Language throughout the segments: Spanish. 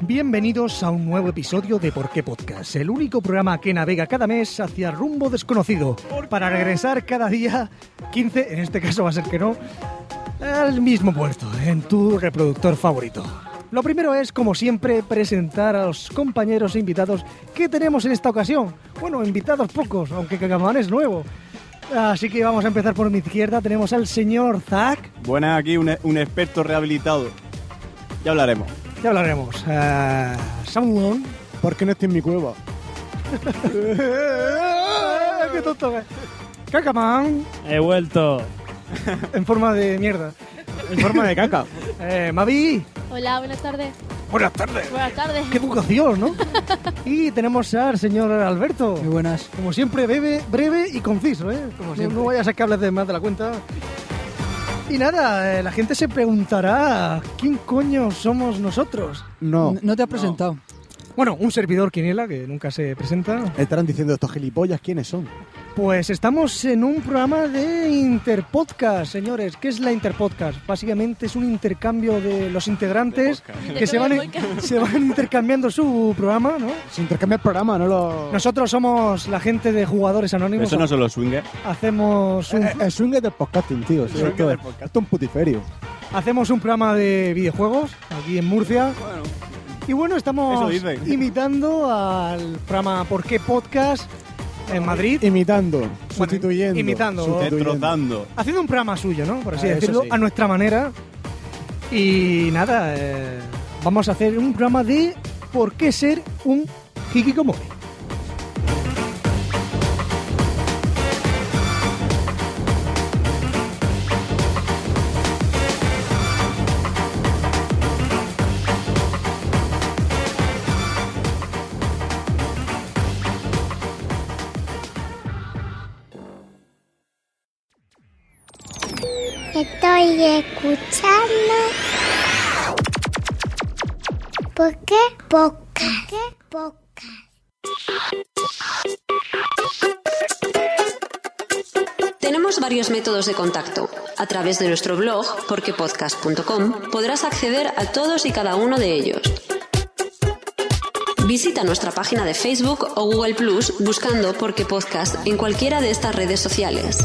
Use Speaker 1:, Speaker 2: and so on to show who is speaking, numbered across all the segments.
Speaker 1: Bienvenidos a un nuevo episodio de Por qué Podcast, el único programa que navega cada mes hacia rumbo desconocido, para regresar cada día 15, en este caso va a ser que no, al mismo puerto, en tu reproductor favorito. Lo primero es, como siempre, presentar a los compañeros e invitados que tenemos en esta ocasión. Bueno, invitados pocos, aunque Cacamán es nuevo. Así que vamos a empezar por mi izquierda, tenemos al señor Zack.
Speaker 2: Buenas, aquí un, un experto rehabilitado. Ya hablaremos.
Speaker 1: Ya hablaremos. Ah, Samuel.
Speaker 3: ¿Por qué no estoy en mi cueva?
Speaker 1: ¡Eh, ¡Qué tonto! Cacamán,
Speaker 4: He vuelto.
Speaker 1: en forma de mierda.
Speaker 3: En forma de caca.
Speaker 1: Eh, Mavi,
Speaker 5: Hola, buenas tardes.
Speaker 1: buenas tardes.
Speaker 5: Buenas tardes.
Speaker 1: Qué educación, ¿no? y tenemos al señor Alberto.
Speaker 6: Muy buenas.
Speaker 1: Como siempre, breve, breve y conciso, ¿eh? Como siempre. No vayas a que hables de más de la cuenta. Y nada, eh, la gente se preguntará quién coño somos nosotros.
Speaker 3: No.
Speaker 6: N- No te has presentado.
Speaker 1: Bueno, un servidor Quiniela, que nunca se presenta.
Speaker 3: Estarán diciendo estos gilipollas quiénes son.
Speaker 1: Pues estamos en un programa de Interpodcast, señores. ¿Qué es la Interpodcast? Básicamente es un intercambio de los integrantes que se van,
Speaker 5: Intercambio de podcast.
Speaker 1: se van intercambiando su programa, ¿no?
Speaker 3: Se intercambia el programa, no lo.
Speaker 1: Nosotros somos la gente de Jugadores Anónimos.
Speaker 2: Eso no son los swingers.
Speaker 1: Hacemos un,
Speaker 3: Eh, El swing es del podcasting, tío. sí,
Speaker 2: swing
Speaker 3: esto,
Speaker 2: del
Speaker 3: es-
Speaker 2: podcasting.
Speaker 3: esto es un putiferio.
Speaker 1: hacemos un programa de videojuegos aquí en Murcia.
Speaker 2: Bueno,
Speaker 1: Y bueno, estamos
Speaker 2: Eso dicen.
Speaker 1: imitando al programa ¿Por qué Podcast en Madrid?
Speaker 3: Imitando, sustituyendo.
Speaker 1: imitando.
Speaker 3: sustituyendo.
Speaker 2: destrozando.
Speaker 1: Haciendo un programa suyo, ¿no? Por así
Speaker 3: Ah, eso
Speaker 1: decirlo,
Speaker 3: sí.
Speaker 1: a nuestra manera. Y nada, eh, vamos a hacer un programa de por qué ser un hikikomori.
Speaker 7: Estoy escuchando. ¿Por qué? Poca. ¿Por qué? Poca.
Speaker 8: Tenemos varios métodos de contacto. A través de nuestro blog, porquepodcast.com, podrás acceder a todos y cada uno de ellos. Visita nuestra página de Facebook o Google Plus buscando Porque Podcast en cualquiera de estas redes sociales.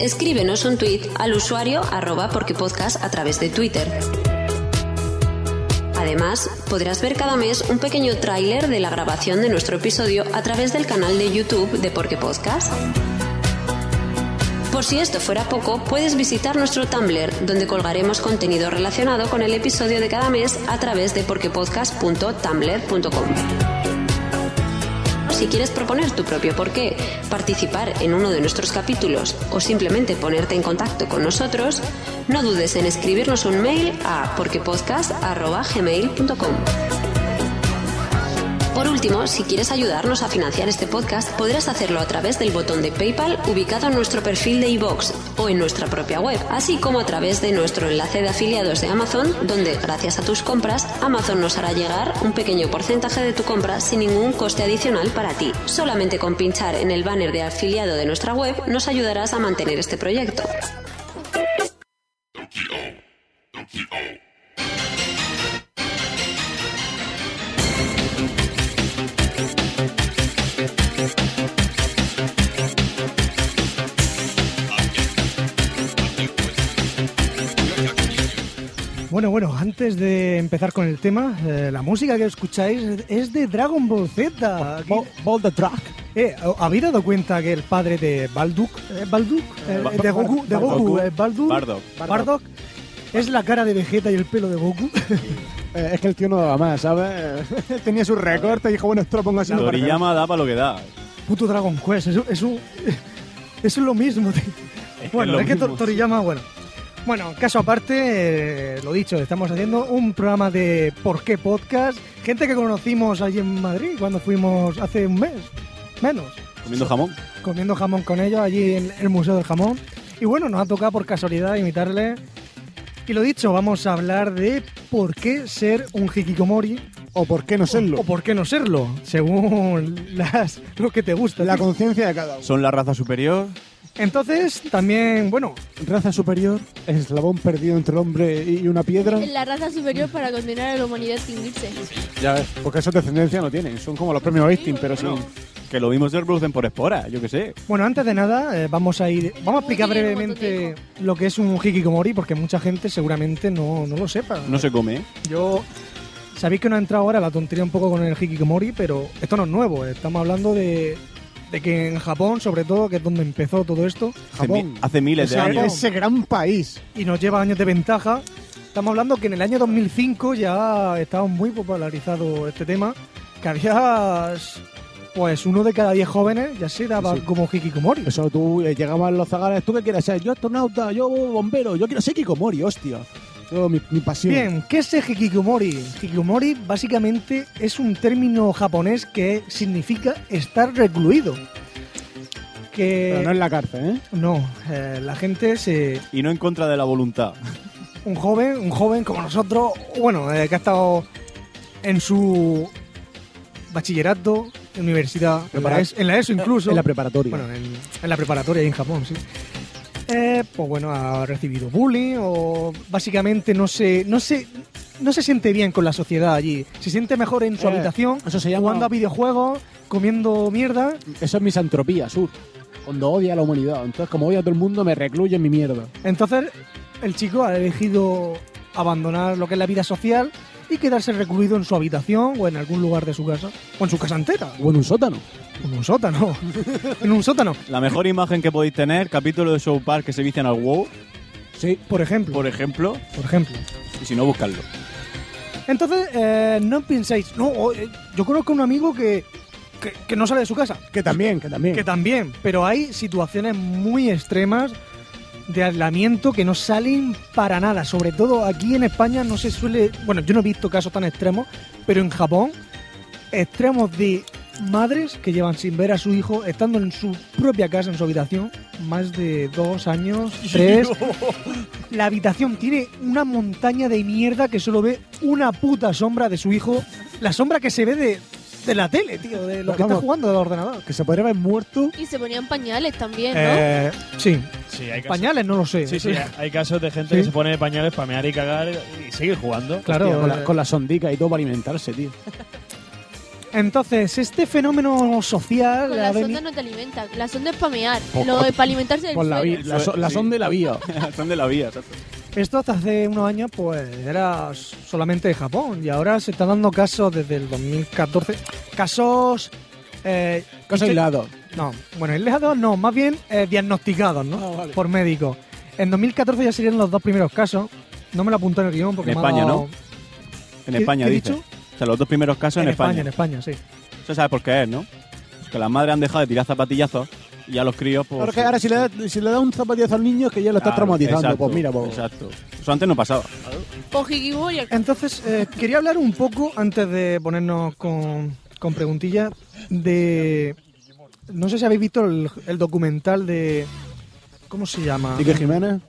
Speaker 8: Escríbenos un tweet al usuario arroba porquepodcast a través de Twitter. Además, podrás ver cada mes un pequeño tráiler de la grabación de nuestro episodio a través del canal de YouTube de Porque Podcast. Por si esto fuera poco, puedes visitar nuestro Tumblr, donde colgaremos contenido relacionado con el episodio de cada mes a través de porquepodcast.tumblr.com. Si quieres proponer tu propio porqué, participar en uno de nuestros capítulos o simplemente ponerte en contacto con nosotros, no dudes en escribirnos un mail a porquepodcast.gmail.com. Por último, si quieres ayudarnos a financiar este podcast, podrás hacerlo a través del botón de PayPal ubicado en nuestro perfil de iBox o en nuestra propia web, así como a través de nuestro enlace de afiliados de Amazon, donde gracias a tus compras, Amazon nos hará llegar un pequeño porcentaje de tu compra sin ningún coste adicional para ti. Solamente con pinchar en el banner de afiliado de nuestra web nos ayudarás a mantener este proyecto.
Speaker 1: Bueno, bueno, antes de empezar con el tema, eh, la música que escucháis es de Dragon Ball Z. Aquí-
Speaker 3: Ball, Ball the Drag.
Speaker 1: Eh, ¿Habéis dado cuenta que el padre de Balduk, eh, Balduk, Eh,
Speaker 2: Ba-
Speaker 1: de Goku, de Goku,
Speaker 2: Bardock.
Speaker 1: eh, Balduk,
Speaker 2: Bardock.
Speaker 1: Bardock, es la cara de Vegeta y el pelo de Goku?
Speaker 3: Eh, es que el tío no daba más, ¿sabes? Eh, Tenía su recorte y dijo, bueno, esto lo pongo así. para que-
Speaker 2: Toriyama da para lo que da.
Speaker 1: Puto Dragon Quest, es, es un, es lo mismo. tío.
Speaker 2: Es que
Speaker 1: Bueno,
Speaker 2: es lo
Speaker 1: es que
Speaker 2: mismo.
Speaker 1: Tor- Toriyama, bueno. Bueno, caso aparte, eh, lo dicho, estamos haciendo un programa de ¿Por qué podcast? Gente que conocimos allí en Madrid cuando fuimos hace un mes, menos,
Speaker 2: Comiendo jamón.
Speaker 1: comiendo jamón con ellos allí en el Museo del Jamón. Y bueno, nos ha tocado por casualidad imitarle. Y lo dicho, vamos a hablar de por qué ser un hikikomori
Speaker 3: O por qué no serlo.
Speaker 1: o por qué no serlo, según las, lo que te gusta.
Speaker 3: La
Speaker 1: tío.
Speaker 3: conciencia de cada uno.
Speaker 2: Son la raza superior.
Speaker 1: Entonces, también, bueno,
Speaker 3: Raza superior, eslabón perdido entre el hombre y una piedra.
Speaker 4: La raza superior para condenar a la humanidad a extinguirse.
Speaker 3: Ya ves, porque esos descendencia no tienen. Son como los premios Austin, pero sin...
Speaker 2: Bueno, que lo mismo se reproducen por espora, yo qué sé.
Speaker 1: bueno, antes de nada, eh, vamos a ir, vamos a explicar
Speaker 4: Oye,
Speaker 1: brevemente
Speaker 4: como
Speaker 1: lo que es un hikikomori, porque mucha gente seguramente no, no lo sepa.
Speaker 2: No se come, ¿eh?
Speaker 1: Yo, sabéis que no ha entrado ahora la tontería un poco con el hikikomori, pero esto no es nuevo, eh, estamos hablando de, de que en Japón, sobre todo, que es donde empezó todo esto,
Speaker 2: Hace,
Speaker 3: Japón.
Speaker 2: mi- hace miles de
Speaker 3: Ese-
Speaker 2: años.
Speaker 3: ese gran país.
Speaker 1: y nos lleva años de ventaja. Estamos hablando que en el año 2005 ya estaba muy popularizado este tema, que había pues uno de cada diez jóvenes ya se daba
Speaker 3: Sí.
Speaker 1: como hikikomori.
Speaker 3: Eso tú eh, llegabas a los zagales, ¿tú qué quieres ser? Yo astronauta, yo bombero, yo quiero ser Kikomori, hostia. Todo mi, mi pasión.
Speaker 1: Bien, ¿qué es el hikikomori? Hikikomori básicamente es un término japonés que significa estar recluido.
Speaker 3: Pero no
Speaker 1: Que
Speaker 3: en la cárcel, ¿eh?
Speaker 1: no, eh, la gente se
Speaker 2: Y no en contra de la voluntad.
Speaker 1: un joven, un joven como nosotros, bueno, eh, que ha estado en su bachillerato, en universidad, en la,
Speaker 3: Prepara-
Speaker 1: ESO, en la ESO incluso.
Speaker 3: En la preparatoria.
Speaker 1: Bueno, en, en la preparatoria y en Japón, sí. Eh, pues bueno, ha recibido bullying o básicamente no se, no se, no se siente bien con la sociedad allí. Se siente mejor en su
Speaker 3: Eh,
Speaker 1: habitación,
Speaker 3: eso se llama-
Speaker 1: jugando a videojuegos, comiendo mierda.
Speaker 3: Eso es misantropía, sur. Cuando odia a la humanidad. Entonces, como odia a todo el mundo, me recluyo en mi mierda.
Speaker 1: Entonces, el chico ha elegido abandonar lo que es la vida social y quedarse recluido en su habitación o en algún lugar de su casa. O en su casa entera.
Speaker 3: O en un sótano.
Speaker 1: En un sótano. en un sótano,
Speaker 2: La mejor imagen que podéis tener, capítulo de Show Park que se vician al WoW,
Speaker 3: Sí.
Speaker 1: por ejemplo.
Speaker 2: por ejemplo.
Speaker 1: por ejemplo.
Speaker 2: Y si no, buscadlo.
Speaker 1: Entonces, eh, no pensáis, no, o, eh, yo conozco a un amigo que, que, que no sale de su casa,
Speaker 3: Que también, que también.
Speaker 1: que también, pero hay situaciones muy extremas de aislamiento que no salen para nada, sobre todo aquí en España no se suele, bueno, yo no he visto casos tan extremos, pero en Japón, extremos de madres que llevan sin ver a su hijo, estando en su propia casa, en su habitación, más de dos años, tres, la habitación tiene una montaña de mierda que solo ve una puta sombra de su hijo. La sombra que se ve de, de la tele, tío, de lo que está
Speaker 3: Vamos.
Speaker 1: jugando del ordenador.
Speaker 3: Que se podría haber muerto.
Speaker 4: Y se ponían pañales también, ¿no?
Speaker 1: Eh, sí,
Speaker 5: Sí, hay casos,
Speaker 1: pañales no lo sé.
Speaker 5: sí, sí, hay casos de gente
Speaker 1: Sí.
Speaker 5: que se pone pañales para mear y cagar y sigue jugando.
Speaker 1: Claro,
Speaker 3: Hostia, con,
Speaker 1: eh,
Speaker 3: la, con la sondica y todo para alimentarse, tío.
Speaker 1: Entonces, este fenómeno social...
Speaker 4: Con
Speaker 1: ha
Speaker 4: la
Speaker 1: veni-
Speaker 4: sonda no te alimenta. La sonda es pamear.
Speaker 1: Poco.
Speaker 4: Lo de para alimentarse del
Speaker 1: Con la
Speaker 4: suelo.
Speaker 1: vi- la so- la
Speaker 2: Sí.
Speaker 1: sonda y la vía.
Speaker 2: La sonda y la vía, exacto.
Speaker 1: Esto hasta hace unos años pues era s- solamente de Japón y ahora se están dando casos desde el 2014. Casos... eh,
Speaker 3: Casos
Speaker 1: dicho-
Speaker 3: aislados.
Speaker 1: No, bueno, aislados no, más bien eh, diagnosticados, ¿no?
Speaker 2: Ah,
Speaker 1: Por médicos. En 2014 ya serían los dos primeros casos. No me lo apunté en el guión porque
Speaker 2: En
Speaker 1: me ha
Speaker 2: España,
Speaker 1: dado-
Speaker 2: ¿no? En
Speaker 1: ¿Qué-
Speaker 2: España,
Speaker 1: qué he
Speaker 2: dice.
Speaker 1: dicho?
Speaker 2: O sea, los dos primeros casos en, España.
Speaker 1: En España, sí.
Speaker 2: Eso sabes por qué es, ¿no? Que las madres han dejado de tirar zapatillazos y a los críos, pues...
Speaker 3: Claro que ahora si le, da, si le da un zapatillazo al niño es que ya lo está
Speaker 2: Claro,
Speaker 3: traumatizando.
Speaker 2: exacto,
Speaker 3: pues mira, pues,
Speaker 2: Exacto. Eso antes no pasaba.
Speaker 1: Entonces, eh, quería hablar un poco, antes de ponernos con, con preguntillas, de... No sé si habéis visto el, el documental de... ¿Cómo se llama?
Speaker 3: Quique Jiménez.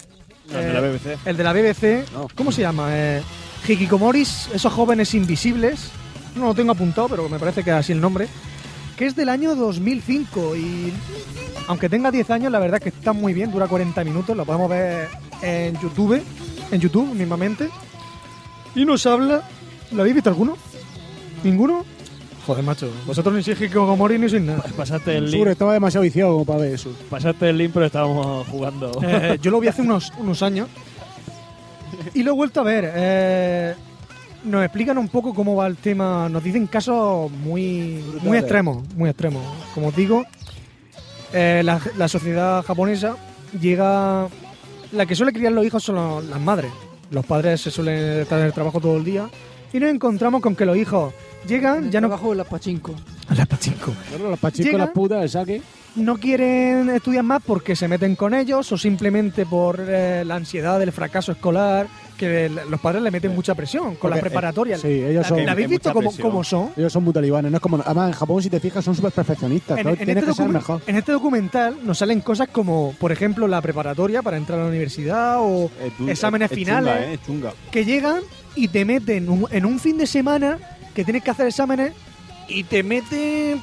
Speaker 1: Eh, El de la BBC. ¿Cómo se llama? Eh, Hikikomoris, esos jóvenes invisibles. No lo tengo apuntado, pero me parece que es así el nombre. Que es del año 2005 y... Aunque tenga 10 años, la verdad es que está muy bien, dura 40 minutos, lo podemos ver en YouTube, en YouTube mismamente. Y nos habla... ¿Lo habéis visto alguno? ¿Ninguno? Pues Joder, macho, vosotros ni sois Hikikomoris ni sois nada.
Speaker 5: Pasaste el
Speaker 3: Seguro
Speaker 5: link.
Speaker 3: estaba demasiado viciado como para ver eso.
Speaker 5: Pasaste el link, pero estábamos jugando.
Speaker 1: Eh, yo lo vi hace unos, unos años y lo he vuelto a ver. Eh, nos explican un poco cómo va el tema. Nos dicen casos muy, muy
Speaker 3: Brutales.
Speaker 1: extremos, muy extremos. Como os digo, eh, la, la sociedad japonesa llega. La que suele criar los hijos son los- las madres. Los padres se suelen estar en el trabajo todo el día y nos encontramos con que los hijos llegan, ya no
Speaker 6: Trabajo de las pachinko.
Speaker 3: Claro, los pachicos,
Speaker 1: Llega-
Speaker 3: las putas, el saque.
Speaker 1: no quieren estudiar más porque se meten con ellos o simplemente por eh, la ansiedad del fracaso escolar, que el- los padres le meten mucha presión con
Speaker 3: Porque,
Speaker 1: las
Speaker 3: eh,
Speaker 1: preparatorias.
Speaker 3: Sí, ellos
Speaker 1: ¿La-
Speaker 3: son.
Speaker 1: ¿La habéis visto cómo, cómo son?
Speaker 3: Ellos son muy talibanes. No es como, además, en Japón, si te fijas, son súper perfeccionistas.
Speaker 1: En,
Speaker 3: todo
Speaker 1: en
Speaker 3: tiene
Speaker 1: este
Speaker 3: que ser
Speaker 1: docu-
Speaker 3: mejor.
Speaker 1: en este documental nos salen cosas como, por ejemplo, la preparatoria para entrar a la universidad o
Speaker 2: Es dun-
Speaker 1: exámenes
Speaker 2: es- es chunga,
Speaker 1: finales
Speaker 2: ¿eh? Es chunga.
Speaker 1: que llegan y te meten un- en un fin de semana que tienes que hacer exámenes y te meten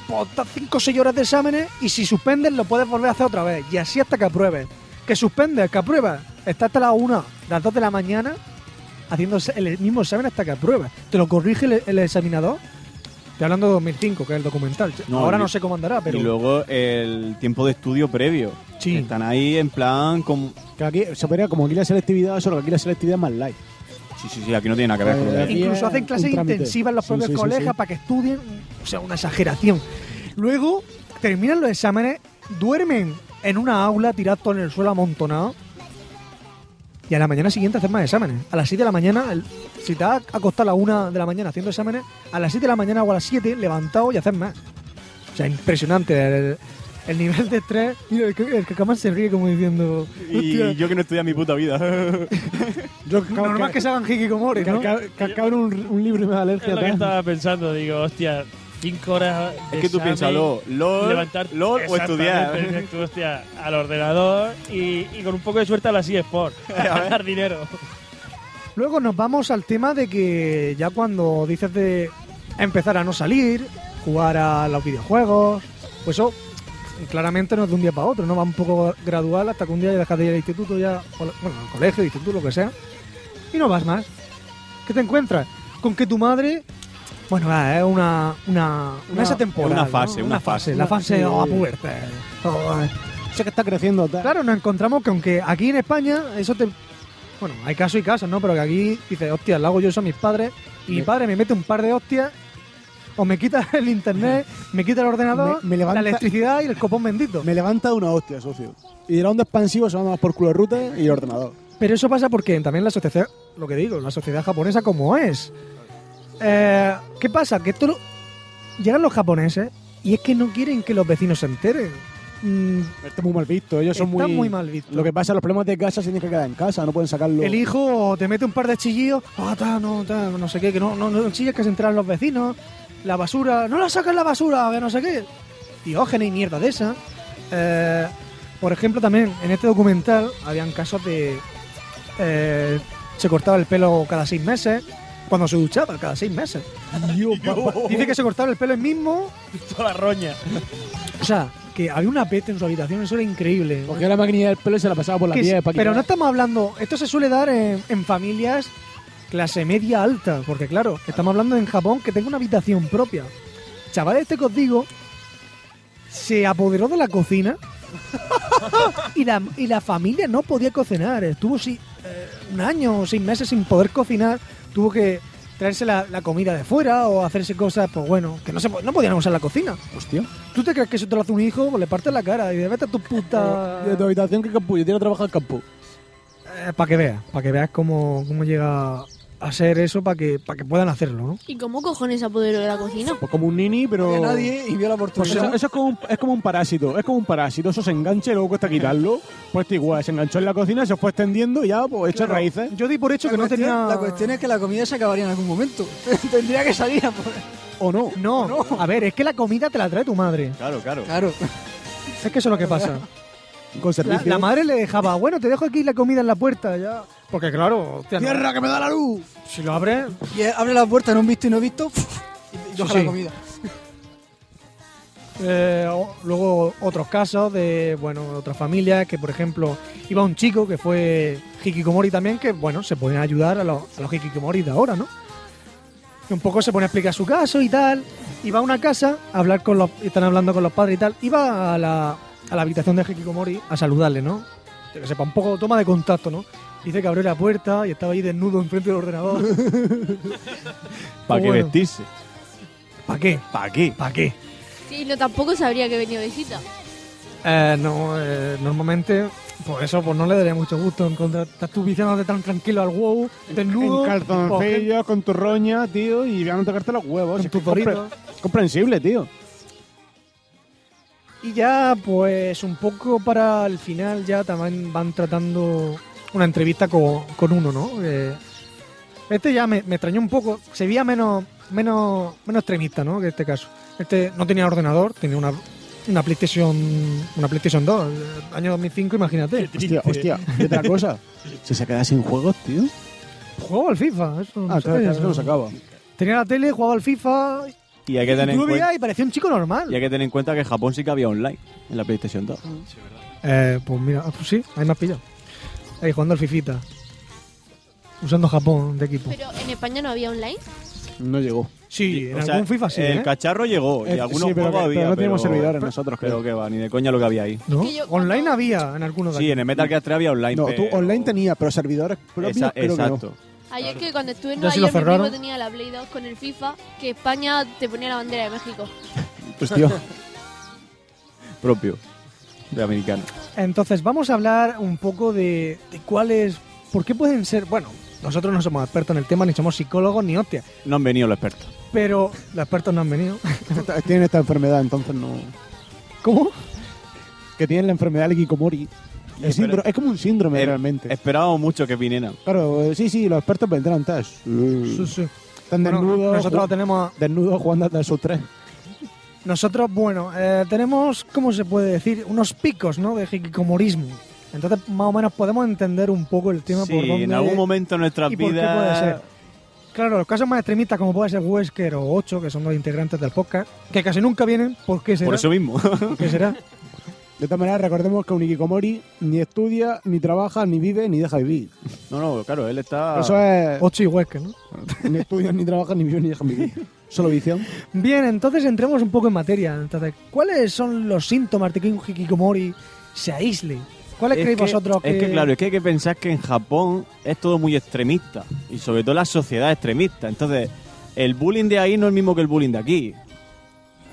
Speaker 1: 5 o 6 horas de exámenes y si suspendes lo puedes volver a hacer otra vez y así hasta que apruebes. Que suspendes, que apruebas. Estás hasta las 1, las 2 de la mañana haciendo el mismo examen hasta que apruebas. Te lo corrige el, el examinador. Estoy hablando de 2005, que es el documental.
Speaker 2: No,
Speaker 1: Ahora
Speaker 2: y-
Speaker 1: no sé cómo andará, pero...
Speaker 2: Y luego el tiempo de estudio previo.
Speaker 1: Sí.
Speaker 2: Están ahí en plan con...
Speaker 3: Que aquí se opera como aquí la selectividad, solo que aquí la selectividad es más light.
Speaker 2: Sí, sí, sí, aquí no tiene nada que ver con lo de-
Speaker 3: Aquí
Speaker 1: eh, Incluso
Speaker 3: es
Speaker 1: hacen
Speaker 3: un
Speaker 1: clases
Speaker 3: trámite.
Speaker 1: intensivas en los
Speaker 3: Sí,
Speaker 1: propios
Speaker 3: sí, sí,
Speaker 1: colegas
Speaker 3: sí.
Speaker 1: para que estudien. O sea, una exageración. Luego terminan los exámenes, duermen en una aula tirado en el suelo amontonado. Y a la mañana siguiente hacen más exámenes. A las 7 de la mañana, el- si te has acostado a la 1 de la mañana haciendo exámenes, a las 7 de la mañana o a las 7 levantado y haces más. O sea, impresionante el, el nivel de estrés. Mira, el que, el que Kamal se ríe como diciendo. "Hostia,
Speaker 2: Y yo que no estudia mi puta vida.
Speaker 3: Yo,
Speaker 1: normal que se hagan hikikomori,
Speaker 3: que
Speaker 1: ¿no?
Speaker 3: acab- que acaban un, un libro y me da
Speaker 5: Es
Speaker 3: alergia.
Speaker 5: lo que
Speaker 3: tal.
Speaker 5: estaba pensando, digo, hostia, cinco horas. de
Speaker 2: Es que tú
Speaker 5: examen,
Speaker 2: piénsalo, LOL,
Speaker 5: levantar-
Speaker 2: LOL o estudiar.
Speaker 5: Exactamente, dices tú, hostia, al ordenador y, y con un poco de suerte a la eSport. A ganar dinero.
Speaker 1: Luego nos vamos al tema de que ya cuando dices de empezar a no salir, jugar a los videojuegos, pues eso claramente no es de un día para otro, no va un poco gradual hasta que un día ya dejas de ir al instituto, ya, o la- bueno, al colegio, instituto, lo que sea, y no vas más. ¿Qué te encuentras? Con que tu madre, bueno, va, es una, una, una,
Speaker 3: Una-
Speaker 1: esa temporada.
Speaker 2: una fase,
Speaker 1: ¿no?
Speaker 2: una fase.
Speaker 1: La
Speaker 3: Una-
Speaker 1: fase de
Speaker 3: sí.
Speaker 1: la pubertad. Oh,
Speaker 3: Sé que está creciendo. tal.
Speaker 1: Claro, nos encontramos que aunque aquí en España eso te... Bueno, hay casos y casos, ¿no? Pero que aquí dices, hostia, lo hago yo eso a mis padres y mi
Speaker 3: Me-
Speaker 1: padre me mete un par de hostias o me quita el internet, me quita el ordenador,
Speaker 3: Me- me levanta-
Speaker 1: la electricidad y el copón bendito.
Speaker 3: Me levanta de una hostia, socio. Y de la onda expansiva se va más por culo de ruta y el ordenador.
Speaker 1: Pero eso pasa porque también la sociedad, lo que digo, la sociedad japonesa como es. Eh, ¿Qué pasa? Que esto lo- llegan los japoneses y es que no quieren que los vecinos se enteren. Mm,
Speaker 3: Está este muy mal visto. Ellos son
Speaker 1: Está
Speaker 3: muy,
Speaker 1: muy mal visto.
Speaker 3: Lo que pasa, los problemas de casa se tienen que quedar en casa, no pueden sacarlo.
Speaker 1: El hijo te mete un par de chillidos, ah, ta, no, ta, no sé qué, que no, no, no chilles que se enteran los vecinos, la basura, no la sacas la basura, que no sé qué. Diógenes y mierda de esa. Eh, por ejemplo, también en este documental habían casos de. eh, se cortaba el pelo cada seis meses, cuando se duchaba, cada seis meses. Dice que se cortaba el pelo el mismo,
Speaker 5: Toda la roña.
Speaker 1: o sea, que había una peste en su habitación, eso era increíble.
Speaker 3: Porque la maquinilla del pelo y se la pasaba por la
Speaker 1: Que sí,
Speaker 3: piel. para
Speaker 1: pero no
Speaker 3: quitar.
Speaker 1: estamos hablando, esto se suele dar en, en familias clase media alta, porque claro, estamos hablando en Japón que tenga una habitación propia. chaval este que os digo se apoderó de la cocina y, la, y la familia no podía cocinar. Estuvo si- eh, un año o seis meses sin poder cocinar. Tuvo que traerse la, la comida de fuera o hacerse cosas, pues bueno, que no, se, po- no podían usar la cocina.
Speaker 3: Hostia.
Speaker 1: ¿Tú te crees que eso te lo hace un hijo? Pues le partes la cara y de vete a tu puta...
Speaker 3: Eh, De tu habitación, que campo? Yo quiero trabajar al campo.
Speaker 1: para Eh, que veas, para que veas cómo, cómo llega a ser eso, para que, para que puedan hacerlo, ¿no?
Speaker 4: ¿Y cómo cojones se apoderó de la cocina?
Speaker 3: Pues como un nini, pero.
Speaker 1: y vio la
Speaker 3: Pues eso, eso es, como un, es como un parásito, es como un parásito, eso se engancha y luego cuesta quitarlo. Pues esto igual, se enganchó en la cocina, se fue extendiendo y ya, pues hecho
Speaker 1: Claro.
Speaker 3: raíces.
Speaker 1: Yo di por hecho que no
Speaker 6: cuestión,
Speaker 1: tenía...
Speaker 6: la cuestión es que la comida se acabaría en algún momento. Tendría que salir a por...
Speaker 3: ¿O no?
Speaker 1: No, a ver, es que la comida te la trae tu madre.
Speaker 2: Claro, claro.
Speaker 6: Claro.
Speaker 1: Es que eso es lo que pasa.
Speaker 3: Con
Speaker 1: La,
Speaker 3: servicio.
Speaker 1: la madre le dejaba, bueno, te dejo aquí la comida en la puerta ya. Porque claro, hostia, no.
Speaker 3: ¡Cierra, que me da la luz!
Speaker 1: si lo abres,
Speaker 6: Y él abre la puerta en un visto y no visto y
Speaker 1: Eso
Speaker 6: coge
Speaker 1: sí.
Speaker 6: la comida.
Speaker 1: eh, o- luego otros casos de, bueno, otras familias que, por ejemplo, iba un chico que fue hikikomori también, que, bueno, se podían ayudar a los, a los hikikomori de ahora, ¿no? Que un poco se pone a explicar su caso y tal. Iba a una casa a hablar con los... Están hablando con los padres y tal. Iba a la, a la habitación de hikikomori a saludarle, ¿no? Yo Que sepa, un poco toma de contacto, ¿no? Dice que abrió la puerta y estaba ahí desnudo enfrente del ordenador.
Speaker 2: ¿Para qué
Speaker 1: pues Bueno.
Speaker 2: vestirse?
Speaker 1: ¿Para qué?
Speaker 2: ¿Para qué?
Speaker 1: ¿Para qué?
Speaker 4: Sí, no, tampoco sabría que venía visita.
Speaker 1: Eh, no, eh, normalmente, por eso, pues no le daría mucho gusto encontrar. Estás tú viciándote tan tranquilo al wow, desnudo.
Speaker 3: En
Speaker 1: pues, gente-
Speaker 3: calzoncillos, con tu roña, tío, y van a tocarte los huevos.
Speaker 1: Con
Speaker 3: Es que
Speaker 1: tus
Speaker 3: es compre-
Speaker 1: Doritos.
Speaker 3: es comprensible, tío.
Speaker 1: Y ya, pues, un poco para el final, ya también van tratando una entrevista con, con uno, ¿no? Eh, este ya me, me extrañó un poco. Se veía menos, menos, menos extremista, ¿no? Que este caso. Este no tenía ordenador, tenía una, una PlayStation una PlayStation 2, eh, año 2005, imagínate.
Speaker 3: Hostia, hostia, y otra cosa. Si se queda sin juegos, tío.
Speaker 1: Jugaba al FIFA, eso no
Speaker 3: Ah,
Speaker 1: sé,
Speaker 3: claro, claro,
Speaker 1: eso-
Speaker 3: eso no se acaba.
Speaker 1: Tenía la tele, jugaba al FIFA,
Speaker 2: Y hay que tener
Speaker 1: Tú
Speaker 2: en
Speaker 1: lo
Speaker 2: cuenta.
Speaker 1: veías y parecía un chico
Speaker 2: Y hay
Speaker 1: normal.
Speaker 2: que tener en cuenta que en Japón sí que había online en la PlayStation 2.
Speaker 1: Eh, pues mira, ah, pues sí, ahí me has pillado. Ahí jugando al Fifita. Usando Japón de equipo.
Speaker 4: Pero en España no había online.
Speaker 3: No llegó.
Speaker 1: Sí, en
Speaker 2: O sea,
Speaker 1: algún FIFA sí,
Speaker 2: El
Speaker 1: ¿eh?
Speaker 2: cacharro llegó y
Speaker 3: Eh,
Speaker 2: algunos
Speaker 3: sí, pero
Speaker 2: juegos
Speaker 3: que-
Speaker 2: había.
Speaker 3: pero no teníamos servidores nosotros,
Speaker 2: Creo
Speaker 3: creo.
Speaker 2: que va, ni de coña lo que había ahí.
Speaker 1: ¿No?
Speaker 4: que yo cuando-
Speaker 1: Online había en algunos de
Speaker 2: Sí,
Speaker 1: aquí.
Speaker 2: en el Metal Gear 3 había online.
Speaker 3: No, tú
Speaker 2: pero-
Speaker 3: online tenías, pero servidores propios
Speaker 2: Esa-
Speaker 3: creo que no.
Speaker 2: Exacto.
Speaker 4: Ayer que cuando estuve en
Speaker 1: Ya
Speaker 4: Nueva
Speaker 1: se lo
Speaker 4: York, mi
Speaker 1: cerraron.
Speaker 4: primo tenía la Play 2 con el FIFA, que España te ponía la bandera de México.
Speaker 1: Pues,
Speaker 2: Hostia. Pues, Propio. De americano.
Speaker 1: Entonces, vamos a hablar un poco de, de cuáles. ¿Por qué pueden ser.? Bueno, nosotros no somos expertos en el tema, ni somos psicólogos, ni hostia.
Speaker 2: No han venido los expertos.
Speaker 1: Pero los expertos no han venido.
Speaker 3: Esta- Tienen esta enfermedad, entonces no.
Speaker 1: ¿Cómo?
Speaker 3: Que tienen la enfermedad del Kikomori.
Speaker 2: espera-
Speaker 3: Es, síndrome, es como un síndrome
Speaker 2: Eh,
Speaker 3: realmente.
Speaker 2: Esperábamos mucho que vinieran.
Speaker 3: Claro, eh, sí, sí, los expertos vendrán, tal.
Speaker 1: Sí, sí.
Speaker 3: Están
Speaker 1: Bueno,
Speaker 3: desnudos,
Speaker 1: nosotros
Speaker 3: ju-
Speaker 1: tenemos
Speaker 3: desnudos jugando a sus tres.
Speaker 1: Nosotros, bueno, eh, tenemos, ¿cómo se puede decir? Unos picos, ¿no? De hikikomorismo. Entonces, más o menos podemos entender un poco el tema
Speaker 2: Sí,
Speaker 1: por dónde...
Speaker 2: en algún momento de nuestras
Speaker 1: y por qué
Speaker 2: vidas.
Speaker 1: puede ser. Claro, los casos más extremistas, como puede ser Wesker o 8, que son los integrantes del podcast, que casi nunca vienen, ¿por qué será?
Speaker 2: Por eso mismo.
Speaker 1: ¿Por qué será?
Speaker 3: De todas maneras, recordemos que un Ikikomori ni estudia, ni trabaja, ni vive, ni deja vivir.
Speaker 2: no, no, claro, él está.
Speaker 3: Eso es.
Speaker 1: 8 y Wesker, Ah, ¿no?
Speaker 3: ni estudia, ni trabaja, ni vive, ni deja vivir. Solo visión.
Speaker 1: Bien, entonces entremos un poco en materia. Entonces, ¿cuáles son los síntomas de que un hikikomori se aísle? ¿Cuáles creéis vosotros que...?
Speaker 2: es que claro, es que hay que pensar que en Japón es todo muy extremista y sobre todo la sociedad es extremista. Entonces, el bullying de ahí no es el mismo que el bullying de aquí.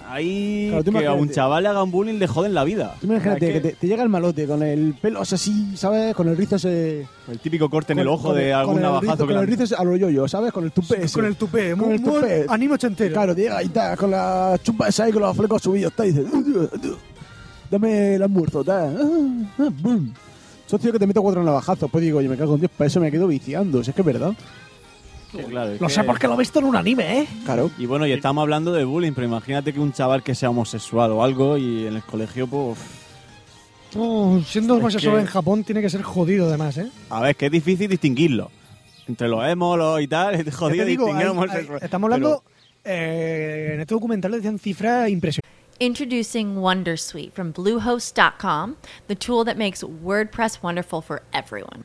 Speaker 2: Ahí
Speaker 3: Claro, tú
Speaker 2: que a un
Speaker 3: imagínate.
Speaker 2: chaval le hagan bullying le joden la vida.
Speaker 3: Tú imagínate
Speaker 2: Es
Speaker 3: que, te, te llega el malote con el pelo o sea, así, ¿sabes? Con el rizo ese.
Speaker 2: el típico corte en el
Speaker 3: con-
Speaker 2: ojo
Speaker 3: con
Speaker 2: de
Speaker 3: el-
Speaker 2: algún
Speaker 3: con el
Speaker 2: navajazo
Speaker 3: rizo-
Speaker 2: que
Speaker 3: Con
Speaker 2: le
Speaker 3: el
Speaker 2: han-
Speaker 3: rizo ese a lo yo-yo, ¿sabes? Con el tupé ese.
Speaker 1: Con el tupé,
Speaker 3: Con
Speaker 1: muy,
Speaker 3: el
Speaker 1: muy
Speaker 3: tupé.
Speaker 1: anime ochentero.
Speaker 3: Claro, llega y está con la chupa esa y con los flecos subidos, está y dice, "Uh, uh, uh, dame el almuerzo, está. Ah, ah, boom. Son tíos que te meto cuatro navajazos, pues digo, yo me cago en Dios, para eso me quedo viciando, si es que es verdad.
Speaker 2: Que, claro, es
Speaker 1: Lo sé
Speaker 2: que-
Speaker 1: porque lo he visto en un anime, ¿eh?
Speaker 3: Claro.
Speaker 2: Y bueno, y estamos hablando de bullying, pero imagínate que un chaval que sea homosexual o algo y en el colegio, pues.
Speaker 1: No, siendo
Speaker 2: Es
Speaker 1: homosexual
Speaker 2: que-
Speaker 1: en Japón tiene que ser jodido además, ¿eh?
Speaker 2: A ver, que es difícil distinguirlo. Entre los emos, los y tal, es
Speaker 1: Ya
Speaker 2: jodido
Speaker 1: te digo,
Speaker 2: distinguir
Speaker 1: hay-
Speaker 2: homosexual.
Speaker 1: hay- estamos hablando... eh, en este documental decían cifras impresionantes.
Speaker 9: Introducing Wondersuite from Bluehost.com, the tool that makes WordPress wonderful for everyone.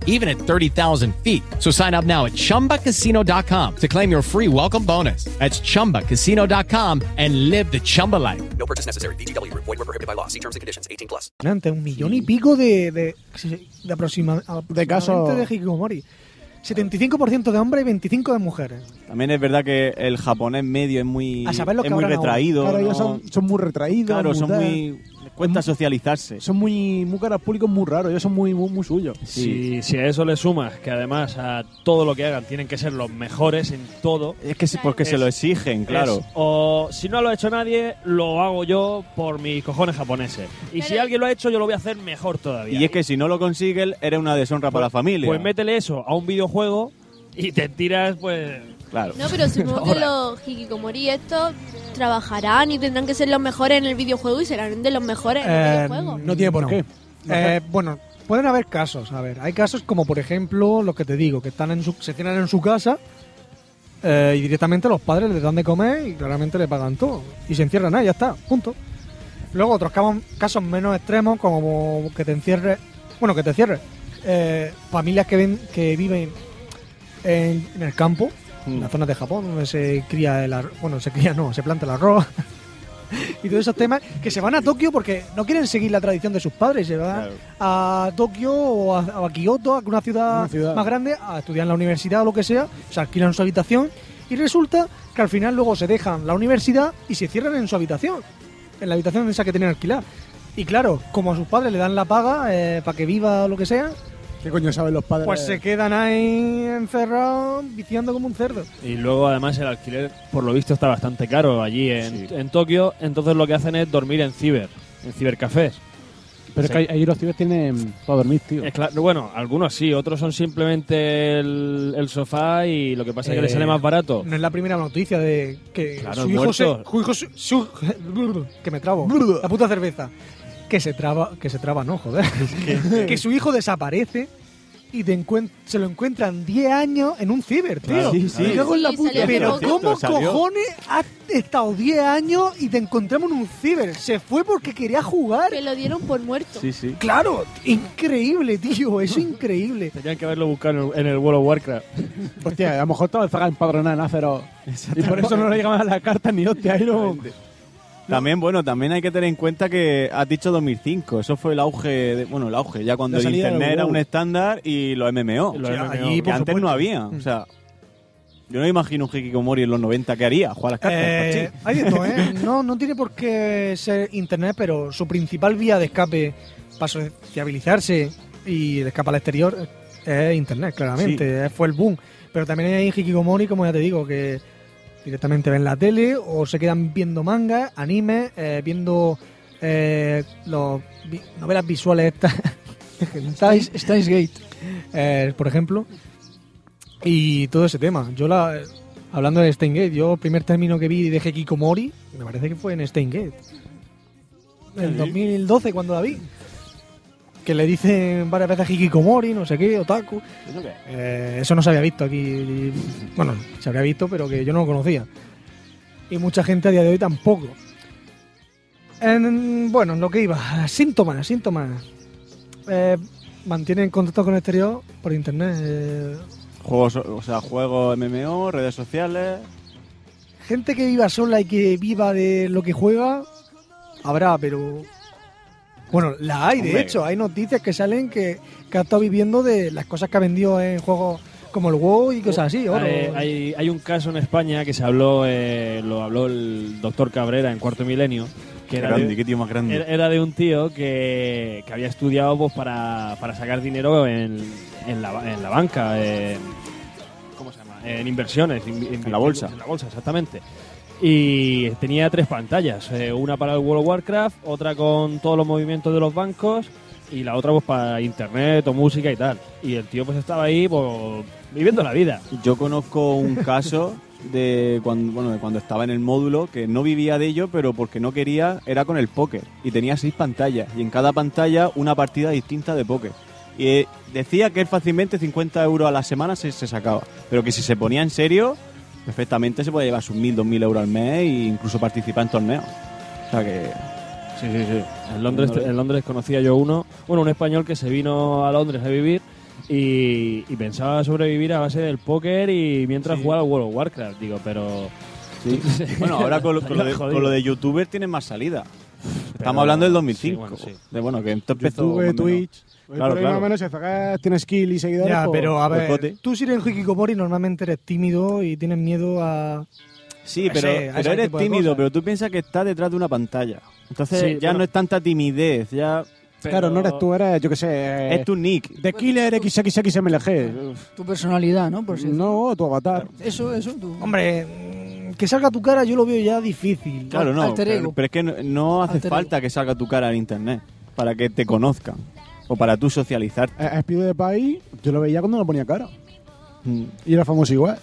Speaker 10: even at 30,000 feet. So sign up now at chumbacasino.com to claim your free welcome bonus. That's chumbacasino.com and live the Chumba life.
Speaker 11: No purchase necessary. VGW Group. Void were prohibited by law. See terms and conditions. 18 plus.
Speaker 1: Impresionante, un millón y pico de, de, de aproxima- aproximadamente
Speaker 3: casos.
Speaker 1: de hikikomori. 75% de hombres y 25% de mujeres.
Speaker 2: También es verdad que el japonés medio es muy,
Speaker 1: A saber lo que
Speaker 2: es muy
Speaker 1: habrán ahora.
Speaker 2: retraído.
Speaker 3: Claro,
Speaker 2: ¿no?
Speaker 3: ellos son, son muy retraídos.
Speaker 2: Claro, son
Speaker 3: tal.
Speaker 2: muy. les cuesta socializarse.
Speaker 3: Son muy, muy caras públicos, muy raros. Ellos son muy, muy, muy suyos.
Speaker 5: Si, si a eso le sumas que además a todo lo que hagan tienen que ser los mejores en todo.
Speaker 2: Es que porque se lo exigen, Eh, claro.
Speaker 5: es, o si no lo ha hecho nadie, lo hago yo por mis cojones japoneses. Y si alguien lo ha hecho, yo lo voy a hacer mejor todavía.
Speaker 2: Y es que si no lo consigues, eres una deshonra para la familia.
Speaker 5: Pues métele eso a un videojuego y te tiras, pues.
Speaker 2: Claro.
Speaker 4: No, pero supongo que
Speaker 5: Ahora.
Speaker 4: los hikikomori estos trabajarán y tendrán que ser los mejores en el videojuego y serán de los mejores en el
Speaker 1: Eh,
Speaker 4: videojuego.
Speaker 1: no tiene por qué. Eh, bueno, pueden haber casos. A ver, hay casos como, por ejemplo, lo que te digo, que están en su, se cenan en su casa eh, y directamente los padres les dan de comer y claramente le pagan todo. Y se encierran ahí, ya está, punto. Luego otros camo- casos menos extremos, como que te encierres, bueno, que te cierres. eh, familias que, ven, que viven en, en el campo, en
Speaker 3: Mm.
Speaker 1: las zonas de Japón, donde se cría el arroz, bueno, se cría no, se planta el arroz y todos esos temas, que se van a Tokio porque no quieren seguir la tradición de sus padres, se van a Tokio o a, o a Kioto, a una ciudad,
Speaker 3: Una ciudad.
Speaker 1: más grande, a estudiar en la universidad o lo que sea, se alquilan su habitación y resulta que al final luego se dejan la universidad y se cierran en su habitación, en la habitación esa que tenían alquilar. Y claro, como a sus padres le dan la paga eh, para que viva o lo que sea,
Speaker 3: ¿Qué coño saben los padres?
Speaker 1: pues se quedan ahí encerrados, viciando como un cerdo.
Speaker 5: Y luego además el alquiler, por lo visto, está bastante caro allí en, en Tokio. Entonces lo que hacen es dormir en ciber, en cibercafés.
Speaker 3: Pero
Speaker 5: Sí.
Speaker 3: es que ahí los tíos tienen para dormir, tío.
Speaker 5: Es claro- bueno, algunos sí, otros son simplemente el, el sofá y lo que pasa es que
Speaker 1: Eh,
Speaker 5: les sale más barato.
Speaker 1: No es la primera noticia de que
Speaker 5: Claro,
Speaker 1: su hijo, se,
Speaker 5: muertos.
Speaker 1: su hijo se- su- que me trabo, la puta cerveza, que se traba, que se traba, no, joder, que su hijo desaparece y te encuent- se lo encuentran 10 años en un ciber, tío.
Speaker 2: Claro, sí, sí.
Speaker 1: Me cago en la
Speaker 2: Sí,
Speaker 1: puta.
Speaker 2: salió hace
Speaker 1: Pero
Speaker 2: poco.
Speaker 1: ¿cómo
Speaker 2: Salió.
Speaker 1: cojones has estado 10 años y te encontramos en un ciber? Se fue porque quería jugar. Que
Speaker 4: lo dieron por muerto.
Speaker 2: Sí, sí.
Speaker 1: Claro, increíble, tío, es increíble.
Speaker 5: Tenían que haberlo buscado en el, en el World of Warcraft.
Speaker 3: Hostia, a lo mejor estaba el zaga empadronado en Acero. Y por eso no le llegaban las cartas ni hostia. Ahí no.
Speaker 2: También, bueno, también hay que tener en cuenta que has dicho 2005. Eso fue el auge, de- bueno, el auge, ya cuando
Speaker 3: La
Speaker 2: el
Speaker 3: salida
Speaker 2: internet
Speaker 3: del
Speaker 2: era un
Speaker 3: WoW.
Speaker 2: estándar y los MMO.
Speaker 5: Los MMO,
Speaker 2: que
Speaker 5: por Mm.
Speaker 2: antes no había. O sea, yo no me imagino un Hikikomori en los 90 que haría, jugar a las cartas. pues
Speaker 1: Eh,
Speaker 2: sí.
Speaker 1: hay de todo, ¿eh? No, no tiene por qué ser internet, pero su principal vía de escape para sociabilizarse y el escape al exterior es internet, claramente. Fue el boom. Pero también hay Hikikomori, como ya te digo, que directamente ven la tele o se quedan viendo manga, anime, eh, viendo eh, los vi- novelas visuales estas. Hentais.
Speaker 6: Steins Gate.
Speaker 1: Eh, por ejemplo. Y todo ese tema. Yo la. Hablando de Steingate, yo el primer término que vi de Hikikomori me parece que fue en Steingate. En
Speaker 3: Sí.
Speaker 1: 2012 cuando la vi. Que le dicen varias veces Hikikomori, no sé qué, otaku.
Speaker 2: ¿Eso qué?
Speaker 1: Eh, eso no se había visto aquí. Bueno, se habría visto, pero que yo no lo conocía. Y mucha gente a día de hoy tampoco. En- bueno, en lo que iba. Síntomas, síntomas. eh, mantienen contacto con el exterior por internet. eh,
Speaker 2: Juegos, o sea, juegos MMO, redes sociales.
Speaker 1: gente que viva sola y que viva de lo que juega, habrá, pero. Bueno, la hay, de
Speaker 2: Hombre.
Speaker 1: hecho. Hay noticias que salen que, que ha estado viviendo de las cosas que ha vendido en juegos como el WoW y cosas así. oro.
Speaker 5: Hay, hay- hay un caso en España que se habló, eh, lo habló el doctor Cabrera en Cuarto Milenio.
Speaker 2: Qué
Speaker 5: Que era
Speaker 2: grande,
Speaker 5: de-
Speaker 2: qué tío más grande.
Speaker 5: Era, era de un tío que, que había estudiado pues, para, para sacar dinero en, en la, en la banca, en, ¿cómo se llama? en inversiones. en la bolsa. En la bolsa, exactamente. Y tenía tres pantallas, eh, una para el World of Warcraft, otra con todos los movimientos de los bancos y la otra pues para internet o música y tal. Y el tío pues estaba ahí pues, viviendo la vida.
Speaker 2: Yo conozco un caso de cuando, bueno, de cuando estaba en el módulo que no vivía de ello, pero porque no quería, era con el póker. Y tenía seis pantallas. Y en cada pantalla una partida distinta de póker. Y eh, decía que él fácilmente 50 euros a la semana se, se sacaba. Pero que si se ponía en serio, perfectamente se podía llevar sus 1.000, 2.000 euros al mes e incluso participar en torneos. O sea que...
Speaker 5: Sí, sí, sí. En Londres, en Londres conocía yo uno, bueno, un español que se vino a Londres a vivir y, y pensaba sobrevivir a base del póker y mientras jugaba al World of Warcraft, digo, pero...
Speaker 2: Bueno, ahora con lo, con lo de,
Speaker 5: Jodido.
Speaker 2: con lo de youtuber tienen más salida.
Speaker 5: Pero-
Speaker 2: Estamos hablando del
Speaker 5: sí,
Speaker 2: 2005.
Speaker 5: bueno, sí.
Speaker 2: De bueno, que esto empezó
Speaker 3: YouTube,
Speaker 2: cuando no.
Speaker 3: Twitch. Hoy
Speaker 2: Claro,
Speaker 3: por hoy, más o
Speaker 2: claro.
Speaker 3: menos, si Zagas tiene skill y seguidores.
Speaker 1: Ya,
Speaker 3: pues,
Speaker 1: pero a ver,
Speaker 2: boicote.
Speaker 1: tú si eres Hikikomori normalmente eres tímido y tienes miedo a...
Speaker 2: Sí,
Speaker 1: a
Speaker 2: pero,
Speaker 1: ese- a
Speaker 2: pero
Speaker 1: ese
Speaker 2: eres
Speaker 1: tipo de
Speaker 2: tímido,
Speaker 1: cosas.
Speaker 2: pero tú piensas que estás detrás de una pantalla. Entonces
Speaker 3: Sí,
Speaker 2: ya
Speaker 3: bueno.
Speaker 2: no es tanta timidez, ya...
Speaker 3: Claro, no eres tú, eh. eres, yo qué sé. eh,
Speaker 2: Es tu nick.
Speaker 3: The Killer XXXMLG.
Speaker 6: Tu personalidad, ¿no? Por si
Speaker 3: No, tu avatar.
Speaker 6: Eso, eso, tú.
Speaker 1: Hombre, mm, que salga tu cara yo lo veo ya difícil.
Speaker 2: Claro, no.
Speaker 1: Alter
Speaker 2: Pero,
Speaker 1: ego.
Speaker 2: pero es que no, no hace
Speaker 1: Alter ego.
Speaker 2: falta que salga tu cara en internet para que te conozcan o para tú socializarte.
Speaker 3: A a Speed de Pai, yo lo veía cuando no ponía cara. Y era famoso igual.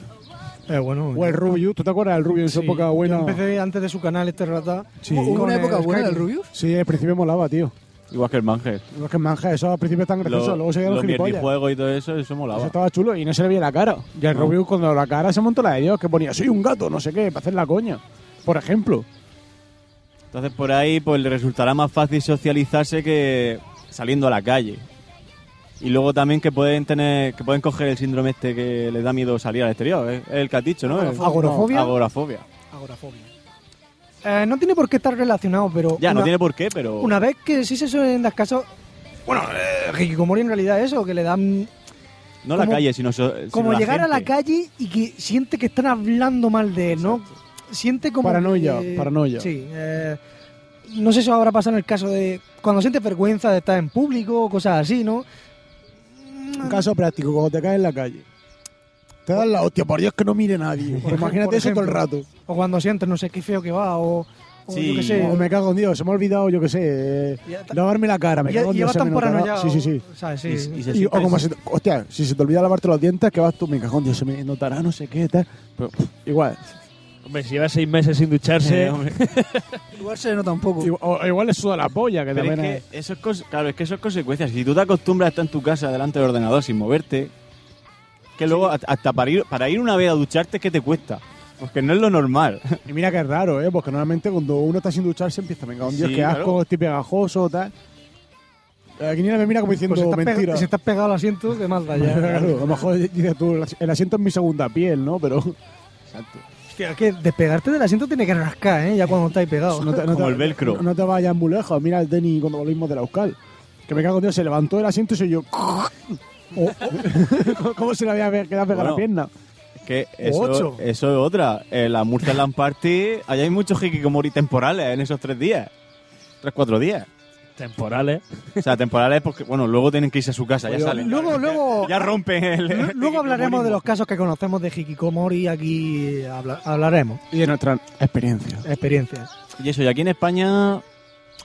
Speaker 1: bueno,
Speaker 3: o el Rubius, ¿tú te acuerdas del Rubius en su
Speaker 1: Sí,
Speaker 3: época buena?
Speaker 1: Yo empecé antes de su canal este rata.
Speaker 3: Sí.
Speaker 1: con el Skyrim.
Speaker 3: Sí, al principio molaba, tío.
Speaker 2: Igual que el Manger.
Speaker 3: Los que manja, eso al principio es tan gracioso,
Speaker 2: Lo-
Speaker 3: luego se veían los
Speaker 2: los
Speaker 3: gilipollas.
Speaker 2: mierdijuegos y todo eso, eso
Speaker 3: Eso
Speaker 2: molaba.
Speaker 3: estaba chulo y no se le veía la cara. Y el
Speaker 2: No.
Speaker 3: Rubius cuando la cara se montó la de ellos, que ponía, soy un gato, no sé qué, para hacer la coña. Por ejemplo.
Speaker 2: Entonces por ahí pues le resultará más fácil socializarse que saliendo a la calle. Y luego también que pueden tener, que pueden coger el síndrome este que les da miedo salir al exterior, es es el que has dicho, ¿no?
Speaker 1: Agorafobia.
Speaker 2: Agorafobia.
Speaker 1: Agorafobia. Eh, no tiene por qué estar relacionado, pero.
Speaker 2: Ya, no
Speaker 1: una-
Speaker 2: tiene por qué, pero...
Speaker 1: Una vez que sí se suelen dar casos. Bueno, eh, Hikikomori en realidad es eso, que le dan.
Speaker 2: No la
Speaker 1: como-
Speaker 2: calle, sino, so- sino
Speaker 1: Como
Speaker 2: Eh, la
Speaker 1: llegar a la
Speaker 2: gente.
Speaker 1: calle y que siente que están hablando mal de él, ¿no? Siente como.
Speaker 3: Paranoia,
Speaker 1: que-
Speaker 3: paranoia.
Speaker 1: Sí. eh, no sé si ahora pasa en el caso de cuando sientes vergüenza de estar en público o cosas así, ¿no?
Speaker 3: Un caso práctico, cuando te caes en la calle. Te das la hostia, por Dios que no mire nadie.
Speaker 1: Por ejemplo,
Speaker 3: Imagínate eso todo el
Speaker 1: por
Speaker 3: rato.
Speaker 1: ejemplo. O cuando sientes, no sé qué feo que va, o, o yo qué sé.
Speaker 3: O me cago en Dios, se me ha olvidado, yo qué sé, eh, lavarme la cara, me
Speaker 1: Y-
Speaker 3: cago en
Speaker 1: y
Speaker 3: Dios.
Speaker 1: vas
Speaker 3: se
Speaker 1: tan
Speaker 3: me notará.
Speaker 1: paranoiao,
Speaker 3: Sí, sí, sí.
Speaker 1: ¿sabes? Sí. Y- y se
Speaker 3: Y-
Speaker 1: siente
Speaker 3: o como
Speaker 1: así.
Speaker 3: se te- hostia, si se te olvida lavarte los dientes, que vas tú, me cago en Dios, se me notará, no sé qué, tal. Pero, pff, igual.
Speaker 5: Hombre, si lleva seis meses sin ducharse...
Speaker 3: Eh, hombre.
Speaker 6: Igual se nota un poco.
Speaker 3: O, igual le suda la polla, que
Speaker 2: Pero
Speaker 3: también
Speaker 2: es que eso es cos- claro, es que eso es consecuencia. Si tú te acostumbras a estar en tu casa delante del ordenador sin moverte, que luego hasta- hasta para ir, para ir una vez a ducharte, ¿qué te cuesta? Porque no es lo normal.
Speaker 3: Y mira que es raro, ¿eh? Porque normalmente cuando uno está sin ducharse empieza, venga, un Dios,
Speaker 2: Sí,
Speaker 3: qué asco,
Speaker 2: claro.
Speaker 3: estoy pegajoso, tal. La quiniela me mira como diciendo,
Speaker 1: Pues si estás pega-
Speaker 3: mentira.
Speaker 1: si estás pegado al asiento, qué más da ya.
Speaker 3: Claro, a lo mejor dices tú, el asiento es mi segunda piel, ¿no? Pero... Exacto.
Speaker 1: Hostia, es que despegarte del asiento tiene que rascar, ¿eh? Ya cuando estáis pegados.
Speaker 3: No te- no te- No, no te vayas muy lejos. Mira el Denny cuando volvimos de la Euskal. Que me cago en Dios, se levantó del asiento y soy yo. Oh, ¿Cómo se le había quedado pegada la
Speaker 2: Bueno,
Speaker 3: pierna?
Speaker 2: Es que
Speaker 3: Ocho.
Speaker 2: eso, eso es otra. En la Murcia Land Party, allá hay muchos hikikomori temporales en esos tres días. Tres, cuatro días.
Speaker 5: Temporales.
Speaker 2: O sea, temporales porque, bueno, luego tienen que irse a su casa,
Speaker 3: Pues
Speaker 2: ya
Speaker 1: Oye,
Speaker 2: salen.
Speaker 1: Luego, luego.
Speaker 2: Ya rompen el.
Speaker 1: lu- Luego hablaremos de los casos que conocemos de Hikikomori. Aquí habla- hablaremos.
Speaker 3: Y de nuestra experiencia.
Speaker 1: Experiencias.
Speaker 2: Y eso, y aquí en España.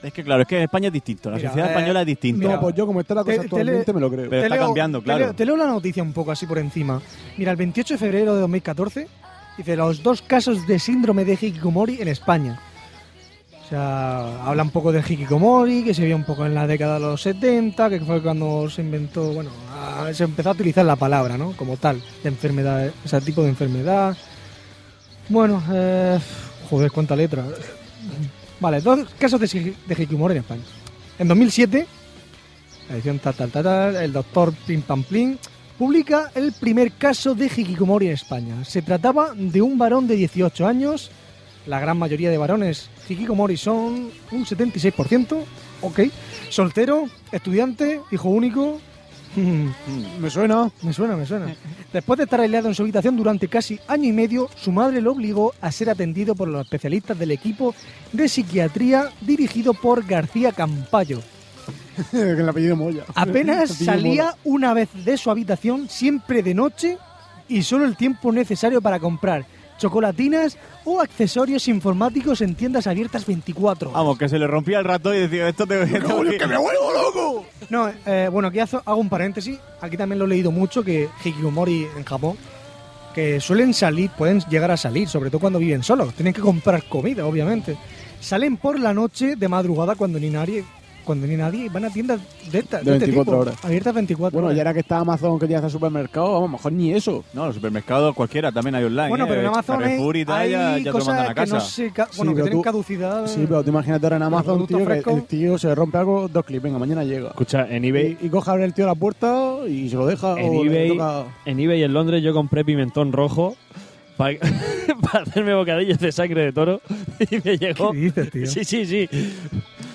Speaker 2: Es que claro, es que en España es distinto. La
Speaker 1: Mira,
Speaker 2: sociedad
Speaker 1: eh,
Speaker 2: española es distinta.
Speaker 1: mira,
Speaker 3: Pues yo, como está la cosa
Speaker 1: Te- te
Speaker 3: actualmente,
Speaker 1: leo-
Speaker 3: me lo creo.
Speaker 2: Pero
Speaker 1: Te
Speaker 2: está
Speaker 1: leo-
Speaker 2: cambiando,
Speaker 1: te
Speaker 2: claro.
Speaker 1: leo- Te leo la noticia un poco así por encima. Mira, el 28 de febrero de 2014 dice los dos casos de síndrome de Hikikomori en España. O sea, habla un poco del Hikikomori, que se vio un poco en la década de los 70, que fue cuando se inventó, bueno, ah, se empezó a utilizar la palabra, ¿no? Como tal, de enfermedad, ese tipo de enfermedad. Bueno, eh, joder, cuánta letra. Vale, dos casos de, si- de Hikikomori en España. En 2007 La edición tal, tal, tal, tal, el doctor Plim Pam Plin, publica el primer caso de hikikomori en España. Se trataba de un varón de 18 años. La gran mayoría de varones hikikomori son un 76%. Ok. Soltero, estudiante, hijo único.
Speaker 3: Me suena.
Speaker 1: Me suena, me suena. Después de estar aislado en su habitación durante casi año y medio, su madre lo obligó a ser atendido por los especialistas del equipo de psiquiatría dirigido por García Campayo.
Speaker 3: Con el apellido Moya.
Speaker 1: Apenas
Speaker 3: El apellido
Speaker 1: salía
Speaker 3: Mola.
Speaker 1: una vez de su habitación, siempre de noche, y solo el tiempo necesario para comprar chocolatinas o accesorios informáticos en tiendas abiertas 24.
Speaker 2: Vamos, que se le rompía el rato y decía, esto te
Speaker 1: que me vuelvo loco! No, eh, bueno, aquí hazo- hago un paréntesis. Aquí también lo he leído mucho, que hikikomori en Japón, que suelen salir, pueden llegar a salir, sobre todo cuando viven solos. Tienen que comprar comida, obviamente. Salen por la noche de madrugada cuando ni nadie... Cuando ni nadie y van a tiendas de, esta,
Speaker 3: De
Speaker 1: de este
Speaker 3: 24
Speaker 1: tipo,
Speaker 3: horas.
Speaker 1: abiertas 24
Speaker 3: Bueno,
Speaker 1: horas.
Speaker 3: ya era que está Amazon que ya está al supermercado, vamos, mejor ni eso.
Speaker 2: No, los supermercados cualquiera, también hay online.
Speaker 1: Bueno,
Speaker 2: ¿eh?
Speaker 1: pero en Amazon hay,
Speaker 2: Carrefour y tal, ya,
Speaker 1: hay
Speaker 2: ya te lo mandan a
Speaker 1: cosas que
Speaker 2: casa.
Speaker 1: no se... ca-
Speaker 3: Ah. Sí,
Speaker 1: bueno, que
Speaker 3: pero
Speaker 1: tienen
Speaker 3: tú-
Speaker 1: caducidad...
Speaker 3: Sí, pero tú imagínate ahora en Amazon,
Speaker 1: producto
Speaker 3: tío, que
Speaker 1: fresco.
Speaker 3: el tío se rompe algo, dos clips, venga, mañana llega.
Speaker 5: Escucha, en eBay,
Speaker 3: Y, y coge abre el tío la puerta y se lo deja.
Speaker 5: en,
Speaker 3: o le
Speaker 5: eBay,
Speaker 3: toca-
Speaker 5: en eBay en Londres yo compré pimentón rojo para hacerme bocadillos de sangre de toro y me llegó.
Speaker 1: ¿Qué dices, tío?
Speaker 5: Sí, sí, sí.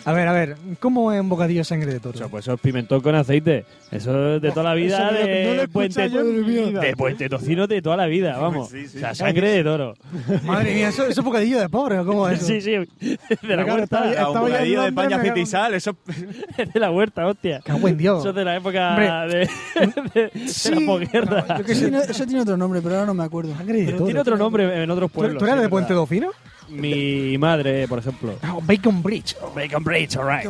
Speaker 1: A ver, a ver, ¿cómo es un bocadillo de sangre de toro?
Speaker 5: O sea, pues eso es pimentón con aceite. Eso es de toda la vida,
Speaker 1: eso no lo-
Speaker 5: de,
Speaker 1: no lo he
Speaker 5: puente,
Speaker 1: escuchado yo en mi vida.
Speaker 5: de puente tocino de toda la vida, vamos. O sea, sangre de toro.
Speaker 1: Madre mía, ¿eso, eso es bocadillo de pobre o cómo es eso?
Speaker 5: Sí, sí, de la
Speaker 1: Claro, estaba-
Speaker 5: huerta.
Speaker 1: estaba ya en
Speaker 2: bocadillo de
Speaker 1: Londres,
Speaker 2: paña,
Speaker 1: me
Speaker 2: aceite y
Speaker 1: cago-
Speaker 2: sal, eso...
Speaker 5: de la huerta, hostia.
Speaker 1: Cago en Dios.
Speaker 5: Eso es de la época
Speaker 1: Hombre.
Speaker 5: de, de- de la
Speaker 1: Sí.
Speaker 5: posguerra.
Speaker 6: Yo que sé, tiene- eso tiene otro nombre, pero ahora no me acuerdo.
Speaker 5: Tiene otro nombre en otros
Speaker 1: ¿Tú,
Speaker 5: pueblos.
Speaker 1: tú eras
Speaker 5: sí,
Speaker 1: de
Speaker 5: es
Speaker 1: Puente
Speaker 5: verdad.
Speaker 1: Dofino?
Speaker 5: Mi madre, por ejemplo. Oh,
Speaker 1: No, Bacon Bridge.
Speaker 5: Bacon Bridge, alright.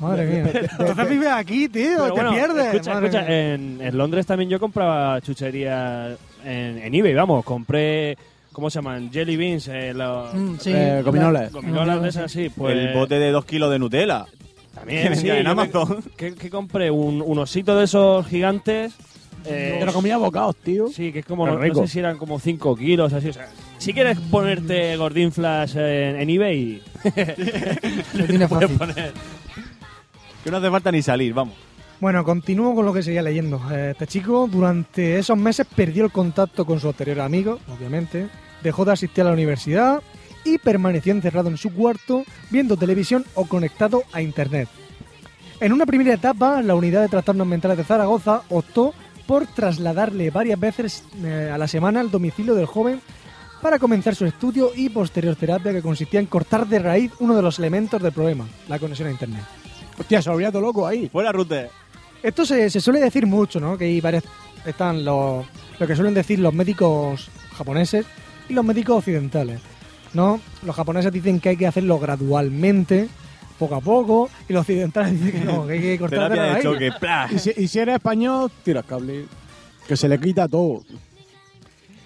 Speaker 1: Madre mía. Entonces vives aquí, tío,
Speaker 5: Pero
Speaker 1: te
Speaker 5: bueno,
Speaker 1: pierdes.
Speaker 5: Escucha,
Speaker 1: madre
Speaker 5: escucha,
Speaker 1: mía.
Speaker 5: en, en Londres también yo compraba chuchería en, en eBay, vamos, compré, ¿cómo se llaman? Jelly beans, eh, los-
Speaker 6: Mm, sí.
Speaker 3: Eh, gominolas.
Speaker 5: gominolas de esas, sí, pues...
Speaker 2: El bote de dos kilos de Nutella.
Speaker 5: también,
Speaker 2: que
Speaker 5: sí,
Speaker 2: vendían en
Speaker 5: yo me-
Speaker 2: Amazon.
Speaker 5: que, que compré un, un osito de esos gigantes... eh,
Speaker 3: Te lo comía a bocados, tío.
Speaker 5: Sí, que es como,
Speaker 3: Pero
Speaker 5: no,
Speaker 3: rico.
Speaker 5: sé si eran como 5 kilos, así, o sea, si quieres ponerte gordinflas en, en eBay,
Speaker 6: Lo tiene
Speaker 5: puedes
Speaker 6: fácil.
Speaker 5: poner...
Speaker 2: Que no hace falta ni salir, vamos.
Speaker 1: Bueno, continúo con lo que seguía leyendo. Eh, Este chico durante esos meses perdió el contacto con su anterior amigo, obviamente, dejó de asistir a la universidad y permaneció encerrado en su cuarto viendo televisión o conectado a internet. En una primera etapa, la unidad de trastornos mentales de Zaragoza optó por trasladarle varias veces eh, a la semana al domicilio del joven para comenzar su estudio y posterior terapia que consistía en cortar de raíz uno de los elementos del problema, la conexión a internet.
Speaker 3: Hostia, se lo habría todo loco ahí.
Speaker 2: Fuera, Rute.
Speaker 1: Esto se, se suele decir mucho, ¿no? Que hay varias. Están los, lo que suelen decir los médicos japoneses y los médicos occidentales, ¿no? Los japoneses dicen que hay que hacerlo gradualmente, poco a poco, y los occidentales dicen que no, que hay que cortar de
Speaker 2: Terapia de
Speaker 1: raíz.
Speaker 2: choque, ¡plah!
Speaker 3: Y si, y si eres español, tiras cable. Que se le quita todo.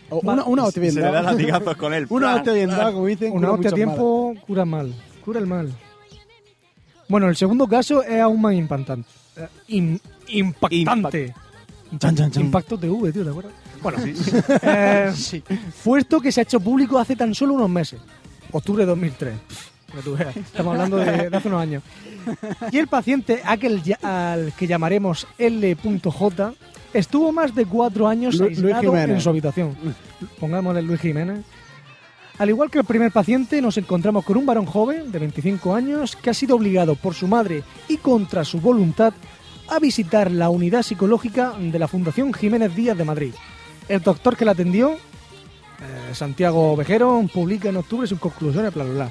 Speaker 3: O
Speaker 1: Va-
Speaker 3: una una
Speaker 2: Se
Speaker 3: hostia bien
Speaker 2: le da
Speaker 3: dada.
Speaker 2: latigazos con él.
Speaker 3: Una
Speaker 2: ¡plah!
Speaker 3: hostia bien dada, como dicen.
Speaker 1: Una hostia
Speaker 3: cura
Speaker 1: a
Speaker 3: muchas
Speaker 1: tiempo cura el mal, cura el mal. Bueno, el segundo caso es aún más impactante. Eh, im- impactante.
Speaker 3: malas. Chan, chan, chan.
Speaker 1: Impacto TV, tío, ¿te acuerdas? Bueno, eh, puesto que se ha hecho público hace tan solo unos meses, octubre de 2003. Para que tú veas, Estamos hablando de, de hace unos años. Y el paciente, aquel ya- al que llamaremos L.J., estuvo más de cuatro años
Speaker 3: Lu- Luis
Speaker 1: aislado en
Speaker 3: Jiménez.
Speaker 1: su habitación. Pongámosle Luis Jiménez. Al igual que el primer paciente, nos encontramos con un varón joven de 25 años que ha sido obligado por su madre y contra su voluntad a visitar la unidad psicológica de la Fundación Jiménez Díaz de Madrid. El doctor que la atendió, eh, Santiago Vejero, publica en octubre sus conclusiones, bla, bla, bla.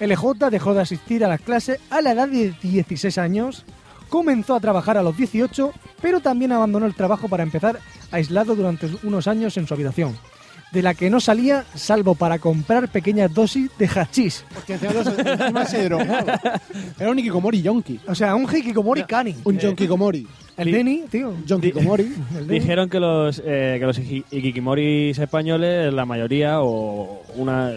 Speaker 1: LJ dejó de asistir a las clases a la edad de 16 años, comenzó a trabajar a los 18, pero también abandonó el trabajo para empezar aislado durante unos años en su habitación, de la que no salía salvo para comprar pequeñas dosis de hachís.
Speaker 3: Hostia, encima dos- encima se drogaba. Era un Ikikomori yonki.
Speaker 1: O sea, un hikikomori cani.
Speaker 3: Un yonki komori.
Speaker 1: El Denny, tío.
Speaker 3: Yonki komori.
Speaker 1: El Denny.
Speaker 5: Dijeron que los eh, que los hiki- ikikimoris españoles, la mayoría o una,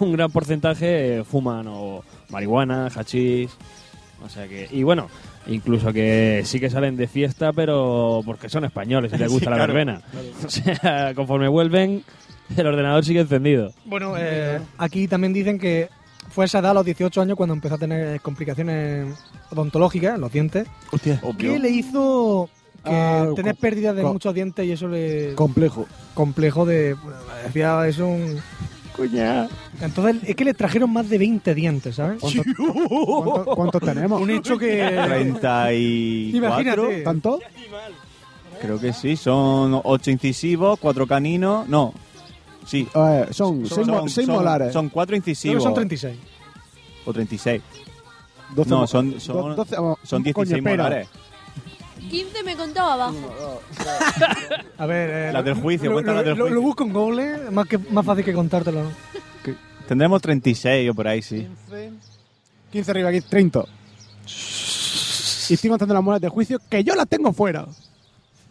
Speaker 5: un gran porcentaje eh, fuman o marihuana, hachís, o sea que y bueno, incluso que sí que salen de fiesta, pero porque son españoles y les gusta la
Speaker 2: claro,
Speaker 5: verbena. O sea, conforme vuelven, el ordenador sigue encendido.
Speaker 1: Bueno, eh, aquí también dicen que Fue a esa edad, a los 18 años, cuando empezó a tener complicaciones odontológicas en los dientes.
Speaker 3: Hostia.
Speaker 1: ¿Qué le hizo que
Speaker 3: Ah,
Speaker 1: tener
Speaker 3: co-
Speaker 1: pérdidas de
Speaker 3: co-
Speaker 1: muchos dientes y eso le.
Speaker 3: Complejo.
Speaker 1: complejo de. bueno, Decía, es un.
Speaker 3: Coña.
Speaker 1: Entonces, es que le trajeron más de 20 dientes, ¿sabes?
Speaker 3: ¿Cuántos tenemos?
Speaker 1: Un hecho que.
Speaker 2: 34.
Speaker 1: Imagínate.
Speaker 3: ¿Tanto?
Speaker 2: Creo que sí, son 8 incisivos, 4 caninos. No. Sí.
Speaker 3: Eh, son 6 molares.
Speaker 2: Son 4
Speaker 1: Creo que
Speaker 2: incisivos.
Speaker 1: son 36.
Speaker 2: O 36.
Speaker 3: Doce
Speaker 2: no,
Speaker 3: mo-
Speaker 2: son, son,
Speaker 3: do- doce- oh,
Speaker 2: son
Speaker 3: coño,
Speaker 2: 16
Speaker 3: espera.
Speaker 2: molares.
Speaker 4: 15 me contaba abajo.
Speaker 1: A ver. eh,
Speaker 2: Las del juicio,
Speaker 1: lo,
Speaker 2: cuenta
Speaker 1: lo-
Speaker 2: las del
Speaker 1: lo-
Speaker 2: juicio.
Speaker 1: lo busco en Google, ¿eh? más, que, más fácil que contártelo.
Speaker 2: Tendremos 36 o por ahí, sí.
Speaker 3: 15 arriba aquí, 30. Y estoy contando las muelas de juicio que yo las tengo fuera.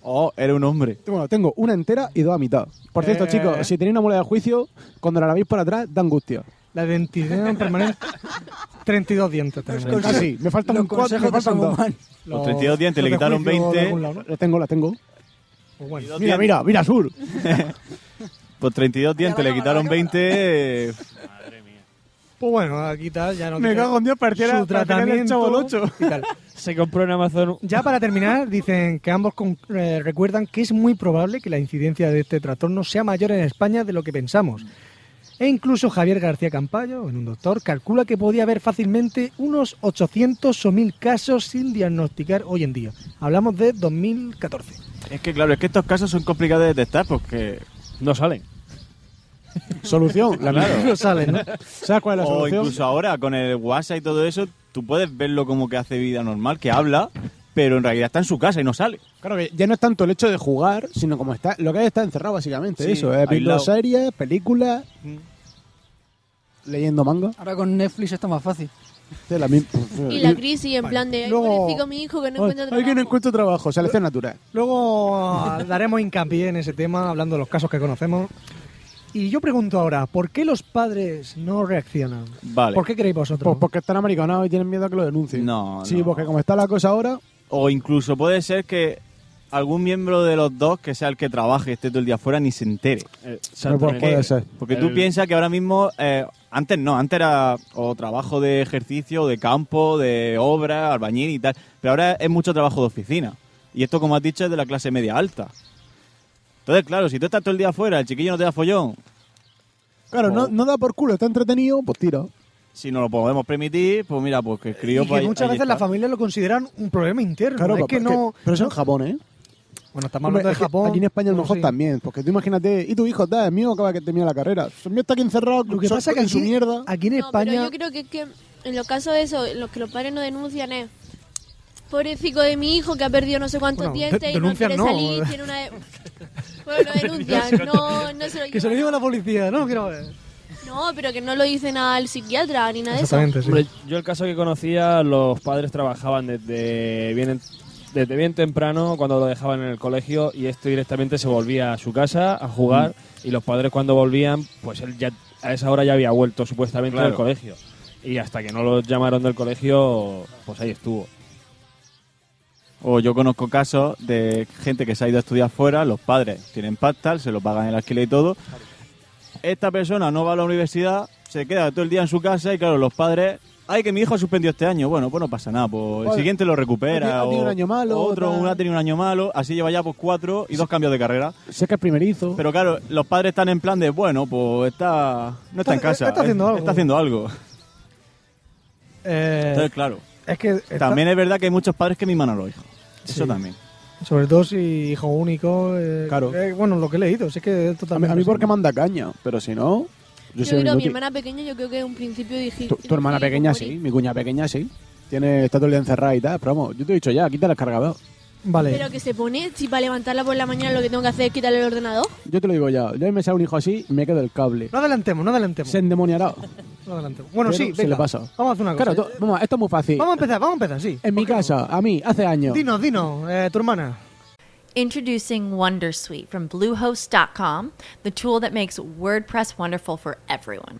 Speaker 2: Oh, era un hombre.
Speaker 3: Bueno, tengo una entera y dos a mitad. Por cierto,
Speaker 1: Eh.
Speaker 3: chicos, si tenéis una muela de juicio, cuando la veis por atrás, da angustia.
Speaker 1: La dentición permanente. 32 dientes tenemos.
Speaker 3: Ah, sí, me faltan
Speaker 6: Los
Speaker 3: un cuatro,
Speaker 6: consejos
Speaker 3: me
Speaker 6: de
Speaker 3: faltan dos.
Speaker 6: Samuel.
Speaker 2: Los 32 dientes,
Speaker 1: los
Speaker 2: le
Speaker 1: de
Speaker 2: quitaron
Speaker 1: juicio de
Speaker 2: 20.
Speaker 1: algún lado, ¿no?
Speaker 3: Las tengo, las tengo.
Speaker 1: Pues bueno.
Speaker 3: Mira, mira, mira, sur.
Speaker 2: Por 32 dientes le quitaron 20. eh,
Speaker 1: Pues bueno, aquí tal, ya no
Speaker 3: Me
Speaker 1: tiene
Speaker 3: cago en Dios, pareciera-
Speaker 1: su
Speaker 3: pareciera el
Speaker 1: tratamiento
Speaker 3: Chavo del Ocho.
Speaker 1: y tal.
Speaker 5: Se compró en Amazon.
Speaker 1: Ya para terminar, dicen que ambos con- eh, recuerdan que es muy probable que la incidencia de este trastorno sea mayor en España de lo que pensamos. E incluso Javier García Campayo, en un doctor, calcula que podía haber fácilmente unos 800 o 1000 casos sin diagnosticar hoy en día. Hablamos de 2014.
Speaker 2: Es que claro, es que estos casos son complicados de detectar porque.
Speaker 5: No salen.
Speaker 3: Solución, la mía.
Speaker 1: No sale, ¿no?
Speaker 3: ¿Sabes cuál es la
Speaker 2: O
Speaker 3: solución?
Speaker 2: incluso ahora con el WhatsApp y todo eso, tú puedes verlo como que hace vida normal, que habla, pero en realidad está en su casa y no sale.
Speaker 3: Claro que ya no es tanto el hecho de jugar, sino como está. Lo que hay está encerrado, básicamente.
Speaker 2: Sí,
Speaker 3: eso, es viendo
Speaker 2: aislado. Mm.
Speaker 3: series, películas, leyendo manga.
Speaker 6: Ahora con Netflix está más fácil.
Speaker 3: De la misma-
Speaker 4: Y la crisis en plan de, ay,
Speaker 3: Luego-
Speaker 4: pobrecito mi hijo que no
Speaker 3: Ay,
Speaker 4: encuentra
Speaker 3: ay, que no
Speaker 4: trabajo.
Speaker 3: encuentro trabajo, selección natural.
Speaker 1: Luego daremos hincapié en ese tema, hablando de los casos que conocemos. Y yo pregunto ahora, ¿por qué los padres no reaccionan?
Speaker 2: Vale.
Speaker 1: ¿Por qué creéis vosotros?
Speaker 3: Pues porque están americanados y tienen miedo a que lo denuncien.
Speaker 2: No,
Speaker 3: Sí,
Speaker 2: no.
Speaker 3: porque como está la cosa ahora,
Speaker 2: O incluso puede ser que algún miembro de los dos, que sea el que trabaje y esté todo el día afuera, ni se entere.
Speaker 5: Eh,
Speaker 3: no
Speaker 5: exactamente.
Speaker 3: puede ser.
Speaker 2: Porque tú
Speaker 5: El-
Speaker 2: piensas que ahora mismo, eh, antes no, antes era o trabajo de ejercicio, de campo, de obra, albañil y tal, pero ahora es mucho trabajo de oficina. Y esto, como has dicho, es de la clase media alta. Entonces, claro, si tú estás todo el día afuera, el chiquillo no te da follón,
Speaker 3: Claro, no,
Speaker 2: Oh.
Speaker 3: no da por culo, está entretenido, pues tira.
Speaker 2: si no lo podemos permitir, pues mira, pues que el crío...
Speaker 1: y que
Speaker 2: pues ahí-
Speaker 1: muchas
Speaker 2: ahí
Speaker 1: veces las
Speaker 2: está.
Speaker 1: familias lo consideran un problema interno.
Speaker 3: Claro,
Speaker 1: es
Speaker 3: papá,
Speaker 1: que no.
Speaker 3: Pero eso en Japón, ¿eh?
Speaker 1: Bueno, estamos
Speaker 3: Hombre,
Speaker 1: hablando de
Speaker 3: es que
Speaker 1: Japón.
Speaker 3: Aquí en España a lo
Speaker 1: bueno,
Speaker 3: mejor
Speaker 1: sí.
Speaker 3: también, porque tú imagínate, y tu hijo está, el mío acaba de terminar la carrera. El mío está aquí encerrado,
Speaker 1: Lo que pasa es que
Speaker 3: en su
Speaker 1: aquí,
Speaker 3: mierda.
Speaker 1: aquí en
Speaker 4: No, pero
Speaker 1: España.
Speaker 4: yo creo que, es que en los casos de eso, los que los padres no denuncian es pobrecito de mi hijo que ha perdido no sé cuántos
Speaker 1: Bueno, de-
Speaker 4: dientes y no
Speaker 1: denuncian
Speaker 4: quiere
Speaker 1: no.
Speaker 4: salir, tiene una... Bueno, no denuncian, no, no se lo
Speaker 1: Que se lo
Speaker 4: llevan.
Speaker 1: diga la policía, ¿no? Quiero ver.
Speaker 4: No, pero que no lo dicen al psiquiatra ni nada de eso.
Speaker 1: Exactamente, sí.
Speaker 5: Hombre, yo el caso que conocía, los padres trabajaban desde bien, en- desde bien temprano cuando lo dejaban en el colegio y este directamente se volvía a su casa a jugar y los padres cuando volvían, pues él ya a esa hora ya había vuelto supuestamente
Speaker 2: Claro.
Speaker 5: del colegio. Y hasta que no lo llamaron del colegio, pues ahí estuvo.
Speaker 2: O yo conozco casos de gente que se ha ido a estudiar fuera, los padres tienen pactal, se lo pagan el alquiler y todo. Esta persona no va a la universidad, se queda todo el día en su casa y claro, los padres... Ay, que mi hijo suspendió este año. Bueno, pues no pasa nada, pues el
Speaker 3: Vale.
Speaker 2: siguiente lo
Speaker 3: Ha
Speaker 2: recupera.
Speaker 3: tenido- ha tenido
Speaker 2: o
Speaker 3: un año malo,
Speaker 2: Otro,
Speaker 3: tal.
Speaker 2: uno ha tenido un año malo, así lleva ya pues cuatro y dos cambios de carrera.
Speaker 3: Sé que es primerizo.
Speaker 2: Pero claro, los padres están en plan de, bueno, pues está... No está en casa.
Speaker 1: Está haciendo
Speaker 2: eh,
Speaker 1: algo.
Speaker 2: Está haciendo algo.
Speaker 1: Eh,
Speaker 2: Entonces, claro.
Speaker 1: es que. está-
Speaker 2: También es verdad que hay muchos padres que miman a los hijos. Eso
Speaker 1: Sí.
Speaker 2: también.
Speaker 1: Sobre todo si hijo único. eh,
Speaker 3: Claro.
Speaker 1: eh, bueno, lo que he leído. Sí que esto
Speaker 3: a mí,
Speaker 1: también.
Speaker 3: a mí
Speaker 1: es-
Speaker 3: porque manda caña, pero si no. Yo,
Speaker 4: Yo,
Speaker 3: soy un
Speaker 4: creo que mi
Speaker 3: inútil.
Speaker 4: hermana pequeña, yo creo que en un principio dije...
Speaker 3: Tu, tu hermana
Speaker 4: dije,
Speaker 3: pequeña
Speaker 4: "Morí".
Speaker 3: sí, mi cuña pequeña sí. Tiene, está todo el día encerrada y tal, pero vamos, yo te he dicho ya, quita el cargador.
Speaker 1: Vale.
Speaker 4: Pero que se pone, si para levantarla por la mañana lo que tengo que hacer es quitarle el ordenador.
Speaker 3: Yo te lo digo ya, yo me sale un hijo así y me quedo el cable.
Speaker 1: No adelantemos, no adelantemos.
Speaker 3: Se endemoniará.
Speaker 1: no adelantemos. Bueno,
Speaker 3: Pero
Speaker 1: sí,
Speaker 3: se
Speaker 1: venga.
Speaker 3: le pasa.
Speaker 1: Vamos a hacer una cosa. ¿eh?
Speaker 3: Claro, tú- vamos, esto es muy fácil.
Speaker 1: vamos a empezar, vamos a empezar, sí.
Speaker 3: En mi casa, a mí, hace años.
Speaker 1: Dinos, dinos, eh, tu hermana.
Speaker 9: Introducing Wondersuite from Bluehost.com, the tool that makes WordPress wonderful for everyone.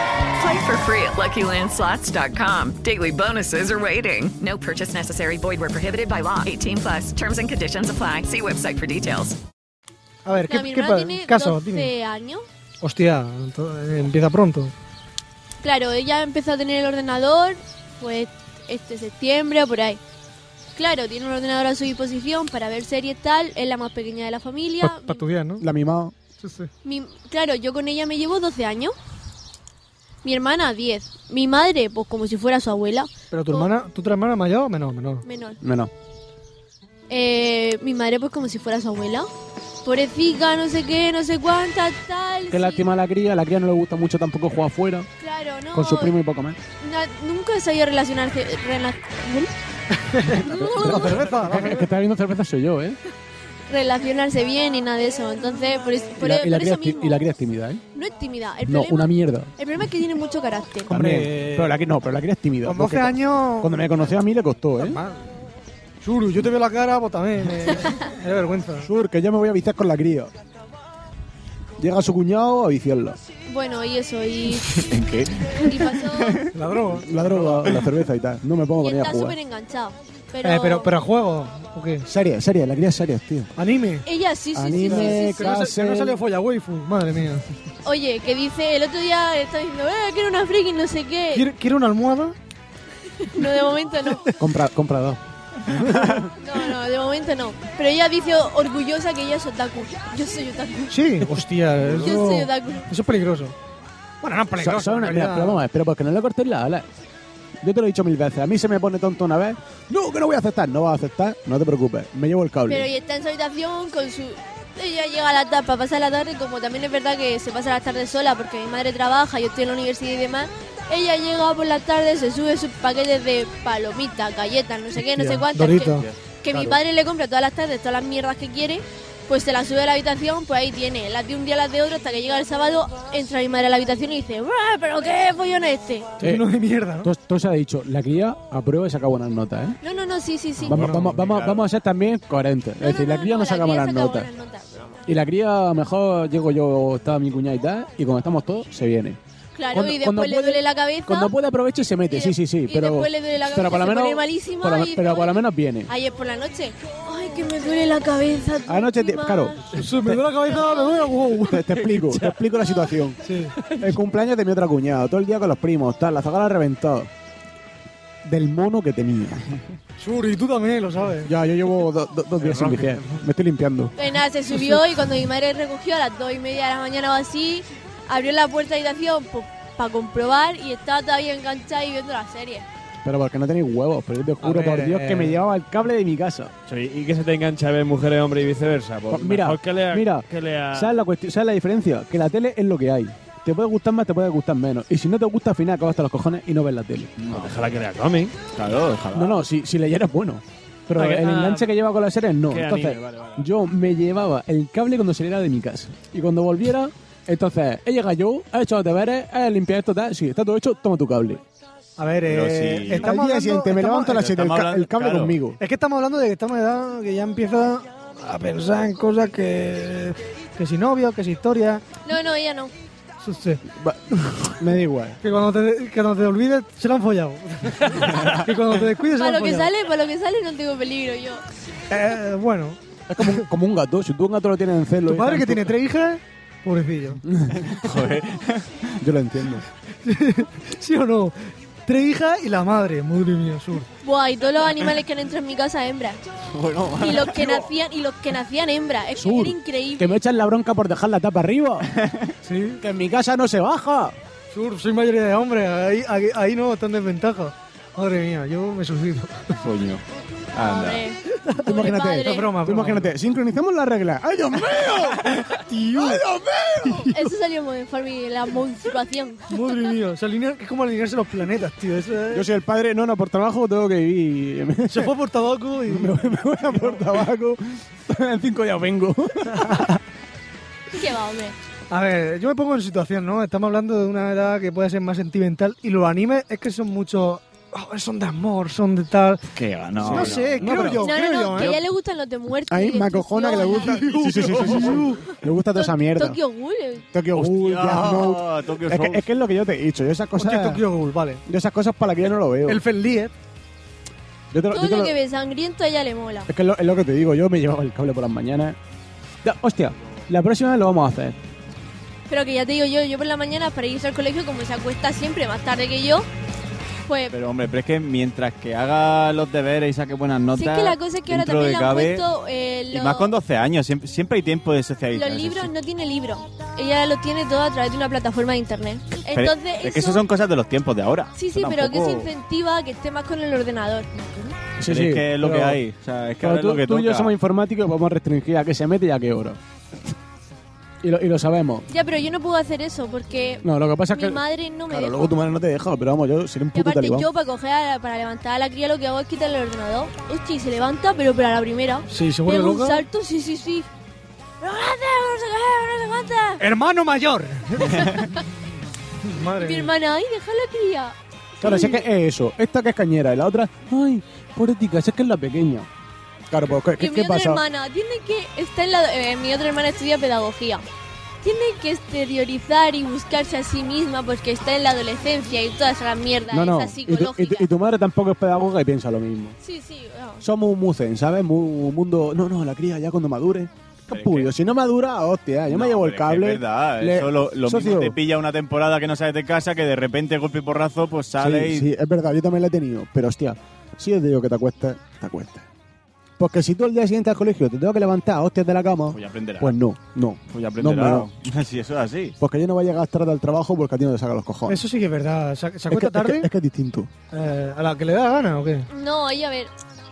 Speaker 12: Play for free at LuckyLandSlots.com. Daily bonuses are waiting. No purchase necessary. Void where prohibited by law. 18 plus. Terms and conditions apply. See website for details.
Speaker 1: A ver,
Speaker 4: No, mi
Speaker 1: ¿qué, qué
Speaker 4: hermana
Speaker 1: pa-
Speaker 4: tiene
Speaker 1: caso?
Speaker 4: 12
Speaker 1: Dime.
Speaker 4: años.
Speaker 1: Hostia, to- eh, empieza pronto.
Speaker 4: Claro, ella empezó a tener el ordenador, pues este septiembre o por ahí. Claro, tiene un ordenador a su disposición para ver series tal, es la más pequeña de la familia.
Speaker 3: Ah.
Speaker 1: Para estudiar, ¿no?
Speaker 3: La mimado.
Speaker 1: Sí, sí.
Speaker 4: Mi- claro, yo con ella me llevo 12 años. Mi hermana 10. Mi madre, pues como si fuera su abuela.
Speaker 1: Pero tu hermana, ¿tu otra hermana mayor o menor? Menor.
Speaker 4: Menor.
Speaker 1: Menor.
Speaker 4: Eh, mi madre, pues como si fuera su abuela. Pobrecita, no sé qué, no sé cuánta, tal.
Speaker 3: Qué lástima la cría, la cría no le gusta mucho tampoco jugar afuera.
Speaker 4: Claro, no.
Speaker 3: Con su primo y poco más.
Speaker 4: Na- nunca he sabido relacionarse. rela-
Speaker 3: Es que está viendo cerveza soy yo, ¿eh?
Speaker 4: relacionarse bien y nada de eso. Entonces, por, es- por-
Speaker 3: Y la, y la
Speaker 4: por eso
Speaker 3: cría es ti-
Speaker 4: mismo.
Speaker 3: y la cría es tímida, ¿eh?
Speaker 4: No es tímida. El,
Speaker 3: No,
Speaker 4: problema,
Speaker 3: una mierda.
Speaker 4: el problema es que tiene mucho carácter.
Speaker 3: También. Pero la cría, no, pero la cría es tímida.
Speaker 1: Con
Speaker 3: porque
Speaker 1: 12 años-
Speaker 3: Cuando me conoció a mí le costó, ¿eh?
Speaker 1: Churu, yo te veo la cara, pues también. Me, me da vergüenza.
Speaker 3: Sur, que ya me voy a viciar con la cría. Llega su cuñado a viciarla.
Speaker 4: Bueno, y eso. Y,
Speaker 3: ¿En qué?
Speaker 4: y pasó.
Speaker 1: La droga.
Speaker 3: La droga, la cerveza y tal. No me pongo
Speaker 4: Y
Speaker 3: con ella a
Speaker 4: está
Speaker 3: jugar.
Speaker 4: súper enganchado. Pero,
Speaker 3: Eh, pero- pero-
Speaker 1: ¿Para juego? ¿O qué?
Speaker 3: Seria, seria, la cría seria, tío.
Speaker 1: Anime.
Speaker 4: Ella sí, sí, sí, sí,
Speaker 3: Anime,
Speaker 4: sí, sí.
Speaker 1: Que no, se- que no salió folla waifu, madre mía.
Speaker 4: Oye, que dice, el otro día está diciendo, eh, quiero una friki, no sé qué.
Speaker 1: ¿Quiere, quiere una almohada?
Speaker 4: No, de momento no.
Speaker 3: Compra, compra dos.
Speaker 4: No, no, de momento no. Pero ella dice orgullosa que ella es otaku. Yo soy otaku.
Speaker 1: Sí, hostia, eso,
Speaker 4: Yo soy otaku.
Speaker 1: eso es peligroso. Bueno, no es peligroso.
Speaker 3: Son- son una-
Speaker 1: en
Speaker 3: mira,
Speaker 1: realidad.
Speaker 3: pero vamos a ver, pero porque no le cortéis las alas. Yo te lo he dicho mil veces. A mí se me pone tonto una vez. No, que no voy a aceptar. No vas a aceptar, no te preocupes. Me llevo el cable.
Speaker 4: Pero ella está en su habitación con su... Ella llega a la tapa, pasa la tarde, como también es verdad que se pasa las tardes sola porque mi madre trabaja, yo estoy en la universidad y demás. Ella llega por la tarde, se sube sus paquetes de palomitas, galletas, no sé qué, no
Speaker 1: Hostia,
Speaker 4: sé cuántas. que-
Speaker 1: Dorita.
Speaker 4: que mi
Speaker 1: Claro.
Speaker 4: padre le compra todas las tardes todas las mierdas que quiere, pues se las sube a la habitación, pues ahí tiene, las de un día, las de otro, hasta que llega el sábado, entra mi madre a la habitación y dice, "Buah, pero qué follón es este.
Speaker 3: no
Speaker 1: de mierda,
Speaker 3: ¿no? Todo se ha dicho. La cría aprueba y saca buenas notas, ¿eh?
Speaker 4: No, no, no, sí, sí, sí.
Speaker 3: Vamos, vamos, vamos, vamos a ser también coherentes. es decir, la cría no, saca buenas notas. Y la cría, mejor llego yo, está mi cuñada y tal, y cuando estamos todos, se viene.
Speaker 4: Claro,
Speaker 3: Cuando-
Speaker 4: y
Speaker 3: cuando
Speaker 4: después le
Speaker 3: puede-
Speaker 4: duele la cabeza.
Speaker 3: Cuando puede aprovecha y se mete, sí, sí, sí. pero,
Speaker 4: después le duele la
Speaker 3: pero
Speaker 4: cabeza,
Speaker 3: por lo
Speaker 4: se
Speaker 3: menos,
Speaker 4: pone malísima
Speaker 3: por lo-
Speaker 4: y dice,
Speaker 3: pero por lo
Speaker 4: "Ay".
Speaker 3: menos viene.
Speaker 4: Ayer por la noche, ay, que me duele la cabeza. tío,
Speaker 3: Anoche, te-
Speaker 4: encima".
Speaker 3: claro. me duele la cabeza, me duele Te, te explico, te explico la situación. El cumpleaños de mi otra cuñada, todo el día con los primos, tal, la zagala reventado. Del mono que tenía.
Speaker 1: Churi, tú también lo sabes.
Speaker 3: Ya, yo llevo do- do- dos días sin viciar. Me estoy limpiando.
Speaker 4: Pues nada, se subió y cuando mi madre recogió a las dos y media de la mañana o así, abrió la puerta de la habitación para comprobar y estaba todavía enganchada y viendo la serie.
Speaker 3: Pero porque no tenéis huevos, pero yo te juro
Speaker 5: ver,
Speaker 3: por Dios
Speaker 5: eh.
Speaker 3: que me llevaba el cable de mi casa.
Speaker 5: Sí, Y que se te engancha a ver mujeres, hombres y viceversa. Pues
Speaker 3: Pues mira,
Speaker 5: mejor que lea-
Speaker 3: mira,
Speaker 5: que lea-
Speaker 3: ¿sabes la, cuestión- ¿sabes la diferencia? Que la tele es lo que hay. Te puede gustar más, te puede gustar menos. Y si no te gusta, al final acabas hasta los cojones y no ves la tele.
Speaker 5: Pues déjala que lea cómic. Claro, déjala.
Speaker 3: No, no, si, si leyera es bueno. Pero
Speaker 5: Ah, que-
Speaker 3: el
Speaker 5: ah,
Speaker 3: enganche que lleva con las series, no.
Speaker 5: que
Speaker 3: Entonces,
Speaker 5: anime, vale, vale.
Speaker 3: yo me llevaba el cable cuando saliera de mi casa. Y cuando volviera, entonces, he llegado yo, he hecho los deberes, he limpiado esto, tal. Sí, está todo hecho, toma tu cable.
Speaker 1: A ver,
Speaker 3: Pero
Speaker 1: eh, estamos
Speaker 3: si- Al día
Speaker 1: hablando-
Speaker 3: siguiente me levanto a las
Speaker 1: estamos-
Speaker 3: siete, el ca- Estamos hablando- el cable claro. conmigo.
Speaker 1: Es que estamos hablando de que estamos en edad que ya empieza a pensar en cosas que. que si novio, que si historia.
Speaker 4: No, no, ella no.
Speaker 1: Sí, sí.
Speaker 3: Me da igual.
Speaker 1: Que cuando te, que cuando te olvides, se lo han follado. que cuando te descuides, se lo
Speaker 4: Para
Speaker 1: han
Speaker 4: lo que
Speaker 1: follado.
Speaker 4: sale, para lo que sale no tengo peligro yo.
Speaker 1: Eh, bueno.
Speaker 3: Es como un, como un gato. Si tú un gato lo tienes en celo.
Speaker 1: Tu
Speaker 3: y
Speaker 1: padre que
Speaker 3: tanto-
Speaker 1: tiene tres hijas, pobrecillo.
Speaker 3: Joder. Yo lo entiendo.
Speaker 1: ¿Sí o no? Tres hijas y la madre, madre mía, sur.
Speaker 4: Buah, y todos los animales que han entrado en mi casa hembras.
Speaker 3: Bueno,
Speaker 4: Y los que nacían, y los que nacían hembras. Es que
Speaker 3: Sur,
Speaker 4: era increíble.
Speaker 3: que me echan la bronca por dejar la tapa arriba.
Speaker 1: Sí.
Speaker 3: Que en mi casa no se baja.
Speaker 1: Sur, soy mayoría de hombres, ahí, ahí, ahí no, están en desventaja. Madre mía, yo me suicido.
Speaker 2: Coño.
Speaker 3: Anda. Tú
Speaker 1: padre.
Speaker 3: imagínate,
Speaker 1: Esto es broma,
Speaker 3: tú imagínate, sincronicemos la regla. ¡Ay, Dios mío! ¡Ay, Dios mío!
Speaker 4: Eso salió muy de la monstruación.
Speaker 1: Madre mía, o sea, alinear- es como alinearse los planetas, tío. eso es-
Speaker 3: Yo soy el padre, no, no, por trabajo tengo que vivir.
Speaker 1: Se fue por tabaco y...
Speaker 3: Me voy, me voy a por tabaco. en cinco días vengo.
Speaker 4: Qué va, hombre.
Speaker 1: A ver, yo me pongo en situación, ¿no? Estamos hablando de una edad que puede ser más sentimental y los animes es que son muchos... oh, son de amor, son de tal...
Speaker 2: Qué va, no.
Speaker 1: No sé, creo yo,
Speaker 4: No, no,
Speaker 1: creo
Speaker 4: no,
Speaker 1: yo,
Speaker 4: que
Speaker 1: ¿eh?
Speaker 4: a ella le gustan los de muerte.
Speaker 3: A mí me acojona que le gusta. Sí, sí, sí, sí, sí, sí. Le gusta toda esa mierda.
Speaker 4: Tokyo Ghoul. eh.
Speaker 3: Tokyo Ghoul,
Speaker 2: Hostia,
Speaker 3: Death Note.
Speaker 2: Tokyo
Speaker 3: es,
Speaker 2: Soul.
Speaker 3: que, es que es lo que yo te he dicho. Yo esas cosas.
Speaker 1: Hostia, Tokyo Ghoul, vale.
Speaker 3: Yo esas cosas para que yo no lo veo.
Speaker 1: El Fenliet.
Speaker 3: Yo te lo- yo
Speaker 4: Todo
Speaker 3: te
Speaker 4: lo
Speaker 3: lo-
Speaker 4: que ve sangriento a ella le mola.
Speaker 3: Es que es lo, es lo que te digo. Yo me llevaba el cable por las mañanas. Ya, hostia, la próxima lo vamos a hacer.
Speaker 4: Pero que ya te digo yo, yo por la mañana para irse al colegio, como se acuesta siempre más tarde que yo, pues
Speaker 2: Pero hombre, pero es que mientras que haga los deberes y saque buenas notas.
Speaker 4: si es que la cosa es que ahora
Speaker 2: dentro
Speaker 4: también
Speaker 2: de
Speaker 4: le han
Speaker 2: cabe-
Speaker 4: puesto eh,
Speaker 2: Y
Speaker 4: los-
Speaker 2: más con 12 años, siempre, siempre hay tiempo de socializar.
Speaker 4: los libros, no tiene libros. Ella los tiene todo a través de una plataforma de internet.
Speaker 2: Pero
Speaker 4: Entonces,
Speaker 2: es que eso son cosas de los tiempos de ahora.
Speaker 4: Sí, sí,
Speaker 2: Eso
Speaker 4: pero que
Speaker 2: tampoco-
Speaker 4: se incentiva a que esté más con el ordenador.
Speaker 2: Pero es que es lo que
Speaker 3: pero-
Speaker 2: hay. O sea, es que
Speaker 3: pero
Speaker 2: ahora
Speaker 3: tú,
Speaker 2: es lo que
Speaker 3: tú y yo
Speaker 2: toca.
Speaker 3: somos informáticos y podemos restringir a qué se mete y a qué oro. Y lo, y lo sabemos.
Speaker 4: Ya, pero yo no puedo hacer eso porque
Speaker 3: No, lo que pasa es
Speaker 4: mi
Speaker 3: que.
Speaker 4: madre no me
Speaker 3: Claro,
Speaker 4: deja.
Speaker 3: luego tu madre no te deja, pero vamos, yo sería un
Speaker 4: Y
Speaker 3: puto
Speaker 4: aparte
Speaker 3: talibán.
Speaker 4: yo para coger a la- para levantar a la cría lo que hago es quitarle el ordenador. Hostia, y se levanta, pero para la primera.
Speaker 1: Sí, se vuelve
Speaker 4: Pega
Speaker 1: loca.
Speaker 4: un salto, sí, sí, sí. ¡No lo haces, no sé qué, no sé cuántas!
Speaker 1: ¡Hermano mayor! Madre
Speaker 4: Mi
Speaker 1: mía.
Speaker 4: hermana, ay, deja la cría.
Speaker 3: Claro, si es que es eso. Esta que es cañera y la otra, ay, pobre tica, si es que es la pequeña. Claro, pues, ¿qué,
Speaker 4: Que
Speaker 3: qué,
Speaker 4: mi
Speaker 3: qué
Speaker 4: otra
Speaker 3: pasa?
Speaker 4: hermana tiene que está en la, eh, mi otra hermana estudia pedagogía. Tiene que exteriorizar y buscarse a sí misma porque está en la adolescencia y todas esas mierdas
Speaker 3: no, no.
Speaker 4: esas
Speaker 3: Y tu, y tu-
Speaker 4: psicológicas.
Speaker 3: y tu madre tampoco es pedagoga y piensa lo mismo.
Speaker 4: Sí, sí. no.
Speaker 3: Somos un mucen, ¿sabes? Mu- Un mundo. No, no, la cría ya cuando madure. Capullo, si no madura, hostia, yo me
Speaker 2: No,
Speaker 3: llevo el
Speaker 2: pero es que
Speaker 3: cable.
Speaker 2: Es verdad,
Speaker 3: le-
Speaker 2: eso lo, lo
Speaker 3: Socio,
Speaker 2: mismo te pilla una temporada que no sales de casa, que de repente golpe y porrazo, pues sale
Speaker 3: sí,
Speaker 2: y.
Speaker 3: sí, es verdad, yo también la he tenido. Pero hostia, si os digo que te acuestas, te acuestas. Porque si tú al día siguiente al colegio te tengo que levantar, hostias de la cama,
Speaker 2: Pues ya aprenderá.
Speaker 3: pues no, no.
Speaker 2: Pues ya
Speaker 3: No,
Speaker 2: aprenderá.
Speaker 3: hombre,
Speaker 2: si eso es así.
Speaker 3: Porque yo no voy a llegar tarde al trabajo porque a ti no te saca los cojones.
Speaker 1: Eso sí que es verdad. ¿Se, se
Speaker 3: es, que,
Speaker 1: acuesta
Speaker 3: es que-
Speaker 1: tarde?
Speaker 3: es que es distinto.
Speaker 1: Eh, ¿A la que le da gana o qué?
Speaker 4: No, ella, a ver,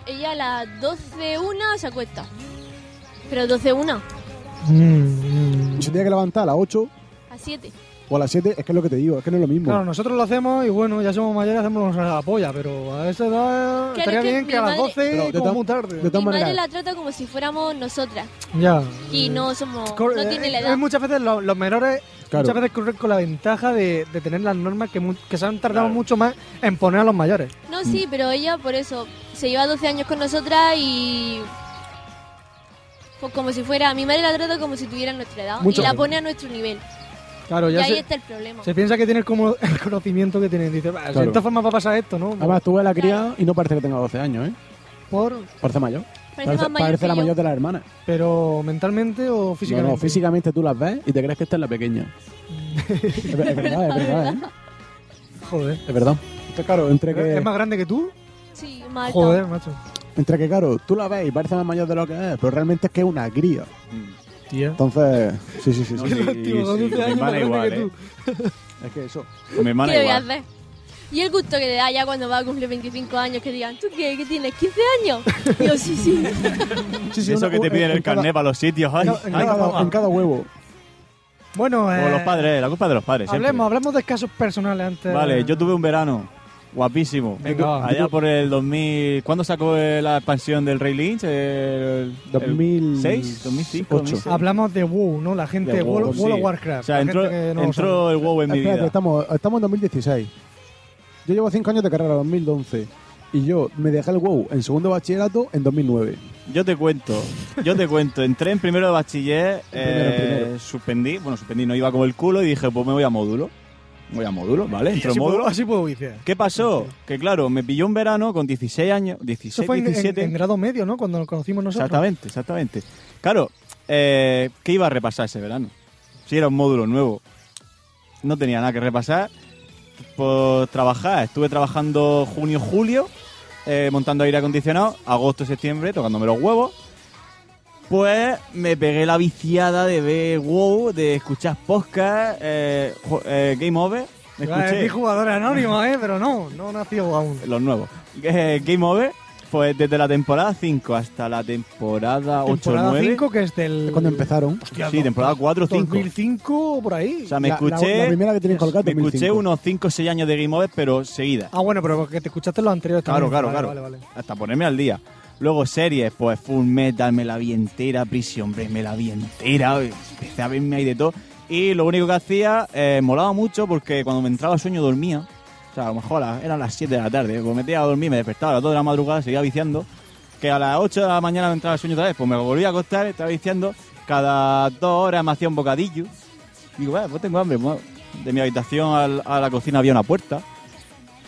Speaker 4: ella a las 12, una se acuesta. Pero 12, una,
Speaker 1: Mm,
Speaker 3: Si tenía que levantar a las 8
Speaker 4: a 7.
Speaker 3: o a las 7, es que es lo que te digo, es que no es lo mismo.
Speaker 1: Claro, nosotros lo hacemos y bueno, ya somos mayores, hacemos la polla, pero a esa edad
Speaker 4: Claro,
Speaker 1: estaría
Speaker 4: es que
Speaker 1: bien
Speaker 4: mi
Speaker 1: que a las
Speaker 4: madre-
Speaker 1: 12
Speaker 3: Pero de
Speaker 1: como
Speaker 3: todas-
Speaker 1: muy tarde.
Speaker 3: de
Speaker 4: Mi madre la trata como si fuéramos nosotras.
Speaker 1: Ya.
Speaker 4: Y
Speaker 2: Mm.
Speaker 1: eh,
Speaker 4: no somos,
Speaker 1: cor-
Speaker 4: no tiene
Speaker 1: eh,
Speaker 4: la
Speaker 1: eh,
Speaker 4: edad.
Speaker 1: Muchas veces lo- los menores
Speaker 3: Claro.
Speaker 1: muchas veces corren con la ventaja de, de tener las normas que, mu- que se han tardado
Speaker 2: Claro.
Speaker 1: mucho más en poner a los mayores.
Speaker 4: No, sí, pero ella por eso se lleva 12 años con nosotras y. Pues como si fuera. Mi madre la trata como si tuviera nuestra edad
Speaker 1: Mucho
Speaker 4: y la
Speaker 1: mejor.
Speaker 4: pone a nuestro nivel.
Speaker 1: Claro,
Speaker 4: Y
Speaker 1: ya
Speaker 4: ahí
Speaker 1: se,
Speaker 4: está el problema.
Speaker 1: se piensa que tiene como el conocimiento que tiene. Dice, "Bah, si
Speaker 3: Claro.
Speaker 1: de esta forma va a pasar esto, ¿no?
Speaker 3: Además, tuve la cría y no parece que tenga 12 años, ¿eh?
Speaker 1: Por,
Speaker 3: Parece mayor.
Speaker 4: Parece más mayor
Speaker 3: parece
Speaker 4: que
Speaker 3: la
Speaker 4: yo.
Speaker 3: mayor de las hermanas.
Speaker 1: pero mentalmente o
Speaker 3: No,
Speaker 1: físicamente.
Speaker 3: no, físicamente tú las ves y te crees que esta es la pequeña. es, ver- es verdad, es verdad, ¿eh?
Speaker 1: Joder.
Speaker 3: Es verdad. Entonces, claro, entre
Speaker 1: ¿Es- ¿Es
Speaker 3: que,
Speaker 1: más grande que tú?
Speaker 4: Sí, mal.
Speaker 1: Joder, macho.
Speaker 3: entre que, claro, tú la ves y parece más mayor de lo que es, pero realmente es que es una cría.
Speaker 1: Tía.
Speaker 3: Entonces, sí, sí, sí.
Speaker 2: No,
Speaker 3: sí.
Speaker 2: sí,
Speaker 1: Tío, con
Speaker 2: sí, con
Speaker 1: 12
Speaker 2: mi
Speaker 1: años más
Speaker 2: hermana
Speaker 1: grande
Speaker 2: igual,
Speaker 1: que
Speaker 2: ¿eh?
Speaker 1: tú.
Speaker 3: Es que eso.
Speaker 2: Con mi
Speaker 4: ¿Qué
Speaker 2: hermana
Speaker 4: le voy a
Speaker 2: igual.
Speaker 4: hacer? Y el gusto que le da ya cuando va a cumplir 25 años, que digan, ¿tú qué? ¿Qué tienes? ¿15 años? Y yo, sí, sí.
Speaker 3: Sí, sí,
Speaker 2: Eso
Speaker 3: una-
Speaker 2: que te
Speaker 3: en-
Speaker 2: piden
Speaker 3: en
Speaker 2: el
Speaker 3: cada-
Speaker 2: carnet para los sitios, ay,
Speaker 1: No,
Speaker 2: ay,
Speaker 1: en
Speaker 3: en cada- en cada huevo.
Speaker 1: Bueno, eh,
Speaker 2: Como los padres, la culpa es de los padres. siempre.
Speaker 1: hablemos, hablemos de casos personales antes.
Speaker 2: Vale, yo tuve un verano guapísimo.
Speaker 1: Venga, va.
Speaker 2: Allá por el 2000. ¿Cuándo sacó eh, la expansión del Rey Lynch? El, el
Speaker 3: 2006,
Speaker 2: 2006, 2005,
Speaker 3: 8.
Speaker 2: 2006.
Speaker 1: Hablamos de WoW, ¿no? La gente de
Speaker 2: De
Speaker 1: World,
Speaker 2: WoW,
Speaker 1: World
Speaker 2: sí.
Speaker 1: of Warcraft.
Speaker 2: O sea,
Speaker 1: la
Speaker 2: entró,
Speaker 1: gente que no lo sabe.
Speaker 2: entró el WoW en mi
Speaker 3: Espérate,
Speaker 2: vida.
Speaker 3: estamos, estamos en 2016. Yo llevo 5 años de carrera, 2011. Y yo me dejé el WoW en segundo bachillerato en 2009.
Speaker 2: Yo te cuento, yo te cuento. Entré en primero de bachiller,
Speaker 3: En primero, en
Speaker 2: eh,
Speaker 3: primero.
Speaker 2: suspendí, bueno, suspendí, no iba como el culo y dije, pues me voy a módulo. Voy a módulo, ¿vale? Entro
Speaker 1: así
Speaker 2: en módulo.
Speaker 1: Puedo, así puedo viciar.
Speaker 2: ¿Qué pasó? Que claro, me pilló un verano con 16 años,
Speaker 1: Eso
Speaker 2: 16,
Speaker 1: fue en, en-
Speaker 2: 17.
Speaker 1: en grado medio, ¿no? Cuando nos conocimos nosotros.
Speaker 2: Exactamente, exactamente. Claro, eh, ¿qué iba a repasar ese verano? Si era un módulo nuevo, no tenía nada que repasar. Pues trabajar, estuve trabajando junio, julio, eh, montando aire acondicionado, agosto, septiembre, tocándome los huevos. Pues me pegué la viciada de ver WoW, de escuchar podcast, eh, jo- eh, Game Over. Me
Speaker 1: Iba a
Speaker 2: escuché
Speaker 1: decir jugador anónimo, ¿eh? Pero no, no nació aún.
Speaker 2: los nuevos. Eh, Game Over, pues desde la temporada 5 hasta la temporada 8
Speaker 1: Temporada
Speaker 2: 9.
Speaker 1: 5, que es del...
Speaker 3: Cuando empezaron.
Speaker 2: Sí, temporada 4 5.
Speaker 1: 2005 o por ahí.
Speaker 2: O sea, me escuché. me escuché unos 5 o 6 años de Game Over, pero seguida.
Speaker 1: Ah, bueno, pero porque te escuchaste los anteriores
Speaker 2: Claro,
Speaker 1: también.
Speaker 2: claro,
Speaker 1: Vale,
Speaker 2: claro.
Speaker 1: vale, vale.
Speaker 2: Hasta ponerme al día. Luego series, pues Full Metal, me la vi entera, Prisión Break, me la vi entera, empecé a verme ahí de todo. Y lo único que hacía, eh, molaba mucho porque cuando me entraba sueño dormía. O sea, a lo mejor a las- eran las 7 de la tarde, pues me metía a dormir, me despertaba a las 2 de la madrugada, seguía viciando. Que a las 8 de la mañana me entraba sueño otra vez, pues me volví a acostar, estaba viciando. Cada dos horas me hacía un bocadillo. Digo, vale, pues tengo hambre. me voy". De mi habitación al- a la cocina había una puerta.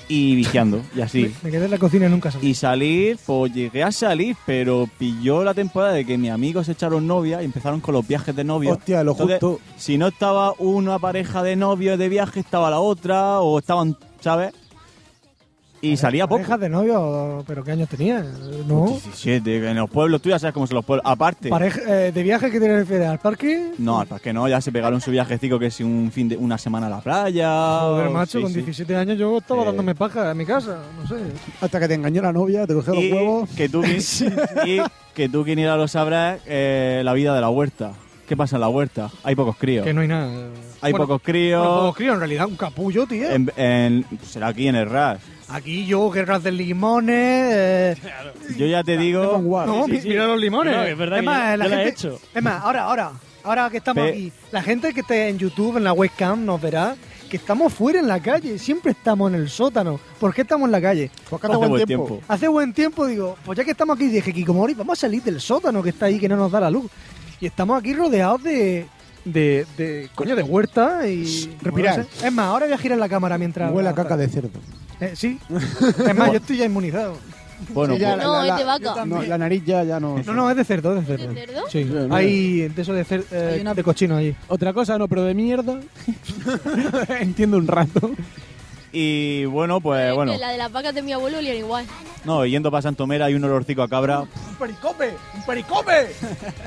Speaker 2: Y viciando, y así.
Speaker 1: Me quedé en la cocina y nunca salí.
Speaker 2: Y salir, pues llegué a salir, pero pilló la temporada de que mis amigos se echaron novia y empezaron con los viajes de novio.
Speaker 3: Hostia, lo
Speaker 2: Entonces,
Speaker 3: justo.
Speaker 2: Si no estaba una pareja de novios de viaje, estaba la otra, o estaban, ¿sabes? Y salía poco.
Speaker 1: ¿Parejas de novio? ¿Pero qué años tenía? No.
Speaker 2: 17, que en los pueblos, tú ya sabes cómo son los pueblos. Aparte.
Speaker 1: Pareja, eh, ¿De viaje qué te refieres? ¿Al parque?
Speaker 2: No, al parque no, ya se pegaron su viajecico que es un fin de una semana a la playa.
Speaker 1: Joder,
Speaker 2: o-
Speaker 1: macho,
Speaker 2: sí,
Speaker 1: con
Speaker 2: sí.
Speaker 1: 17 años yo estaba dándome paja en mi casa, no sé.
Speaker 3: Eh. Hasta que te engañó la novia, te cogió
Speaker 2: Y
Speaker 3: los huevos.
Speaker 2: que tú, qui- y que tú quien irá lo sabrás, eh, la vida de la huerta. ¿Qué pasa en la huerta? Hay pocos críos.
Speaker 1: Que no hay nada.
Speaker 2: Hay
Speaker 1: Mm. Bueno,
Speaker 2: pocos críos.
Speaker 1: bueno, pocos críos, en realidad, un capullo, tío.
Speaker 2: En- en- será aquí en el RAS.
Speaker 1: Aquí yo, guerras de limones. eh,
Speaker 2: Yo ya te digo.
Speaker 1: No, mi- mira los limones.
Speaker 5: No, que es verdad que
Speaker 1: más,
Speaker 5: yo-
Speaker 1: la
Speaker 5: yo la he
Speaker 1: gente,
Speaker 5: hecho.
Speaker 1: Es más, ahora, ahora, ahora que estamos
Speaker 2: Pe-
Speaker 1: aquí, la gente que esté en YouTube, en la webcam, nos verá que estamos fuera en la calle, siempre estamos en el sótano. ¿Por qué estamos en la calle? Porque
Speaker 3: hace Hace buen buen tiempo. tiempo.
Speaker 1: Hace buen tiempo, digo, pues ya que estamos aquí, dije, Kikomori, vamos a salir del sótano que está ahí, que no nos da la luz. Y estamos aquí rodeados de... De, de coño de huerta y
Speaker 3: respirar.
Speaker 1: no sé. es más ahora voy a girar la cámara mientras
Speaker 3: Huele a caca de cerdo.
Speaker 1: Eh, sí es más yo estoy ya inmunizado
Speaker 2: Bueno,
Speaker 3: Sí, ya
Speaker 1: pues-
Speaker 3: la-
Speaker 1: No,
Speaker 3: la-
Speaker 1: es de
Speaker 3: la-
Speaker 1: vaca.
Speaker 3: no, la nariz ya, ya no.
Speaker 1: no no es de cerdo es de cerdo, sí
Speaker 3: no.
Speaker 1: hay de eso de cerdo
Speaker 3: Hay una-
Speaker 1: de cochino allí
Speaker 3: Otra cosa, no, pero de mierda. Entiendo un rato.
Speaker 2: Y bueno, pues bueno.
Speaker 4: Que la de las vacas de mi abuelo olían igual.
Speaker 2: No, yendo para Santomera hay un olorcico a cabra.
Speaker 1: ¡Un pericope! ¡Un pericope!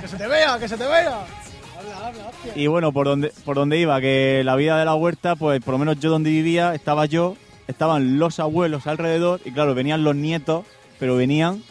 Speaker 1: ¡Que se te vea! ¡Que se te vea! Habla, habla, hostia.
Speaker 2: Y bueno, por donde, por donde iba, que la vida de la huerta, pues por lo menos yo donde vivía, estaba yo, estaban los abuelos alrededor, y claro, venían los nietos, pero venían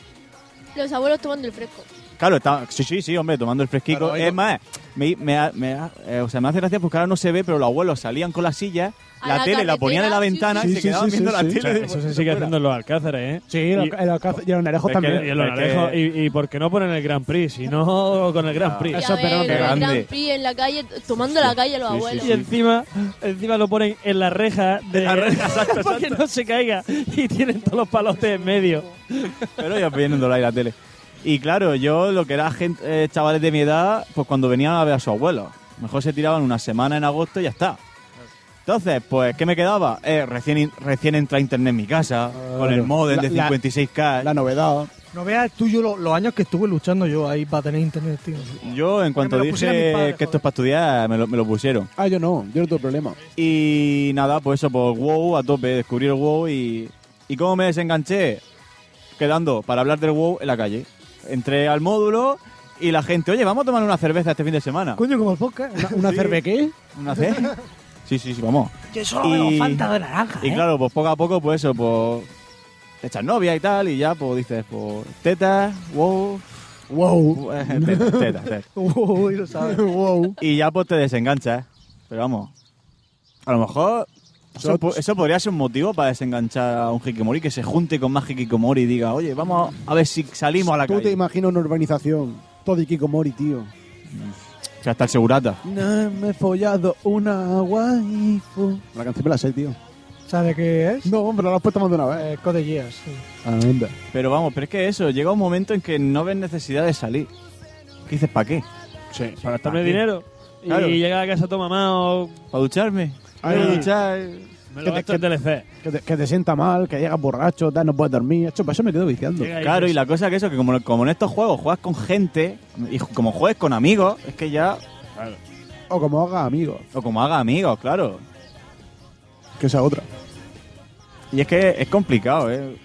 Speaker 4: Los abuelos tomando el fresco.
Speaker 2: Claro, está, sí, sí, sí, hombre, tomando el fresquito.
Speaker 3: Claro, ahí
Speaker 2: es
Speaker 3: no-
Speaker 2: más, me, me ha- me ha- eh, o sea, me hace gracia porque ahora no se ve, pero los abuelos salían con las sillas,
Speaker 3: A
Speaker 2: la,
Speaker 3: la
Speaker 2: tele la ponían en la
Speaker 3: carretera,
Speaker 2: ventana
Speaker 3: sí,
Speaker 2: y
Speaker 3: sí,
Speaker 2: se
Speaker 3: sí,
Speaker 2: quedaban
Speaker 3: sí,
Speaker 2: viendo
Speaker 3: sí,
Speaker 2: la
Speaker 3: sí.
Speaker 2: tele.
Speaker 3: Eso
Speaker 5: Eso se sigue haciendo en los alcázares, ¿eh?
Speaker 3: Sí, los- el alcázar- y los naranjos
Speaker 5: es que-
Speaker 3: también.
Speaker 5: Y en los
Speaker 3: Es que-
Speaker 5: naranjos. Y, y por qué no ponen el Grand Prix, si no con el Grand Prix.
Speaker 4: Ah. Ya ves, el Grand Prix en la calle, tomando la calle los abuelos.
Speaker 5: Y encima, encima lo ponen en la reja de
Speaker 2: la reja, exacto,
Speaker 5: para que no se caiga y tienen todos los palotes en medio.
Speaker 2: Pero ya viéndola ahí la tele. Y claro, yo lo que era gente, eh, chavales de mi edad, pues cuando venían a ver a sus abuelos. Mejor se tiraban una semana en agosto y ya está. Entonces, pues, ¿qué me quedaba? Eh, recién, in- recién entra internet en mi casa, con el modem de
Speaker 3: La- la-
Speaker 2: 56k.
Speaker 3: La novedad.
Speaker 1: No veas tú yo lo- los años que estuve luchando yo ahí para tener internet, tío.
Speaker 2: Yo, en cuanto
Speaker 1: lo
Speaker 2: dije
Speaker 1: pusieran mis padres,
Speaker 2: que esto es para estudiar, me lo, me lo pusieron.
Speaker 3: Ah, yo no, yo no tuve problema.
Speaker 2: Y nada, pues eso, por WoW a tope, descubrí el WoW y... ¿Y cómo me desenganché? Quedando para hablar del WoW en la calle. Entré al módulo y la gente, oye, vamos a tomar una cerveza este fin de semana.
Speaker 1: Coño, como el podcast. Una,
Speaker 3: una cerve qué?
Speaker 2: ¿Una C? Sí, sí, sí, vamos.
Speaker 1: Yo solo veo Fanta de naranja,
Speaker 2: Y
Speaker 1: ¿eh?
Speaker 2: claro, pues poco a poco, pues eso, pues... Te echas novia y tal, y ya, pues dices, pues... Tetas, WoW...
Speaker 3: Wow.
Speaker 2: Tetas, tetas, tetas.
Speaker 1: Uy, lo sabes.
Speaker 3: wow.
Speaker 2: Y ya pues te desenganchas. Pero vamos. A lo mejor. Eso, po- eso podría ser un motivo para desenganchar a un hikikomori que se junte con más hikikomori y diga, oye, vamos a ver si salimos a la
Speaker 3: Tú te
Speaker 2: calle.
Speaker 3: imaginas una urbanización. Todo Ikikomori, tío.
Speaker 2: Mm. O sea, hasta el segurata.
Speaker 3: No, me he follado una waifu. La canción me la sé, tío.
Speaker 1: ¿Sabes qué es?
Speaker 3: No, hombre, la has puesto más de una vez.
Speaker 1: Eh, Code Geass. sí.
Speaker 3: Anda.
Speaker 2: Pero vamos, pero es que eso, llega un momento en que no ves necesidad de salir. ¿Qué dices, para qué?
Speaker 3: Sí,
Speaker 5: Para gastarme dinero.
Speaker 2: Claro.
Speaker 5: Y llegar a casa a tu mamá o
Speaker 2: ¿Para ducharme?
Speaker 3: Ahí.
Speaker 5: Me lo gasto en DLC.
Speaker 3: Que te, que te sienta mal, que llegas borracho, tal, no puedes dormir. Hecho, para eso me quedo viciando.
Speaker 2: Claro, y la cosa que eso, que como, como en estos juegos juegas con gente, y ju- como juegues con amigos, es que ya.
Speaker 3: O como haga amigos.
Speaker 2: O como haga amigos, claro.
Speaker 3: Que esa otra.
Speaker 2: Y es que es complicado, ¿eh?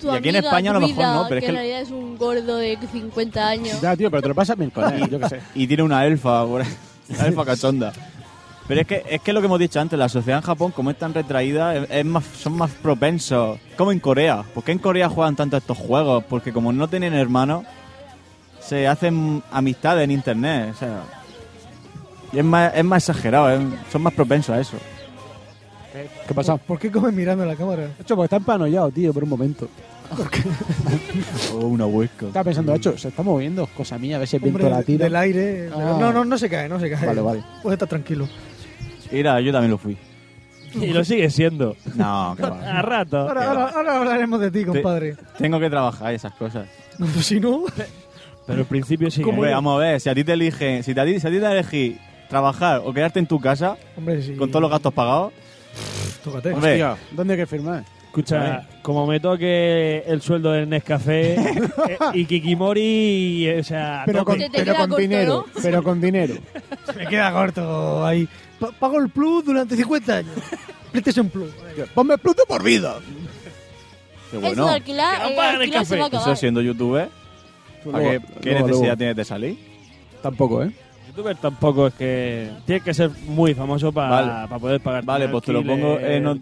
Speaker 4: Tu
Speaker 2: Y aquí en
Speaker 4: amiga,
Speaker 2: España a lo
Speaker 4: tu
Speaker 2: mejor no,
Speaker 4: vida,
Speaker 2: pero es
Speaker 4: que
Speaker 2: que-
Speaker 4: en realidad es un gordo de 50 años.
Speaker 3: Ya, tío, pero te lo pasas bien con él, yo qué sé.
Speaker 2: Y tiene una elfa, por ahí, una elfa cachonda. Pero es que es que lo que hemos dicho antes, la sociedad en Japón, como es tan retraída, es, es más, son más propensos. Como en Corea. ¿Por qué en Corea juegan tanto a estos juegos? Porque como no tienen hermanos, se hacen amistades en internet. O sea, y es más, es más exagerado, es- son más propensos a eso.
Speaker 3: ¿Qué pasa?
Speaker 1: ¿Por qué comes mirando a la cámara?
Speaker 3: Hecho, porque está empanollado, tío, por un momento.
Speaker 2: O una huesca.
Speaker 3: Estaba pensando, hecho, se está moviendo, cosa mía, a ver si el
Speaker 1: Hombre,
Speaker 3: viento la tira.
Speaker 1: del aire.
Speaker 3: Ah.
Speaker 1: pero No, no, no se cae, no se cae.
Speaker 3: Vale, vale.
Speaker 1: Puedes estar tranquilo.
Speaker 2: Mira, yo también lo fui.
Speaker 5: Y lo sigue siendo.
Speaker 2: No, qué va.
Speaker 5: A rato.
Speaker 1: Ahora, ahora, ahora hablaremos de ti, compadre.
Speaker 2: Tengo que trabajar esas cosas.
Speaker 1: Pues si no,
Speaker 5: Pero al principio sí. ¿eh?
Speaker 1: ¿Cómo
Speaker 2: Hombre,
Speaker 1: no?
Speaker 2: vamos a ver, si a ti te eligen, si, te- a ti- si a ti te elegí trabajar o quedarte en tu casa
Speaker 1: hombre, sí.
Speaker 2: con todos los gastos pagados,
Speaker 1: Tócate.
Speaker 2: hombre,
Speaker 3: Hostia, ¿dónde hay que firmar?
Speaker 5: Escucha, como me toque el sueldo del Nescafé eh, y Kikimori, y, o sea, a
Speaker 3: Pero
Speaker 5: tope.
Speaker 3: con,
Speaker 4: Te- te
Speaker 3: pero
Speaker 4: queda
Speaker 3: con
Speaker 4: corto,
Speaker 3: dinero, pero con dinero.
Speaker 1: me queda corto ahí. Pa- pago el plus durante 50 años. PlayStation Plus.
Speaker 3: Ponme pluto por vida.
Speaker 2: qué
Speaker 4: Eso
Speaker 2: bueno.
Speaker 4: de alquilar,
Speaker 5: Que no
Speaker 4: eh,
Speaker 5: pagan el
Speaker 4: alquilar se
Speaker 5: café.
Speaker 4: va a
Speaker 2: Eso
Speaker 4: acabar.
Speaker 2: siendo youtuber, ¿a qué,
Speaker 3: Luego-
Speaker 2: qué
Speaker 3: luego,
Speaker 2: necesidad
Speaker 3: luego.
Speaker 2: tienes de salir?
Speaker 3: Tampoco, ¿eh?
Speaker 5: Youtuber tampoco es que. Tienes que ser muy famoso para
Speaker 2: Vale.
Speaker 5: poder pagar.
Speaker 2: Vale, pues te lo pongo en, o-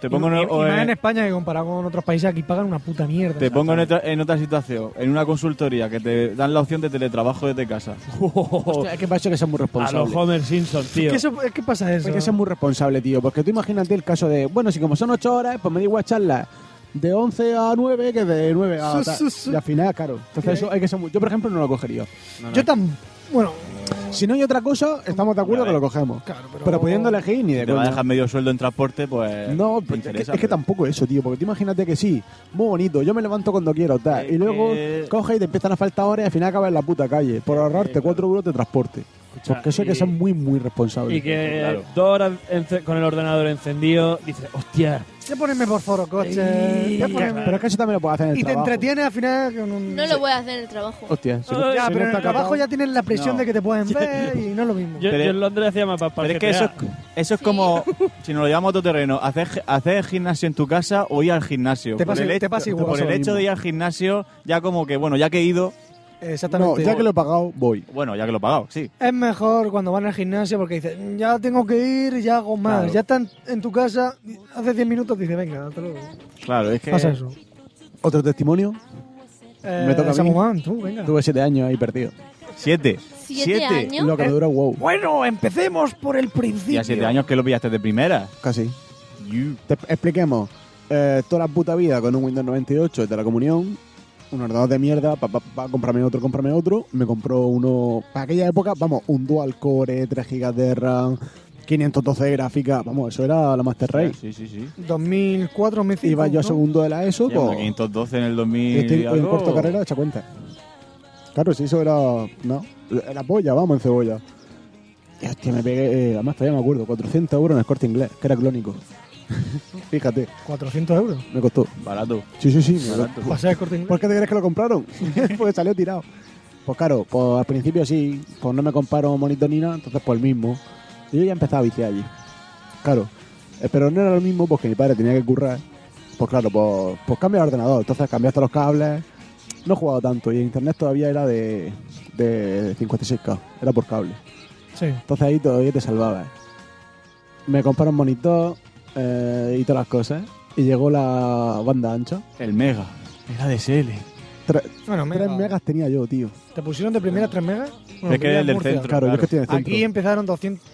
Speaker 2: te pongo en,
Speaker 1: y, y-
Speaker 2: o-
Speaker 1: y más en
Speaker 2: en-
Speaker 1: España que comparado con otros países aquí pagan una puta mierda.
Speaker 2: te pongo en otra, en otra situación, en una consultoría que te dan la opción de teletrabajo desde casa.
Speaker 3: Hostia, es que parece que son muy
Speaker 5: a los
Speaker 3: responsables.
Speaker 5: Homer Simpson, tío.
Speaker 1: ¿Qué, eso- es que pasa eso?
Speaker 3: Es que ser muy responsable, tío. Porque tú imagínate el caso de, bueno, si como son 8 horas, pues me da igual charlas de 11 a 9 que de 9 a
Speaker 1: Su,
Speaker 3: tal.
Speaker 1: su, su.
Speaker 3: Y al final, claro. Entonces, eso hay que ser muy... Yo, por ejemplo, no lo cogería.
Speaker 1: Yo tan... Bueno,
Speaker 3: Si no hay otra cosa, estamos de acuerdo
Speaker 2: Ya
Speaker 3: que
Speaker 2: ves.
Speaker 3: lo cogemos.
Speaker 1: Claro, pero-
Speaker 3: pudiendo elegir ni
Speaker 2: Si
Speaker 3: de
Speaker 2: te va a
Speaker 3: coña.
Speaker 2: dejar medio sueldo en transporte, pues.
Speaker 3: No,
Speaker 2: te
Speaker 3: pero es que-
Speaker 2: interesa,
Speaker 3: es que
Speaker 2: pero-
Speaker 3: tampoco eso, tío. Porque tú imagínate que sí, muy bonito, yo me levanto cuando quiero, tal.
Speaker 2: Es
Speaker 3: Y luego
Speaker 2: que-
Speaker 3: coges y te empiezan a faltar horas y al final acabas en la puta calle. Por ahorrarte 4 euros de transporte.
Speaker 5: Escucha,
Speaker 3: Porque eso hay que
Speaker 5: y-
Speaker 3: ser muy, muy responsable.
Speaker 5: Y que
Speaker 2: Claro.
Speaker 5: dos horas ence- con el ordenador encendido, dices, hostia,
Speaker 1: ya ponerme por foro coche. ya ponerme-
Speaker 3: Pero es que eso también lo puedes hacer en el
Speaker 1: y te
Speaker 3: trabajo.
Speaker 1: entretienes al final con un...
Speaker 4: No lo voy a hacer en el trabajo.
Speaker 3: Hostia, si no-
Speaker 5: Ay,
Speaker 1: Ya,
Speaker 3: si no
Speaker 1: pero en
Speaker 3: está
Speaker 1: el trabajo
Speaker 3: catado-
Speaker 1: ya tienes la presión
Speaker 2: No.
Speaker 1: de que te pueden ver y no es lo mismo.
Speaker 5: yo,
Speaker 2: Pero-
Speaker 5: yo en Londres hacía más para
Speaker 2: Pero es que eso es, eso es como, si nos lo llevamos a otro terreno, hacer, gi- hacer gimnasio en tu casa o ir al gimnasio.
Speaker 1: Te
Speaker 2: Por
Speaker 1: pasa-
Speaker 2: el
Speaker 1: te
Speaker 2: hecho-
Speaker 1: pasa igual.
Speaker 2: Por el
Speaker 1: Pasa lo
Speaker 2: hecho de ir al gimnasio, ya como que, bueno, ya que he ido,
Speaker 3: No,
Speaker 1: Exactamente.
Speaker 3: ya que lo he pagado, voy.
Speaker 2: bueno, ya que lo he pagado, sí.
Speaker 1: Es mejor cuando van al gimnasio porque dices, ya tengo que ir y ya hago más.
Speaker 2: Claro.
Speaker 1: Ya están en tu casa, hace 10 minutos dices, venga, hasta luego.
Speaker 2: Claro, es que...
Speaker 1: Pasa eso.
Speaker 3: Otro testimonio.
Speaker 1: Eh,
Speaker 3: Me toca a mí.
Speaker 1: Samuán, tú, venga.
Speaker 3: Tuve siete años ahí perdido.
Speaker 2: Siete.
Speaker 4: ¿Siete años?
Speaker 3: Lo que me dura, wow.
Speaker 1: Bueno, empecemos por el principio.
Speaker 2: Y a siete años que lo pillaste de primera.
Speaker 3: Casi. Te expliquemos. Eh, toda la puta vida con un Windows 98 de la comunión. Un ordenador de mierda. Pa, pa, pa, cómprame otro, cómprame otro. Me compró uno. Para aquella época, vamos, un dual core, 3 GB de RAM, 512 de gráfica. Vamos, eso era la Master Race.
Speaker 2: Sí, sí, sí.
Speaker 1: 2004, 2005.
Speaker 3: Iba yo
Speaker 1: ¿no?
Speaker 3: segundo de la ESO.
Speaker 2: Ya, una
Speaker 3: pues,
Speaker 2: 512 en el 2000
Speaker 3: Estoy
Speaker 2: y
Speaker 3: en
Speaker 2: algo.
Speaker 3: Este, cuarto carrera, echa cuenta. Claro, si eso era. No, era polla, vamos, en cebolla. Y hostia, me pegué, eh, además todavía me acuerdo, 400 euros en el corte inglés, que era clónico. Fíjate,
Speaker 1: 400 euros.
Speaker 3: me costó.
Speaker 2: Barato.
Speaker 3: Sí, sí, sí. me
Speaker 2: Barato.
Speaker 3: costó.
Speaker 1: Pasé el corte inglés.
Speaker 3: ¿Por qué te crees que lo compraron? Porque salió tirado. Pues claro, pues al principio sí, pues no me comparo monitor ni nada, entonces pues el mismo. Y yo ya empezaba a viciar allí. Claro, eh, pero no era lo mismo porque mi padre tenía que currar. Pues claro, pues, pues cambia el ordenador, entonces cambiaste los cables. No he jugado tanto y el internet todavía era de, de 56K, era por cable.
Speaker 1: Sí.
Speaker 3: Entonces ahí todavía te salvabas. Me compraron monitor eh, y todas las cosas. Y llegó la banda ancha.
Speaker 2: El Mega. Era de SL.
Speaker 3: Tres,
Speaker 1: Bueno, mega.
Speaker 3: tres megas tenía yo, tío.
Speaker 1: ¿Te pusieron de primera 3 megas? Bueno,
Speaker 2: Es que
Speaker 1: vivía
Speaker 2: era
Speaker 1: en
Speaker 2: el del
Speaker 1: Murcia.
Speaker 2: centro.
Speaker 3: Claro, yo que estoy en el centro.
Speaker 1: Aquí empezaron 200.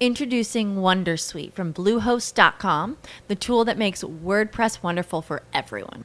Speaker 9: Introducing Wondersuite from Bluehost.com, the tool that makes WordPress wonderful for everyone.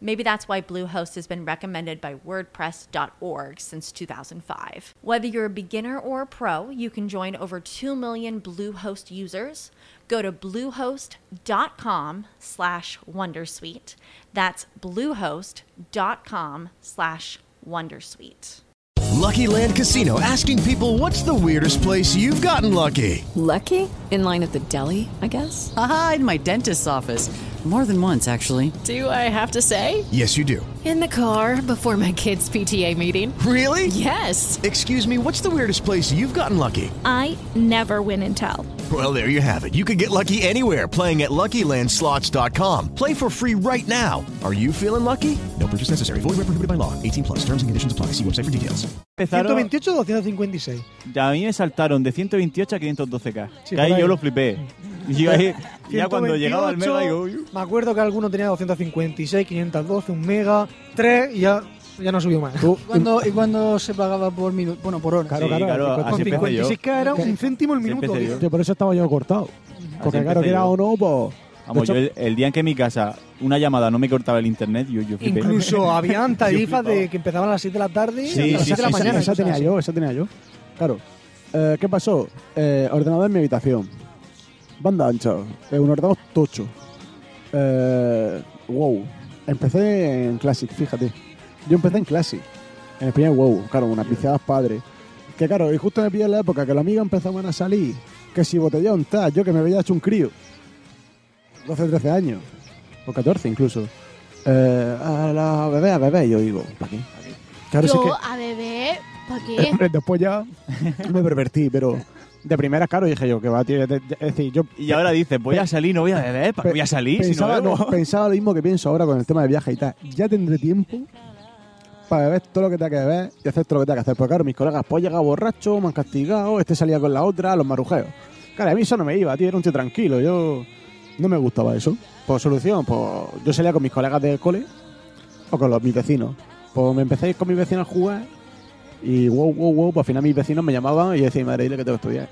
Speaker 9: Maybe that's why Bluehost has been recommended by WordPress.org since 2005. Whether you're a beginner or a pro, you can join over 2 million Bluehost users. Go to bluehost.com slash Wondersuite. That's bluehost.com slash Wondersuite.
Speaker 13: Lucky Land Casino asking people what's the weirdest place you've gotten lucky?
Speaker 14: Lucky? In line at the deli, I guess?
Speaker 15: Aha, in my dentist's office. More than once, actually.
Speaker 14: Do I have to say?
Speaker 13: Yes, you do.
Speaker 14: In the car before my kids' PTA meeting.
Speaker 13: Really?
Speaker 14: Yes.
Speaker 13: Excuse me, what's the weirdest place you've gotten lucky?
Speaker 16: I never win and tell.
Speaker 13: Well, there you have it. You can get lucky anywhere playing at LuckyLandSlots.com. Play for free right now. Are you feeling lucky? No purchase necessary. Void where prohibited by law. 18 plus. Terms and conditions apply. See website for details.
Speaker 2: Empezaron-
Speaker 1: 128 o 256.
Speaker 2: Ya a mí me saltaron de 128 a 512K.
Speaker 1: Sí,
Speaker 2: Que ahí
Speaker 1: por ahí.
Speaker 2: yo lo flipé. Y yo ahí, ya cuando llegaba al mega,
Speaker 1: 128,
Speaker 2: digo, "Uy".
Speaker 1: Me acuerdo que alguno tenía 256, 512, un mega, 3 y ya, ya no subió más.
Speaker 6: ¿Cuándo, ¿Y cuándo se pagaba por minuto? Bueno, por hora.
Speaker 1: Claro, Sí, claro, claro, con así empecé 56 yo. era un céntimo el Así minuto, empecé tío. yo.
Speaker 3: Tío, por eso estaba yo cortado. Porque claro,
Speaker 2: empecé
Speaker 3: que era
Speaker 2: yo.
Speaker 3: o no, pues...
Speaker 2: Vamos,
Speaker 3: de hecho-
Speaker 2: yo el, el día en que en mi casa una llamada no me cortaba el internet, yo, yo flipé.
Speaker 1: Incluso habían
Speaker 2: Yo
Speaker 1: tarifas
Speaker 2: flipaba.
Speaker 1: de que empezaban a las 6 de la tarde
Speaker 2: Sí,
Speaker 1: a las
Speaker 2: sí,
Speaker 1: 7 de la
Speaker 2: sí,
Speaker 1: mañana.
Speaker 2: sí,
Speaker 3: Esa
Speaker 1: cosas
Speaker 3: tenía
Speaker 1: así.
Speaker 3: yo, esa tenía yo. Claro. Eh, ¿Qué pasó? Eh, ordenador en mi habitación. Banda ancha. Eh, un ordenador tocho. Eh, wow. Empecé en Classic, fíjate. Yo empecé en Classic. En el primer wow. Claro, unas pinceladas padres. Que claro, y justo me pillé en la época que los amigos empezaban a salir. Que si botellón, tal. Yo que me veía hecho un crío. 12, 13 años. O 14 incluso. Eh, a la bebé, a bebé. Yo digo, ¿para qué? ¿Pa' qué?". Claro, si
Speaker 4: Yo
Speaker 3: es que-
Speaker 4: a bebé, ¿para qué?
Speaker 3: Hombre, después ya me pervertí, pero de primera, claro, dije yo que va, tío. de- de- Es decir, yo
Speaker 2: Y ahora dices, voy a salir, no voy a beber, ¿eh? ¿para qué voy a salir? Si no
Speaker 3: pensaba,
Speaker 2: bebo?
Speaker 3: no, pensaba lo mismo que pienso ahora con el tema de viaje y tal. Ya tendré tiempo para beber todo lo que tenga que beber y hacer todo lo que tenga que hacer. Porque claro, mis colegas, pues llegado borracho, me han castigado, este salía con la otra, los marujeos. Claro, a mí eso no me iba, tío, era un tío tranquilo, yo no me gustaba eso. Por solución, pues yo salía con mis colegas del cole o con los, mis vecinos. Pues me empecé a ir con mis vecinos a jugar y wow, wow, wow, pues al final mis vecinos me llamaban y yo decía, madre, dile que tengo que estudiar.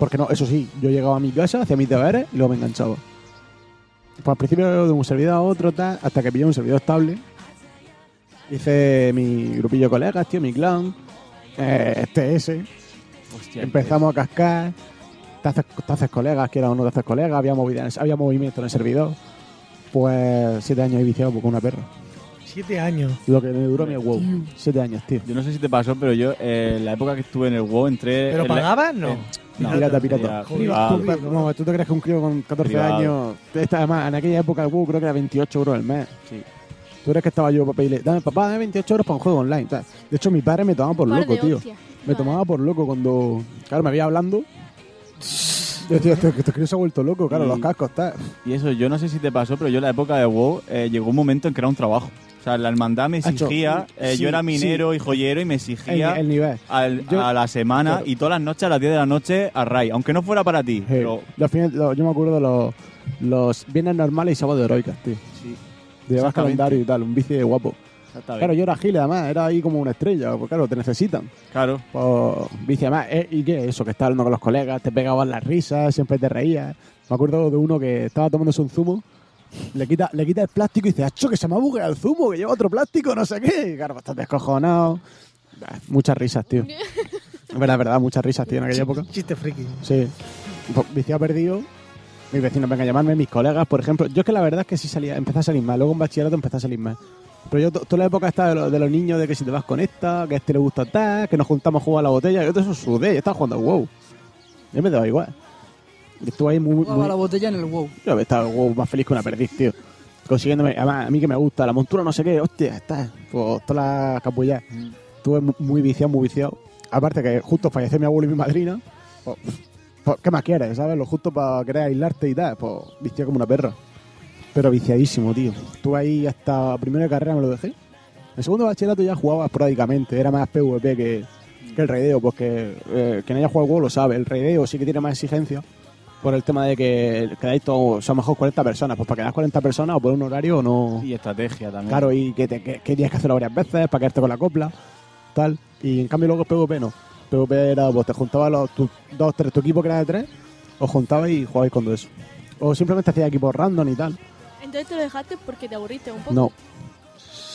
Speaker 3: Porque no, eso sí, yo llegaba a mi casa, hacía mis deberes y luego me enganchaba. Pues al principio de un servidor a otro, tal, hasta que pillé un servidor estable. Hice mi grupillo de colegas, tío, mi clan, eh, TS.
Speaker 2: Hostia,
Speaker 3: Empezamos a cascar. Te haces, te haces colegas, quieras o no te haces colegas. Había, movida en el- había movimiento en el servidor. Pues siete años he viciado con una perra.
Speaker 1: Siete años.
Speaker 3: Lo que me duró mi wow. Siete años, tío.
Speaker 2: Yo no sé si te pasó, pero yo eh, la época que estuve en el WoW entré...
Speaker 1: ¿Pero
Speaker 2: en la-
Speaker 1: pagabas? No.
Speaker 2: eh, no,
Speaker 3: pirata,
Speaker 2: tenía
Speaker 3: pirata.
Speaker 2: privado.
Speaker 3: Tú, no, tú te crees que un crío con 14
Speaker 2: Privado.
Speaker 3: años. Esta, además, en aquella época el WoW creo que era 28 euros al mes.
Speaker 2: Sí.
Speaker 3: Tú eres que estaba yo para pedirle, dame papá, dame 28 euros para un juego online. tal. De hecho, mi padre me tomaba por
Speaker 4: Par
Speaker 3: loco,
Speaker 4: de
Speaker 3: tío.
Speaker 4: hostias.
Speaker 3: Me tomaba por loco cuando. Claro, me veía hablando. Yo, tío, este, este crío se ha vuelto loco, claro,
Speaker 2: Y-
Speaker 3: los cascos, tal.
Speaker 2: Y eso, yo no sé si te pasó, pero yo en la época de WoW eh, llegó un momento en que era un trabajo. O sea, la hermandad me
Speaker 3: Hacho,
Speaker 2: exigía, eh,
Speaker 3: sí,
Speaker 2: yo era minero
Speaker 3: sí.
Speaker 2: y joyero y me
Speaker 3: El,
Speaker 2: exigía
Speaker 3: el nivel.
Speaker 2: al-
Speaker 3: Yo-
Speaker 2: a la semana
Speaker 3: claro.
Speaker 2: y todas las noches a las 10 de la noche a Rai, aunque no fuera para ti. Pero
Speaker 3: Los fines- los- yo me acuerdo de los, los viernes normales y sábados heroicas, tío.
Speaker 2: Sí.
Speaker 3: De llevar
Speaker 2: Exactamente.
Speaker 3: calendario y tal, un bici de guapo.
Speaker 2: Exactamente.
Speaker 3: Claro, yo era Gil, además, era ahí como una estrella, porque claro, te necesitan.
Speaker 2: Claro.
Speaker 3: Pues, bici, además, eh, ¿y qué? Eso, que estás hablando con los colegas, te pegaban las risas, siempre te reías. Me acuerdo de uno que estaba tomándose un zumo, le quita, le quita el plástico y dice, ¡acho, que se me ha bugueado el zumo, que lleva otro plástico, no sé qué! Y claro, pues, estás descojonado. Bah, Muchas risas, tío. Es verdad, es verdad, muchas risas, tío, en aquella época.
Speaker 1: Chiste friki.
Speaker 3: Sí. Pues, Viciado perdido. Mis vecinos vengan a llamarme, mis colegas, por ejemplo. Yo es que la verdad es que sí salía, empecé a salir más. Luego en bachillerato empecé a salir más. Pero yo, to- toda la época esta de, lo- de los niños, de que si te vas con esta, que a este le gusta tal, que nos juntamos a jugar a la botella. Yo todo eso sudé, yo estaba jugando al wow. Yo me daba igual. Y Estuve ahí muy. muy
Speaker 6: Jugaba la botella en el WoW.
Speaker 3: yo había estado wow, más feliz que una perdiz, tío. Consiguiéndome, además, a mí que me gusta, la montura no sé qué, hostia, está, pues todas las capullas. Estuve mu- muy viciado, muy viciado. Aparte que justo falleció mi abuelo y mi madrina, pues, pues, ¿qué más quieres, sabes? Lo justo para querer aislarte y tal, pues viciado como una perra. Pero viciadísimo, tío. Estuve ahí hasta primero de carrera me lo dejé. El segundo de bachillerato ya jugaba esporádicamente, era más PvP que, que el raideo, porque eh, quien haya jugado al juego lo sabe. El raideo sí que tiene más exigencia por el tema de que quedáis todos, son mejor 40 personas. Pues para quedar 40 personas o por un horario no.
Speaker 2: Y estrategia también.
Speaker 3: Claro, y que, te, que, que tienes que hacerlo varias veces para quedarte con la copla, tal. Y en cambio luego el PvP no. PvP era, pues te juntabas los tu, dos, tres, tu equipo que era de tres, os juntabais y jugabais con todo eso. O simplemente hacías equipos random y tal.
Speaker 4: Entonces te lo dejaste porque te aburriste un poco.
Speaker 3: No.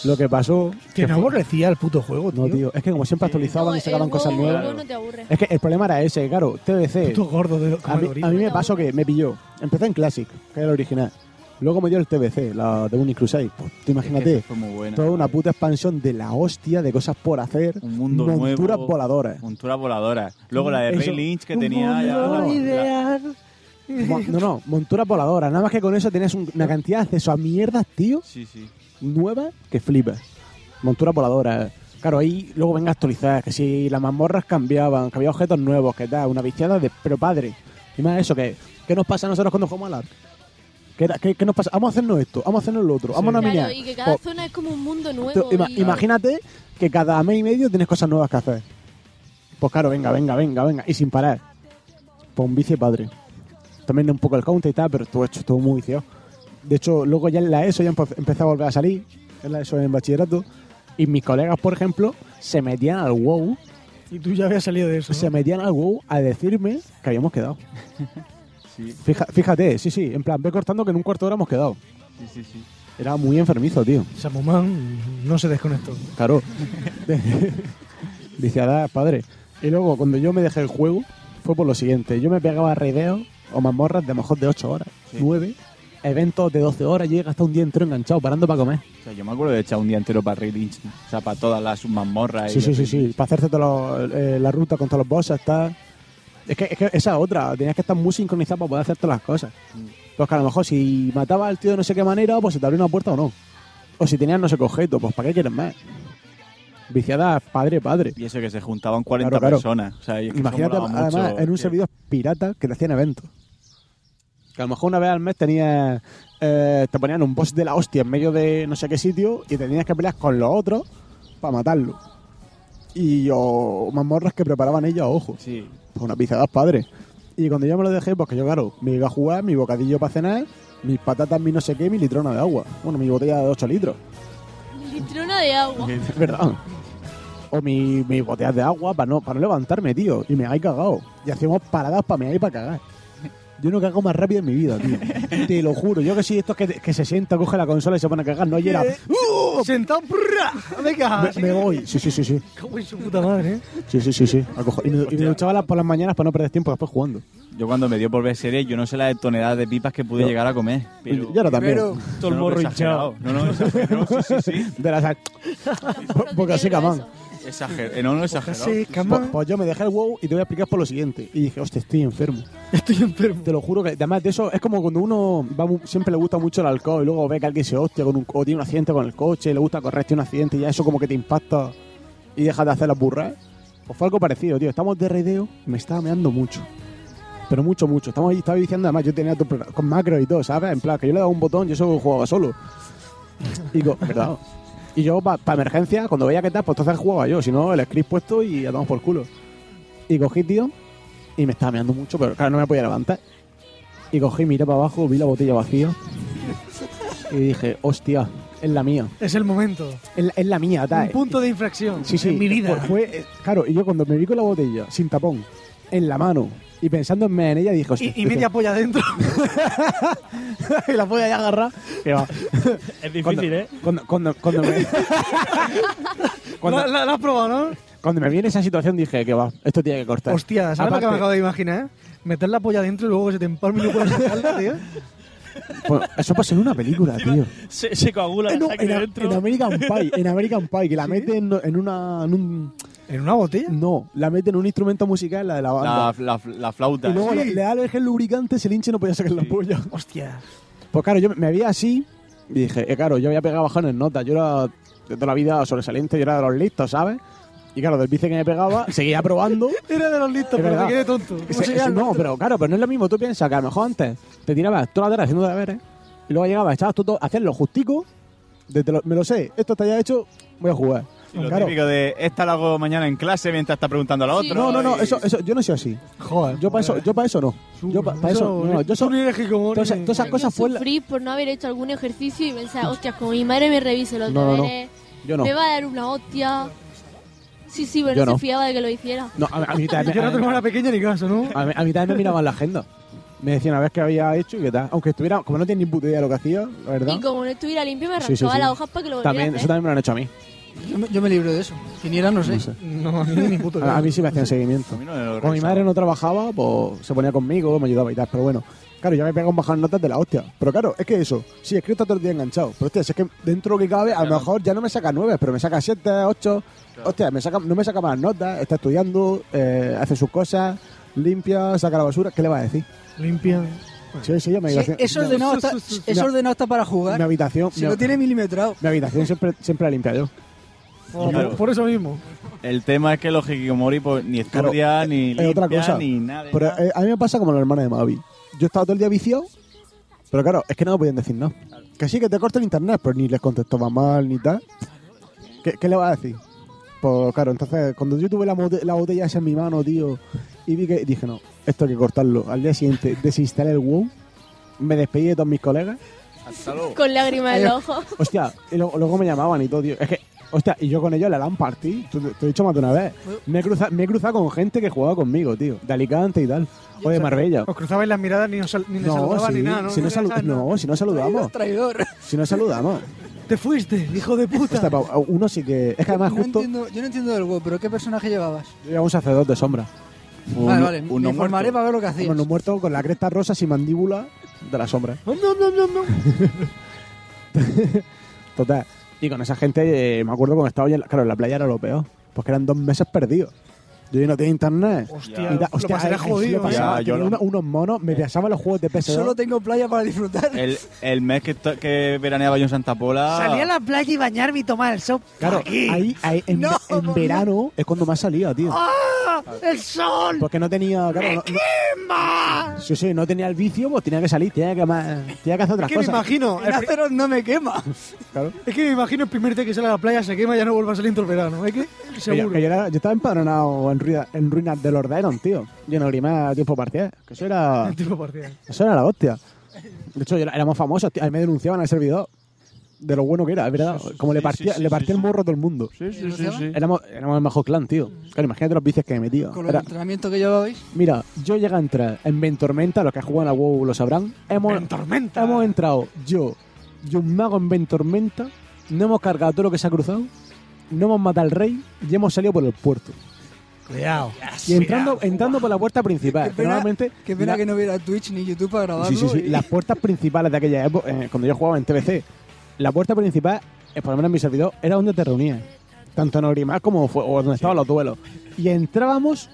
Speaker 3: Lo que pasó.
Speaker 1: Que no aborrecía el puto juego, tío.
Speaker 3: No, tío. Es que como siempre actualizaban
Speaker 4: No,
Speaker 3: y sacaban
Speaker 4: el
Speaker 3: cosas
Speaker 4: juego- el
Speaker 3: nuevas.
Speaker 4: juego no te aburre.
Speaker 3: Es que el problema era ese, claro, TBC.
Speaker 1: Puto gordo de-
Speaker 3: a, mí,
Speaker 1: Madrid.
Speaker 3: a mí me pasó que me pilló. Empecé en Classic, que era el original. Luego me dio el TBC, la de Unic Crusade. Pues, tú imagínate,
Speaker 17: fue muy buena,
Speaker 3: toda una puta expansión de la hostia, de cosas por hacer. Un
Speaker 17: mundo nuevo.
Speaker 3: Monturas voladoras.
Speaker 17: Monturas voladoras. Luego la de
Speaker 3: Eso.
Speaker 17: Ray Lynch que tenía ya.
Speaker 3: Mo- No, no, monturas voladoras. Nada más que con eso tenías un- una cantidad de acceso a mierdas, tío.
Speaker 17: Sí, sí.
Speaker 3: nueva que flipas. Montura voladora. Claro, ahí luego venga a actualizar, que si las mazmorras cambiaban, que había objetos nuevos, que tal, una viciada de... Pero padre, y más eso, que ¿qué nos pasa a nosotros cuando jugamos al ARC? ¿Qué, era- qué- qué nos pasa? Vamos a hacernos esto, vamos a hacernos lo otro, vamos a
Speaker 4: Claro,
Speaker 3: minar.
Speaker 4: y que cada
Speaker 3: Oh,
Speaker 4: zona es como un mundo
Speaker 3: tú
Speaker 4: nuevo.
Speaker 3: ima-
Speaker 4: y-
Speaker 3: Imagínate que cada mes y medio tienes cosas nuevas que hacer. Pues claro, venga, venga, venga, venga, y sin parar. Pues un vicio padre. También un poco el counter y tal, pero todo hecho, todo muy viciado. De hecho, luego ya en la ESO ya empe- empecé a volver a salir, en la ESO en bachillerato, y mis colegas, por ejemplo, se metían al WoW.
Speaker 1: Y tú ya habías salido de eso.
Speaker 3: Se metían al WoW a decirme que habíamos quedado.
Speaker 17: Sí,
Speaker 3: Fija- fíjate, sí, sí, en plan, ve cortando que en un cuarto de hora hemos quedado.
Speaker 17: sí, sí. sí.
Speaker 3: Era muy enfermizo, tío.
Speaker 1: Samumán no se desconectó.
Speaker 3: Claro. Dice, "Adá, padre. Y luego, cuando yo me dejé el juego, fue por lo siguiente. Yo me pegaba reideos o mazmorras de a lo mejor de 8 horas, 9, eventos de 12 horas, y he gastado un día entero enganchado, parando para comer.
Speaker 17: O sea, yo me acuerdo de echar un día entero para Ray Lynch. O sea, para todas las mazmorras. y
Speaker 3: Sí, sí,
Speaker 17: los-
Speaker 3: sí, sí. Para hacerte todos los- eh, la ruta con todos los bosses, está. Es que, es que esa es otra, tenías que estar muy sincronizado para poder hacer todas las cosas. Pues que a lo mejor si matabas al tío de no sé qué manera, pues se te abrió una puerta o no. O si tenías no sé qué objeto, pues ¿para qué quieres más? Viciada, padre, padre.
Speaker 17: Y eso que se juntaban 40
Speaker 3: Claro, claro.
Speaker 17: personas. O sea, y es que eso
Speaker 3: Imagínate,
Speaker 17: molaba
Speaker 3: además,
Speaker 17: mucho,
Speaker 3: en un
Speaker 17: que-
Speaker 3: servidor pirata que te hacían eventos. Que a lo mejor una vez al mes tenías. eh, te ponían un boss de la hostia en medio de no sé qué sitio y te tenías que pelear con los otros para matarlo. Y yo, mazmorras que preparaban ellos a ojo.
Speaker 17: Sí.
Speaker 3: Pues una pizada padre. Y cuando yo me lo dejé, pues que yo, claro, me iba a jugar, mi bocadillo para cenar, mis patatas, mi no sé qué, mi litrona de agua. Bueno, mi botella de 8 litros.
Speaker 4: Litrona de agua.
Speaker 3: Es verdad. O mi- mis botellas de agua para no, para no levantarme, tío. Y me hay cagado. Y hacíamos paradas para mear y para cagar. Yo no cago más rápido en mi vida, tío. Te lo juro. Yo que sí, estos que, que se sienta, coge la consola y se pone a cagar, no y era. ¡Uh!
Speaker 1: Sentado, prrra, venga.
Speaker 3: Me,
Speaker 1: así.
Speaker 3: me voy. Ah, Sí, sí, sí, sí.
Speaker 1: Cago en su puta madre, ¿eh?
Speaker 3: Sí, sí, sí, sí. Acojo- Y me, y me duchaba las- por las mañanas para no perder tiempo después jugando.
Speaker 17: Yo cuando me dio por ver series, yo no sé la de toneladas de pipas que pude
Speaker 3: Yo-
Speaker 17: llegar a comer. Pero,
Speaker 3: yo ahora también.
Speaker 17: Pero- No,
Speaker 3: Todo el
Speaker 17: no,
Speaker 3: morro
Speaker 17: pero exagerado. No, no, exagerado. Sí, sí, sí.
Speaker 3: De las. Porque así, camán.
Speaker 17: Exager- eh, No, no, exagerado.
Speaker 3: Sí, pues, pues yo me dejé el WoW y te voy a explicar por lo siguiente. Y dije, hostia, estoy enfermo. Estoy enfermo. Te lo juro que además de eso es como cuando uno va mu- siempre le gusta mucho el alcohol y luego ve que alguien se hostia con un, o tiene un accidente con el coche, le gusta correr, tiene un accidente y ya eso como que te impacta y dejas de hacer las burras. Pues fue algo parecido, tío. Estamos de raideo y me estaba meando mucho. Pero mucho, mucho. Estamos ahí, estaba diciendo además, yo tenía todo preparado, con macro y todo, ¿sabes? En plan, que yo le daba un botón y eso jugaba solo. Y co- ¿verdad? Y yo, para emergencia, cuando veía que tal, pues entonces jugaba yo. Si no, el script puesto y ya tomamos por culo. Y cogí, tío, y me estaba meando mucho, pero claro, no me podía levantar. Y cogí, miré para abajo, vi la botella vacía. Y dije, hostia, es la mía.
Speaker 1: Es el momento.
Speaker 3: Es la, es la mía, tal.
Speaker 1: Un punto de inflexión
Speaker 3: Sí, sí.
Speaker 1: en mi vida.
Speaker 3: Fue- fue, eh, claro, y yo cuando me vi con la botella, sin tapón, en la mano, y pensando en, en ella, dije, hostia.
Speaker 1: y, y media
Speaker 3: dije,
Speaker 1: polla adentro.
Speaker 3: y la polla ya agarrar. Que va.
Speaker 5: Es difícil,
Speaker 3: Cuando-
Speaker 5: ¿eh?
Speaker 3: Cuando, cuando, cuando me... cuando-
Speaker 1: La, la- la has probado, ¿no?
Speaker 3: Cuando me vi en esa situación dije que va, esto tiene que cortar.
Speaker 1: Hostia, ¿sabes lo que me
Speaker 3: Aparte,
Speaker 1: acabo de imaginar? Meter la polla adentro y luego que se te empalme y no puedes sacarla, tío.
Speaker 3: pues, eso pasa en una película, tío.
Speaker 5: Se, se coagula
Speaker 3: Eh,
Speaker 5: la
Speaker 3: no,
Speaker 5: sangre
Speaker 3: en, a-
Speaker 5: dentro.
Speaker 3: en American Pie, en American Pie, que la meten en una... En, un-
Speaker 1: una botella?
Speaker 3: No, la meten en un instrumento musical, la de la banda.
Speaker 17: La, la, la flauta.
Speaker 3: y luego
Speaker 17: Sí.
Speaker 3: le, le da el gel lubricante, se linche y no podía sacar la polla.
Speaker 1: Hostia.
Speaker 3: Pues claro, yo me- me vi así y dije, eh, claro, yo había pegado bajones en nota, yo era de toda la vida sobresaliente, yo era de los listos, ¿sabes? Y claro, del bice que me pegaba, seguía probando.
Speaker 1: Era de los listos,
Speaker 3: Es
Speaker 1: pero
Speaker 3: verdad.
Speaker 1: me quedé tonto. ¿Cómo
Speaker 3: Ese-
Speaker 1: se
Speaker 3: ese-
Speaker 1: llama?
Speaker 3: no, pero claro, pero no es lo mismo. Tú piensas que a lo mejor antes te tirabas toda la tarde haciendo deberes y luego llegabas, echabas tú todo, hacías lo justico, desde lo- me lo sé, esto está ya hecho, voy a jugar.
Speaker 17: Lo
Speaker 3: Claro.
Speaker 17: típico de esta la hago mañana en clase mientras está preguntando a la otra.
Speaker 3: No, no, no,
Speaker 17: y-
Speaker 3: eso, eso, yo no soy así. Joder. Yo para eso, yo para eso no. Yo para eso, no, yo soy. Todas esas- todas esas cosas fue la-
Speaker 4: Sufrí por no haber hecho algún ejercicio y pensar, hostias, como mi madre me revise los
Speaker 3: No, no, no.
Speaker 4: deberes,
Speaker 3: Yo no.
Speaker 4: me va a dar una hostia. Sí, sí, pero
Speaker 3: Yo
Speaker 4: no
Speaker 3: no.
Speaker 4: se fiaba de que lo hiciera.
Speaker 3: No, a, a mí también.
Speaker 1: Yo no tengo una pequeña ni caso, ¿no?
Speaker 3: A mí, a mí también me miraban la agenda. Me decían a ver qué había hecho y qué tal. Aunque estuviera, como no tenía ni puta idea de lo que hacía, la verdad.
Speaker 4: Y como no estuviera limpio, me arrancaba
Speaker 3: Sí, sí, sí.
Speaker 4: las hojas para que lo volviera
Speaker 3: También,
Speaker 4: a
Speaker 3: eso
Speaker 4: hacer.
Speaker 3: también me lo han hecho a mí.
Speaker 6: Yo me, yo me libro de eso. ¿Quién era? No sé.
Speaker 1: No, a mí ni puto.
Speaker 3: A, a mí sí me hacían seguimiento. Como mi madre no trabajaba, pues se ponía conmigo, me ayudaba y tal. Pero bueno, claro, ya me pegan bajar notas de la hostia. Pero claro, es que eso, sí, es que está todo el día enganchado. Pero hostia, si es que dentro de lo que cabe, a lo mejor ya no me saca nueve, pero me saca siete, ocho. Hostia, me saca, no me saca más notas, está estudiando, eh, hace sus cosas, limpia, saca la basura. ¿Qué le vas a decir?
Speaker 1: Limpia.
Speaker 3: Sí, sí, yo me
Speaker 6: Sí,
Speaker 3: habitación-
Speaker 6: es
Speaker 3: mi-
Speaker 6: ordenado hasta- es ordenado hasta para jugar.
Speaker 3: Mi habitación.
Speaker 6: Si
Speaker 3: mi-
Speaker 6: lo tiene milimetrado.
Speaker 3: Mi habitación siempre, siempre la limpia yo.
Speaker 1: Oh,
Speaker 17: Claro.
Speaker 1: Por eso mismo.
Speaker 17: El tema es que los hikikomori pues, ni estudia, ni
Speaker 3: es
Speaker 17: limpia,
Speaker 3: otra cosa.
Speaker 17: ni nada.
Speaker 3: Pero eh, a mí me pasa como la hermana de Mavi. Yo estaba todo el día viciado, pero claro, es que no me podían decir no. Que sí, que te corta el internet, pero ni les contestaba mal ni tal. ¿Qué, qué le vas a decir? Pues claro, entonces cuando yo tuve la, mote- la botella esa en mi mano, tío, y vi que dije, no, esto hay que cortarlo. Al día siguiente desinstalé el WoW, me despedí de todos mis colegas.
Speaker 4: Con lágrimas en
Speaker 3: Eh,
Speaker 4: los ojos.
Speaker 3: Hostia, y lo- luego me llamaban y todo, tío. Es que, hostia, y yo con ellos la LAN party. Te, te he dicho más de una vez. Me he, cruza- me he cruzado con gente que jugaba conmigo, tío. De Alicante y tal. O de Marbella.
Speaker 1: Os cruzabais las miradas ni, os sal- ni le saludabas
Speaker 3: sí,
Speaker 1: ni nada, ¿no?
Speaker 3: Si no, salu- no, si no saludamos.
Speaker 6: Traidor.
Speaker 3: Si no saludamos.
Speaker 1: Te fuiste, hijo de puta.
Speaker 3: Hostia, pa- uno sí que. Es que además,
Speaker 6: No
Speaker 3: justo.
Speaker 6: entiendo, yo no entiendo del WoW, pero ¿qué personaje llevabas?
Speaker 3: Yo era un sacerdote sombra.
Speaker 6: vale, vale. me informaré para ver lo que hacías.
Speaker 3: Bueno, un muerto con la cresta rosa sin mandíbula de la sombra.
Speaker 6: No,
Speaker 1: pues,
Speaker 6: no, no, no, no.
Speaker 3: Total. Y con esa gente, eh, me acuerdo cuando estaba yo en la, claro, en la playa era lo peor. Porque eran dos meses perdidos. Yo ya no tenía internet.
Speaker 6: Hostia,
Speaker 3: Y
Speaker 6: lo pasaré
Speaker 3: ay, ay, sí,
Speaker 6: jodido,
Speaker 3: lo pasaba.
Speaker 17: ¿eh? Ya, yo
Speaker 3: Tenía
Speaker 17: no.
Speaker 3: una- unos monos, me pasaba los juegos de PS2.
Speaker 6: Solo tengo playa para disfrutar.
Speaker 17: El, el mes que, to- que veraneaba yo en Santa Pola.
Speaker 1: Salí a la playa y bañarme y tomar el sol.
Speaker 3: Ah. Claro,
Speaker 1: Aquí.
Speaker 3: ahí, ahí en,
Speaker 1: No,
Speaker 3: ve- en
Speaker 1: por-
Speaker 3: verano es cuando más salía, tío.
Speaker 1: ¡Ah! ¡El sol!
Speaker 3: Porque no tenía. Claro, no- no-
Speaker 6: Ah.
Speaker 3: sí, sí, no tenía el vicio, pues tenía que salir, tenía que, ma- tenía que hacer
Speaker 1: Es
Speaker 3: otras
Speaker 1: que
Speaker 3: cosas.
Speaker 1: me imagino.
Speaker 6: El acero no me quema.
Speaker 3: Claro.
Speaker 1: Es que me imagino el primer día que sale a la playa se quema y ya no vuelve a salir todo el verano. Es que
Speaker 3: Que yo,
Speaker 1: seguro.
Speaker 3: que yo era- yo estaba empadronado en, ruida- en ruinas de los Denon, tío. Yo no grimé a tiempo parcial. Que eso era.
Speaker 1: Tipo partida.
Speaker 3: Eso era la hostia. De hecho, yo era- éramos famosos, tío. A mí me denunciaban al servidor de lo bueno que era, es verdad. Como le partía, le partía el morro a todo el mundo.
Speaker 17: Sí, sí, sí, sí.
Speaker 3: Éramos, éramos el mejor clan, tío.
Speaker 1: Mm.
Speaker 3: Claro, imagínate los bices que me metía.
Speaker 6: Con los
Speaker 3: Era-
Speaker 6: entrenamientos que llevabais.
Speaker 3: mira, yo llegué a entrar en Ventormenta, los que juegan a WoW lo sabrán. Hemos,
Speaker 1: Ventormenta.
Speaker 3: Hemos entrado yo y un mago en Ventormenta, no hemos cargado todo lo que se ha cruzado, no hemos matado al rey y hemos salido por el puerto.
Speaker 1: Cuidado. Este,
Speaker 3: Y entrando, entrando por la puerta principal.
Speaker 6: Qué pena-
Speaker 3: Normalmente,
Speaker 6: Qué pena
Speaker 3: la-
Speaker 6: que no hubiera Twitch ni YouTube para grabarlo.
Speaker 3: Sí, sí, sí.
Speaker 6: y-
Speaker 3: Las puertas principales de aquella época, eh, cuando yo jugaba en TBC, la puerta principal, eh, por lo menos en mi servidor, era donde te reunías. Tanto en Orimar como fue, o donde estaban los duelos. Y entrábamos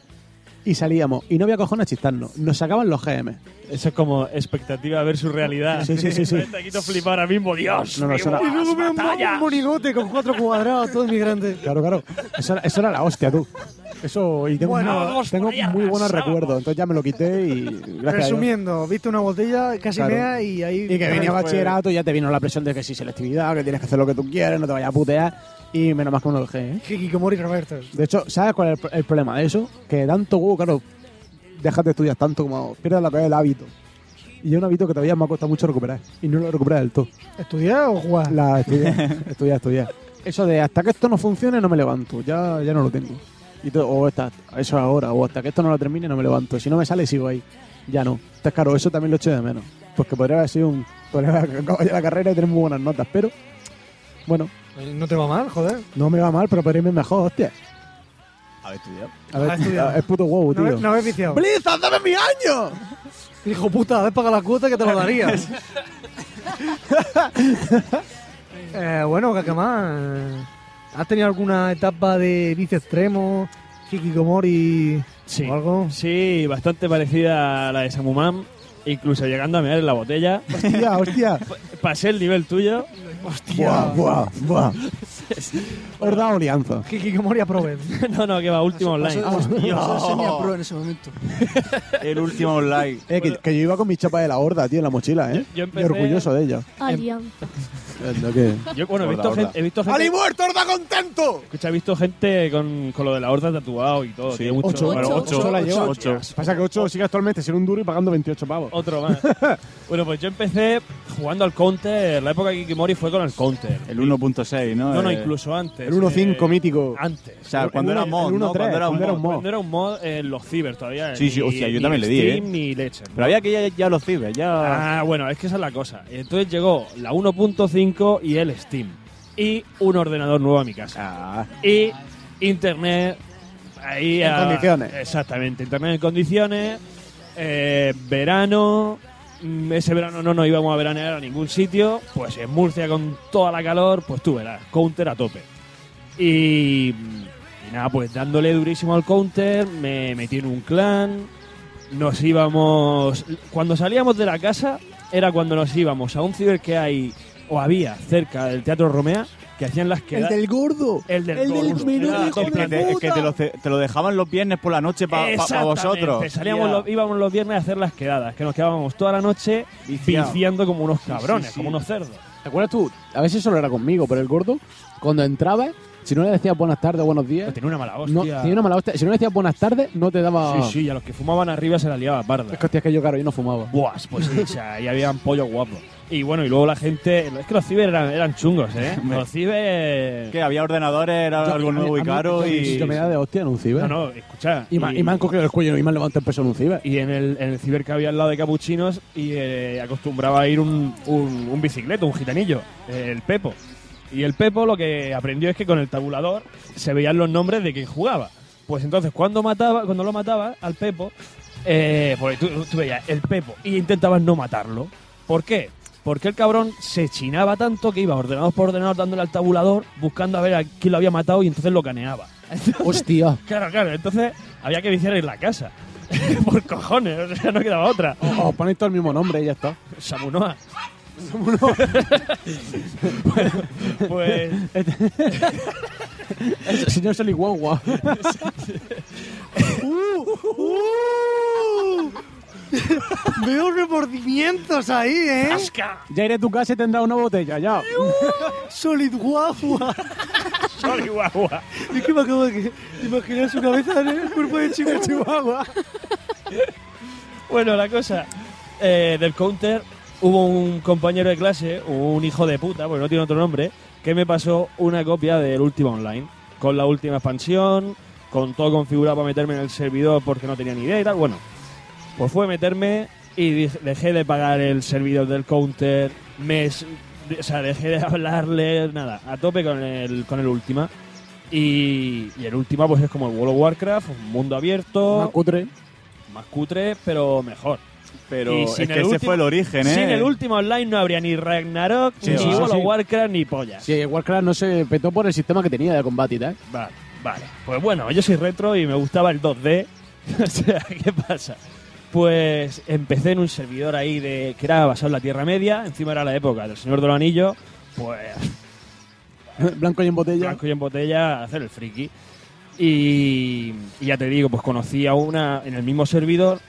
Speaker 3: y salíamos. Y no había cojones a chistarnos. Nos sacaban los GM.
Speaker 5: Eso es como expectativa versus realidad.
Speaker 3: Sí, sí, sí, sí.
Speaker 5: Te quito flipar ahora mismo, Dios.
Speaker 3: No, no,
Speaker 5: mío,
Speaker 3: eso era-
Speaker 5: las
Speaker 3: Y luego
Speaker 1: Un mo-
Speaker 5: batallas.
Speaker 1: un monigote con cuatro cuadrados, todo inmigrante.
Speaker 3: Claro, claro. Eso, era- eso era la hostia, tú. Eso, y tengo,
Speaker 1: Bueno,
Speaker 3: muy-
Speaker 1: dos
Speaker 3: tengo
Speaker 1: podías,
Speaker 3: muy buenos
Speaker 1: sábado.
Speaker 3: recuerdos. Entonces ya me lo quité y. Gracias a Dios.
Speaker 1: Resumiendo, viste una botella casi
Speaker 3: Claro.
Speaker 1: mea y ahí.
Speaker 3: Y que venía bachillerato y ya te vino la presión de que sí, selectividad, que tienes que hacer lo que tú quieres, no te vayas a putear. Y menos más que uno lo dejé, ¿eh?
Speaker 1: Hikikomori Roberto.
Speaker 3: De hecho, ¿sabes cuál es el, el problema de eso? Que tanto huevo, claro, dejas de estudiar tanto como pierdes la cabeza del hábito. Y es un hábito que todavía me ha costado mucho recuperar. Y no lo he recuperado del todo.
Speaker 1: ¿Estudiar o jugar?
Speaker 3: La estudiar, estudiar, estudiar. Eso de hasta que esto no funcione no me levanto. Ya, ya no lo tengo. Y to- o hasta, eso ahora, o hasta que esto no lo termine no me levanto. Si no me sale sigo ahí. Ya no. Entonces, claro, eso también lo echo de menos. Porque podría haber sido un... Podría haber acabado ya la carrera y tener muy buenas notas. Pero, bueno,
Speaker 1: No te va mal, joder.
Speaker 3: no me va mal, pero podría irme mejor, hostia.
Speaker 17: A ver, estudiado.
Speaker 3: A
Speaker 1: Ah,
Speaker 3: ver,
Speaker 1: estudiado.
Speaker 3: es puto
Speaker 1: No
Speaker 3: huevo, tío.
Speaker 1: habéis no habéis viciado.
Speaker 3: ¡Blizzard, dame mi año!
Speaker 1: Hijo puta, habéis pagado la cuota que te lo daría. eh, bueno, Kakamán, ¿has tenido alguna etapa de vice extremo, hikikomori
Speaker 5: Sí.
Speaker 1: o algo?
Speaker 5: Sí, bastante parecida a la de Samumam. Incluso llegando a mear en la botella.
Speaker 3: Hostia, hostia.
Speaker 5: Pasé el nivel tuyo.
Speaker 3: Buah, buah, buah. Os da alianza.
Speaker 1: Kiki Moria Probe.
Speaker 5: no, no, que va, último online.
Speaker 1: Oh,
Speaker 6: Sonia Pro en ese momento.
Speaker 2: El último online.
Speaker 3: Eh, que, que yo iba con mi chapa de la horda, tío, en la mochila, ¿eh?
Speaker 5: yo
Speaker 3: Y
Speaker 5: empecé-
Speaker 3: orgulloso de ella.
Speaker 4: Alianza.
Speaker 3: Es lo que-
Speaker 5: Yo, bueno, he
Speaker 3: Horda,
Speaker 5: visto,
Speaker 3: horda.
Speaker 5: gente, he visto gente.
Speaker 3: ¡Ali muerto, horda contento!
Speaker 5: Escucha, he visto gente con, con lo de la horda tatuado y todo. tío, mucho-
Speaker 3: Ocho,
Speaker 5: bueno,
Speaker 3: ocho,
Speaker 5: ocho,
Speaker 3: ocho la lleva.
Speaker 5: ocho.
Speaker 3: Pasa que 8 sigue actualmente siendo un duro y pagando 28 pavos.
Speaker 5: Otro más. bueno, pues yo empecé jugando al counter. La época de Kikimori fue con el counter.
Speaker 17: El 1.6, ¿no?
Speaker 5: No, no,
Speaker 17: Eh,
Speaker 5: incluso antes.
Speaker 17: el 1.5
Speaker 5: eh,
Speaker 3: mítico.
Speaker 5: Antes.
Speaker 17: O sea, cuando
Speaker 5: El
Speaker 17: era
Speaker 5: uno-
Speaker 17: mod,
Speaker 5: el uno
Speaker 17: ¿no?
Speaker 5: tres,
Speaker 17: Cuando era un mod.
Speaker 5: Cuando era un mod en los ciber todavía.
Speaker 17: Sí, sí,
Speaker 5: ni-
Speaker 17: hostia, yo
Speaker 5: ni
Speaker 17: también le di,
Speaker 5: Steam
Speaker 17: ¿eh?
Speaker 5: Ni leche. ¿no?
Speaker 17: Pero había que ya, ya los ciber, ya...
Speaker 5: Ah, bueno, es que esa es la cosa. Entonces llegó la 1.5 y el Steam. Y un ordenador nuevo a mi
Speaker 17: Ah.
Speaker 5: casa. Y internet. Ahí
Speaker 3: En
Speaker 5: a-
Speaker 3: condiciones.
Speaker 5: Exactamente, internet en condiciones. eh, verano. mm, Ese verano no nos íbamos a veranear a ningún sitio. Pues en Murcia con toda la calor, pues tú verás, counter a tope. Y, y nada, pues dándole durísimo al counter, me metí en un clan, nos íbamos... Cuando salíamos de la casa era cuando nos íbamos a un ciber que hay, o había, cerca del Teatro Romea, que hacían las
Speaker 6: El
Speaker 5: quedadas...
Speaker 6: del gordo.
Speaker 5: El del
Speaker 6: el del
Speaker 5: gordo.
Speaker 6: menudo
Speaker 5: Era
Speaker 6: hijo
Speaker 17: Es ah, que,
Speaker 6: de
Speaker 17: te, es que
Speaker 6: puta.
Speaker 17: te lo, ce- te lo dejaban los viernes por la noche para
Speaker 5: Exactamente,
Speaker 17: vosotros.
Speaker 5: Salíamos los- íbamos los viernes a hacer las quedadas, que nos quedábamos toda la noche
Speaker 17: Viciado.
Speaker 5: viciando como unos
Speaker 3: sí,
Speaker 5: cabrones,
Speaker 3: sí.
Speaker 5: como unos cerdos.
Speaker 3: ¿Te acuerdas tú? A veces solo era conmigo, pero el gordo, cuando entraba, si no le decías buenas tardes o buenos días.
Speaker 5: Tenía una mala
Speaker 3: No,
Speaker 5: hostia.
Speaker 3: tenía una mala hostia. Si no le decías buenas tardes, no te daba.
Speaker 5: Sí, sí, y a los que fumaban arriba se la liaba parda.
Speaker 3: Ah. Es que hostia, es que yo, claro, yo no fumaba.
Speaker 5: Buah, pues sí, o sea, ahí habían pollos guapos. Y bueno, y luego la gente. Es que los ciber eran, eran chungos, ¿eh? Los ciber.
Speaker 17: Que había ordenadores, era
Speaker 3: Yo-
Speaker 17: algo
Speaker 3: a mí-
Speaker 17: nuevo
Speaker 3: a
Speaker 17: y
Speaker 3: mí-
Speaker 17: caro
Speaker 3: yo-
Speaker 17: y...
Speaker 3: Yo me da de hostia ¿eh? en un
Speaker 5: No,
Speaker 3: ciber.
Speaker 5: no, escucha.
Speaker 3: Y, me- y me han cogido el cuello y me han levantado el peso en un ciber.
Speaker 5: y en el, en el ciber que había al lado de capuchinos y eh, acostumbraba a ir un, un, un bicicleto, un gitanillo, eh, el Pepo. Y el Pepo lo que aprendió es que con el tabulador se veían los nombres de quien jugaba. Pues entonces cuando mataba, cuando lo mataba al Pepo, eh, pues tú, tú veías el Pepo y intentabas no matarlo. ¿Por qué? Porque el cabrón se chinaba tanto que iba ordenador por ordenador dándole al tabulador, buscando a ver a quién lo había matado y entonces lo caneaba.
Speaker 3: Hostia.
Speaker 5: Claro, claro, entonces había que viciar en la casa. Por cojones, o sea, no quedaba otra.
Speaker 3: Oh, Os ponéis todo el mismo nombre y ya está.
Speaker 5: Samunoa. Pues,
Speaker 3: El señor Saliguagua.
Speaker 1: Veo remordimientos ahí, ¿eh?
Speaker 5: ¡Asca!
Speaker 3: ya iré a tu casa y tendrá una botella, ya.
Speaker 1: Solid guagua.
Speaker 5: Sorry, guagua.
Speaker 1: Es que me acabo de imaginar su cabeza en el cuerpo de Chihuahua.
Speaker 5: Bueno, la cosa eh, del counter hubo un compañero de clase, un hijo de puta, porque no tiene otro nombre, que me pasó una copia del último online con la última expansión, con todo configurado para meterme en el servidor porque no tenía ni idea y tal. Bueno, pues fue meterme y dij- dejé de pagar el servidor del counter, me, es- o sea, dejé de hablarle, nada, a tope con el, con el última. Y, y el última pues es como el World of Warcraft, un mundo abierto
Speaker 3: Una cutre.
Speaker 5: más cutre, pero mejor.
Speaker 17: Pero
Speaker 5: Y
Speaker 17: es que
Speaker 5: sin
Speaker 17: ese
Speaker 5: el último-
Speaker 17: fue el origen, ¿eh?
Speaker 5: Sin el último online no habría ni Ragnarok,
Speaker 3: Sí,
Speaker 5: ni
Speaker 3: sí,
Speaker 5: World
Speaker 3: sí.
Speaker 5: of Warcraft, ni pollas.
Speaker 3: Sí, Warcraft no se petó por el sistema que tenía de ¿eh? combate y tal.
Speaker 5: Vale, vale. Pues bueno, yo soy retro y me gustaba el 2D. o sea, ¿qué pasa? Pues empecé en un servidor ahí de que era basado en la Tierra Media, encima era la época del Señor de los Anillos, pues
Speaker 3: Blanco y en botella.
Speaker 5: blanco y en botella a hacer el friki. Y, y ya te digo, pues conocí a una, en el mismo servidor,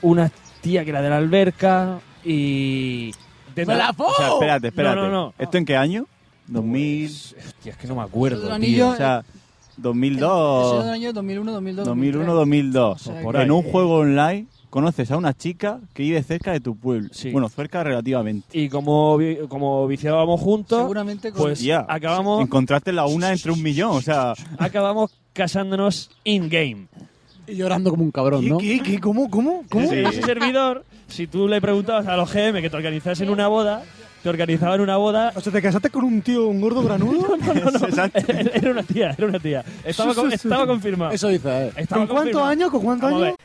Speaker 5: una tía que era de la alberca y...
Speaker 6: ¡Me la
Speaker 17: O sea,
Speaker 6: ¡Oh!
Speaker 17: espérate, espérate.
Speaker 5: No, no, no.
Speaker 17: ¿Esto en qué año? 2000...
Speaker 5: Pues, Hostia, es que no me acuerdo,
Speaker 6: Señor del Anillo,
Speaker 5: tío.
Speaker 17: O sea,
Speaker 2: Oh.
Speaker 6: Eso era
Speaker 17: 2002...
Speaker 6: del año 2001, 2002.
Speaker 17: 2001,
Speaker 6: 2003.
Speaker 17: 2002.
Speaker 6: sea,
Speaker 5: por ahí.
Speaker 17: en un juego online conoces a una chica que vive cerca de tu pueblo.
Speaker 5: Sí.
Speaker 17: Bueno, cerca relativamente.
Speaker 5: Y como, vi- como viciábamos juntos,
Speaker 6: Seguramente con.
Speaker 5: pues
Speaker 17: Ya.
Speaker 5: acabamos,
Speaker 17: Encontraste la una entre un millón, o sea...
Speaker 5: acabamos casándonos in-game.
Speaker 3: Y llorando como un cabrón, ¿no?
Speaker 1: ¿Qué, qué, qué? ¿Cómo, cómo, cómo?
Speaker 17: Sí.
Speaker 5: En ese servidor, si tú le preguntabas a los GM que te organizasen una boda, te organizaban una boda
Speaker 1: O sea, ¿te casaste con un tío, un gordo granudo?
Speaker 5: No, no,
Speaker 17: Exacto.
Speaker 5: era una tía, era una tía. Estaba, con- estaba confirmado.
Speaker 3: Eso dice, eh.
Speaker 5: Estaba
Speaker 1: ¿Con cuánto
Speaker 5: confirmado.
Speaker 1: año? ¿Con cuánto
Speaker 5: Vamos a
Speaker 1: año?
Speaker 5: ver.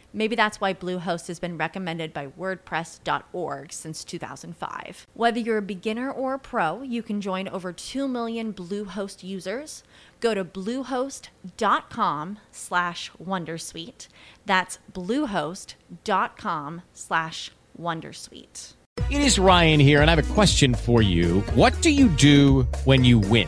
Speaker 9: Maybe that's why Bluehost has been recommended by WordPress.org since 2005. Whether you're a beginner or a pro, you can join over 2 million Bluehost users. Go to bluehost.com slash Wondersuite. That's bluehost.com slash Wondersuite.
Speaker 10: It is Ryan here, and I have a question for you. What do you do when you win?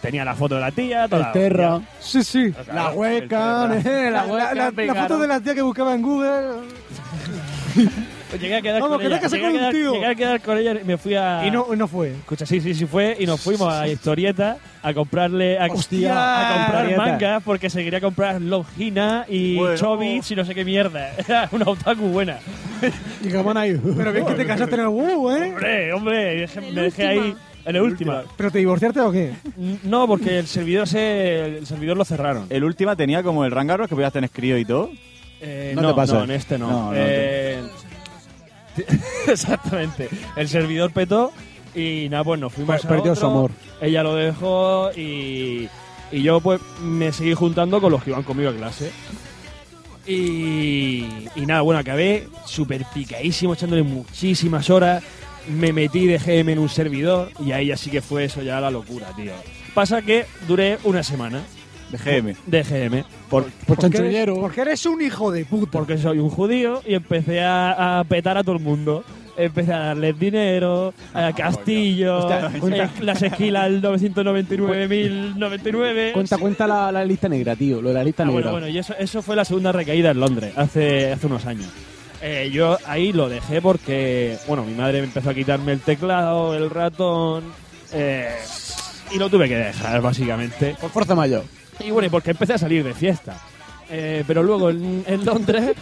Speaker 5: tenía la foto de la tía, toda
Speaker 3: El
Speaker 5: la
Speaker 3: Terra.
Speaker 5: hostia.
Speaker 1: Sí, sí.
Speaker 5: O sea,
Speaker 3: La
Speaker 5: el
Speaker 3: hueca,
Speaker 5: Terra.
Speaker 3: eh, la
Speaker 1: La, la- la foto de la tía que buscaba en Google.
Speaker 5: Pues Llegué a quedar
Speaker 1: Vamos,
Speaker 5: con
Speaker 1: que
Speaker 5: ella.
Speaker 1: te casé
Speaker 5: llegué,
Speaker 1: con
Speaker 5: a
Speaker 1: un
Speaker 5: quedar,
Speaker 1: tío.
Speaker 5: llegué a quedar con ella y me fui a.
Speaker 1: Y no, no fue.
Speaker 5: Escucha, sí, sí, sí fue. Y nos fuimos a Historieta a comprarle. A,
Speaker 1: Hostia,
Speaker 5: a comprar
Speaker 1: Historieta.
Speaker 5: mangas porque se quería comprar Longina y
Speaker 1: Bueno.
Speaker 5: Chobits y no sé qué mierda. Era una otaku buena.
Speaker 3: Y Gamán ahí.
Speaker 1: Pero bien que te casaste en el Woo, ¿eh?
Speaker 5: Hombre, hombre, dejé- me dejé ahí. En la última.
Speaker 1: ¿Pero te divorciaste o qué?
Speaker 5: No, porque el servidor se, el servidor lo cerraron.
Speaker 2: El última tenía como el Rangaros que podías tener escrito y todo.
Speaker 5: Eh,
Speaker 2: No
Speaker 5: no,
Speaker 2: te pases.
Speaker 5: no, en este no.
Speaker 2: No, no,
Speaker 5: Eh, Exactamente. El servidor petó y nada, pues nos fuimos
Speaker 3: Per-
Speaker 5: a
Speaker 3: perdió
Speaker 5: otro.
Speaker 3: su amor.
Speaker 5: Ella lo dejó y, y yo pues me seguí juntando con los que iban conmigo a clase. Y, y nada, bueno, acabé súper picadísimo, echándole muchísimas horas. Me metí de GM en un servidor y ahí ya sí que fue eso ya la locura, tío. Pasa que duré una semana.
Speaker 2: De GM.
Speaker 5: De GM.
Speaker 2: Por,
Speaker 1: chanchullero. porque eres un hijo de puta.
Speaker 5: Porque soy un judío y empecé a, a petar a todo el mundo. Empecé a darles dinero, a Castillo,
Speaker 3: Ah, Hostia,
Speaker 5: eh,
Speaker 3: cuenta.
Speaker 5: las esquilas al 999.099.
Speaker 6: Cuenta, cuenta la, la lista negra, tío. Lo de la lista
Speaker 5: eh, Ah,
Speaker 6: negra.
Speaker 5: bueno, bueno, y eso, eso fue la segunda recaída en Londres, hace, hace unos años. Eh, yo ahí lo dejé porque, bueno, mi madre me empezó a quitarme el teclado, el ratón, eh, y lo tuve que dejar, básicamente.
Speaker 3: Por fuerza mayor.
Speaker 5: Y bueno, y porque empecé a salir de fiesta. Eh, pero luego en, en Londres,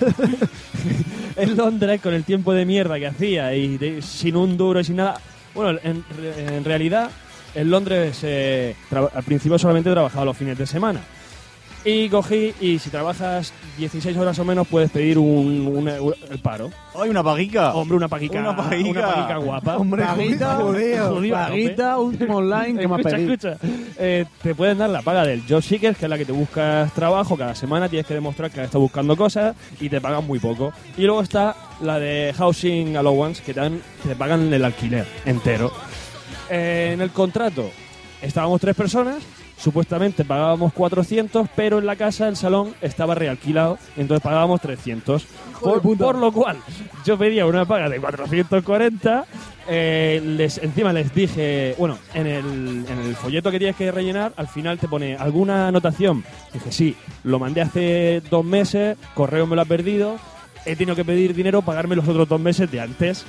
Speaker 5: en Londres, con el tiempo de mierda que hacía y de- sin un duro y sin nada. Bueno, en, re- en realidad, en Londres eh, traba- al principio solamente trabajaba los fines de semana. Y cogí, y si trabajas 16 horas o menos, puedes pedir un, un- un- el paro.
Speaker 2: ¡Ay, una paguica!
Speaker 5: Hombre, una paguica.
Speaker 2: Una paguica.
Speaker 5: una paguica guapa.
Speaker 3: Paguita,
Speaker 5: Judío a tope.
Speaker 3: paguita, último online que me ha
Speaker 5: Escucha,
Speaker 3: pedido.
Speaker 5: escucha. Eh, te pueden dar la paga del job seeker, que es la que te buscas trabajo cada semana, tienes que demostrar que has estado buscando cosas y te pagan muy poco. Y luego está la de housing allowance, que te, dan- que te pagan el alquiler entero. Eh, en el contrato estábamos tres personas, supuestamente pagábamos 400, pero en la casa el salón estaba realquilado, entonces pagábamos 300. Por, por lo cual, yo pedía una paga de 440. eh, les, encima les dije, bueno, en el, en el folleto que tienes que rellenar, al final te pone alguna anotación. Dije, sí, lo mandé hace dos meses, correo me lo ha perdido, he tenido que pedir dinero, pagarme los otros dos meses de antes.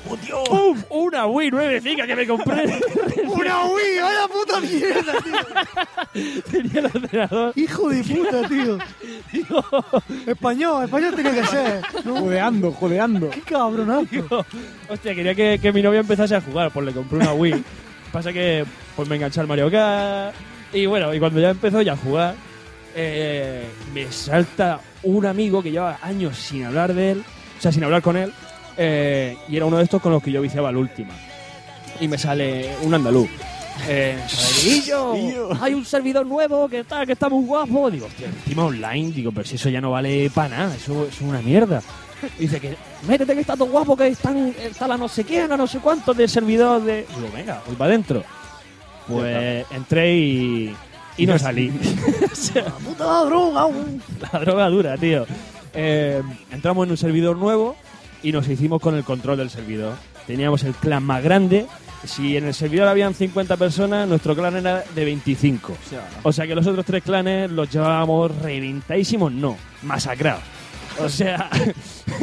Speaker 5: ¡Pum! Una Wii 95 que me compré.
Speaker 1: ¡Una Wii! ¡Vaya puta mierda, tío!
Speaker 5: Tenía el ordenador.
Speaker 1: ¡Hijo de puta, tío! español, español tiene que ser. ¿no?
Speaker 3: Jodeando, jodeando.
Speaker 1: ¡Qué cabronazo!
Speaker 5: Digo, Hostia, quería que, que mi novia empezase a jugar, pues le compré una Wii. Pasa que pues me enganché al Mario Kart. Y bueno, y cuando ya empezó ya a jugar, eh, me salta un amigo que lleva años sin hablar de él, o sea, sin hablar con él, eh, y era uno de estos con los que yo viciaba la última. Y me sale un andaluz. Eh, "Saladillo, hay un servidor nuevo que está, que está muy guapo. Digo, hostia, encima online, digo, pero si eso ya no vale para nada, eso, eso es una mierda. Dice que métete que está todo guapo, que están, está la no sé quién, la no sé cuánto del servidor de. Digo, venga, voy para adentro. Pues entré y. Y no salí. O sea,
Speaker 1: ¡Puta droga!
Speaker 18: um.
Speaker 5: la droga dura, tío. Eh, entramos en un servidor nuevo y nos hicimos con el control del servidor. Teníamos el clan más grande, si en el servidor habían 50 personas, nuestro clan era de 25. O sea que los otros tres clanes los llevábamos reventadísimos, no, masacrados. O sea,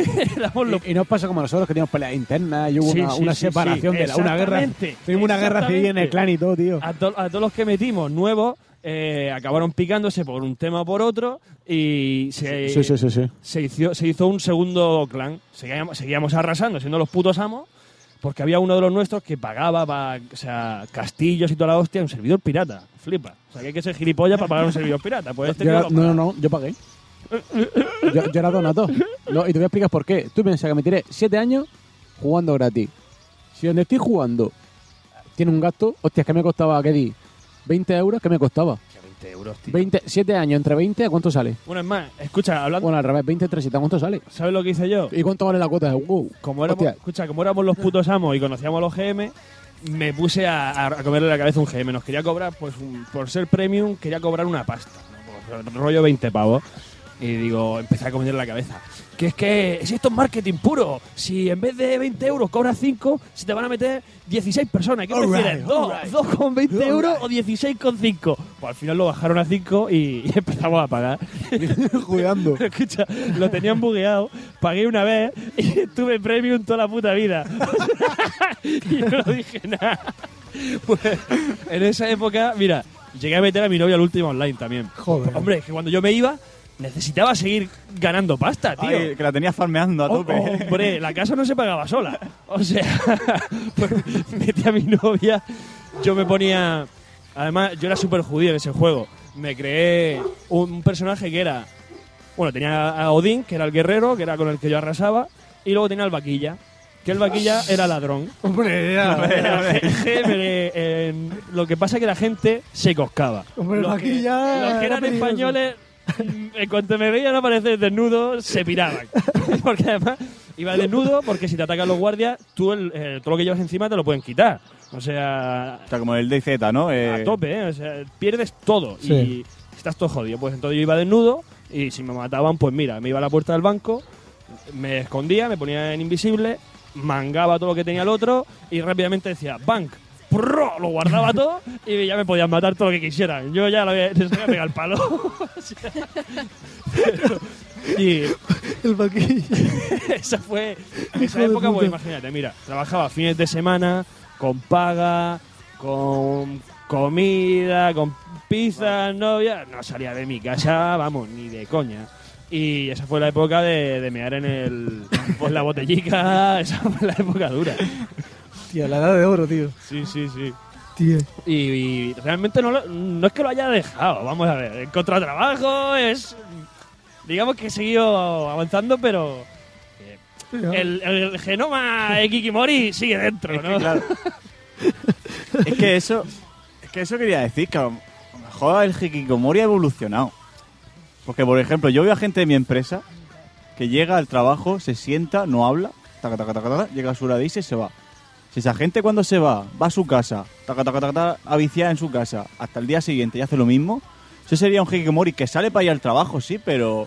Speaker 3: Y, y nos pasa como nosotros que teníamos peleas internas y hubo
Speaker 5: Sí,
Speaker 3: una,
Speaker 5: sí,
Speaker 3: una
Speaker 5: sí,
Speaker 3: separación
Speaker 5: sí.
Speaker 3: de la, una guerra.
Speaker 5: Exactamente,
Speaker 3: Tuvimos una guerra civil en el
Speaker 5: exactamente. Ah,
Speaker 3: clan y todo, tío.
Speaker 5: a, to- a todos los que metimos nuevos eh, acabaron picándose por un tema o por otro y se,
Speaker 3: Sí, sí, sí, sí.
Speaker 5: Se, hizo, se hizo un segundo clan. Seguíamos, seguíamos arrasando, siendo los putos amos, porque había uno de los nuestros que pagaba para o sea, castillos y toda la hostia, un servidor pirata. Flipa. O sea, que hay que ser gilipollas para pagar un servidor pirata. Pues este
Speaker 3: Yo
Speaker 5: tío
Speaker 3: era-
Speaker 5: lo-
Speaker 3: no, no, no, yo pagué. Yo, yo era Donato. No, y te voy a explicar por qué. Tú piensas que me tiré 7 años jugando gratis. Si donde estoy jugando tiene un gasto, hostias, ¿qué me costaba? ¿Qué di? ¿20 euros? ¿Qué me costaba?
Speaker 5: 20 euros, tío.
Speaker 3: 20, 7 años entre 20, ¿a cuánto sale?
Speaker 5: Bueno, es más, escucha, hablando.
Speaker 3: Bueno, al revés, 20 entre 7, ¿a cuánto sale?
Speaker 5: ¿Sabes lo que hice yo?
Speaker 3: ¿Y cuánto vale la cuota? Wow.
Speaker 5: Como éramos,
Speaker 3: Hostia.
Speaker 5: escucha, como éramos los putos amos y conocíamos a los GM, me puse a, a- a comerle la cabeza a un GM. Nos quería cobrar, pues un- por ser premium, quería cobrar una pasta. ¿no? Por- rollo 20 pavos. Y digo, empecé a comerle la cabeza. Que es que Eh, si esto es marketing puro, si en vez de 20 euros cobras 5, se te van a meter 16 personas. ¿Qué
Speaker 3: All
Speaker 5: prefieres?
Speaker 3: right,
Speaker 5: ¿Dos,
Speaker 3: all right.
Speaker 5: dos con 20
Speaker 3: All
Speaker 5: euros o 16 con 5? Pues al final lo bajaron a 5 y, y empezamos a pagar.
Speaker 3: Jugando.
Speaker 5: Escucha, lo tenían bugueado, pagué una vez y tuve premium toda la puta vida. y no lo dije nada. Pues en esa época, mira, llegué a meter a mi novia al último online también.
Speaker 1: Joder.
Speaker 5: Hombre, es que cuando yo me iba, necesitaba seguir ganando pasta, tío.
Speaker 17: Ay, que la tenías farmeando a
Speaker 5: Oh,
Speaker 17: tope.
Speaker 5: hombre, la casa no se pagaba sola. O sea, pues, metí a mi novia, yo me ponía... Además, yo era súper judío en ese juego. Me creé un personaje que era... Bueno, tenía a Odín, que era el guerrero, que era con el que yo arrasaba, y luego tenía al vaquilla, que el vaquilla era ladrón.
Speaker 1: Hombre, ya,
Speaker 5: Era GM de- en- lo que pasa es que la gente se coscaba.
Speaker 1: Hombre, el
Speaker 5: Los que-
Speaker 1: vaquilla
Speaker 5: Los que
Speaker 1: era
Speaker 5: eran
Speaker 1: peligroso.
Speaker 5: españoles, mm, en cuanto me veían aparecer desnudo, se piraban. porque además iba desnudo, porque si te atacan los guardias, tú el- eh, todo lo que llevas encima te lo pueden quitar. O sea,
Speaker 17: O sea, como el DayZ, ¿no? Eh,
Speaker 5: a tope, ¿eh? O sea, pierdes todo
Speaker 17: Sí.
Speaker 5: y estás todo jodido. Pues entonces yo iba desnudo y si me mataban, pues mira, me iba a la puerta del banco, me escondía, me ponía en invisible, mangaba todo lo que tenía el otro y rápidamente decía, bank. ¡prrro! Lo guardaba todo y ya me podían matar todo lo que quisieran. Yo ya lo había, les había pegado el palo. O sea, pero- y
Speaker 1: El vaquilla.
Speaker 5: esa fue
Speaker 1: Hijo
Speaker 5: esa
Speaker 1: de
Speaker 5: época, pues
Speaker 1: puta.
Speaker 5: imagínate, mira, trabajaba fines de semana con paga, con comida, con pizza, novia, no salía de mi casa, vamos, ni de coña. Y esa fue la época de, de mear en el en la botellica, esa fue la época dura.
Speaker 1: Tío, la edad de oro, tío.
Speaker 5: Sí, sí, sí.
Speaker 1: Tío.
Speaker 5: Y, y realmente no, lo- no es que lo haya dejado, vamos a ver. He encontrado trabajo, es. Digamos que he seguido avanzando, pero. eh, El, el genoma de Kikimori sigue dentro, ¿no?
Speaker 17: Es que eso. Es que eso quería decir, que a lo mejor el Hikikomori ha evolucionado. Porque, por ejemplo, yo veo a gente de mi empresa que llega al trabajo, se sienta, no habla, taca, taca, taca, taca, llega a su hora de irse y se va. Si esa gente cuando se va, va a su casa, taca, taca, taca, taca, a viciar en su casa, hasta el día siguiente y hace lo mismo, eso sería un Hikikomori que sale para ir al trabajo, sí, pero.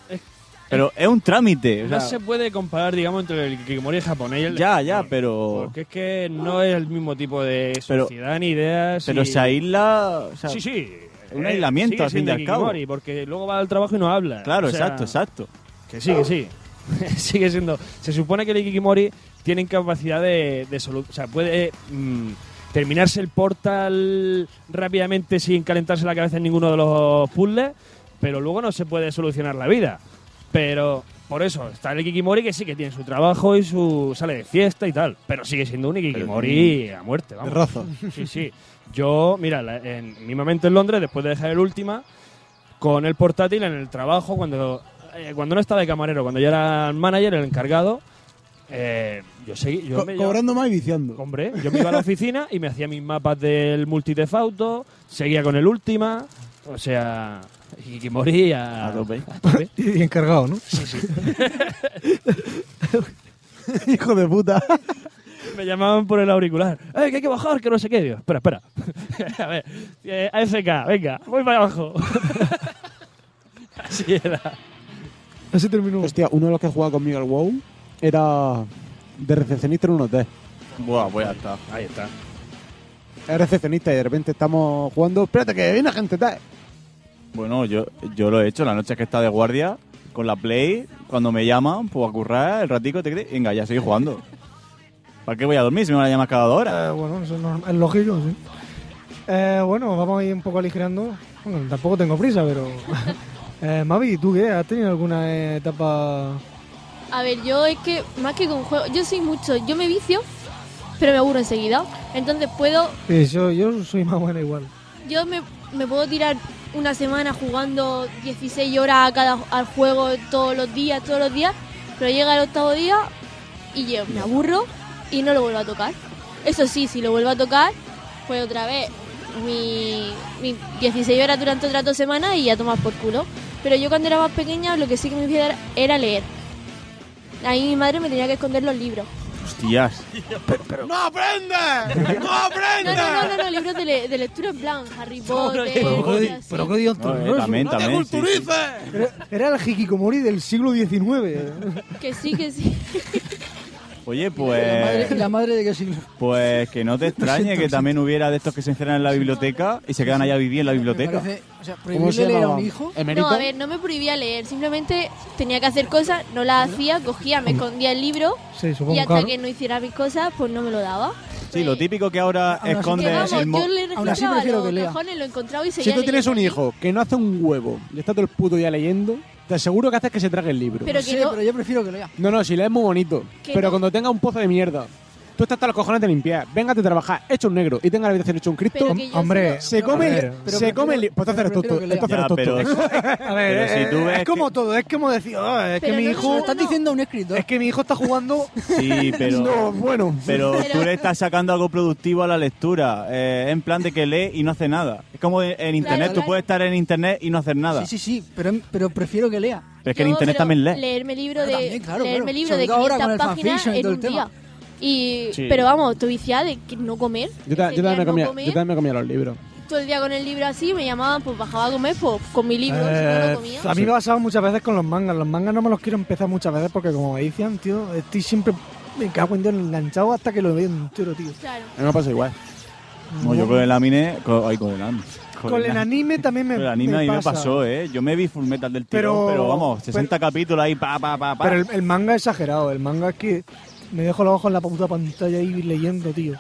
Speaker 17: Pero es un trámite. o sea,
Speaker 5: No se puede comparar, digamos, entre el Kikimori japonés y el.
Speaker 17: Ya, ya, pero.
Speaker 5: Porque es que no es el mismo tipo de
Speaker 17: Pero-
Speaker 5: sociedad ni ideas.
Speaker 17: Pero
Speaker 5: y-
Speaker 17: se aísla. o sea,
Speaker 5: sí, sí.
Speaker 17: Un
Speaker 5: Eh,
Speaker 17: aislamiento,
Speaker 5: sigue
Speaker 17: al fin y
Speaker 5: siendo
Speaker 17: al cabo.
Speaker 5: Kikimori, Porque luego va al trabajo y no habla.
Speaker 17: Claro,
Speaker 5: O sea,
Speaker 17: exacto, exacto.
Speaker 5: Que sí, que sí. Sigue siendo. Se supone que el Ikikimori tienen capacidad de, de solu- O sea, puede mm, terminarse el portal rápidamente sin calentarse la cabeza en ninguno de los puzzles, pero luego no se puede solucionar la vida. Pero por eso está el Ikikimori que sí que tiene su trabajo y su sale de fiesta y tal, pero sigue siendo un Ikikimori
Speaker 3: Pero-
Speaker 5: a muerte, vamos.
Speaker 3: De raza.
Speaker 5: Sí, sí. Yo, mira, la- en, mismamente en Londres, después de dejar el última, con el portátil en el trabajo, cuando, eh, cuando no estaba de camarero, cuando yo era el manager, el encargado, eh, yo seguí. Yo
Speaker 3: Co-
Speaker 5: me- yo-
Speaker 3: cobrando más y viciando.
Speaker 5: Hombre, yo me iba a la oficina y me hacía mis mapas del multidefauto, seguía con el última, o sea, y que moría. A tope.
Speaker 1: Y encargado, ¿no?
Speaker 5: Sí, sí.
Speaker 3: Hijo de puta.
Speaker 5: Me llamaban por el auricular. ¡Eh, que hay que bajar! Que no sé qué. Digo, espera, espera. a ver, eh, AFK, venga, voy para abajo. Así era.
Speaker 1: Así terminó.
Speaker 3: Hostia, uno de los que jugaba conmigo al WoW era de recepcionista en un hotel.
Speaker 17: Buah, pues ya está.
Speaker 5: Ahí está.
Speaker 3: es recepcionista y de repente estamos jugando. Espérate, que viene gente tal.
Speaker 2: Bueno, yo, yo lo he hecho la noche que está de guardia, con la Play, cuando me llaman, pues a currar el ratico, te crees, venga, ya sigo jugando. ¿Para qué voy a dormir si me van a llamar cada dos horas?
Speaker 1: Eh, bueno, eso es normal, es lógico, sí. Eh, bueno, vamos a ir un poco aligerando. Bueno, tampoco tengo prisa, pero. eh, Mavi, ¿tú qué? ¿Has tenido alguna eh, etapa.?
Speaker 4: A ver, yo es que más que con juegos, yo soy mucho, yo me vicio, pero me aburro enseguida. Entonces puedo,
Speaker 1: Sí, yo, yo soy más buena igual.
Speaker 4: yo me, me puedo tirar una semana jugando 16 horas a cada, al juego todos los días, todos los días, pero llega el octavo día y yo me aburro y no lo vuelvo a tocar. Eso sí, si lo vuelvo a tocar, pues otra vez mi, mi 16 horas durante otras dos semanas y ya tomas por culo. Pero yo cuando era más pequeña lo que sí que me hacía era leer. Ahí mi madre me tenía que esconder los libros.
Speaker 2: Hostias.
Speaker 3: ¡No aprende! ¡No
Speaker 4: No, no, no, no, no, libros de, le- de lectura en plan, Harry Potter. cosas así.
Speaker 1: Pero qué Dios
Speaker 2: No, eh, también, también. sí, sí.
Speaker 1: Era, era el hikikomori del siglo XIX.
Speaker 4: Que sí, que sí.
Speaker 2: Oye,
Speaker 6: La
Speaker 2: pues.
Speaker 6: madre- La madre de que siglo.
Speaker 2: Pues que no te extrañe que también hubiera de estos que se encierran en la biblioteca y se quedan allá a vivir en la biblioteca.
Speaker 6: O sea, prohibirle leer a un hijo.
Speaker 4: No, a ver, no me prohibía leer, simplemente tenía que hacer cosas, no las hacía, cogía, me escondía el libro
Speaker 2: Sí,
Speaker 4: y hasta que no hiciera mis cosas, pues no me lo daba.
Speaker 2: Sí, lo típico que ahora
Speaker 4: Que
Speaker 2: esconde
Speaker 4: vamos,
Speaker 2: el mo-
Speaker 4: yo le
Speaker 3: Aún así
Speaker 4: encontraba
Speaker 3: prefiero
Speaker 4: los
Speaker 3: que lea.
Speaker 4: cajones, lo encontraba y
Speaker 3: Si
Speaker 4: seguía
Speaker 3: tú tienes un
Speaker 4: leyendo.
Speaker 3: hijo que no hace un huevo y está todo el puto día leyendo, te aseguro que haces que se trague el libro.
Speaker 6: Pero, sí, pero yo prefiero que lea.
Speaker 3: No, no, si lees muy bonito.
Speaker 6: Que
Speaker 3: Pero
Speaker 6: no.
Speaker 3: cuando tenga un pozo de mierda, tú estás hasta los cojones de limpiar, véngate a trabajar, hecho un negro y tenga la habitación hecho un Cristo.
Speaker 1: Pero que yo Hombre,
Speaker 3: se
Speaker 1: no-
Speaker 3: come,
Speaker 1: a
Speaker 3: el-
Speaker 1: ver.
Speaker 3: se come el li- Pues entonces eres tonto. entonces
Speaker 2: Ya,
Speaker 3: eres
Speaker 2: pero,
Speaker 3: tonto.
Speaker 1: A
Speaker 2: Pero
Speaker 1: ver,
Speaker 2: si
Speaker 1: eh,
Speaker 2: tú ves
Speaker 1: es como todo, es como decir, "Ah, es
Speaker 6: Pero
Speaker 1: que mi
Speaker 6: no,
Speaker 1: hijo.
Speaker 6: no, no, Estás no.
Speaker 1: diciendo un escrito. Es que mi hijo está jugando.
Speaker 2: Sí, pero.
Speaker 1: No,
Speaker 3: bueno.
Speaker 2: Pero
Speaker 1: Pero-
Speaker 2: tú le estás sacando algo productivo a la lectura. eh, en plan de que lee y no hace nada. Es como en, en internet, tú
Speaker 6: claro.
Speaker 2: puedes estar en internet y no hacer nada.
Speaker 6: Sí, sí, sí, pero, pero prefiero que lea.
Speaker 2: Pero es que en internet también lee.
Speaker 4: Leerme libro de,
Speaker 6: Claro, también, claro,
Speaker 4: leerme
Speaker 6: claro.
Speaker 4: libro de
Speaker 6: Sobre todo ahora
Speaker 4: 500
Speaker 6: con el
Speaker 4: páginas
Speaker 6: fanfiction y
Speaker 4: en
Speaker 6: todo el
Speaker 4: un
Speaker 6: tema.
Speaker 4: día. Y,
Speaker 3: Sí.
Speaker 4: Pero vamos, tu viciada de que no comer.
Speaker 3: Yo, ta- yo también me
Speaker 4: no
Speaker 3: comía,
Speaker 4: comer.
Speaker 3: yo también me comía los libros.
Speaker 4: Todo el día con el libro así, me llamaban, pues bajaba a comer, pues con mi libro. si no, no
Speaker 1: Eh,
Speaker 4: comía.
Speaker 1: a mí me ha pasado muchas veces con los mangas. Los mangas no me los quiero empezar muchas veces porque, como me decían, tío, estoy siempre. Me cago en Dios enganchado hasta que lo veo entero, tío.
Speaker 3: A mí me pasa igual.
Speaker 2: No, yo con el anime. Con, ay, con el anime.
Speaker 1: Con el anime también me.
Speaker 2: Con el anime a mí me
Speaker 1: pasa.
Speaker 2: pasó, ¿eh? Yo me vi Full Metal del tirón,
Speaker 1: Pero-
Speaker 2: pero, vamos, 60 capítulos ahí, pa, pa, pa, pa.
Speaker 1: Pero el, el manga es exagerado. El manga es que me dejo los ojos en la puta pantalla y leyendo, tío.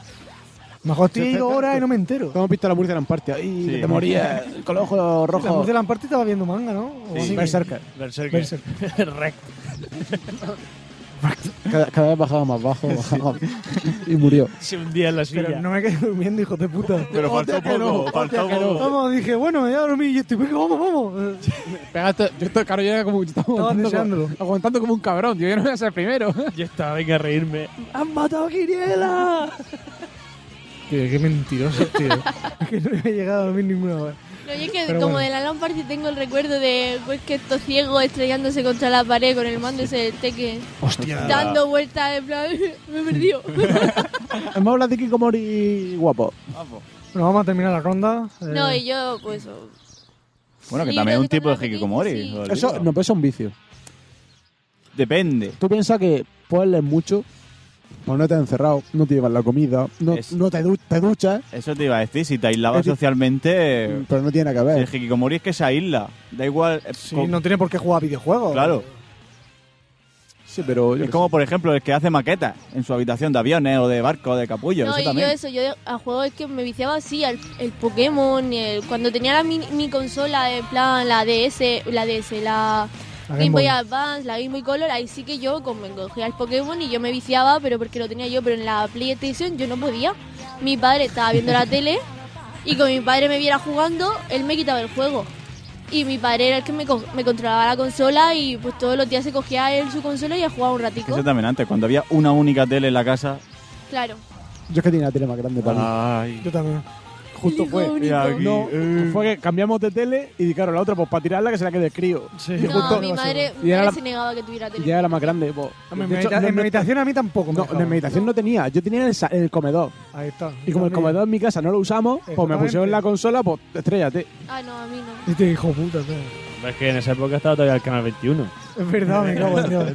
Speaker 1: Mejor estoy ahí dos horas y no me entero.
Speaker 3: Hemos visto la Murcia Lamparte ahí,
Speaker 1: Sí.
Speaker 3: que te morías con los ojos
Speaker 1: La
Speaker 3: rojos.
Speaker 1: mujer de Lamparte estaba viendo manga, ¿no? O
Speaker 3: Sí.
Speaker 1: anime.
Speaker 3: Berserker.
Speaker 1: Berserker.
Speaker 5: Recto.
Speaker 3: Cada, cada vez bajaba más bajo, bajaba más- y murió.
Speaker 5: Se hundía en la silla.
Speaker 1: Pero no me quedé durmiendo, hijo de puta.
Speaker 2: Pero faltó
Speaker 1: Hostia, que no,
Speaker 2: poco, faltó
Speaker 1: hostia, que no.
Speaker 2: poco.
Speaker 1: Vamos, dije, bueno, me voy a dormir y estoy, venga, vamos, vamos.
Speaker 6: Pegaste, yo estoy, claro, yo era como. Estaba aguantando,
Speaker 1: deseándolo.
Speaker 6: como, aguantando como un cabrón, tío. Yo no voy a ser primero.
Speaker 5: Yo estaba, venga a reírme.
Speaker 6: ¡Han matado a Giriela!
Speaker 1: Tío, qué mentiroso, tío. Es que no me he llegado a dormir ninguna vez.
Speaker 4: No, yo es que
Speaker 1: Pero
Speaker 4: como
Speaker 1: bueno.
Speaker 4: de la Alan Party tengo el recuerdo de pues que esto ciego estrellándose contra la pared con el mando ese del teque.
Speaker 3: Hostia.
Speaker 4: Dando vueltas en plan, me he perdido.
Speaker 3: Hemos hablado de Kikomori guapo.
Speaker 1: Bueno, vamos a terminar la ronda.
Speaker 4: no, y yo pues oh,
Speaker 2: Bueno, que
Speaker 3: Sí,
Speaker 2: también
Speaker 3: yo
Speaker 2: es
Speaker 3: te
Speaker 2: un tipo de
Speaker 3: conozco,
Speaker 2: hikikomori. joder,
Speaker 3: Eso,
Speaker 2: tío.
Speaker 3: no, pero eso es un vicio.
Speaker 2: Depende.
Speaker 3: Tú piensas que puedes leer mucho, pues no te has encerrado, no te llevas la comida, no, no te, du- te duchas,
Speaker 2: Eso te iba a decir, si te aislabas
Speaker 3: Es decir-
Speaker 2: socialmente,
Speaker 3: pero no tiene nada que ver.
Speaker 2: el hikikomori es que se aísla. Da igual. eh,
Speaker 1: Sí,
Speaker 2: con-
Speaker 1: no tiene por qué jugar a videojuegos.
Speaker 2: Claro.
Speaker 3: Sí, pero
Speaker 2: es como, por ejemplo, el que hace maquetas en su habitación de aviones o de barco o de capullo.
Speaker 4: no,
Speaker 2: eso
Speaker 4: y yo
Speaker 2: también.
Speaker 4: eso, yo de- a juegos es que me viciaba así, al el Pokémon, el- cuando tenía la mi, mi consola, en plan la DS, la DS, la,
Speaker 9: La
Speaker 4: Game
Speaker 9: Game
Speaker 4: Boy
Speaker 9: Boy.
Speaker 4: Advance, la Game Boy Color, ahí sí que yo como me cogía el Pokémon y yo me viciaba, pero porque lo tenía yo, pero en la PlayStation yo no podía. Mi padre estaba viendo la tele y como mi padre me viera jugando, él me quitaba el juego. Y mi padre era el que me, co- me controlaba la consola y pues todos los días se cogía él su consola y a jugar un
Speaker 2: Que
Speaker 4: ratico.
Speaker 2: Eso también antes, cuando había una única tele en la casa.
Speaker 4: Claro.
Speaker 3: Yo es que tenía la tele más grande para mí.
Speaker 2: Ay.
Speaker 1: Yo también. eh.
Speaker 3: Justo fue.
Speaker 4: único. Mira aquí,
Speaker 3: No, fue que cambiamos de tele y claro, la otra, pues para tirarla que se la quede el crío. Y
Speaker 4: No,
Speaker 3: justo-
Speaker 4: mi madre, mi
Speaker 3: Y era
Speaker 4: madre
Speaker 3: la-
Speaker 4: se negaba a que tuviera tele.
Speaker 3: y era la más grande. pues.
Speaker 1: A mí
Speaker 3: De
Speaker 1: me-
Speaker 3: hecho,
Speaker 1: en
Speaker 3: no-
Speaker 1: mi habitación a mí tampoco me
Speaker 3: No,
Speaker 1: dejaba.
Speaker 3: en mi habitación no tenía. Yo tenía en el, sa- en el comedor.
Speaker 1: Ahí está.
Speaker 3: Y como el comedor en mi casa no lo usamos, pues me
Speaker 1: Exactamente.
Speaker 3: pusieron la consola, pues estrellate.
Speaker 4: Ah, no, a mí no.
Speaker 1: Y te dijo puta, tío.
Speaker 5: Es que en esa época estaba todavía el canal 21.
Speaker 1: Es verdad, me cago en Dios.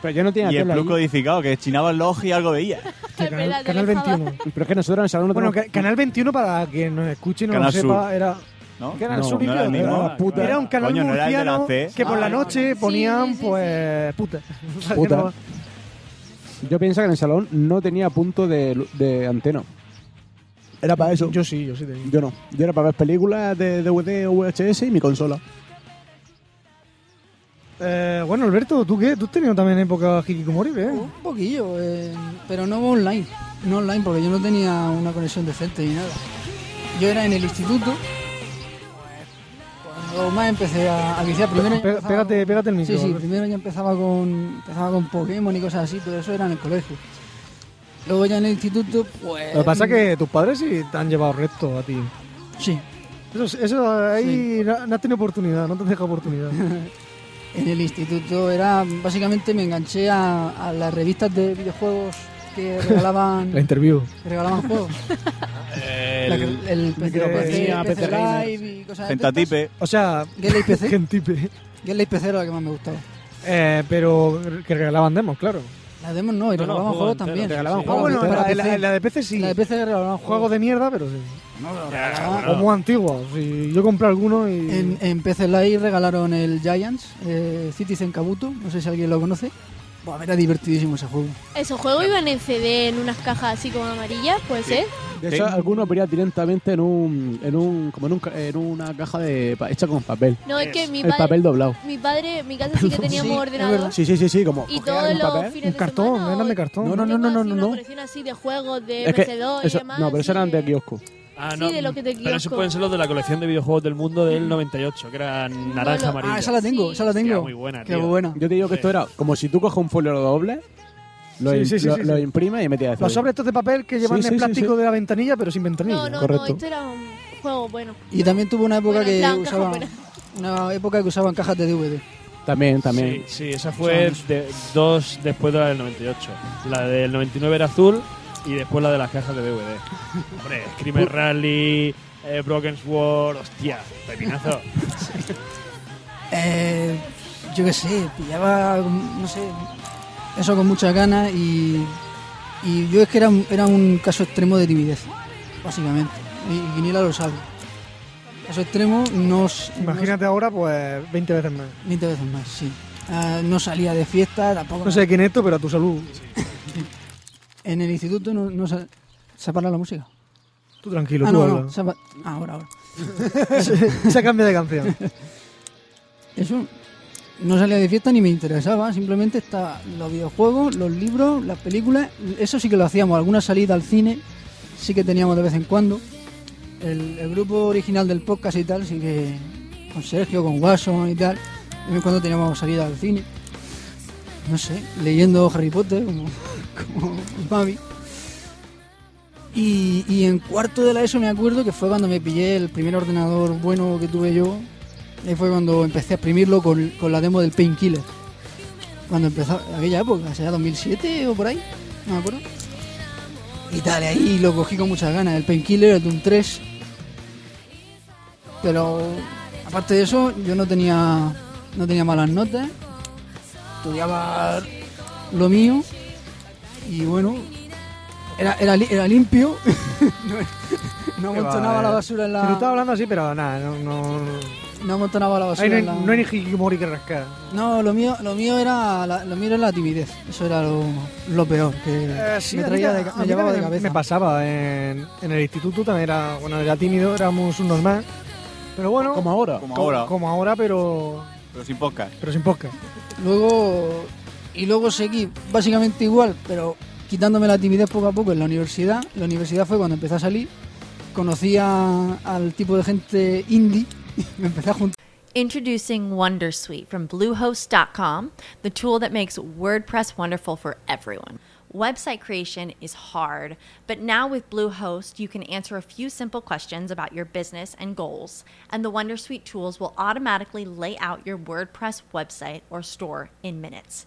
Speaker 17: Pero yo no
Speaker 1: tenía
Speaker 17: Y el
Speaker 1: tele
Speaker 17: plus
Speaker 1: allí.
Speaker 17: codificado, que chinaba el ojo y algo veía.
Speaker 1: Canal, Canal 21.
Speaker 6: Pero es que nosotros en el salón no
Speaker 1: Bueno,
Speaker 6: tenemos-
Speaker 1: ca- Canal 21, para quien nos escuche y no
Speaker 6: Canal
Speaker 1: lo
Speaker 6: Sur.
Speaker 1: sepa, era...
Speaker 17: ¿No?
Speaker 1: ¿Qué era el
Speaker 6: No,
Speaker 1: sur y
Speaker 6: no
Speaker 1: qué
Speaker 6: era el
Speaker 1: otra?
Speaker 6: mismo.
Speaker 1: Era, puta. Era un canal
Speaker 17: Coño, no era el de la
Speaker 1: murciano
Speaker 17: C.
Speaker 1: que por la
Speaker 17: Ah,
Speaker 1: noche ponían, pues, puta.
Speaker 3: Ah.
Speaker 6: Puta. Yo pienso que en el salón no tenía punto de, lu- de antena.
Speaker 3: Era para eso.
Speaker 1: Yo sí, yo sí tenía.
Speaker 3: Yo no. Yo era para ver películas de DVD o VHS y mi consola.
Speaker 1: Eh, bueno, Alberto, ¿tú qué? Tú has tenido también época hikikomori, ¿eh?
Speaker 6: Un poquillo, eh, pero no online. No online, porque yo no tenía una conexión decente ni nada. Yo era en el instituto. Cuando más empecé a, a viciar, primero. ya
Speaker 1: Pe-
Speaker 6: empezaba-
Speaker 1: pégate- pégate el micro,
Speaker 6: Sí, sí,
Speaker 1: Alberto.
Speaker 6: primero ya empezaba con, empezaba con Pokémon y cosas así, todo eso era en el colegio. Luego ya en el instituto, pues.
Speaker 1: Lo que pasa es que tus padres sí te han llevado recto a ti.
Speaker 6: Sí.
Speaker 1: Eso, eso ahí no, no has tenido oportunidad, no te deja oportunidad.
Speaker 6: en el instituto era básicamente me enganché a, a las revistas de videojuegos que regalaban
Speaker 1: La interview.
Speaker 6: que regalaban juegos Ah. La que- el, PC,
Speaker 1: Micromanía,
Speaker 6: PC
Speaker 1: PC
Speaker 6: Live y cosas de
Speaker 17: Gentatipe.
Speaker 1: O sea,
Speaker 6: Gentatipe. PC.
Speaker 1: Gentipe.
Speaker 6: estas. Gameplay PC era la que más me gustaba
Speaker 1: Eh, pero que regalaban demos, claro.
Speaker 6: las demos no y
Speaker 1: No, no,
Speaker 6: regalaban
Speaker 1: juego
Speaker 6: juegos
Speaker 1: entero,
Speaker 6: también
Speaker 1: regalaban juegos. Ah, bueno,
Speaker 6: Para
Speaker 1: la de-
Speaker 6: PC.
Speaker 1: la de PC sí.
Speaker 6: la de PC regalaban
Speaker 1: Juegos
Speaker 6: juegos
Speaker 1: de mierda, pero sí. O
Speaker 6: regalaban
Speaker 1: muy antiguos. sí. yo compré algunos y.
Speaker 6: en, en PC Live regalaron el Giants eh, Citizen Kabuto no sé si alguien lo conoce Buah, era divertidísimo ese juego
Speaker 4: Esos juegos iban en CD en unas cajas así como amarillas, puede ser.
Speaker 6: De
Speaker 3: hecho, algunos verían directamente en un, en un, como en, un ca- en una caja de pa- hecha con papel.
Speaker 4: No, es que mi
Speaker 3: el
Speaker 4: padre.
Speaker 3: papel doblado.
Speaker 4: Mi padre, mi casa sí que teníamos ordenador.
Speaker 3: Sí, sí, sí, sí, como
Speaker 4: Y
Speaker 3: cogían
Speaker 4: todos
Speaker 3: un
Speaker 4: los
Speaker 3: papel,
Speaker 4: fines de
Speaker 3: cartón,
Speaker 4: semana
Speaker 3: eran de
Speaker 4: o-
Speaker 3: cartón. No, no, no, no, no, no.
Speaker 4: Una colección así de juegos de
Speaker 3: Es que
Speaker 4: PS2 y
Speaker 3: eso-
Speaker 4: demás.
Speaker 3: no, pero eso eran de kiosco.
Speaker 5: Ah,
Speaker 4: Sí,
Speaker 5: no.
Speaker 4: de lo que te
Speaker 5: pero esos
Speaker 4: kiosco.
Speaker 5: pueden ser los de la colección de videojuegos del mundo del 98, que era naranja amarilla.
Speaker 6: Mm. ah esa la tengo esa la
Speaker 5: Hostia,
Speaker 6: tengo
Speaker 5: muy buena,
Speaker 6: qué
Speaker 5: tío.
Speaker 6: buena
Speaker 3: Yo te digo que esto era como si tú coges un folio doble, lo,
Speaker 1: Sí,
Speaker 3: im-
Speaker 1: sí, sí,
Speaker 3: lo,
Speaker 1: sí,
Speaker 3: lo
Speaker 1: sí.
Speaker 3: imprimes y metías
Speaker 1: Los sobres estos de papel que llevan
Speaker 3: Sí,
Speaker 1: el
Speaker 3: sí, sí,
Speaker 1: plástico de la ventanilla, pero sin ventanilla.
Speaker 4: No, no, no, esto era un juego bueno.
Speaker 6: Y también tuvo una época
Speaker 4: Bueno, en
Speaker 6: que
Speaker 4: plan, caja
Speaker 6: usaba
Speaker 4: buena.
Speaker 6: una época que usaban cajas de DVD.
Speaker 3: También, también.
Speaker 5: Sí, sí, esa fue de- dos después de la del 98. La del 99 era azul y después la de las cajas de DVD. Hombre, Screamer Rally, eh, Broken Sword, hostia, pepinazo.
Speaker 6: Eh, yo qué sé, pillaba, no sé, eso con muchas ganas y, y yo es que era, un- era un caso extremo de timidez, básicamente. Y, y Guinila lo sabe. Caso extremo, no, s-
Speaker 1: Imagínate ahora, pues 20 veces más.
Speaker 6: no s- 20 veces más, sí. Ah, no salía de fiesta, tampoco.
Speaker 1: No sé quién es esto, pero a tu salud.
Speaker 6: En el instituto no, no sa- ¿Se para la música?
Speaker 1: Tú tranquilo,
Speaker 6: ah,
Speaker 1: tú
Speaker 6: no,
Speaker 1: habla.
Speaker 6: no, se apa- ah, ahora, ahora.
Speaker 1: se, se cambia de canción.
Speaker 6: Eso no salía de fiesta ni me interesaba, simplemente está los videojuegos, los libros, las películas, eso sí que lo hacíamos, alguna salida al cine sí que teníamos de vez en cuando. El, el grupo original del podcast y tal, sí que con Sergio, con Watson y tal, de vez en cuando teníamos salida al cine. No sé, leyendo Harry Potter como, como mami. Y, y en cuarto de la ESO me acuerdo que fue cuando me pillé el primer ordenador bueno que tuve yo, Ahí fue cuando empecé a exprimirlo con, con la demo del Painkiller. Cuando empezó, aquella época, sea 2007 o por ahí, no me acuerdo. Y tal, ahí lo cogí con muchas ganas, el Painkiller, el Doom 3. Pero aparte de eso, yo no tenía, no tenía malas notas, estudiaba lo mío y bueno, era, era, li- era limpio, no, no
Speaker 1: Qué va,
Speaker 6: amontonaba la
Speaker 1: eh.
Speaker 6: basura en
Speaker 1: Se lo
Speaker 6: la...
Speaker 1: estaba hablando así, pero nada, no. no, no.
Speaker 6: No amontonaba la basura
Speaker 1: Ahí no, hay,
Speaker 6: en la...
Speaker 1: no hay ni hikikomori que rascar.
Speaker 6: No, lo mío, lo mío era Ah, la, lo mío era la timidez. Eso era lo, lo peor que
Speaker 1: Eh, sí,
Speaker 6: me
Speaker 1: a mí
Speaker 6: traía
Speaker 1: ta-
Speaker 6: de,
Speaker 1: a
Speaker 6: ca-
Speaker 1: mí
Speaker 6: me llevaba de
Speaker 1: también
Speaker 6: cabeza.
Speaker 1: Me pasaba en, en el instituto, también era, bueno, era tímido, éramos un normal. Pero bueno. Como
Speaker 3: ahora.
Speaker 17: Como ahora.
Speaker 1: Como ahora, pero.
Speaker 17: Pero sin podcast.
Speaker 1: Pero sin podcast.
Speaker 6: Luego y luego seguí básicamente igual, pero quitándome la timidez poco a poco en la universidad. La universidad fue cuando empecé a salir. Conocí a- al tipo de gente indie y me empecé a juntar.
Speaker 9: Introducing Wondersuite from Bluehost.com, the tool that makes WordPress wonderful for everyone. Website creation is hard, but now with Bluehost, you can answer a few simple questions about your business and goals, and the Wondersuite tools will automatically lay out your WordPress website or store in minutes.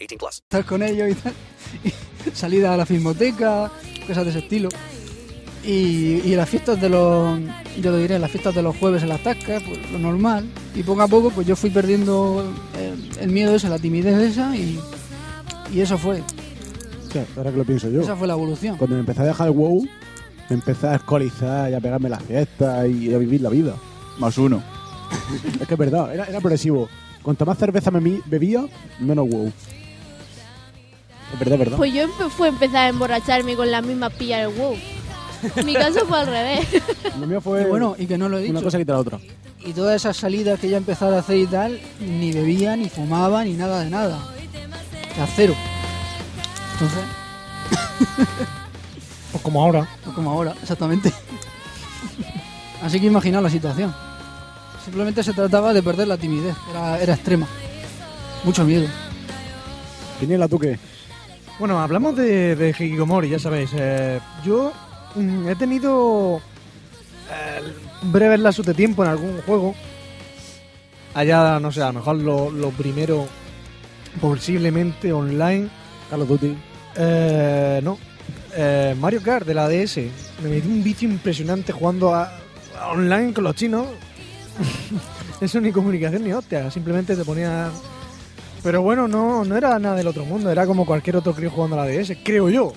Speaker 11: 18 plus.
Speaker 6: estar con ellos y tal. Y salida a la filmoteca, cosas de ese estilo. Y, y las fiestas de los, yo lo diré, las fiestas de los jueves en las tascas, pues lo normal. Y poco a poco, pues yo fui perdiendo el, el miedo ese, la timidez esa y, y eso fue.
Speaker 3: Hostia, ahora que lo pienso yo.
Speaker 6: Esa fue la evolución.
Speaker 3: Cuando me empecé a dejar el WoW, me empecé a escolizar y a pegarme las fiestas y a vivir la vida.
Speaker 17: Más uno.
Speaker 3: es que es verdad, era, era progresivo. Cuanto más cerveza me mi- bebía, menos WoW. Es verdad, es verdad.
Speaker 4: Pues yo empe- fue empezar a emborracharme con las mismas pillas del WoW. Mi caso fue al revés.
Speaker 3: Lo mío fue
Speaker 6: Y bueno, y que no lo he dicho.
Speaker 3: una cosa quita la otra.
Speaker 6: Y todas esas salidas que ya empezaba a hacer y tal, ni bebía, ni fumaba, ni nada de nada. A cero. Entonces,
Speaker 1: Pues como ahora.
Speaker 6: no como ahora, exactamente. Así que imaginaos la situación. Simplemente se trataba de perder la timidez, era, era extrema. Mucho miedo.
Speaker 3: Piniela, ¿tú qué?
Speaker 1: Bueno, hablamos de, de Hikikomori, ya sabéis. Eh, yo mm, he tenido eh, breves lapsos de tiempo en algún juego. Allá, no sé, a lo mejor lo, lo primero posiblemente online.
Speaker 3: Call of Duty.
Speaker 1: Eh, no. Eh, Mario Kart de la DS. Me metí un vicio impresionante jugando a, a online con los chinos. Eso ni comunicación ni hostia. Simplemente te ponía. Pero bueno, no, no era nada del otro mundo. Era como cualquier otro crío jugando a la DS. Creo yo.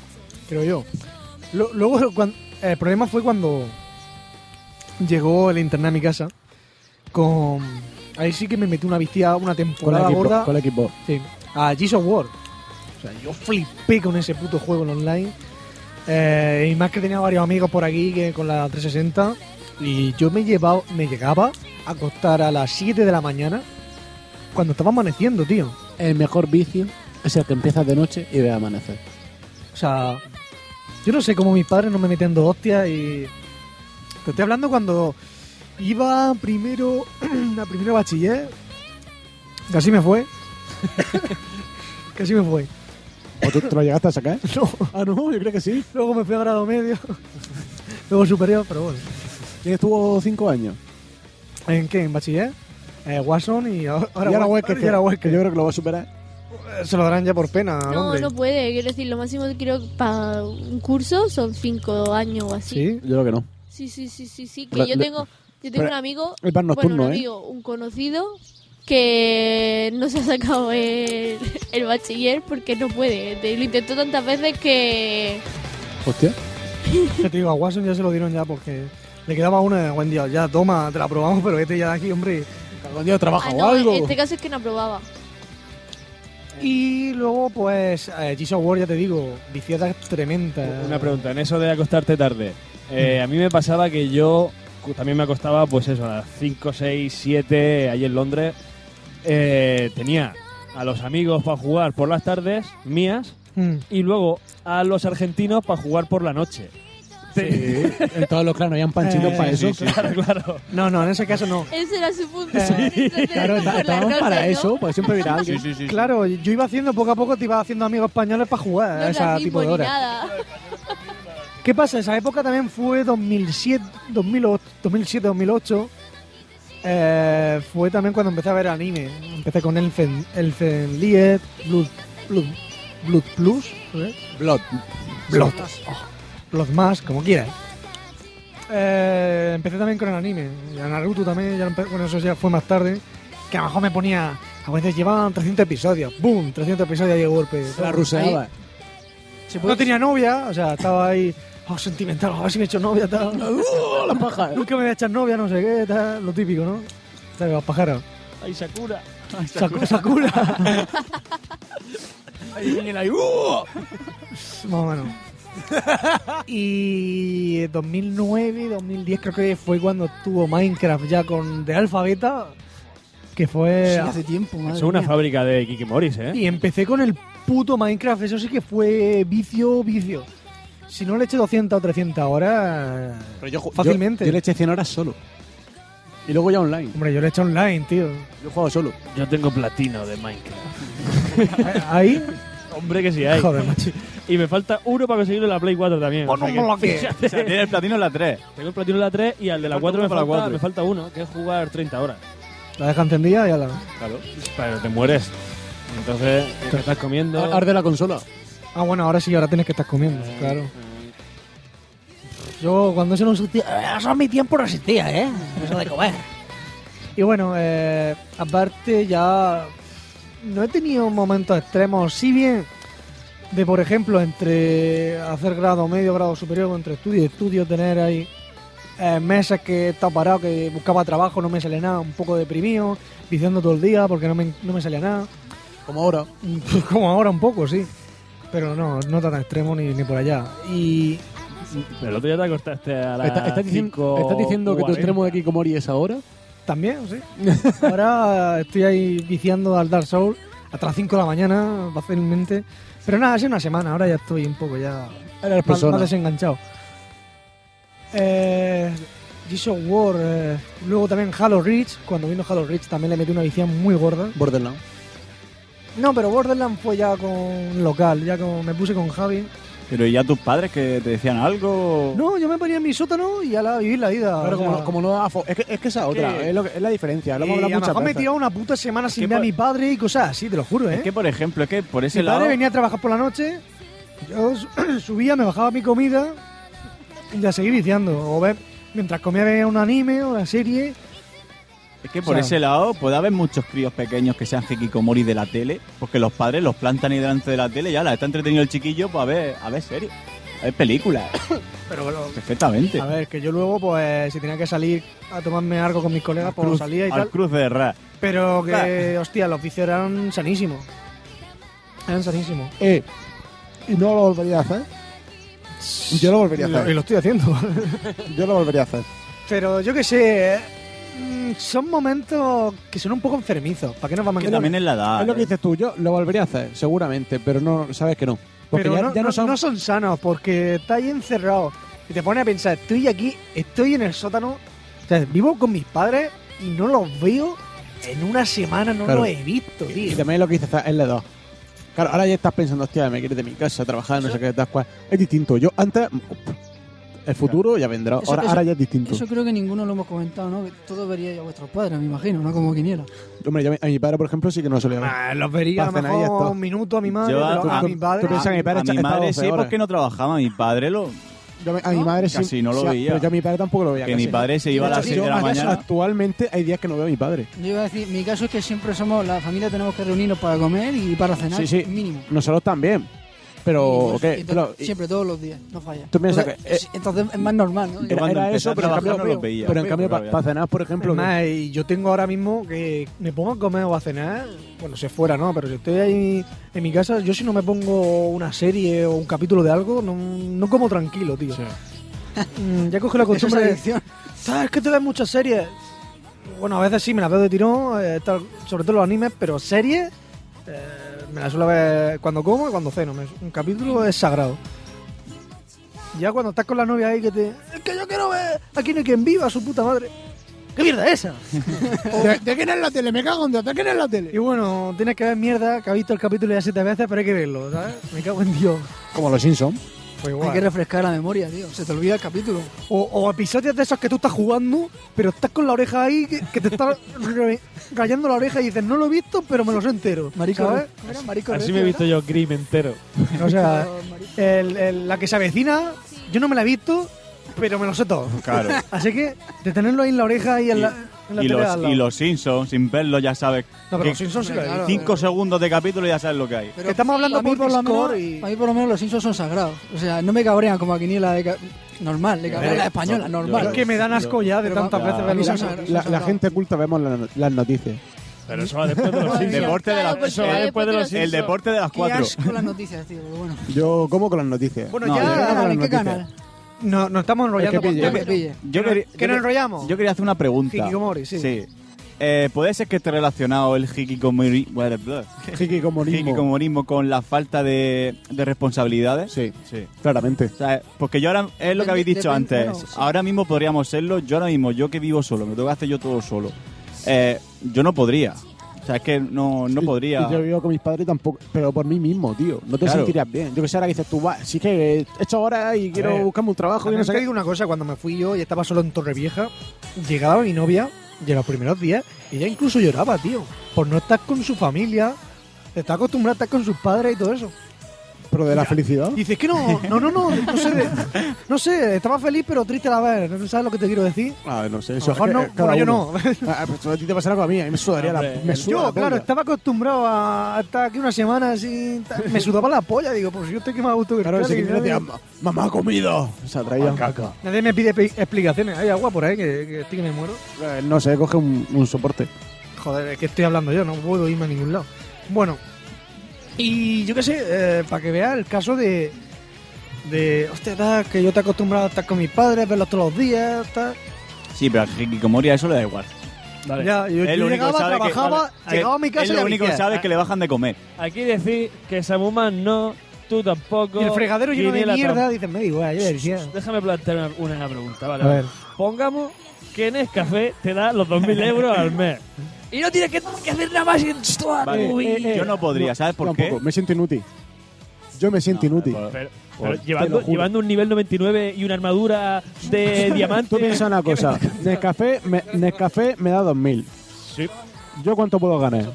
Speaker 1: Creo yo. Lo- luego, cuan- el problema fue cuando llegó el internet a mi casa. Con. Ahí sí que me metí una vistía, una
Speaker 3: Con
Speaker 1: temporada
Speaker 3: la equipo.
Speaker 1: gorda.
Speaker 3: Con la equipo.
Speaker 1: Sí, a Gears of War. O sea, yo flipé con ese puto juego en online. Eh, y más que tenía varios amigos por aquí que con la 360. Y yo me, llevaba, me llegaba a acostar a las 7 de la mañana cuando estaba amaneciendo, tío.
Speaker 3: El mejor vicio es el que empiezas de noche y ve amanecer.
Speaker 1: O sea, yo no sé cómo mis padres no me metían dos hostias y. Te estoy hablando cuando iba primero a primero de bachiller. Casi me fue. Casi me fue.
Speaker 3: ¿O tú te lo llegaste a sacar?
Speaker 1: No.
Speaker 3: Ah, no, yo creo que sí.
Speaker 1: Luego me fui a grado medio. Luego superior, pero bueno.
Speaker 3: ¿Quién estuvo cinco años?
Speaker 1: ¿En qué? ¿En bachiller? Eh, Watson y ahora,
Speaker 3: Y
Speaker 1: Wa-
Speaker 3: ahora Wesker,
Speaker 1: y ahora
Speaker 3: que-
Speaker 1: Wesker.
Speaker 3: que yo creo que lo va a superar.
Speaker 1: Eh, Se lo darán ya por pena,
Speaker 3: Ah,
Speaker 1: al
Speaker 4: No,
Speaker 1: hombre.
Speaker 4: no puede. Quiero decir, lo máximo que creo para un curso son cinco años o así.
Speaker 3: Sí, yo creo que no.
Speaker 4: Sí, sí, sí, sí, sí.
Speaker 3: Pero
Speaker 4: Que yo
Speaker 3: le-
Speaker 4: tengo, yo tengo
Speaker 3: pero
Speaker 4: un amigo,
Speaker 3: el bar
Speaker 4: bueno,
Speaker 3: nocturno,
Speaker 4: un
Speaker 3: ¿eh?
Speaker 4: amigo, un conocido que no se ha sacado el, el bachiller porque no puede. Te- Lo intentó tantas veces que
Speaker 3: Hostia.
Speaker 1: Ya te digo, a Watson ya se lo dieron ya porque le quedaba una de buen día. Ya, toma, te la probamos, pero vete ya de aquí, hombre.
Speaker 3: Algún día trabajo
Speaker 4: Ah,
Speaker 3: o
Speaker 4: no, en
Speaker 3: algo.
Speaker 4: este caso es que no aprobaba.
Speaker 1: Y luego, pues, eh, Gears of War, ya te digo, viciadas tremendas.
Speaker 5: Una pregunta, en eso de acostarte tarde. eh, a mí me pasaba que yo cu- también me acostaba, pues eso, a las 5, 6, 7, allí en Londres. Eh, tenía a los amigos para jugar por las tardes, mías,
Speaker 1: Mm.
Speaker 5: y luego a los argentinos para jugar por la noche. Te-
Speaker 3: En todos los clanos, ya un panchito
Speaker 1: Eh,
Speaker 3: para
Speaker 1: sí,
Speaker 3: eso.
Speaker 1: sí,
Speaker 5: claro, claro.
Speaker 1: No, no, en ese caso no.
Speaker 4: Ese era su punto.
Speaker 3: Claro, está- estábamos para eso, porque siempre virá alguien.
Speaker 1: Claro, yo iba haciendo poco a poco, te iba haciendo amigos españoles para jugar
Speaker 4: No
Speaker 1: a ese
Speaker 4: racismo
Speaker 1: tipo de
Speaker 4: ni
Speaker 1: horas.
Speaker 4: nada.
Speaker 1: ¿Qué pasa? Esa época también fue 2007, 2008, 2007, 2008. Eh, fue también cuando empecé a ver anime. Empecé con Elfen, Elfen Lied, Blood Blood, Blood Plus, ¿eh?
Speaker 3: Blood.
Speaker 1: Blood. oh, Blood Más, como quieras. Eh, empecé también con el anime. Y a Naruto también, ya lo empe- bueno, eso ya fue más tarde. Que a lo mejor me ponía. A veces llevaban 300 episodios. ¡Bum! 300 episodios y de golpe.
Speaker 3: La ruseaba.
Speaker 1: Ahí. No tenía novia, o sea, estaba ahí. Oh, sentimental, a ver si me he hecho novia, tal.
Speaker 3: ¡Uh, la paja!
Speaker 6: ¿eh?
Speaker 1: Nunca me voy a echar novia, no sé qué, tal. Lo típico, ¿no? Tal, los pájaros.
Speaker 5: Ay, Sakura.
Speaker 1: Sakura. Sakura.
Speaker 3: Ahí viene la... ¡Uh!
Speaker 1: Más o menos. y 2009, 2010 creo que fue cuando estuvo Minecraft ya con de alfa beta, que fue...
Speaker 6: Sí, hace tiempo, madre
Speaker 5: Eso es una
Speaker 6: mía.
Speaker 5: fábrica de Kikimoris, ¿eh?
Speaker 1: Y empecé con el puto Minecraft, eso sí que fue vicio, vicio. Si no le eché 200 o 300 horas, fácilmente.
Speaker 3: Yo, yo le eché 100 horas solo. Y luego ya online.
Speaker 1: Hombre, yo le he hecho online, tío.
Speaker 3: Yo he jugado solo.
Speaker 5: Yo tengo platino de Minecraft.
Speaker 1: Ahí...
Speaker 5: Hombre, que sí hay.
Speaker 1: Joder, macho.
Speaker 5: Y me falta uno para conseguirlo en la Play 4 también.
Speaker 1: Pues
Speaker 5: O sea
Speaker 1: no me lo que-
Speaker 5: Fíjate.
Speaker 1: O sea,
Speaker 17: tiene el platino en la 3.
Speaker 5: Tengo el platino en la 3 y al de la
Speaker 17: Falta
Speaker 5: 4 me
Speaker 17: uno para
Speaker 5: falta,
Speaker 17: la 4.
Speaker 5: me falta uno, que es jugar 30 horas.
Speaker 1: La deja encendida y ya la...
Speaker 5: Claro. Pero te mueres. Entonces, te estás comiendo.
Speaker 3: la consola. Eh.
Speaker 1: Ah, bueno, ahora sí, ahora tienes que estar comiendo, claro. Yo cuando eso no existía... eh, Eso a mi tiempo no existía, ¿eh? Eso de comer. Y bueno, eh, aparte ya no he tenido momentos extremos, si bien de por ejemplo entre hacer grado medio, grado superior, entre estudio y estudio, tener ahí eh, meses que he estado parado, que buscaba trabajo, no me sale nada, un poco deprimido, viciando todo el día porque no me, no me salía nada.
Speaker 3: Como ahora.
Speaker 1: Como ahora un poco, sí. Pero no, no tan extremo ni, ni por allá. Y
Speaker 5: Pero el otro día te acostaste a las
Speaker 3: ¿Estás diciendo, estás diciendo que tu
Speaker 5: 5:40.
Speaker 3: extremo de Kikomori es ahora?
Speaker 1: También, sí. Ahora estoy ahí viciando al Dark Souls hasta las 5 de la mañana, fácilmente. Pero nada, hace una semana, ahora ya estoy un poco ya
Speaker 3: Ahora eres
Speaker 1: más,
Speaker 3: persona.
Speaker 1: más desenganchado. Eh, Gears of War, eh, luego también Halo Reach, cuando vino Halo Reach también le metí una visión muy gorda.
Speaker 3: Borderlands.
Speaker 1: No, pero Borderlands fue ya con local, ya con, me puse con Javi.
Speaker 17: Pero ¿y ya tus padres que te decían algo?
Speaker 1: No, yo me ponía en mi sótano y a la, vivir la vida.
Speaker 3: Claro,
Speaker 1: o
Speaker 3: como,
Speaker 1: sea.
Speaker 3: no- como no da fo- es, que, es que esa otra,
Speaker 1: ¿Qué?
Speaker 3: es, lo que- es la diferencia. Lo hemos
Speaker 1: Y a
Speaker 3: hablado
Speaker 1: lo
Speaker 3: muchas
Speaker 1: mejor me he
Speaker 3: veces.
Speaker 1: tirado una puta semana sin
Speaker 3: que
Speaker 1: ver a
Speaker 3: por-
Speaker 1: mi padre y cosas así, te lo juro, ¿eh?
Speaker 17: Es que, por ejemplo, es que por ese
Speaker 1: Mi padre
Speaker 17: lado...
Speaker 1: venía a trabajar por la noche, yo su- subía, me bajaba mi comida y ya seguí viciando. O ver, mientras comía veía un anime o una serie.
Speaker 17: Es que por
Speaker 1: O sea-
Speaker 17: ese lado puede haber muchos críos pequeños que sean hikikomori de la tele, porque los padres los plantan ahí delante de la tele y la está entretenido el chiquillo pues a ver, a ver series, a ver películas.
Speaker 1: Pero bueno,
Speaker 17: Perfectamente.
Speaker 1: a ver, que yo luego, pues, si tenía que salir a tomarme algo con mis colegas, pues
Speaker 17: Cruz-
Speaker 1: salía y
Speaker 17: al
Speaker 1: tal.
Speaker 17: cruce de Ra.
Speaker 1: Pero que,
Speaker 17: Claro.
Speaker 1: hostia, los vicios eran sanísimos. Eran sanísimos.
Speaker 3: Eh, y no lo volvería a hacer. Yo lo volvería a
Speaker 1: Y lo-
Speaker 3: hacer.
Speaker 1: y lo estoy haciendo.
Speaker 3: Yo lo volvería a hacer.
Speaker 1: Pero yo que sé, eh, mm, son momentos que son un poco enfermizos. ¿Para qué nos vamos a
Speaker 17: Que
Speaker 1: engañar?
Speaker 17: también es la edad.
Speaker 3: es lo que
Speaker 17: ¿eh?
Speaker 3: dices tú, yo lo volvería a hacer, seguramente, pero no sabes que no. Porque
Speaker 1: pero
Speaker 3: ya,
Speaker 1: no,
Speaker 3: ya
Speaker 1: no-
Speaker 3: no son.
Speaker 1: no son sanos porque está ahí encerrado y te pones a pensar, estoy aquí, estoy en el sótano, o sea, vivo con mis padres y no los veo en una semana, no
Speaker 3: Claro.
Speaker 1: los he visto, tío.
Speaker 3: Y también lo que dices es la edad. Claro, ahora ya estás pensando, hostia, me quieres de mi casa, trabajar, no sé qué, tal cual. Es distinto. Yo antes. El futuro ya vendrá.
Speaker 6: Eso-
Speaker 3: ahora,
Speaker 6: eso-
Speaker 3: ahora ya es distinto.
Speaker 6: Eso creo que ninguno lo hemos comentado, ¿no? Que todo vería a vuestros padres, me imagino, ¿no? Como quiniela.
Speaker 3: Hombre, yo a mi- a mi padre, por ejemplo, sí que no solía ver.
Speaker 1: Ah, los vería a lo
Speaker 3: Para cenar y ya
Speaker 1: mejor
Speaker 3: está.
Speaker 1: un minuto a mi madre,
Speaker 17: Yo a-
Speaker 1: pero a,
Speaker 17: a-
Speaker 1: mi padre.
Speaker 3: ¿Tú piensas que mi padre
Speaker 17: a
Speaker 3: está-
Speaker 17: mi
Speaker 3: está
Speaker 17: madre
Speaker 3: 12
Speaker 17: sí,
Speaker 3: horas?
Speaker 17: porque no trabajaba. Mi padre lo,
Speaker 3: Yo a mi- a mi madre sí.
Speaker 17: Casi no lo
Speaker 3: sí,
Speaker 17: veía.
Speaker 3: Pero yo a mi padre tampoco lo veía.
Speaker 17: que mi
Speaker 3: casi.
Speaker 17: padre se iba a
Speaker 3: Yo-
Speaker 17: las 6 de
Speaker 3: yo
Speaker 17: la
Speaker 3: ahora-
Speaker 17: mañana.
Speaker 3: Actualmente hay días que no veo a mi padre.
Speaker 6: Yo iba a decir, mi caso es que siempre somos, la familia tenemos que reunirnos para comer y para cenar,
Speaker 3: Sí, sí.
Speaker 6: mínimo.
Speaker 3: Nosotros también. Pero,
Speaker 6: Mínimo,
Speaker 3: ¿qué?
Speaker 6: entonces,
Speaker 3: Claro, y-
Speaker 6: siempre, todos los días, no falla.
Speaker 3: Tú piensas
Speaker 6: entonces,
Speaker 3: que, eh,
Speaker 6: entonces es más normal, ¿no?
Speaker 17: Yo
Speaker 3: era,
Speaker 17: cuando
Speaker 3: era
Speaker 17: empecé
Speaker 3: eso,
Speaker 17: a
Speaker 3: pero en
Speaker 17: trabajar
Speaker 3: cambio,
Speaker 17: no los veía.
Speaker 3: pero en cambio
Speaker 17: Claro,
Speaker 3: para
Speaker 17: ya.
Speaker 3: cenar, por ejemplo,
Speaker 1: Además, y yo tengo ahora mismo que me pongo a comer o a cenar, bueno, si fuera, ¿no? Pero si estoy ahí en mi casa, yo si no me pongo una serie o un capítulo de algo, no, no como tranquilo, tío. Mm, ya coge la costumbre
Speaker 6: Eso
Speaker 1: de
Speaker 6: es adicción.
Speaker 1: ¿Sabes que te ves muchas series? Bueno, a veces sí, me las veo de tirón, eh, tal, sobre todo los animes, pero series eh, me las suelo ver cuando como y cuando ceno. me- un capítulo es sagrado. Ya cuando estás con la novia ahí que te... Es que yo quiero ver aquí no hay quien viva, su puta madre. ¿Qué mierda es esa?
Speaker 3: ¿De, de quién es la tele? Me cago en Dios, ¿de quién es la
Speaker 1: Y
Speaker 3: tele?
Speaker 1: bueno, tienes que ver mierda que has visto el capítulo ya siete veces, pero hay que verlo, ¿sabes? Me cago en Dios.
Speaker 3: Como los Simpsons.
Speaker 6: Hay que refrescar la memoria, tío. Se te olvida el capítulo.
Speaker 1: O, o episodios de esos que tú estás jugando, pero estás con la oreja ahí, que, que te está re- rayando la oreja y dices, no lo he visto, pero me lo sé entero.
Speaker 6: Marico,
Speaker 1: ¿sabes?
Speaker 6: ¿cómo era? Marico
Speaker 5: Así
Speaker 6: recio,
Speaker 5: me he
Speaker 6: ¿no?
Speaker 5: visto yo Grimm entero.
Speaker 1: ¿eh? O sea, el- el- la que se avecina, yo no me la he visto, pero me lo sé todo.
Speaker 2: Claro.
Speaker 1: Así que, de tenerlo ahí en la oreja y en la, en la
Speaker 2: Y
Speaker 1: tele
Speaker 2: los,
Speaker 1: al lado.
Speaker 2: y los Simpsons, sin verlo ya sabes.
Speaker 1: No, pero
Speaker 2: que
Speaker 1: los Simpsons sí lo he visto.
Speaker 2: Cinco segundos de capítulo y ya sabes lo que hay.
Speaker 6: Que estamos hablando
Speaker 1: por Discord y-
Speaker 6: A mí por lo menos los Simpsons son sagrados. O sea, no me cabrean como a Quiniela de ca- normal, de cabrea
Speaker 1: Eh,
Speaker 6: la española,
Speaker 1: no,
Speaker 6: normal.
Speaker 1: yo- Es que me dan asco ya de
Speaker 6: Pero
Speaker 1: tantas
Speaker 6: va-
Speaker 1: veces
Speaker 6: a
Speaker 1: verlo.
Speaker 6: mí son
Speaker 1: La-
Speaker 6: sagrados,
Speaker 3: La,
Speaker 6: son
Speaker 3: la
Speaker 6: sagrados.
Speaker 3: gente culta vemos la no- las noticias.
Speaker 5: Pero eso va después pues de eh. los
Speaker 6: Madre
Speaker 5: Simpsons.
Speaker 6: mía,
Speaker 2: Deporte de las-
Speaker 1: pues,
Speaker 3: pues
Speaker 2: eso
Speaker 6: claro,
Speaker 1: eh,
Speaker 2: va
Speaker 6: porque
Speaker 2: después de los
Speaker 6: después
Speaker 2: Simpsons. El deporte de las
Speaker 6: Qué
Speaker 2: cuatro.
Speaker 6: asco las noticias, tío, pero bueno.
Speaker 3: Yo como con las noticias.
Speaker 1: Bueno,
Speaker 3: No,
Speaker 1: ya,
Speaker 3: yo como con
Speaker 1: dale,
Speaker 3: las
Speaker 1: ¿qué
Speaker 3: noticias.
Speaker 1: canal? No, nos estamos enrollando
Speaker 3: El que
Speaker 1: con
Speaker 3: pille, el que
Speaker 1: temas.
Speaker 6: pille.
Speaker 2: Yo quería-
Speaker 1: ¿Que
Speaker 2: yo
Speaker 1: nos
Speaker 2: quería-
Speaker 1: enrollamos?
Speaker 2: Yo quería hacer una pregunta.
Speaker 1: Hikikomori, sí.
Speaker 2: Eh, ¿Puede ser que esté relacionado el hikikomori- bueno, blah.
Speaker 3: Hikikomorismo.
Speaker 2: hikikomorismo con la falta de, de responsabilidades?
Speaker 3: Sí,
Speaker 2: sí.
Speaker 3: Claramente.
Speaker 2: O sea, porque yo ahora, es lo que habéis dicho
Speaker 6: Depende-
Speaker 2: antes,
Speaker 6: bueno, sí.
Speaker 2: ahora mismo podríamos serlo, yo ahora mismo, yo que vivo solo, me tengo que hacer yo todo solo. Eh, yo no podría. O sea, es que no, no
Speaker 3: Y-
Speaker 2: podría.
Speaker 3: y yo vivo con mis padres tampoco, pero por mí mismo, tío. No te
Speaker 2: Claro.
Speaker 3: sentirías bien. Yo que sé, ahora que dices tú, va, sí que he hecho horas y quiero
Speaker 1: ver,
Speaker 3: buscarme un trabajo. Y
Speaker 1: También
Speaker 3: no sé
Speaker 1: te
Speaker 3: qué.
Speaker 1: digo una cosa, cuando me fui yo y estaba solo en Torrevieja, llegaba mi novia de los primeros días y ella incluso lloraba, tío, por no estar con su familia, está acostumbrada a estar con sus padres y todo eso.
Speaker 3: Pero de la felicidad.
Speaker 1: Y dices que no, no, no, no, no sé, de- no sé, estaba feliz pero triste a la vez, ¿no sabes lo que te quiero decir?
Speaker 3: Ah, no sé,
Speaker 1: A lo mejor no, bueno, yo
Speaker 3: no. Ah, pues a ti te pasará con a mí, a mí me sudaría
Speaker 5: Hombre,
Speaker 3: la. Me
Speaker 5: el-
Speaker 3: suda la
Speaker 1: Yo, claro,
Speaker 3: polla.
Speaker 1: estaba acostumbrado a estar aquí una semana así, tal, me sudaba la polla, digo, pues yo estoy que más a gusto que el
Speaker 3: Claro,
Speaker 1: cole,
Speaker 3: sí que
Speaker 1: que
Speaker 3: me
Speaker 1: nadie-
Speaker 3: decía, "Ma- mamá ha comido. Se atraía. Caca.
Speaker 1: Nadie me pide pe- explicaciones, hay agua por ahí, que, que estoy que me muero.
Speaker 3: No sé, coge un, un soporte.
Speaker 1: Joder, es que estoy hablando yo, no puedo irme a ningún lado. Bueno, y yo qué sé, para que veas el caso de. de. Hostia, tal, que yo te he acostumbrado a estar con mis padres, verlos todos los días, tal.
Speaker 2: Sí, pero a Hikikomori a eso le da igual.
Speaker 5: Vale.
Speaker 1: Ya, yo,
Speaker 2: Él
Speaker 1: yo
Speaker 2: lo único que
Speaker 1: llegaba,
Speaker 2: sabe que-
Speaker 1: trabajaba,
Speaker 5: vale,
Speaker 1: llegaba a mi casa
Speaker 2: Es
Speaker 1: y a
Speaker 2: lo único que
Speaker 1: viciar.
Speaker 2: sabes que le bajan de comer.
Speaker 5: Aquí decir que Samuma no, tú tampoco.
Speaker 1: Y el fregadero lleno de
Speaker 5: Quiniela
Speaker 1: mierda,
Speaker 5: tampoco.
Speaker 1: dicen, me digo, yo decía.
Speaker 5: Déjame plantear una, una pregunta, vale.
Speaker 1: A ver.
Speaker 5: Pongamos que Nescafé te da los 2.000 euros al mes. Y no tienes que, que hacer nada más. Y...
Speaker 3: Eh,
Speaker 2: Vale.
Speaker 5: Uy.
Speaker 2: yo no podría, ¿sabes por
Speaker 3: Tampoco,
Speaker 2: qué?
Speaker 3: me siento inútil. Yo me siento inútil.
Speaker 2: por-
Speaker 5: Pero,
Speaker 2: por-
Speaker 5: pero
Speaker 2: te
Speaker 5: llevando,
Speaker 2: lo juro.
Speaker 5: llevando un nivel 99 y una armadura
Speaker 2: Eh,
Speaker 5: de diamante.
Speaker 3: Tú piensa una
Speaker 5: ¿qué me-
Speaker 3: cosa. Nescafé me, Nescafé me da 2.000.
Speaker 5: Sí.
Speaker 3: ¿Yo cuánto puedo ganar?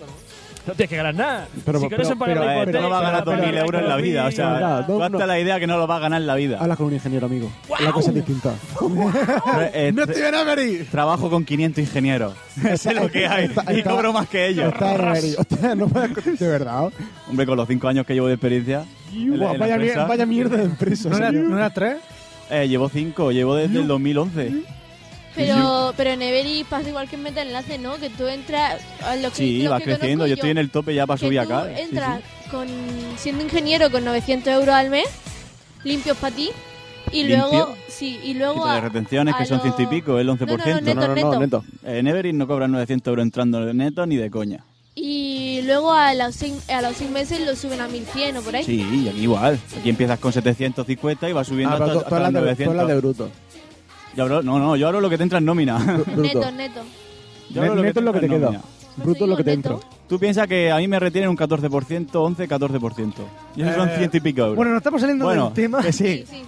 Speaker 5: No tienes que gagar nada.
Speaker 3: Pero-
Speaker 5: si con
Speaker 3: pero-
Speaker 5: eso pagas
Speaker 3: pero,
Speaker 5: la
Speaker 2: Eh, tú
Speaker 5: hipoteca,
Speaker 2: no vas a ganar
Speaker 5: pagas
Speaker 2: 2.000
Speaker 5: la
Speaker 2: euros en la vida, o sea,
Speaker 3: Mira,
Speaker 2: tú
Speaker 3: no,
Speaker 2: hazte
Speaker 3: no.
Speaker 2: la idea que no lo vas a ganar en la vida.
Speaker 3: Habla con un ingeniero, amigo. La cosa es distinta.
Speaker 2: Pero, eh,
Speaker 3: ¡No
Speaker 2: tra-
Speaker 3: te van a venir!
Speaker 2: Trabajo con 500 ingenieros. Sé lo que hay
Speaker 3: Está-
Speaker 2: y
Speaker 3: está-
Speaker 2: cobro más que ellos.
Speaker 3: Está de Reverie. Hostia, no puedes. co- De verdad.
Speaker 2: Hombre, con los 5 años que llevo de experiencia. en la-
Speaker 3: Guau,
Speaker 2: en la
Speaker 3: vaya, mier-
Speaker 2: empresa,
Speaker 3: vaya mierda de empresa.
Speaker 1: ¿No era,
Speaker 3: señor.
Speaker 1: ¿No era tres?
Speaker 2: eh, llevo 5, llevo desde el 2011.
Speaker 4: Pero, pero en Every pasa igual que en Meta Enlace, ¿no? Que tú entras. a Lo que,
Speaker 2: Sí,
Speaker 4: lo
Speaker 2: vas
Speaker 4: que
Speaker 2: creciendo,
Speaker 4: conozco
Speaker 2: yo estoy en el tope ya para
Speaker 4: que
Speaker 2: subir
Speaker 4: tú
Speaker 2: acá. Sí,
Speaker 4: Entras
Speaker 2: sí.
Speaker 4: con, siendo ingeniero con 900 euros al mes, limpios para ti. Y
Speaker 2: ¿Limpio?
Speaker 4: luego. Sí, y luego.
Speaker 2: Quita de
Speaker 4: a-
Speaker 2: retenciones,
Speaker 4: a
Speaker 2: que son
Speaker 4: lo-
Speaker 2: 100 y pico, el 11%.
Speaker 4: No, no, no, neto, neto.
Speaker 2: En Everin no cobran 900 euros entrando en neto ni de coña.
Speaker 4: Y luego a los, seis, a los seis meses lo suben a 1100 o por ahí.
Speaker 2: Sí, y aquí igual. Aquí empiezas con 750 y vas subiendo
Speaker 3: Ah, pero
Speaker 2: hasta,
Speaker 3: tú- tú hablas
Speaker 2: hasta
Speaker 3: de- tú
Speaker 2: 900.
Speaker 3: hablas de bruto.
Speaker 2: Yo hablo- no, no, yo hablo lo que te entra en nómina.
Speaker 3: Bru-
Speaker 4: Neto,
Speaker 3: Bruto.
Speaker 4: neto.
Speaker 2: Yo hablo
Speaker 3: Neto es lo que te
Speaker 2: entra en
Speaker 3: queda.
Speaker 2: nómina.
Speaker 3: Bruto es lo que te
Speaker 4: neto.
Speaker 3: entra.
Speaker 2: Tú piensas que a mí me retienen un 14%, 11, 14%. Y eso son
Speaker 1: Eh,
Speaker 2: 100 y pico euros.
Speaker 1: Bueno, nos estamos saliendo
Speaker 2: Bueno,
Speaker 1: del tema.
Speaker 2: que sí.
Speaker 4: Sí, sí.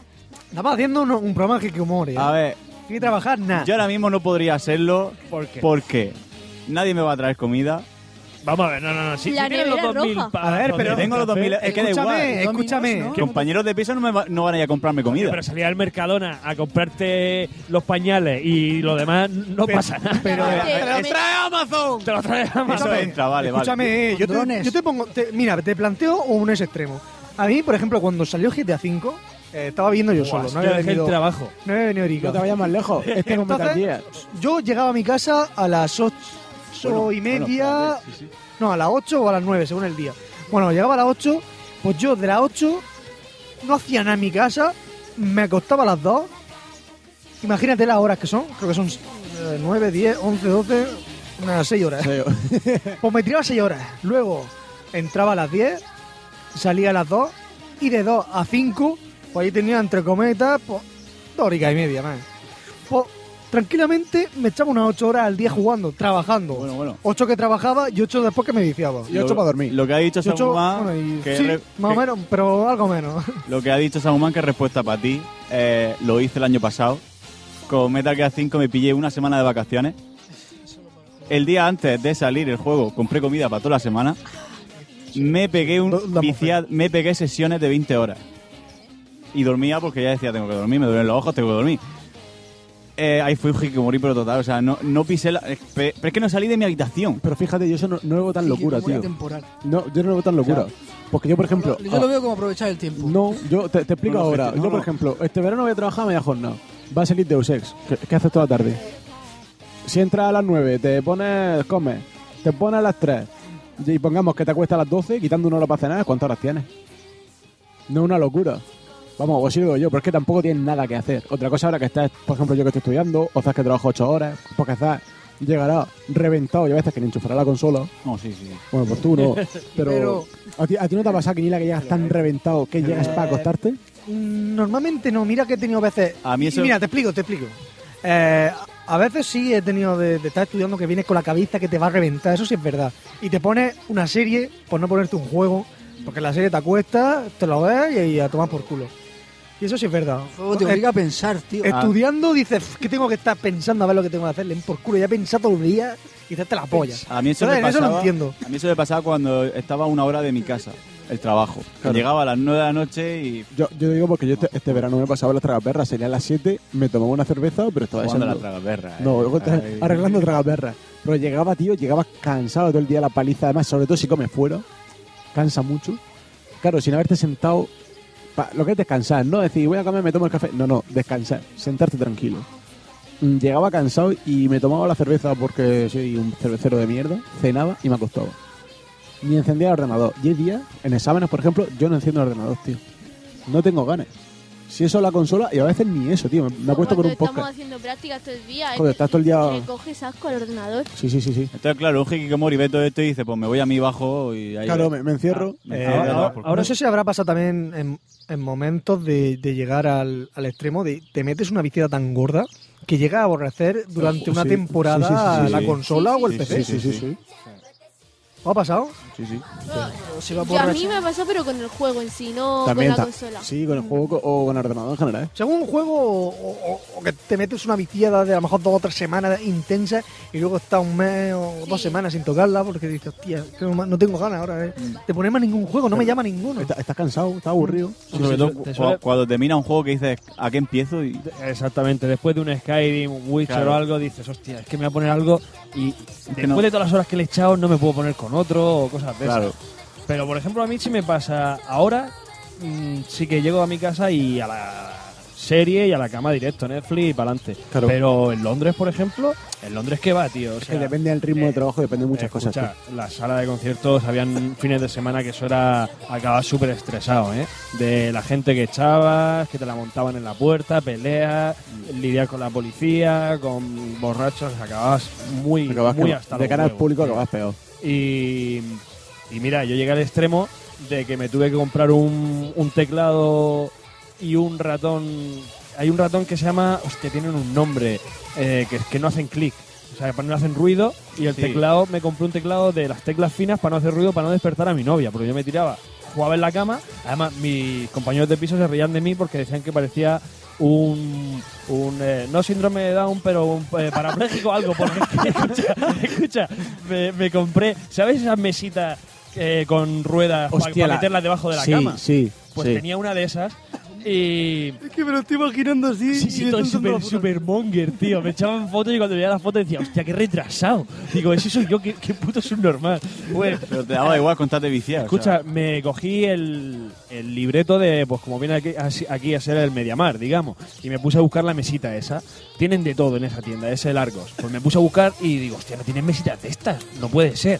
Speaker 1: Estamos haciendo un, un programa que como ¿eh?
Speaker 2: A ver,
Speaker 1: Tiene que trabajar nada.
Speaker 2: yo ahora mismo no podría hacerlo
Speaker 5: ¿Por qué?
Speaker 2: porque nadie me va a traer comida.
Speaker 5: Vamos a ver, no, no, no. Si,
Speaker 4: La
Speaker 5: si tienes los
Speaker 4: nevera
Speaker 5: 2000
Speaker 4: roja.
Speaker 5: pa-
Speaker 1: A ver,
Speaker 5: pa-
Speaker 1: pero-
Speaker 5: de
Speaker 2: Tengo los 2000, es que da
Speaker 1: Escúchame,
Speaker 2: igual.
Speaker 1: escúchame.
Speaker 6: ¿no?
Speaker 2: Compañeros de piso no, me va- no van a ir a comprarme comida.
Speaker 5: Pero salir al Mercadona a comprarte los pañales y lo demás no
Speaker 1: Pero-
Speaker 5: pasa nada.
Speaker 1: pero-
Speaker 4: Claro,
Speaker 1: pero-
Speaker 4: te
Speaker 10: eh,
Speaker 4: lo metes-
Speaker 5: eh, Amazon! Te lo traes a
Speaker 2: Eso
Speaker 5: Amazon.
Speaker 2: entra, vale, vale.
Speaker 1: Escúchame, eh, yo, te,
Speaker 6: drones.
Speaker 1: yo te pongo. te- mira, te planteo un es extremo. A mí, por ejemplo, cuando salió GTA V, eh, estaba viendo yo solo.
Speaker 5: Buah,
Speaker 1: No
Speaker 5: yo
Speaker 1: había,
Speaker 5: dejé el
Speaker 1: venido,
Speaker 5: trabajo.
Speaker 1: no había venido Rico.
Speaker 3: No te vayas más lejos. Este con Metal Gear.
Speaker 1: Entonces, yo llegaba a mi casa a las ocho
Speaker 2: Bueno,
Speaker 1: y
Speaker 2: bueno,
Speaker 1: media.
Speaker 2: espérate, sí, sí.
Speaker 1: No, a las 8 o a las 9, según el día. Bueno, llegaba a las 8, pues yo de las 8 no hacía nada en mi casa, me acostaba a las 2. Imagínate las horas que son, creo que son eh, 9, 10, 11, 12, unas 6 horas. pues me tiraba 6 horas. Luego entraba a las 10, salía a las 2 y de 2 a 5, pues ahí tenía entre cometas, pues 2 horas y media más. Pues Tranquilamente me echaba unas 8 horas al día jugando, trabajando. Bueno, bueno. 8 que trabajaba y 8 después que me viciaba.
Speaker 17: Lo- Lo que ha dicho
Speaker 1: Y ocho-
Speaker 17: Samuman,
Speaker 1: bueno, y-
Speaker 17: que
Speaker 1: sí,
Speaker 17: re-
Speaker 1: más o menos, pero algo menos.
Speaker 17: lo que ha dicho Samuman, que es respuesta para ti. Eh, lo hice el año pasado. Con Metal Gear 5 me pillé una semana de vacaciones. El día antes de salir el juego, compré comida para toda la semana. Me pegué un viciad- me pegué sesiones de 20 horas. Y dormía porque ya decía, tengo que dormir, me duelen los ojos, tengo que dormir. Eh, ahí fui un hikikomori, pero total, o sea, no, no pisé la... eh, pe- Pero es que no salí de mi habitación.
Speaker 3: Pero fíjate, yo eso no, no lo veo tan locura, tío.
Speaker 6: temporal.
Speaker 3: No, yo no lo veo tan locura. Porque yo, por ejemplo... ah,
Speaker 6: Yo lo veo como aprovechar el tiempo.
Speaker 3: No, yo te, te explico
Speaker 6: No lo
Speaker 3: ahora.
Speaker 6: sé,
Speaker 3: yo,
Speaker 6: no,
Speaker 3: por
Speaker 6: no.
Speaker 3: ejemplo, este verano voy a trabajar a media jornada. Va a salir Deus Ex. ¿Qué, qué haces toda la tarde? Si entras a las 9, te pones... Comes. Te pones a las 3. Y pongamos que te acuestas a las 12, quitando una hora para cenar, ¿cuántas horas tienes? No es una locura. Vamos, os digo yo, pero es que tampoco tienes nada que hacer. Otra cosa ahora que estás, por ejemplo, yo que estoy estudiando, o sabes que trabajo 8 horas, pues quizás llegará reventado y a veces que ni enchufará la consola.
Speaker 17: No, sí, sí.
Speaker 3: Bueno, pues tú no. Pero,
Speaker 1: Pero-
Speaker 3: ¿a, ti, a ti no te ha pasado que ni la que llegas tan reventado que llegas para acostarte?
Speaker 1: Normalmente no, mira que he tenido veces.
Speaker 3: A mí
Speaker 1: y
Speaker 3: eso-
Speaker 1: Mira, te explico, te explico. Eh, a veces sí he tenido de, de estar estudiando que vienes con la cabeza que te va a reventar, eso sí es verdad. Y te pones una serie, por no ponerte un juego, porque la serie te acuesta, te lo ves y, a tomar por culo. Y eso sí es verdad.
Speaker 6: Luego te
Speaker 1: Eh,
Speaker 6: obliga a pensar, tío.
Speaker 1: Estudiando dices "Pff, que tengo que estar pensando a ver lo que tengo que hacer, leen por culo, ya he pensado todo el día y te la polla.
Speaker 17: A mí eso,
Speaker 1: Entonces,
Speaker 17: me
Speaker 1: en eso
Speaker 17: pasaba,
Speaker 1: lo entiendo.
Speaker 17: A mí eso me pasaba cuando estaba a una hora de mi casa, el trabajo. Que Llegaba a las 9 de la noche y
Speaker 3: Yo, yo digo porque yo este, este verano me he pasado las tragaperras, sería a las 7, me tomaba una cerveza, pero estaba
Speaker 17: jugando a la
Speaker 3: echando-
Speaker 17: tragaperra. eh.
Speaker 3: No, luego te-
Speaker 17: Ay.
Speaker 3: arreglando tragaperras. Pero llegaba, tío, llegaba cansado todo el día la paliza, además, sobre todo si comes fuera, cansa mucho. Claro, sin haberte sentado, pa- lo que es descansar, no decir voy a comer, me tomo el café, no, no, descansar, sentarte tranquilo. Mm, Llegaba cansado y me tomaba la cerveza porque soy un cervecero de mierda, cenaba y me acostaba. Ni encendía el ordenador. Y hay días, en exámenes, por ejemplo, yo no enciendo el ordenador, tío. No tengo ganas. Si eso la consola, y a veces ni eso, tío. Me, me acuesto con
Speaker 4: Cuando
Speaker 3: un
Speaker 4: estamos
Speaker 3: podcast.
Speaker 4: haciendo prácticas todo el día.
Speaker 3: Joder,
Speaker 4: es que
Speaker 3: estás todo el día-
Speaker 4: Le coges asco al ordenador.
Speaker 3: Sí, sí, sí, sí.
Speaker 17: Entonces, claro, un hikikomori ve todo esto y dice, pues me voy a mi bajo y ahí...
Speaker 3: Claro, me, me encierro.
Speaker 17: Ah, me
Speaker 1: Eh,
Speaker 17: encierro,
Speaker 1: ahora,
Speaker 17: por culo.
Speaker 1: ahora no sé si habrá pasado también en, en momentos de, de llegar al, al extremo de te metes una viciada tan gorda que llega a aborrecer durante
Speaker 3: Sí,
Speaker 1: una
Speaker 3: sí,
Speaker 1: temporada
Speaker 3: sí, sí, sí,
Speaker 1: la
Speaker 3: sí.
Speaker 1: consola o el
Speaker 3: Sí,
Speaker 1: PC.
Speaker 3: sí, sí, sí, sí.
Speaker 1: ¿Os ha pasado?
Speaker 17: Sí, sí.
Speaker 1: Se va
Speaker 4: Yo a
Speaker 1: borracho.
Speaker 4: mí me pasó, pero con el juego en sí, no
Speaker 3: También
Speaker 4: con la
Speaker 3: ta-
Speaker 4: consola.
Speaker 3: Sí, con el juego co- o con el ordenador en general. ¿eh?
Speaker 1: Según un juego o, o- o que te metes una viciada de a lo mejor dos o tres semanas intensas y luego está un mes o dos semanas sin tocarla porque dices, hostia, que no, no tengo ganas ahora eh,
Speaker 4: Mm.
Speaker 1: de ponerme a ningún juego, no me llama ninguno.
Speaker 3: Estás cansado, estás aburrido.
Speaker 17: Sobre todo cu-
Speaker 5: suele-
Speaker 17: cuando termina un juego que dices, ¿a qué empiezo? Y...
Speaker 5: Exactamente, después de un Skyrim, un Witcher
Speaker 17: Claro.
Speaker 5: o algo, dices, hostia, es que me voy a poner algo y después
Speaker 17: no.
Speaker 5: de todas las horas que le he echado no me puedo poner con otro o cosas de
Speaker 17: Claro.
Speaker 5: esas. Pero por ejemplo, a mí sí me pasa ahora, mm, sí que llego a mi casa y a la serie y a la cama directo, Netflix y para adelante.
Speaker 3: Claro.
Speaker 5: Pero en Londres, por ejemplo, en Londres que va, tío. O
Speaker 3: Es que
Speaker 5: sea,
Speaker 3: depende del ritmo de trabajo, depende de muchas cosas.
Speaker 5: escucha,
Speaker 3: tío.
Speaker 5: la sala de conciertos habían fines de semana que eso era acababa súper estresado, ¿eh? De la gente que echabas, que te la montaban en la puerta, peleas, lidiar con la policía, con borrachos, acababas muy,
Speaker 3: Acabas
Speaker 5: muy
Speaker 3: que-
Speaker 5: hasta
Speaker 3: de
Speaker 5: los
Speaker 3: cara al
Speaker 5: huevos,
Speaker 3: público
Speaker 5: tío.
Speaker 3: lo vas peor.
Speaker 5: Y, y mira, yo llegué al extremo de que me tuve que comprar un, un teclado y un ratón. Hay un ratón que se llama. Hostia, tienen un nombre. eh, que, que no hacen clic. O sea, que no hacen ruido. Y el
Speaker 17: Sí.
Speaker 5: teclado, me compré un teclado de las teclas finas para no hacer ruido, para no despertar a mi novia. Porque yo me tiraba, jugaba en la cama. Además, mis compañeros de piso se reían de mí porque decían que parecía. Un, un, eh, no síndrome de Down, pero un eh, parapléjico o algo, porque escucha, escucha, me, me compré, ¿sabes esas mesitas eh, con ruedas para
Speaker 3: Hostia, la-
Speaker 5: meterlas debajo de la
Speaker 3: sí,
Speaker 5: cama?
Speaker 3: sí,
Speaker 5: Pues
Speaker 3: sí.
Speaker 5: tenía una de esas y
Speaker 1: Es que me lo estoy imaginando así.
Speaker 5: Sí, sí, todo super, super monger, tío. Me echaban fotos y cuando veía la foto decía, hostia, qué retrasado. Digo, eso soy yo, qué, qué puto subnormal. Pues,
Speaker 17: Pero te daba igual contarte viciado.
Speaker 5: escucha, me cogí el, el libreto de, pues como viene aquí, así- aquí a ser el Mediamar, digamos, y me puse a buscar la mesita esa. Tienen de todo en esa tienda, es el Argos. Pues me puse a buscar y digo, hostia, no tienen mesitas de estas, no puede ser.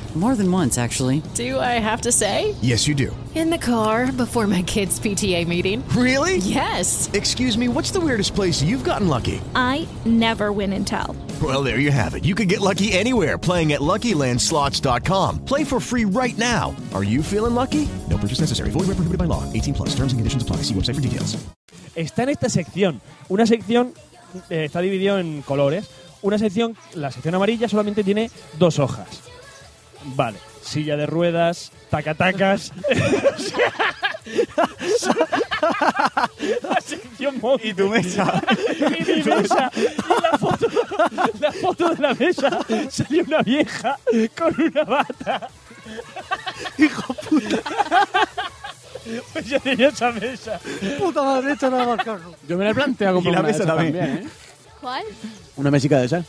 Speaker 15: More than once, actually.
Speaker 14: Do I have to say?
Speaker 13: Yes, you do.
Speaker 14: In the car before my kids' PTA meeting.
Speaker 13: Really?
Speaker 14: Yes.
Speaker 13: Excuse me, what's the weirdest place you've gotten lucky?
Speaker 16: I never win and tell.
Speaker 13: Well, there you have it. You can get lucky anywhere playing at LuckyLandSlots.com. Play for free right now. Are you feeling lucky? No purchase necessary. Void where prohibited by law. 18 plus. Terms and conditions apply. See website for details.
Speaker 5: Está en esta sección. Una sección eh, está dividido en colores. Una sección, la sección amarilla solamente tiene dos hojas. Vale. Silla de ruedas, tacatacas. la sección móvil. Y tu mesa. y mi mesa. Y la foto, la foto de la mesa salió una vieja con una bata. Hijo puta. Pues yo tenía esa mesa.
Speaker 1: Puta madre, esto no va
Speaker 3: Yo me la he planteado
Speaker 2: comprar
Speaker 3: Y la
Speaker 2: una de
Speaker 3: mesa
Speaker 2: esas
Speaker 3: también.
Speaker 2: también,
Speaker 4: ¿Cuál?
Speaker 3: Una mesica de esas.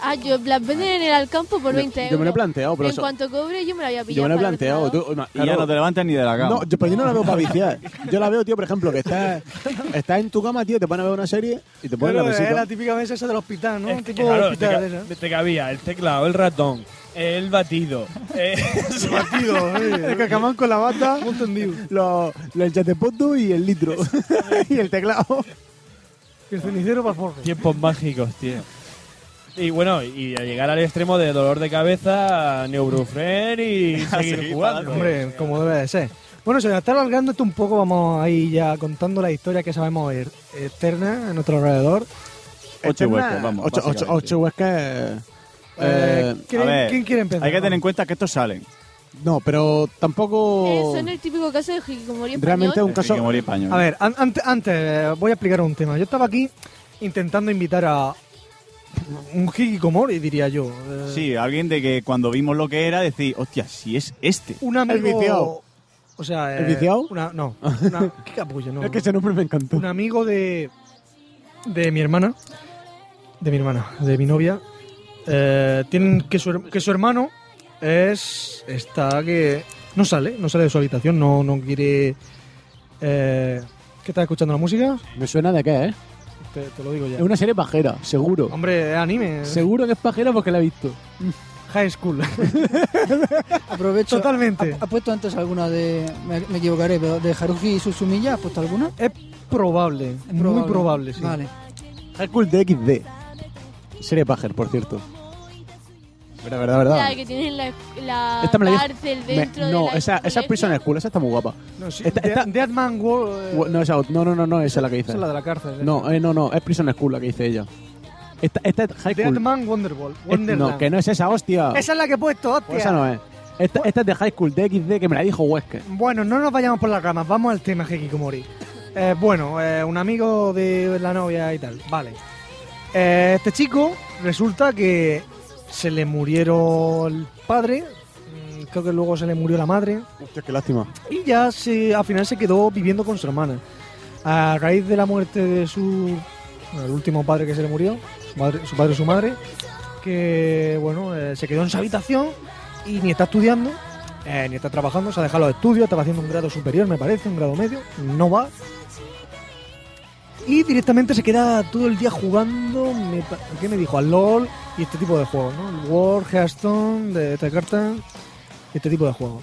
Speaker 4: Ah, yo las venden en el Alcampo por 20 euros.
Speaker 3: yo me lo he planteado, pero
Speaker 4: Eh, En
Speaker 3: eso-
Speaker 4: cuanto cobre, yo me la voy a pillar.
Speaker 3: Yo me lo he
Speaker 4: para el otro
Speaker 3: planteado.
Speaker 4: lado.
Speaker 3: tú, ima-
Speaker 17: Y ya no te levantas ni de la cama.
Speaker 3: No, yo, pero yo no la veo para viciar. Yo la veo, tío, por ejemplo, que estás estás en tu cama, tío, te van a ver una serie y te ponen
Speaker 1: Claro, eh,
Speaker 3: la
Speaker 1: es la
Speaker 3: mesita.
Speaker 1: típica mesa esa del hospital, ¿no? tipo
Speaker 5: Claro, te,
Speaker 1: hospital
Speaker 5: ca-
Speaker 1: de esa.
Speaker 5: te cabía el teclado, el ratón, el batido. eh,
Speaker 1: El batido, eh.
Speaker 3: El cacamán con la bata, lo, lo- el chatepoto y el litro. y el teclado.
Speaker 1: Y el cenicero para forro.
Speaker 5: Tiempos mágicos, tío. Y bueno, y a llegar al extremo de dolor de cabeza, Neubrufen y seguir jugando.
Speaker 1: Hombre, como debe de ser. Bueno, se nos está alargando esto un poco, vamos ahí ya contando la historia que sabemos er- externa a nuestro alrededor.
Speaker 17: Ocho
Speaker 1: Externa-
Speaker 17: huecos, vamos.
Speaker 3: Ocho, ocho,
Speaker 17: básicamente.
Speaker 3: ocho huescas.
Speaker 1: Eh,
Speaker 3: Eh,
Speaker 1: ¿quién-
Speaker 17: a ver,
Speaker 1: quién quiere empezar?
Speaker 17: Hay que tener en cuenta que estos salen.
Speaker 3: No, pero tampoco.
Speaker 4: Eso es el típico caso de Hikikomori español.
Speaker 3: Realmente es un caso.
Speaker 1: A ver, an- ante- antes eh, voy a explicar un tema. Yo estaba aquí intentando invitar a un hikikomori, diría yo. Eh,
Speaker 17: Sí, alguien de que cuando vimos lo que era, decís, hostia, si es este.
Speaker 1: Un amigo...
Speaker 3: viciado.
Speaker 1: O sea,
Speaker 3: ¿El
Speaker 1: eh,
Speaker 3: viciado?
Speaker 1: una- no, una- qué capullo, pues no.
Speaker 3: Es que ese nombre me encantó.
Speaker 1: un amigo de de mi hermana de mi hermana de mi novia eh, tienen que su, her- que su hermano es está que no sale no sale de su habitación no no quiere eh, ¿qué estás escuchando la música?
Speaker 3: Me suena de qué, ¿eh?
Speaker 1: te, te lo digo ya
Speaker 3: Es una serie pajera, seguro.
Speaker 1: hombre es anime
Speaker 3: Seguro que es pajera porque la he visto.
Speaker 1: high school
Speaker 6: Aprovecho.
Speaker 1: Totalmente.
Speaker 6: ¿Ha, ha puesto antes alguna de. Me, me equivocaré, pero de Haruji y Susumiya? ¿Has puesto alguna?
Speaker 1: es probable, muy probable sí.
Speaker 6: Vale.
Speaker 3: High School DxD. Serie pajer, por cierto. Verdad, verdad, verdad.
Speaker 4: La que tiene la, la
Speaker 3: Esta me la vi-
Speaker 4: cárcel
Speaker 3: me-
Speaker 4: dentro de
Speaker 3: no,
Speaker 4: la-
Speaker 3: esa, esa es Prison School, esa está muy guapa.
Speaker 1: No, sí,
Speaker 3: Esta-
Speaker 1: Dead-
Speaker 3: esta-
Speaker 1: Deadman World, eh,
Speaker 3: Ua- No, esa, ot- no, no, no, no, esa es la que
Speaker 1: esa
Speaker 3: dice.
Speaker 1: es la de la cárcel eh.
Speaker 3: No, eh, no, no, es Prison School la que dice ella. Esta, esta es High School.
Speaker 1: Deadman Wonderwall
Speaker 3: Es-
Speaker 1: Wonderland.
Speaker 3: no, que no es esa, hostia.
Speaker 1: esa es la que he puesto hostia
Speaker 3: Pues esa no es. Esta, esta es de High School DxD que me la dijo Wesker.
Speaker 1: Bueno, no nos vayamos por las ramas, vamos al tema Hikikomori. Eh, bueno, eh, un amigo de la novia y tal, vale. Eh, este chico resulta que se le murieron el padre, mm, creo que luego se le murió la madre,
Speaker 3: Hostia, qué lástima.
Speaker 1: y ya se, al final se quedó viviendo con su hermana. A raíz de la muerte de su. bueno, el último padre que se le murió, su, madre, su padre o su madre, que bueno, eh, se quedó en su habitación y ni está estudiando, eh, ni está trabajando, se ha dejado los estudios, estaba haciendo un grado superior, me parece, un grado medio, no va. Y directamente se queda todo el día jugando, me pa- ¿qué me dijo? Al LOL y este tipo de juegos, ¿no? El War, Hearthstone, de esta carta, este tipo de juegos.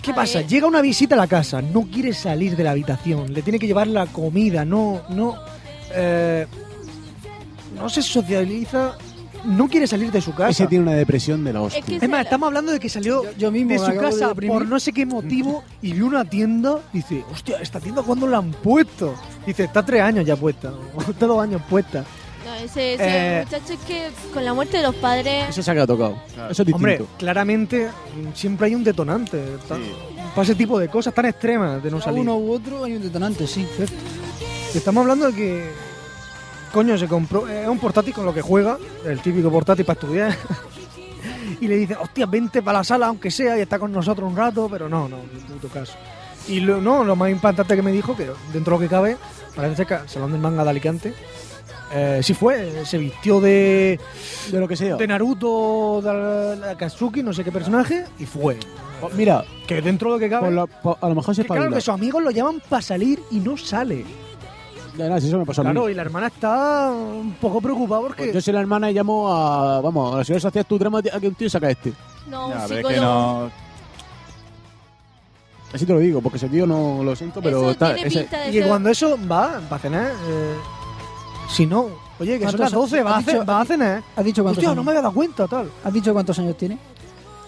Speaker 1: ¿Qué pasa? Llega una visita a la casa, no quiere salir de la habitación, le tiene que llevar la comida, no, no, eh, no se socializa, no quiere salir de su casa.
Speaker 3: Ese tiene una depresión de la hostia.
Speaker 1: Es, más, estamos hablando de que salió
Speaker 6: mismo
Speaker 1: de
Speaker 6: me
Speaker 1: su
Speaker 6: acabo de
Speaker 1: casa
Speaker 6: deprimir.
Speaker 1: por no sé qué motivo y vio una tienda y dice, hostia, ¿esta tienda cuándo la han puesto? Dice, está tres años ya puesta, o está dos años puesta.
Speaker 4: No, ese, ese
Speaker 1: Eh,
Speaker 4: muchacho es que con la muerte de los padres.
Speaker 3: Ese se ha tocado. Eso es distinto.
Speaker 1: Hombre, claramente mm, siempre hay un detonante tan- para ese tipo de cosas tan extremas de no salir.
Speaker 6: uno u otro hay un detonante, sí.
Speaker 1: Estamos hablando de que, coño, se compró, eh, es un portátil con lo que juega, el típico portátil para estudiar. y le dice, hostia, vente para la sala, aunque sea, y está con nosotros un rato, pero no, no, ni puto caso. Y lo, no, lo más impactante que me dijo, que dentro de lo que cabe, parece ser que al Salón del Manga de Alicante, eh, sí fue, eh, se vistió de.
Speaker 3: De lo que sea.
Speaker 1: De Naruto, de la- la Katsuki, no sé qué personaje, y fue.
Speaker 3: Mira,
Speaker 1: Oh, que dentro de lo que cabe.
Speaker 3: por la- por- a lo mejor se
Speaker 1: que claro
Speaker 3: espabila.
Speaker 1: que sus amigos lo llaman para salir y no sale.
Speaker 3: Ya, nada, si eso me pasó a
Speaker 1: Claro,
Speaker 3: mí.
Speaker 1: y la hermana está un poco preocupada porque.
Speaker 3: Yo soy la hermana y llamo a. Vamos, a la señora social, tu drama a que un tío saca este.
Speaker 4: No,
Speaker 3: Ya,
Speaker 4: un
Speaker 3: pero es
Speaker 4: psicólogo.
Speaker 3: que no- Así te lo digo, porque ese tío no lo siento, pero
Speaker 4: Eso
Speaker 3: está.
Speaker 4: tiene
Speaker 3: ese-
Speaker 4: pinta de
Speaker 1: y que
Speaker 4: ser-
Speaker 1: cuando eso va, va a cenar. eh, si no, oye, que son
Speaker 6: ¿Cuántos
Speaker 1: las 12, va
Speaker 6: ha
Speaker 1: a, ce-
Speaker 6: dicho-
Speaker 1: va a cenar.
Speaker 6: ¿Has dicho cuántos
Speaker 1: Hostia,
Speaker 6: años?
Speaker 1: no me había dado cuenta, tal.
Speaker 6: ¿Has dicho cuántos años tiene?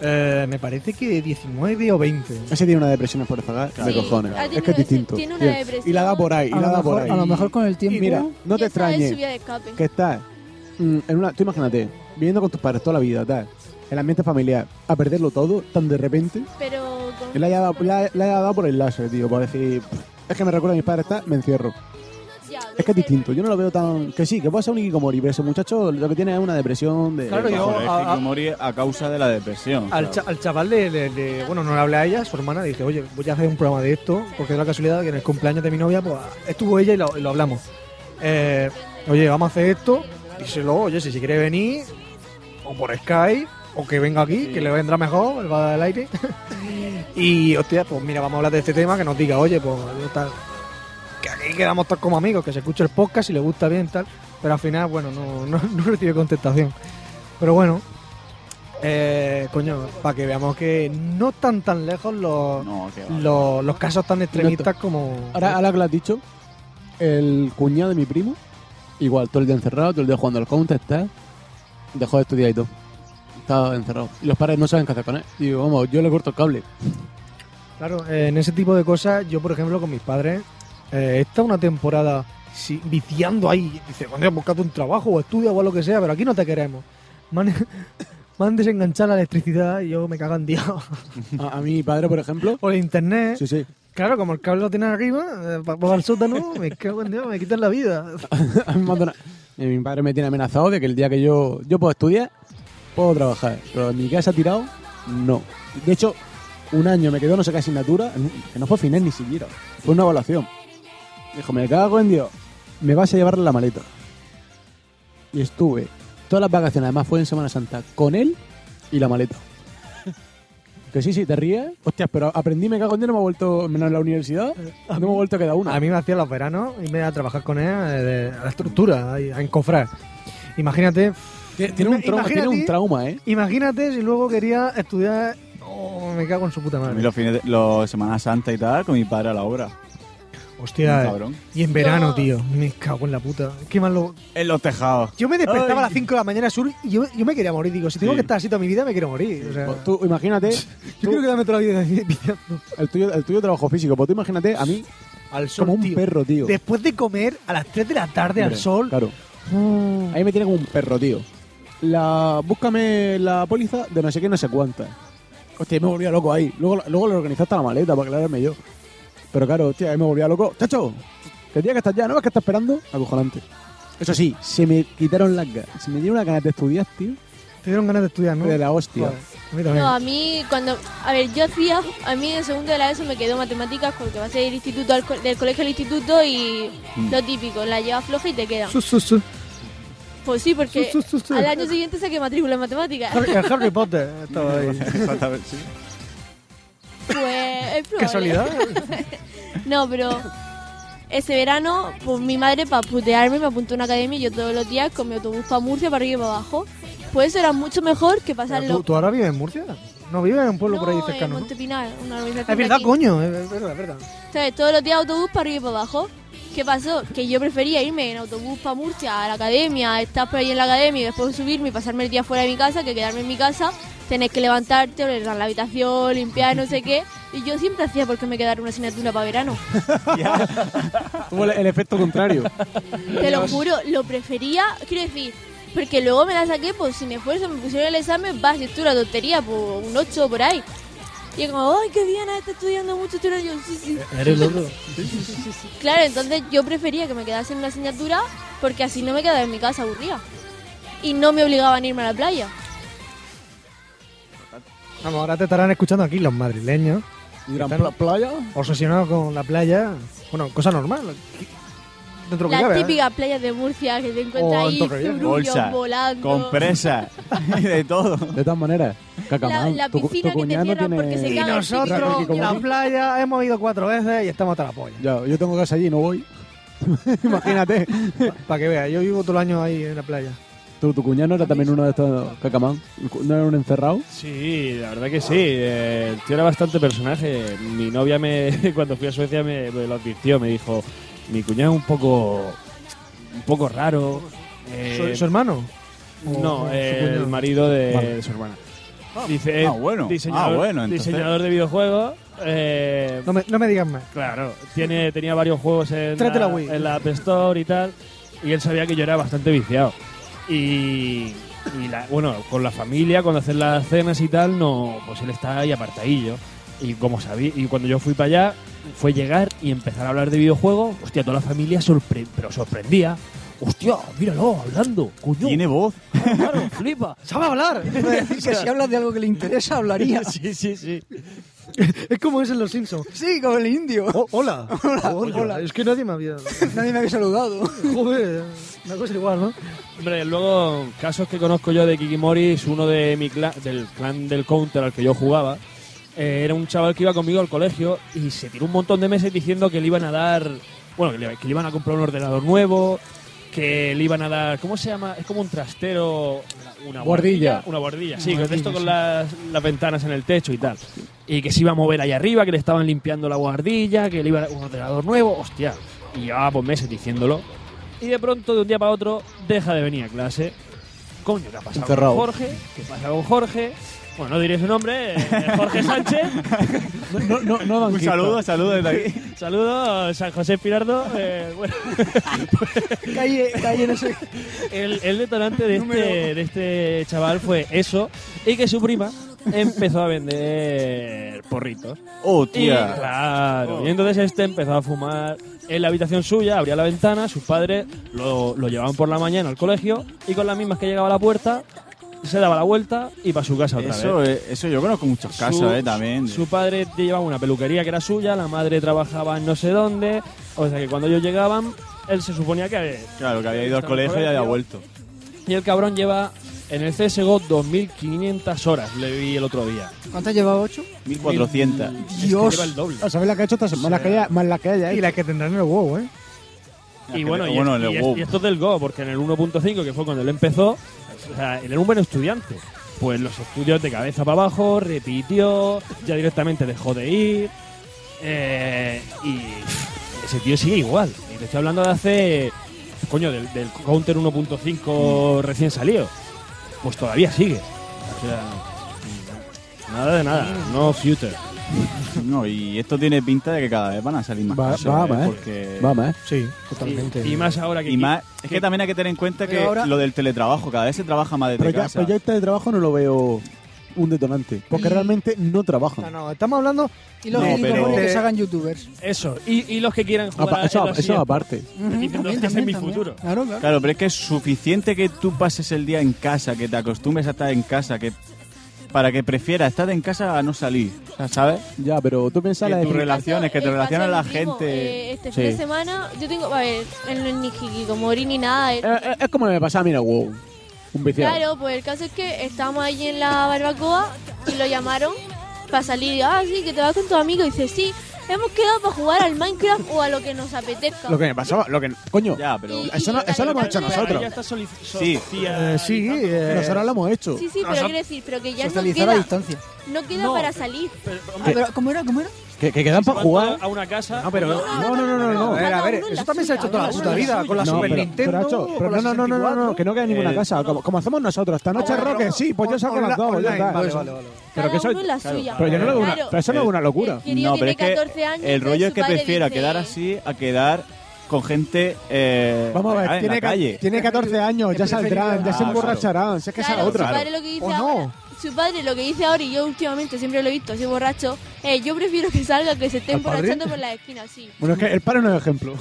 Speaker 1: Eh, me parece que 19 o 20.
Speaker 3: Ese tiene una depresión por pagar de
Speaker 1: Sí,
Speaker 3: cojones.
Speaker 4: ha
Speaker 3: es que
Speaker 4: tenido-
Speaker 3: es distinto.
Speaker 4: Ah, tiene una
Speaker 3: Bien.
Speaker 4: depresión.
Speaker 3: Y la da por ahí, y
Speaker 6: A
Speaker 3: la
Speaker 6: lo
Speaker 3: da por
Speaker 6: mejor-
Speaker 3: ahí.
Speaker 6: a lo mejor con el tiempo-
Speaker 3: Mira, no te
Speaker 4: Y esa es
Speaker 3: extrañes
Speaker 4: su vía de escape.
Speaker 3: que estás mm, en una. Tú imagínate, viviendo con tus padres toda la vida, tal. El ambiente familiar, a perderlo todo, tan de repente.
Speaker 4: Pero con-
Speaker 3: Le haya dado, le haya- le haya dado por el láser, tío, por decir. "Pff, Es que me recuerda a mis padres, tal, me encierro.
Speaker 4: ya, pero
Speaker 3: Es que es distinto, yo no lo veo tan. Que sí, que puede ser un Ikikomori, pero ese muchacho lo que tiene es una depresión de.
Speaker 1: Claro, yo-
Speaker 17: Joder, es este
Speaker 1: a-
Speaker 17: que
Speaker 1: a-
Speaker 17: Hikikomori a causa de la depresión.
Speaker 1: Al,
Speaker 17: claro.
Speaker 1: cha- al chaval le, le- le- Bueno, no le hablé a ella, su hermana, dije, oye, voy a hacer un programa de esto, porque es la casualidad que en el cumpleaños de mi novia, pues estuvo ella y lo, y lo hablamos. Eh, oye, vamos a hacer esto, díselo, oye, si se quiere venir, o por Skype, o que venga aquí, que le vendrá mejor, el va del aire. y, hostia, pues mira, vamos a hablar de este tema, que nos diga, oye, pues yo tal. Que aquí quedamos todos como amigos, que se escuche el podcast y le gusta bien, tal. Pero al final, bueno, no, no, no recibe contestación. Pero bueno, eh, coño, para que veamos que no están tan lejos los, los, los casos tan extremistas como.
Speaker 3: Ahora, ahora que lo has dicho, el cuñado de mi primo, igual, todo el día encerrado, todo el día jugando al counter, tal, dejó de estudiar y todo. Estaba encerrado. Y los padres no saben qué hacer con él. Digo, vamos, yo le corto el cable.
Speaker 1: Claro, eh, en ese tipo de cosas, yo por ejemplo con mis padres, eh, he estado una temporada sí, viciando ahí. Dice, bueno, buscate un trabajo o estudia o lo que sea, pero aquí no te queremos. Me han, me han desenganchado la electricidad y yo me cago en Dios.
Speaker 3: A, a mi padre, por ejemplo.
Speaker 1: o el internet.
Speaker 3: Sí, sí.
Speaker 1: Claro, como el cable lo tienen arriba, eh, pa- pa- al sótano, me cago en Dios, me quitan la vida.
Speaker 3: A mí me manda una- eh, mi padre me tiene amenazado de que el día que yo, yo puedo estudiar, puedo trabajar. Pero en mi casa tirado, no. De hecho, un año me quedó no sé qué asignatura, que no fue final ni siquiera. Fue una evaluación. Dijo, me cago en Dios, me vas a llevar la maleta. Y estuve todas las vacaciones, además fue en Semana Santa, con él y la maleta. Que sí, sí, te ríes. Hostias, pero aprendí, me cago en Dios, no me ha vuelto, menos en la universidad, no me ha vuelto a quedar una.
Speaker 1: A mí me hacía los veranos y me iba a trabajar con él eh, de- a la estructura, ahí, a encofrar. Imagínate.
Speaker 3: Tiene, tiene un trauma, tiene un trauma, ¿eh?
Speaker 1: Imagínate si luego quería estudiar. Oh, me cago en su puta
Speaker 17: A mí
Speaker 1: madre.
Speaker 17: los fines de los Semana Santa y tal, con mi padre a la obra.
Speaker 1: Hostia.
Speaker 17: Un cabrón.
Speaker 1: Y en verano, tío. Me cago en la puta. Qué mal lo-
Speaker 17: En los tejados.
Speaker 1: Yo me despertaba
Speaker 17: Ay.
Speaker 1: a las 5 de la mañana sur y yo, yo me quería morir. Digo, si tengo que estar así toda mi vida, me quiero morir. O sea,
Speaker 3: Pues Tú imagínate,
Speaker 1: yo quiero quedarme toda la vida viciando.
Speaker 3: el tuyo, el tuyo trabajo físico, pues tú imagínate a mí
Speaker 1: Al sol,
Speaker 3: como un
Speaker 1: tío.
Speaker 3: perro, tío.
Speaker 1: Después de comer a las 3 de la tarde al
Speaker 3: Hombre,
Speaker 1: sol.
Speaker 3: Claro. A mí me tiene como un perro, tío. La, búscame la póliza de no sé qué, no sé cuánta. Hostia, me volvía loco ahí. Luego, luego lo organizé hasta la maleta para aclararme yo. Pero claro, hostia, ahí me volvía loco. ¡Chacho! Que tienes que estar ya, ¿no ves que está esperando? Acojonante. Eso sí, se me quitaron las ganas. Se me dieron las ganas de estudiar, tío.
Speaker 1: Te dieron ganas de estudiar, ¿no?
Speaker 3: De la hostia.
Speaker 1: Joder, a mí también.
Speaker 4: No, a mí cuando... A ver, yo hacía... A mí en segundo de la ESO me quedó matemáticas porque vas a ir instituto al co- del colegio al instituto y
Speaker 1: Mm.
Speaker 4: lo típico, la llevas floja y te queda.
Speaker 1: Su, su, su.
Speaker 4: Pues sí, porque
Speaker 1: Su, su, su, su.
Speaker 4: al año siguiente saqué matrícula en matemáticas.
Speaker 1: Harry, Harry Potter estaba ahí.
Speaker 17: Exactamente, sí.
Speaker 4: Pues es probable.
Speaker 1: ¿Casualidad?
Speaker 4: no, pero ese verano, pues mi madre para putearme me apuntó a una academia y yo todos los días con mi autobús para Murcia, para arriba y para abajo. Pues eso era mucho mejor que
Speaker 1: Pero ¿Tú,
Speaker 4: pasarlo.
Speaker 1: ¿Tú ahora vives en Murcia? No, vive en un pueblo por ahí
Speaker 4: No, en
Speaker 1: cercano. ¿no? Ah,
Speaker 4: Montepinar, una organización
Speaker 1: Es verdad,
Speaker 4: de aquí.
Speaker 1: coño, es verdad, es verdad.
Speaker 4: ¿Sabes? Todos los días autobús para arriba y para abajo. ¿Qué pasó? Que yo prefería irme en autobús para Murcia, a la academia, estar por ahí en la academia y después subirme y pasarme el día fuera de mi casa que quedarme en mi casa, tener que levantarte, ordenar la habitación, limpiar, no sé qué. Y yo siempre hacía porque me quedara una asignatura para verano.
Speaker 3: Tuvo el, el efecto contrario.
Speaker 4: Te lo juro, lo prefería, quiero decir, porque luego me la saqué, pues sin esfuerzo, me pusieron el examen, va, si esto es una tontería, pues un 8 por ahí. Y es como, ay, qué bien, ah, está estudiando mucho, tú eres yo, sí, sí.
Speaker 18: Eres loco.
Speaker 4: Claro, entonces yo prefería que me quedase en una asignatura porque así no me quedaba en mi casa aburrida. Y no me obligaban a irme a la playa.
Speaker 1: Vamos, ahora te estarán escuchando aquí los madrileños.
Speaker 3: ¿Irán
Speaker 1: Están
Speaker 3: pla- playa?
Speaker 1: Obsesionados con la playa. Bueno, cosa normal. que- Dentro de lo que
Speaker 4: Las
Speaker 1: cabe, ¿eh?
Speaker 4: típicas playas de Murcia que te
Speaker 1: O
Speaker 4: encuentras
Speaker 1: en
Speaker 4: ahí,
Speaker 1: Torrevieja.
Speaker 4: zurullos
Speaker 1: Bolsa,
Speaker 4: volando.
Speaker 17: Compresas y de todo.
Speaker 3: De todas maneras, Cacamán,
Speaker 4: La- la
Speaker 3: tu cu-
Speaker 4: piscina
Speaker 3: tu
Speaker 4: que te
Speaker 3: cuñado
Speaker 4: cierran
Speaker 3: tiene...
Speaker 4: porque se
Speaker 1: Y nosotros, en la playa, hemos ido cuatro veces y estamos hasta la polla.
Speaker 3: Ya, yo tengo casa allí y no voy. Imagínate.
Speaker 1: Para que veas, yo vivo todo el año ahí en la playa.
Speaker 3: ¿Tu, tu cuñado era también uno de estos Cacamán? ¿No era un encerrado?
Speaker 5: Sí, la verdad que sí. eh, el tío era bastante personaje. Mi novia, me, cuando fui a Suecia, me, me lo advirtió. Me dijo, mi cuñado es un poco, un poco raro. eh,
Speaker 1: ¿Su, su hermano?
Speaker 5: No,
Speaker 1: ¿O su
Speaker 5: eh, el
Speaker 1: cuñado?
Speaker 5: marido de,
Speaker 1: Vale.
Speaker 5: de su hermana. Dice, eh,
Speaker 17: ah, bueno.
Speaker 5: Diseñador,
Speaker 17: Ah, bueno, entonces.
Speaker 5: diseñador de videojuegos. eh,
Speaker 1: No me, no me digas más.
Speaker 5: Claro, tiene, tenía varios juegos en
Speaker 1: Tráete la
Speaker 5: la,
Speaker 1: Wii.
Speaker 5: en la App Store y tal. Y él sabía que yo era bastante viciado. Y, y la- bueno, con la familia, cuando hacen las cenas y tal, no, pues él está ahí apartadillo. Y como sabía, y cuando yo fui para allá, fue llegar y empezar a hablar de videojuegos. Hostia, toda la familia sorpre- pero sorprendía. Hostia, míralo, hablando, coño. Tiene
Speaker 17: voz.
Speaker 5: Claro, flipa.
Speaker 1: ¡Sabe hablar!
Speaker 6: Es decir, que si hablas de algo que le interesa, hablaría.
Speaker 5: Sí, sí, sí.
Speaker 1: Es como es en Los Simpsons. Oh,
Speaker 6: Sí, como el indio.
Speaker 1: hola. hola. Es que nadie me había...
Speaker 6: Nadie me había saludado.
Speaker 1: Joder, una cosa igual, ¿no?
Speaker 5: Hombre, luego casos que conozco yo de Kikimori es uno de mi clan, del clan del counter al que yo jugaba. Eh, era un chaval que iba conmigo al colegio y se tiró un montón de meses diciendo que le iban a dar, bueno, que le, que le iban a comprar un ordenador nuevo, que le iban a dar, ¿cómo se llama? Es como un trastero, una- una
Speaker 3: Guardilla.
Speaker 5: Una guardilla, sí,
Speaker 3: Guardilla,
Speaker 5: con esto con
Speaker 3: sí.
Speaker 5: las, las ventanas en el techo y tal. Y que se iba a mover ahí arriba, que le estaban limpiando la guardilla, que le iba a dar un ordenador nuevo, hostia. Y llevaba pues meses diciéndolo. Y de pronto, de un día para otro, deja de venir a clase. Coño, ¿qué ha pasado
Speaker 3: Encerrado.
Speaker 5: con Jorge? ¿Qué pasa con Jorge? Bueno, no diré su nombre, eh, Jorge Sánchez.
Speaker 3: No, no, no,
Speaker 5: Un
Speaker 3: Danquito.
Speaker 5: saludo, saludo desde aquí. Saludos, San José Pirardo. eh, bueno.
Speaker 6: calle, calle, no sé.
Speaker 5: El, el detonante de este, de este chaval fue eso y que su prima empezó a vender porritos.
Speaker 17: ¡Oh,
Speaker 5: Y
Speaker 17: tía! Oh.
Speaker 5: claro, y entonces este empezó a fumar en la habitación suya, abría la ventana, sus padres lo, lo llevaban por la mañana al colegio y con las mismas que llegaba a la puerta se daba la vuelta y para su casa otra
Speaker 17: Eso,
Speaker 5: vez.
Speaker 17: eh, eso yo conozco muchos casos,
Speaker 5: Su-
Speaker 17: eh, también.
Speaker 5: Su padre llevaba una peluquería que era suya, la madre trabajaba en no sé dónde, o sea que cuando ellos llegaban, él se suponía que...
Speaker 17: Claro, que había ido al
Speaker 5: Estaba en el
Speaker 17: colegio y había
Speaker 5: colegio.
Speaker 17: vuelto.
Speaker 5: Y el cabrón lleva en el CSGO 2.500 horas, le vi el otro día.
Speaker 6: ¿Cuántas llevaba? ¿Ocho?
Speaker 17: 1400.
Speaker 6: Dios.
Speaker 5: lleva el doble.
Speaker 3: Ah, ¿Sabes la que ha hecho esta semana? Más la que haya- Más la que haya
Speaker 1: Y
Speaker 3: hecho.
Speaker 1: la que tendrán en el WoW, ¿eh?
Speaker 5: Y bueno, y,
Speaker 17: Bueno,
Speaker 5: es-
Speaker 17: en el
Speaker 5: y es-
Speaker 17: WoW.
Speaker 5: y esto es del Go, porque en el 1.5, que fue cuando él empezó, o sea, él era un buen estudiante. Pues los estudios de cabeza para abajo, repitió, ya directamente dejó de ir. eh, y pff, ese tío sigue igual. Y te estoy hablando de hace. Coño, del, del Counter 1.5 recién salido. Pues todavía sigue. O sea, nada de nada, no future.
Speaker 17: No, y esto tiene pinta de que cada vez van a salir más
Speaker 3: Va-
Speaker 17: casos.
Speaker 3: va más, ¿eh?
Speaker 17: Porque...
Speaker 3: Va más.
Speaker 1: Sí,
Speaker 5: totalmente. Y, más ahora que.
Speaker 17: Y más, es que también hay que tener en cuenta que
Speaker 5: Pero ahora-
Speaker 17: lo del teletrabajo, cada vez se trabaja más desde
Speaker 3: Pero ya,
Speaker 17: casa.
Speaker 3: pero ya este de trabajo no lo veo un detonante. Porque realmente no trabajan.
Speaker 1: No, no, eh, estamos hablando...
Speaker 6: Y los
Speaker 3: No,
Speaker 6: que
Speaker 3: pero-
Speaker 6: que se hagan youtubers.
Speaker 5: Eso, y, y los que quieran jugar.
Speaker 3: Apa-
Speaker 5: a-
Speaker 3: eso,
Speaker 5: en los
Speaker 3: eso
Speaker 5: siguientes.
Speaker 3: aparte.
Speaker 5: Diciendo,
Speaker 6: También,
Speaker 5: "Este es
Speaker 6: también,
Speaker 5: mi
Speaker 6: también.
Speaker 5: futuro.
Speaker 6: Claro, claro.
Speaker 17: Claro, pero es que es suficiente que tú pases el día en casa, que te acostumbres a estar en casa, que para que prefieras estar en casa a no salir, o sea, ¿sabes?
Speaker 3: Ya, pero tú piensas
Speaker 17: Que
Speaker 3: la
Speaker 17: tus
Speaker 3: definición-
Speaker 17: relaciones, que te
Speaker 4: El
Speaker 17: relaciona
Speaker 4: paseo
Speaker 17: la
Speaker 4: que hicimos,
Speaker 17: gente.
Speaker 4: eh, este fin de semana, yo tengo. A ver, el- ni hikikomori ni nada. eh.
Speaker 3: Eh, eh, es como me pasaba, mira, wow. Un viciado.
Speaker 4: Claro, pues el caso es que estábamos allí en la barbacoa y lo llamaron para salir. Ah, sí, que te vas con tus amigos. Y dice, sí. Hemos quedado para jugar al Minecraft o a lo que nos apetezca.
Speaker 3: Lo que me pasaba, lo que. Coño, ya,
Speaker 4: pero-
Speaker 3: eso, no, eso lo hemos hecho nosotros.
Speaker 5: Sí,
Speaker 3: Eh, sí, eh, nosotros lo hemos hecho.
Speaker 4: Sí, sí, pero quiero decir, pero que ya no
Speaker 6: Socializar a
Speaker 4: queda,
Speaker 6: distancia.
Speaker 4: no queda
Speaker 6: No,
Speaker 4: para salir.
Speaker 6: Ah, pero ¿Cómo era? ¿Cómo era?
Speaker 3: Que, que quedan para jugar.
Speaker 5: a una casa.
Speaker 1: No, pero no, no, no, no, no. A ver, a ver, eso también se ha hecho toda la puta vida con la
Speaker 3: No,
Speaker 1: Super
Speaker 3: pero-
Speaker 1: Nintendo.
Speaker 3: pero, Nacho, pero
Speaker 1: con la
Speaker 3: no, no, no, no, no, no, que no queda ninguna
Speaker 1: Eh,
Speaker 3: casa. Como, como hacemos nosotros. Esta noche,
Speaker 1: Online,
Speaker 3: Roque, sí, pues yo saco las dos. ya
Speaker 1: online,
Speaker 3: está.
Speaker 1: vale, vale, vale.
Speaker 3: Pero que eso,
Speaker 4: uno en la suya.
Speaker 3: pero yo no le veo una,
Speaker 4: Claro.
Speaker 3: pero eso no es una locura.
Speaker 4: El crío tiene 14 años,
Speaker 17: el rollo
Speaker 4: entonces
Speaker 17: es que
Speaker 4: su padre
Speaker 17: prefiera
Speaker 4: dice-
Speaker 17: quedar así a quedar con gente eh,
Speaker 3: Vamos a ver,
Speaker 17: en
Speaker 3: tiene,
Speaker 17: la
Speaker 3: ca-
Speaker 17: calle.
Speaker 3: tiene 14 años, ya saldrán, ya
Speaker 17: Ah,
Speaker 3: se
Speaker 17: claro.
Speaker 3: emborracharán. Si es que esa es la
Speaker 4: Claro,
Speaker 3: otra.
Speaker 4: Su padre lo que dice "Ah, ahora, su padre lo que dice ahora y yo últimamente siempre lo he visto así borracho, eh, yo prefiero que salga que se esté
Speaker 3: ¿Al padre?
Speaker 4: emborrachando por la esquina, sí.
Speaker 3: Bueno, es que el padre no es ejemplo.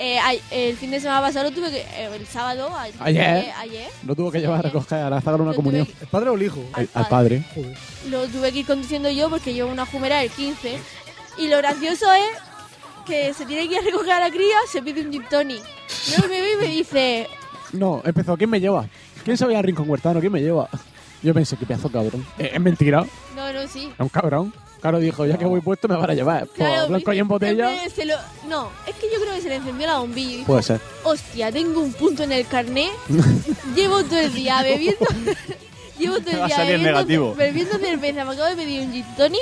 Speaker 4: Eh, ay- el fin de semana pasado lo tuve que eh, el sábado a-
Speaker 3: Ayer.
Speaker 4: eh, ayer
Speaker 3: Lo tuvo que llevar a recoger a la sacar una comunión.
Speaker 1: ¿El padre o el hijo?
Speaker 3: Al- Al padre.
Speaker 4: lo tuve que ir conduciendo yo porque llevo una jumera del 15 y lo gracioso es que se tiene que ir a recoger a la cría, se pide un gin tonic. Luego me ve y me dice,
Speaker 3: No, empezó. ¿Quién me lleva? ¿Quién se va a ir al rincón huertano? ¿Quién me lleva? Yo pensé, qué pedazo de cabrón. Eh, es mentira. Es
Speaker 4: no, no, sí.
Speaker 3: un cabrón. Claro, dijo, ya que voy puesto me van a llevar. Pues,
Speaker 4: Claro,
Speaker 3: blanco y en botella. Pues.
Speaker 4: Hombre, se lo- No, es que yo creo que se le encendió la bombilla y dijo,
Speaker 3: Puede ser.
Speaker 4: hostia, tengo un punto en el carné, llevo todo el día bebiendo, llevo todo el
Speaker 17: Va a
Speaker 4: día
Speaker 17: salir
Speaker 4: bebiendo,
Speaker 17: negativo.
Speaker 4: bebiendo cerveza, me acabo de pedir un gin tonic.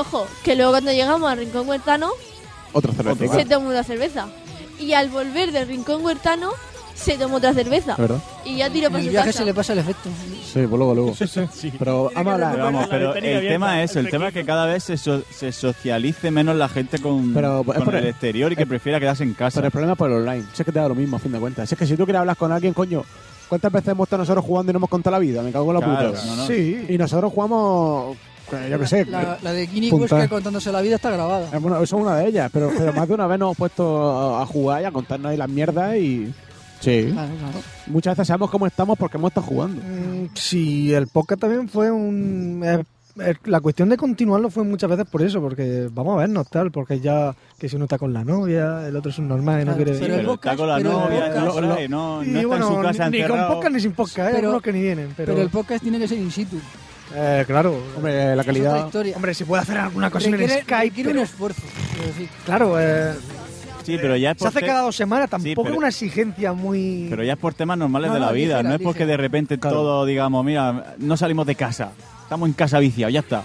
Speaker 4: Ojo, que luego cuando llegamos al Rincón Huertano,
Speaker 3: Otra
Speaker 4: se tomó una cerveza. Y al volver del Rincón Huertano, se tomó otra cerveza.
Speaker 3: Es verdad.
Speaker 4: Y ya tiró para
Speaker 6: el
Speaker 4: su
Speaker 6: viaje
Speaker 4: casa. Pues
Speaker 6: se le pasa el efecto.
Speaker 3: Sí, pues luego, luego. Pero vamos a hablar.
Speaker 17: Pero vamos, pero el tema es eso, el tema es que cada vez se, so- se socialice menos la gente con,
Speaker 3: Pero, pues,
Speaker 17: con
Speaker 3: es por
Speaker 17: el,
Speaker 3: el-
Speaker 17: exterior y que prefiera quedarse en casa.
Speaker 3: Pero el problema es por el online. Si es que te da lo mismo, a fin de cuentas. Si es que si tú quieres hablar con alguien, coño, ¿cuántas veces hemos estado nosotros jugando y no hemos contado la vida? Me cago en la
Speaker 17: Claro,
Speaker 3: puta.
Speaker 17: no, no.
Speaker 3: Sí. Y nosotros jugamos. eh, Yo qué sé.
Speaker 6: La, la de Guinea
Speaker 3: Punta.
Speaker 6: Huesca contándose la vida está grabada.
Speaker 3: Eh, Bueno, eso es una de ellas, pero, pero más de una vez nos hemos puesto a a jugar y a contarnos ahí las mierdas y. Sí. Muchas veces sabemos cómo estamos porque hemos estado jugando.
Speaker 1: Mm, Sí, el podcast también fue un... eh, eh, la cuestión de continuarlo fue muchas veces por eso, porque vamos a vernos tal, porque ya que si uno está con la novia, el otro es un normal y no
Speaker 6: Claro,
Speaker 1: quiere
Speaker 6: sí,
Speaker 1: venir.
Speaker 6: pero el
Speaker 17: Está con la
Speaker 6: Pero el
Speaker 17: novia,
Speaker 6: podcast-
Speaker 17: no sale, no,
Speaker 1: Y
Speaker 17: no está en
Speaker 1: bueno,
Speaker 17: su casa
Speaker 1: ni con
Speaker 17: encerrado.
Speaker 1: podcast ni sin podcast, ¿eh?
Speaker 6: Pero-
Speaker 1: Algunos que ni vienen, pero...
Speaker 6: Pero... el podcast tiene que ser in situ.
Speaker 1: Eh, claro.
Speaker 3: Hombre,
Speaker 6: Es
Speaker 3: la
Speaker 6: otra
Speaker 17: Ah.
Speaker 3: calidad.
Speaker 6: historia.
Speaker 1: Hombre, si puede hacer alguna cosa en el
Speaker 6: Requiere-
Speaker 1: Skype,
Speaker 6: requiere
Speaker 1: pero-
Speaker 6: un esfuerzo. quiero decir.
Speaker 1: Claro, eh,
Speaker 17: Sí, pero ya es
Speaker 1: se
Speaker 17: por
Speaker 1: hace
Speaker 17: te-
Speaker 1: cada dos semanas, tampoco es
Speaker 17: pero-
Speaker 1: una exigencia muy...
Speaker 17: Pero ya es por temas normales
Speaker 1: No,
Speaker 17: de la
Speaker 1: no,
Speaker 17: vida,
Speaker 1: ligera,
Speaker 17: no es porque de
Speaker 1: ligera.
Speaker 17: repente
Speaker 1: Claro.
Speaker 17: todo digamos, mira, no salimos de casa, estamos en casa viciados, ya está.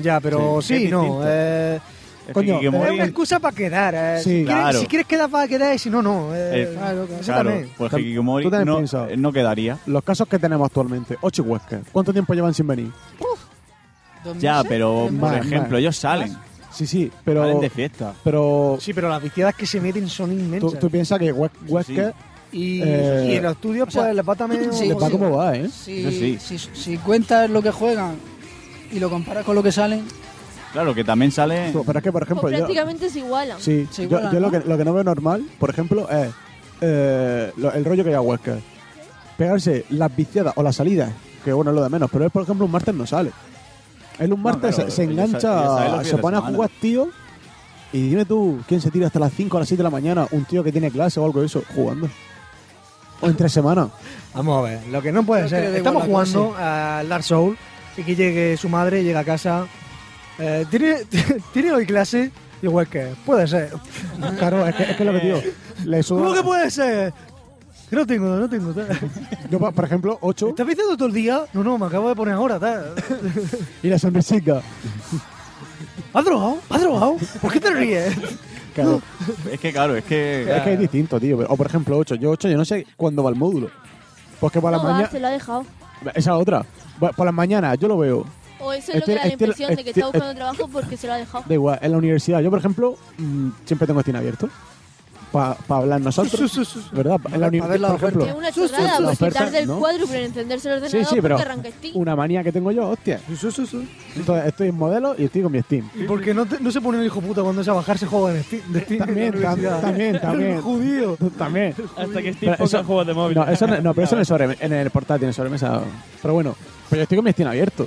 Speaker 1: Ya, pero
Speaker 17: Sí,
Speaker 1: sí,
Speaker 17: es
Speaker 1: no.
Speaker 17: distinto.
Speaker 1: Eh,
Speaker 17: que
Speaker 1: coño, es
Speaker 17: Kikimori-
Speaker 1: una excusa para quedar. eh.
Speaker 17: Sí.
Speaker 1: si, quieres,
Speaker 17: Claro.
Speaker 1: si quieres quedar, para quedar, y si no, no. eh,
Speaker 17: Eh,
Speaker 1: claro, claro. Eso
Speaker 17: claro,
Speaker 1: también.
Speaker 17: pues
Speaker 3: Tam-
Speaker 17: Hikikomori
Speaker 3: tú también
Speaker 17: no,
Speaker 3: piensas.
Speaker 17: eh, no quedaría.
Speaker 3: Los casos que tenemos actualmente, 8 huescas. ¿Cuánto tiempo llevan sin venir?
Speaker 17: Ya, pero por
Speaker 3: Más,
Speaker 17: ejemplo,
Speaker 3: más.
Speaker 17: ellos salen,
Speaker 3: Sí, sí, pero.
Speaker 17: salen de fiesta.
Speaker 3: Pero
Speaker 1: Sí, pero las viciadas que se meten son
Speaker 3: tú,
Speaker 1: inmensas.
Speaker 3: tú piensas que hues- huescas.
Speaker 1: y,
Speaker 3: eh,
Speaker 1: y en los estudios, pues, les va también...
Speaker 6: sí,
Speaker 3: les va
Speaker 6: sí.
Speaker 3: como va, ¿eh?
Speaker 6: Si, si, si cuentas lo que juegan y lo comparas con lo que salen,
Speaker 17: Claro, que también salen
Speaker 3: Tú, Pero es que, por ejemplo,
Speaker 4: Pues
Speaker 3: yo.
Speaker 4: prácticamente se igualan.
Speaker 3: Sí,
Speaker 6: Se
Speaker 3: yo,
Speaker 6: igualan,
Speaker 3: yo lo,
Speaker 6: ¿no?
Speaker 3: que, lo que no veo normal, por ejemplo, es eh, lo- el rollo que hay a Huesca. Pegarse las viciadas o las salidas, que bueno, es lo de menos, pero es por ejemplo un martes no sale. Él un martes
Speaker 17: claro,
Speaker 3: se, se
Speaker 17: ellos sa- ellos saben los
Speaker 3: engancha,
Speaker 17: fines
Speaker 3: se
Speaker 17: de
Speaker 3: pone a
Speaker 17: semana.
Speaker 3: jugar, tío. Y dime tú, ¿quién se tira hasta las 5 o las 7 de la mañana? Un tío que tiene clase o algo de eso, jugando. O entre semana.
Speaker 1: Vamos a ver, lo que no puede
Speaker 6: Creo que le
Speaker 1: ser.
Speaker 6: da
Speaker 1: Estamos
Speaker 6: igual la
Speaker 1: jugando a Dark Soul y que llegue su madre, llega a casa. eh, ¿tiene, ¿Tiene hoy clase? Igual que, puede ser.
Speaker 3: Claro, es que, es que lo que digo. Le suda-
Speaker 1: ¿Cómo que puede ser? Que No tengo, no tengo. tal.
Speaker 3: Yo, pa- por ejemplo, 8
Speaker 1: ¿Estás viciando todo el día? No, no, me acabo de poner ahora. tal.
Speaker 3: y la sonrisica.
Speaker 1: ¿Has drogado? ¿Has drogado? ¿Por qué te ríes?
Speaker 3: Claro.
Speaker 17: Es que claro, es que
Speaker 3: Es que es distinto, tío. O por ejemplo, 8. Yo 8, yo no sé cuándo va el módulo. Pues Porque por
Speaker 4: No
Speaker 3: las
Speaker 4: va,
Speaker 3: mañanas.
Speaker 4: se lo ha dejado.
Speaker 3: Esa otra. Va- Por las mañanas, yo lo veo.
Speaker 4: O eso es lo
Speaker 3: Estoy-
Speaker 4: que da la
Speaker 3: estoy-
Speaker 4: impresión de que
Speaker 3: estoy-
Speaker 4: está buscando trabajo porque se lo ha dejado.
Speaker 3: Da igual, en la universidad. Yo, por ejemplo, mm, siempre tengo Steam abierto. Para hablar nosotros. ¿Verdad? En la
Speaker 6: ver la
Speaker 3: universidad, por ejemplo.
Speaker 4: Es una
Speaker 3: Sí, sí,
Speaker 4: chorrada,
Speaker 3: sí, la
Speaker 4: porque
Speaker 3: oferta,
Speaker 4: tarda el
Speaker 3: ¿no?
Speaker 4: cuádruple en encenderse el
Speaker 3: Sí,
Speaker 4: ordenador
Speaker 3: sí, pero
Speaker 4: porque arranca Steam.
Speaker 3: una manía que tengo yo, hostia. Entonces, estoy en modelo y estoy con mi Steam.
Speaker 1: ¿Y por qué no, te- no se pone el hijo puta cuando es a bajarse juego de Steam? de Steam en la
Speaker 3: También, tam-
Speaker 1: universidad?
Speaker 3: también, también.
Speaker 1: El judío.
Speaker 3: También.
Speaker 5: Hasta que Steam
Speaker 3: Pero
Speaker 5: ponga
Speaker 3: eso-
Speaker 5: juegos de móvil.
Speaker 3: No, eso no, no, pero eso en el, sobre, en el portátil, en el sobremesa. Pero bueno, pues yo estoy con mi Steam abierto.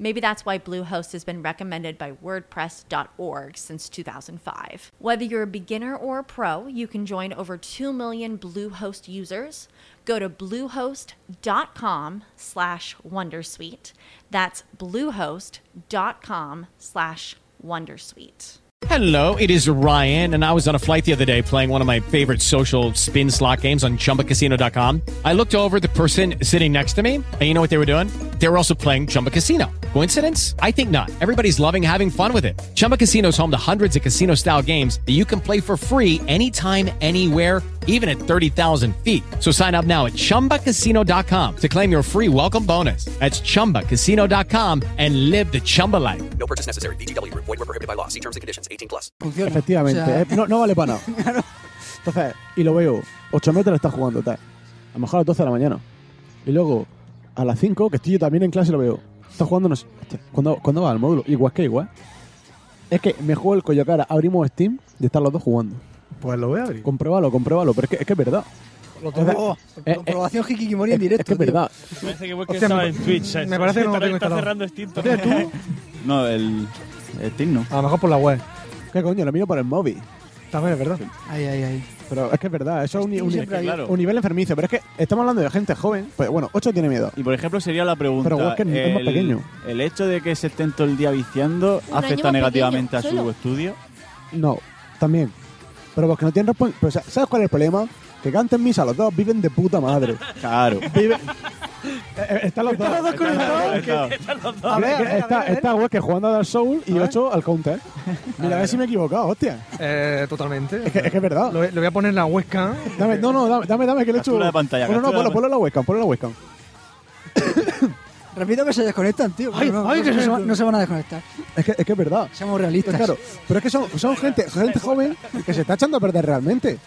Speaker 9: Maybe that's why Bluehost has been recommended by WordPress.org since 2005. Whether you're a beginner or a pro, you can join over 2 million Bluehost users. Go to bluehost.com slash Wondersuite. That's bluehost.com slash Wondersuite.
Speaker 10: Hello, it is Ryan, and I was on a flight the other day playing one of my favorite social spin slot games on chumbacasino.com. I looked over at the person sitting next to me, and you know what they were doing? They were also playing Chumba Casino. Coincidence? I think not. Everybody's loving having fun with it. Chumba Casino is home to hundreds of casino style games that you can play for free anytime, anywhere, even at 30,000 feet. So sign up now at chumbacasino.com to claim your free welcome bonus. That's chumbacasino.com and live the Chumba life.
Speaker 11: No purchase necessary. VGW Group. Void were prohibited by law. See terms and conditions. 18 plus.
Speaker 3: Efectivamente.
Speaker 11: O sea-
Speaker 3: eh, no, no vale para nada. Entonces, y lo veo, 8 metros está jugando, tal. A lo mejor a las 12 de la mañana. Y luego, a las 5, que estoy yo también en clase, lo veo. Está jugando, no sé. Hostia, ¿Cuándo, cuándo va al módulo? Igual que igual. Es que me juego el Coyocara, abrimos Steam y están los dos jugando.
Speaker 1: Pues lo voy a abrir.
Speaker 3: Compruébalo, compruébalo, pero es que es, que es eh, verdad.
Speaker 1: Lo
Speaker 3: tengo-
Speaker 1: comprobación
Speaker 6: eh,
Speaker 1: Hikikimori en
Speaker 3: directo. Es que es verdad.
Speaker 5: Parece que
Speaker 1: Hostia,
Speaker 5: estaba
Speaker 1: me-
Speaker 5: en Twitch.
Speaker 1: me parece que no lo
Speaker 5: está,
Speaker 1: tengo
Speaker 5: está
Speaker 1: instalado.
Speaker 5: cerrando Steam.
Speaker 1: ¿Lo tienes tú?
Speaker 17: No, el. El Steam no.
Speaker 1: A lo mejor por la web.
Speaker 3: ¿Qué coño? Lo miro por el móvil.
Speaker 1: También es verdad.
Speaker 6: Ay, ay, ay.
Speaker 3: Pero es que es verdad, eso es un, un-
Speaker 17: siempre hay-
Speaker 3: un nivel enfermizo. Pero es que estamos hablando de gente joven. Pues bueno, 8 tiene miedo.
Speaker 17: Y por ejemplo sería la pregunta.
Speaker 3: Pero Walker es más
Speaker 17: el-
Speaker 3: pequeño.
Speaker 17: El hecho de que se estén todo el día viciando
Speaker 3: Un año
Speaker 17: afecta
Speaker 3: más
Speaker 17: negativamente
Speaker 3: pequeño,
Speaker 17: a su
Speaker 3: solo.
Speaker 17: estudio.
Speaker 3: No, también. Pero porque no tienen respon- pero sa- ¿Sabes cuál es el problema? Que canten misa, los dos viven de puta madre.
Speaker 17: Claro.
Speaker 3: Eh, Están los dos.
Speaker 17: conectados.
Speaker 3: A ver, está, está Walker jugando a Dark Soul y 8 al counter. Mira, a ver si me he equivocado, hostia.
Speaker 1: Eh, totalmente.
Speaker 3: Es que es, que es verdad.
Speaker 1: Lo, lo voy a poner en la webcam.
Speaker 3: Dame, no, no, dame, dame, dame, que le he hecho.
Speaker 1: Captura de pantalla,
Speaker 3: No, no, no,
Speaker 1: captura
Speaker 3: ponlo,
Speaker 1: de
Speaker 3: ponlo en la webcam, ponlo en la webcam.
Speaker 6: Repito que se desconectan, tío.
Speaker 3: Ay,
Speaker 6: no,
Speaker 3: ay,
Speaker 6: no
Speaker 3: que
Speaker 6: se,
Speaker 3: se-
Speaker 6: van- no se van a desconectar.
Speaker 3: Es que es, que es verdad.
Speaker 6: Seamos realistas.
Speaker 3: Claro, pero es que son, son gente, gente joven que se está echando a perder realmente.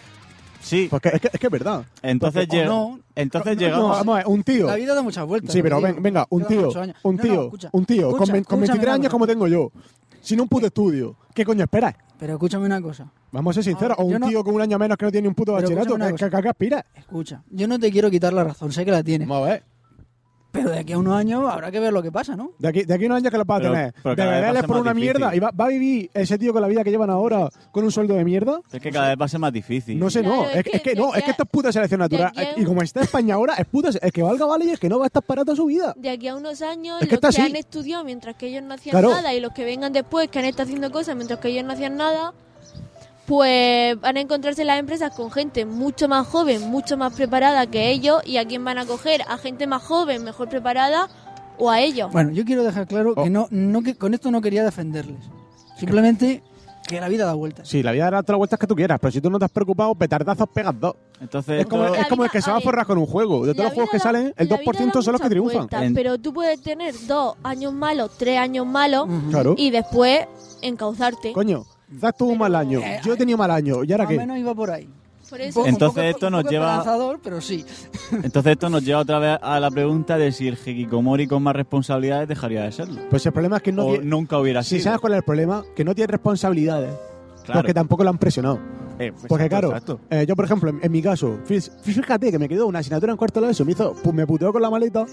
Speaker 17: Sí.
Speaker 3: Porque es que es, que es verdad.
Speaker 17: Entonces,
Speaker 3: Porque-
Speaker 17: lleg-
Speaker 3: o no.
Speaker 17: entonces
Speaker 3: No,
Speaker 17: llegamos.
Speaker 3: no, vamos a ver, un tío.
Speaker 6: La vida da muchas vueltas.
Speaker 3: Sí, pero
Speaker 6: tío.
Speaker 3: ven- venga, un
Speaker 6: Quedan
Speaker 3: tío,
Speaker 6: muchos años.
Speaker 3: un
Speaker 6: No,
Speaker 3: tío,
Speaker 6: no, escucha,
Speaker 3: un tío, con,
Speaker 6: escucha,
Speaker 3: ve- con 23
Speaker 6: escúchame una
Speaker 3: años como tengo yo, sin un puto estudio. ¿Qué coño esperas?
Speaker 6: cosa. Pero escúchame una cosa.
Speaker 3: Vamos a ser sinceros, o
Speaker 6: Ah, yo
Speaker 3: un
Speaker 6: no-
Speaker 3: tío con un año menos que no tiene ni un puto
Speaker 6: Pero
Speaker 3: bachillerato,
Speaker 6: escúchame una
Speaker 3: que, que, que aspira.
Speaker 6: Escucha, yo no te quiero quitar la razón, sé que la tienes.
Speaker 3: Vamos a ver.
Speaker 6: Pero de aquí a unos años habrá que ver lo que pasa, ¿no?
Speaker 3: De aquí, de aquí a unos años que lo vas a
Speaker 6: Pero-
Speaker 3: tener.
Speaker 6: pero
Speaker 3: de
Speaker 6: cada vez va a
Speaker 3: verdad es
Speaker 6: ser
Speaker 3: por
Speaker 6: más
Speaker 3: una
Speaker 6: difícil.
Speaker 3: mierda. ¿Y va, va a vivir ese tío con la vida que llevan ahora con un sueldo de mierda?
Speaker 17: Es que cada vez va a ser más difícil.
Speaker 3: No sé, no. Es, que- es que no, es que esto es puta selección natural.
Speaker 4: aquí a
Speaker 3: Y como está España ahora, es puta. Es que valga vale y es que no va a estar parado toda su vida.
Speaker 4: De aquí a unos años,
Speaker 3: Es que
Speaker 4: los que
Speaker 3: está así.
Speaker 4: han estudiado mientras que ellos no hacían
Speaker 3: Claro.
Speaker 4: nada y los que vengan después que han estado haciendo cosas mientras que ellos no hacían nada, pues van a encontrarse las empresas con gente mucho más joven, mucho más preparada que ellos y a quién van a coger, a gente más joven, mejor preparada o a ellos.
Speaker 6: Bueno, yo quiero dejar claro
Speaker 3: Oh.
Speaker 6: que no, no que con esto no quería defenderles. Simplemente que la vida da vueltas.
Speaker 3: Sí, la vida dará todas las vueltas que tú quieras, pero si tú no te has preocupado, petardazos pegas dos.
Speaker 17: Entonces,
Speaker 3: es como,
Speaker 17: esto-
Speaker 3: es como el que se va a forrar con un juego. De todos los juegos que salen, el 2% son los que triunfan.
Speaker 4: Vuelta, pero tú puedes tener dos años malos, tres años malos
Speaker 3: Ujú. Claro.
Speaker 4: y después encauzarte.
Speaker 3: Coño, quizás tuvo un mal año. Yo he tenido mal año. ¿Y ahora
Speaker 6: Más o
Speaker 3: qué? Ah,
Speaker 6: menos iba por ahí.
Speaker 4: Por
Speaker 6: eso,
Speaker 17: Entonces esto nos lleva-
Speaker 6: esperanzador, pero sí.
Speaker 17: entonces esto nos lleva otra vez a la pregunta de si el Hikikomori con más responsabilidades dejaría de serlo.
Speaker 3: Pues el problema es que no
Speaker 17: O
Speaker 3: tiene-
Speaker 17: nunca hubiera
Speaker 3: Si
Speaker 17: sido.
Speaker 3: sabes cuál es el problema, que no tiene responsabilidades.
Speaker 17: Claro.
Speaker 3: Porque tampoco lo han presionado.
Speaker 17: Eh, pues
Speaker 3: Porque
Speaker 17: exacto,
Speaker 3: claro,
Speaker 17: exacto.
Speaker 3: eh, yo por ejemplo, en, en mi caso, fí- fíjate que me quedó una asignatura en cuarto de la ESO, me hizo, pues me puteó con la maleta.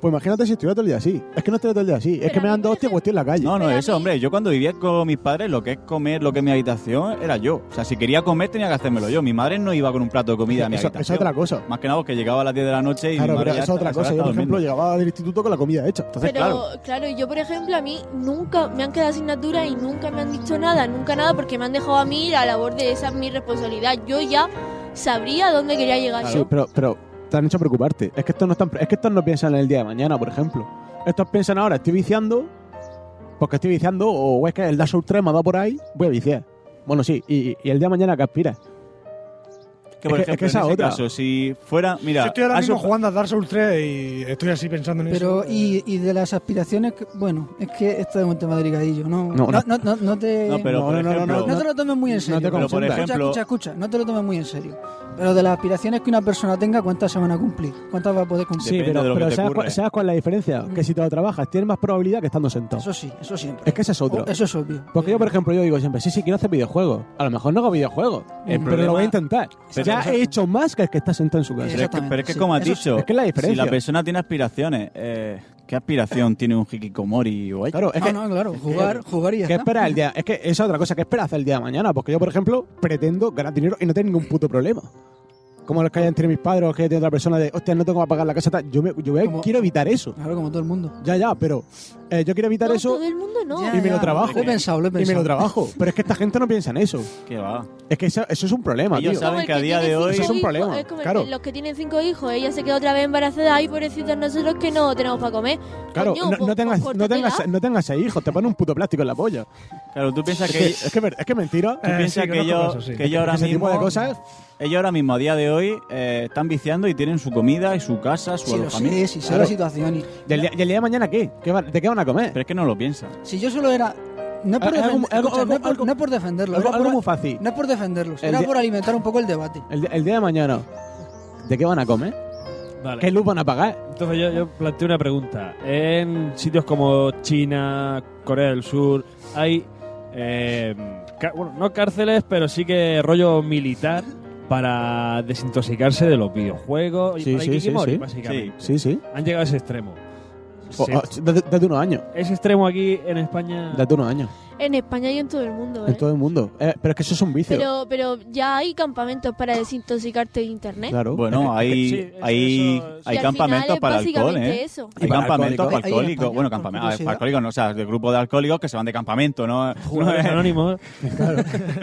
Speaker 3: Pues imagínate si estuviera todo el día así. Es que no estuviera todo el día así. es que me dan dos hostias cuestión en la calle.
Speaker 17: No, no, eso, hombre. Yo cuando vivía con mis padres, lo que es comer, lo que es mi habitación, era yo. O sea, si quería comer, tenía que hacérmelo yo. Mi madre no iba con un plato de comida a mi
Speaker 3: Eso- eso
Speaker 17: habitación.
Speaker 3: es otra cosa.
Speaker 17: Más que nada porque llegaba a las 10 de la noche y mi
Speaker 3: Claro,
Speaker 17: madre
Speaker 3: pero
Speaker 17: ya
Speaker 3: eso es otra
Speaker 17: estaba-
Speaker 3: cosa. Yo, por
Speaker 17: estaba
Speaker 3: ejemplo,
Speaker 17: durmiendo.
Speaker 3: llegaba del instituto con la comida hecha.
Speaker 17: Entonces,
Speaker 4: Pero
Speaker 17: claro.
Speaker 4: claro. yo por ejemplo a mí nunca me han quedado asignaturas y nunca me han dicho nada, nunca nada, porque me han dejado a mí la labor de esa es mi responsabilidad. Yo ya sabría a dónde quería llegar
Speaker 3: Sí,
Speaker 4: yo.
Speaker 3: pero, pero te han hecho preocuparte. Es que estos no están, es que estos no piensan en el día de mañana, por ejemplo. Estos piensan ahora, estoy viciando, porque estoy viciando, o es que el Dark Souls 3 me ha dado por ahí, voy a viciar. Bueno, sí, y, y el día de mañana que aspiras.
Speaker 17: Que por
Speaker 3: Es que-
Speaker 17: ejemplo,
Speaker 3: es que esa
Speaker 17: en ese
Speaker 3: otra.
Speaker 17: caso, si fuera. Mira,
Speaker 3: Yo
Speaker 1: Estoy ahora
Speaker 17: ha
Speaker 1: mismo
Speaker 17: sur-
Speaker 1: jugando a Dark Souls 3 y estoy así pensando en
Speaker 6: Pero,
Speaker 1: eso.
Speaker 6: y, y de las aspiraciones, que- bueno, es que esto es un tema delicadillo, ¿no?
Speaker 1: No,
Speaker 6: no,
Speaker 1: no.
Speaker 6: no, no- no te.
Speaker 17: No, pero No, por no, no, no, ejemplo-
Speaker 6: no te lo tomes muy en
Speaker 17: no
Speaker 6: serio.
Speaker 17: te Pero por confundas.
Speaker 6: escucha,
Speaker 17: ejemplo-
Speaker 6: escucha, escucha, no te lo tomes muy en serio. Pero de las aspiraciones que una persona tenga, ¿cuántas se van a cumplir? ¿Cuántas va a poder cumplir?
Speaker 3: Sí, pero, pero ¿sabes, cuál, sabes cuál es la diferencia? Que si te lo trabajas, tienes más probabilidad que estando sentado.
Speaker 6: Eso sí, eso siempre.
Speaker 3: Es que ese es otro.
Speaker 6: Oh, eso es obvio.
Speaker 3: Porque yo, por ejemplo, yo digo siempre, sí, sí, quiero hacer videojuegos. A lo mejor no hago videojuegos, eh,
Speaker 6: El
Speaker 3: pero
Speaker 6: problema-
Speaker 3: lo voy a intentar.
Speaker 17: Pero-
Speaker 3: ya he hecho más que el que está sentado en su casa.
Speaker 17: Pero es, que, pero es que como has
Speaker 3: Eso-
Speaker 17: dicho,
Speaker 3: Es que es la
Speaker 17: si
Speaker 3: diferencia.
Speaker 17: la persona tiene aspiraciones, eh, ¿qué aspiración tiene un hikikomori o
Speaker 3: Claro, es que-
Speaker 6: no, no, claro, jugar, jugar y ya
Speaker 3: ¿Qué
Speaker 6: está.
Speaker 3: espera el día? Es que esa es otra cosa. ¿Qué esperas hacer el día de mañana? Porque yo, por ejemplo, pretendo ganar dinero y no tengo ningún puto problema. Como los que hay entre mis padres o que hay otra persona de, hostia, no tengo para pagar la casa. tal. Yo, me- yo voy a- quiero evitar eso.
Speaker 6: Claro, como todo el mundo.
Speaker 3: Ya, ya, pero eh, yo quiero evitar eso.
Speaker 4: Todo el mundo no.
Speaker 3: y me lo trabajo.
Speaker 6: Lo he pensado, lo he
Speaker 3: Y me
Speaker 6: pensado.
Speaker 3: lo trabajo. Pero es que esta gente no piensa en eso.
Speaker 17: ¿Qué va?
Speaker 3: Es que eso, eso es un problema,
Speaker 17: Ellos
Speaker 3: tío.
Speaker 17: saben Como el que a que día tiene de cinco hoy-
Speaker 3: Eso es un
Speaker 4: hijos,
Speaker 3: problema,
Speaker 4: Es como el
Speaker 3: claro.
Speaker 4: que los que tienen cinco hijos, ella se queda otra vez embarazada. Ay, pobrecitos nosotros que no tenemos para comer.
Speaker 3: Claro,
Speaker 4: Coño,
Speaker 3: no,
Speaker 4: pues-
Speaker 3: no tengas,
Speaker 4: pues
Speaker 3: no, tengas,
Speaker 4: córtatela.
Speaker 3: no tengas seis hijos, te ponen un puto plástico en la polla.
Speaker 17: Claro, tú piensas
Speaker 3: Es
Speaker 17: que-
Speaker 3: Es que, ver- es que mentira.
Speaker 6: Eh,
Speaker 17: ¿Tú piensas que, yo, que yo ahora
Speaker 3: ese
Speaker 17: mismo.
Speaker 3: tipo de cosas.
Speaker 17: ellos ahora mismo, a día de hoy, eh, están viciando y tienen su comida y su casa, su
Speaker 6: Sí, lo
Speaker 17: alojamiento.
Speaker 6: sé, sí, sé la situación. y-
Speaker 3: ¿Y el, día, y el día de mañana qué? ¿Qué van- ¿De qué van a comer?
Speaker 17: Pero es que no lo piensan.
Speaker 6: Si yo solo era. No es por,
Speaker 3: Ah, algo-
Speaker 6: defender-
Speaker 3: algo-
Speaker 6: escucha, no es por-
Speaker 3: algo-
Speaker 6: no es por defenderlo,
Speaker 3: algo-
Speaker 6: era
Speaker 3: algo
Speaker 6: por-
Speaker 3: muy fácil.
Speaker 6: No es por defenderlos,
Speaker 3: El
Speaker 6: era
Speaker 3: día-
Speaker 6: por alimentar un poco el debate.
Speaker 3: El, el día de mañana, ¿de qué van a comer?
Speaker 5: Vale.
Speaker 3: ¿Qué luz van a pagar?
Speaker 5: Entonces yo, yo planteo una pregunta. En sitios como China, Corea del Sur, hay, eh, ca- bueno, no cárceles, pero sí que rollo militar para desintoxicarse de los videojuegos y
Speaker 3: Sí,
Speaker 5: para
Speaker 3: sí, sí,
Speaker 5: Ikikimori,
Speaker 3: sí.
Speaker 5: básicamente.
Speaker 3: Sí, sí.
Speaker 5: Han llegado a ese extremo.
Speaker 3: Po-
Speaker 5: Se-
Speaker 3: ah, Date date unos años.
Speaker 5: ese extremo aquí en España...
Speaker 3: Date unos años.
Speaker 4: En España y en todo el mundo,
Speaker 3: En
Speaker 4: ¿eh?
Speaker 3: todo el mundo. Eh, pero es que eso es un vicio.
Speaker 4: Pero, pero ya hay campamentos para desintoxicarte de internet.
Speaker 3: Claro.
Speaker 17: Bueno, hay, hay, hay
Speaker 4: Y al
Speaker 17: campamentos
Speaker 4: final es
Speaker 17: para alcohol,
Speaker 4: básicamente
Speaker 17: ¿eh?
Speaker 4: eso.
Speaker 17: Hay
Speaker 3: Y para
Speaker 17: campamentos
Speaker 3: alcohólicos.
Speaker 17: para
Speaker 3: Hay- hay en
Speaker 17: alcohólicos.
Speaker 3: España,
Speaker 17: Bueno,
Speaker 3: por
Speaker 17: campamentos
Speaker 3: curiosidad.
Speaker 17: para alcohólicos, no, o sea, de grupo de alcohólicos que se van de campamento, ¿no? eh.
Speaker 5: Jugadores anónimos.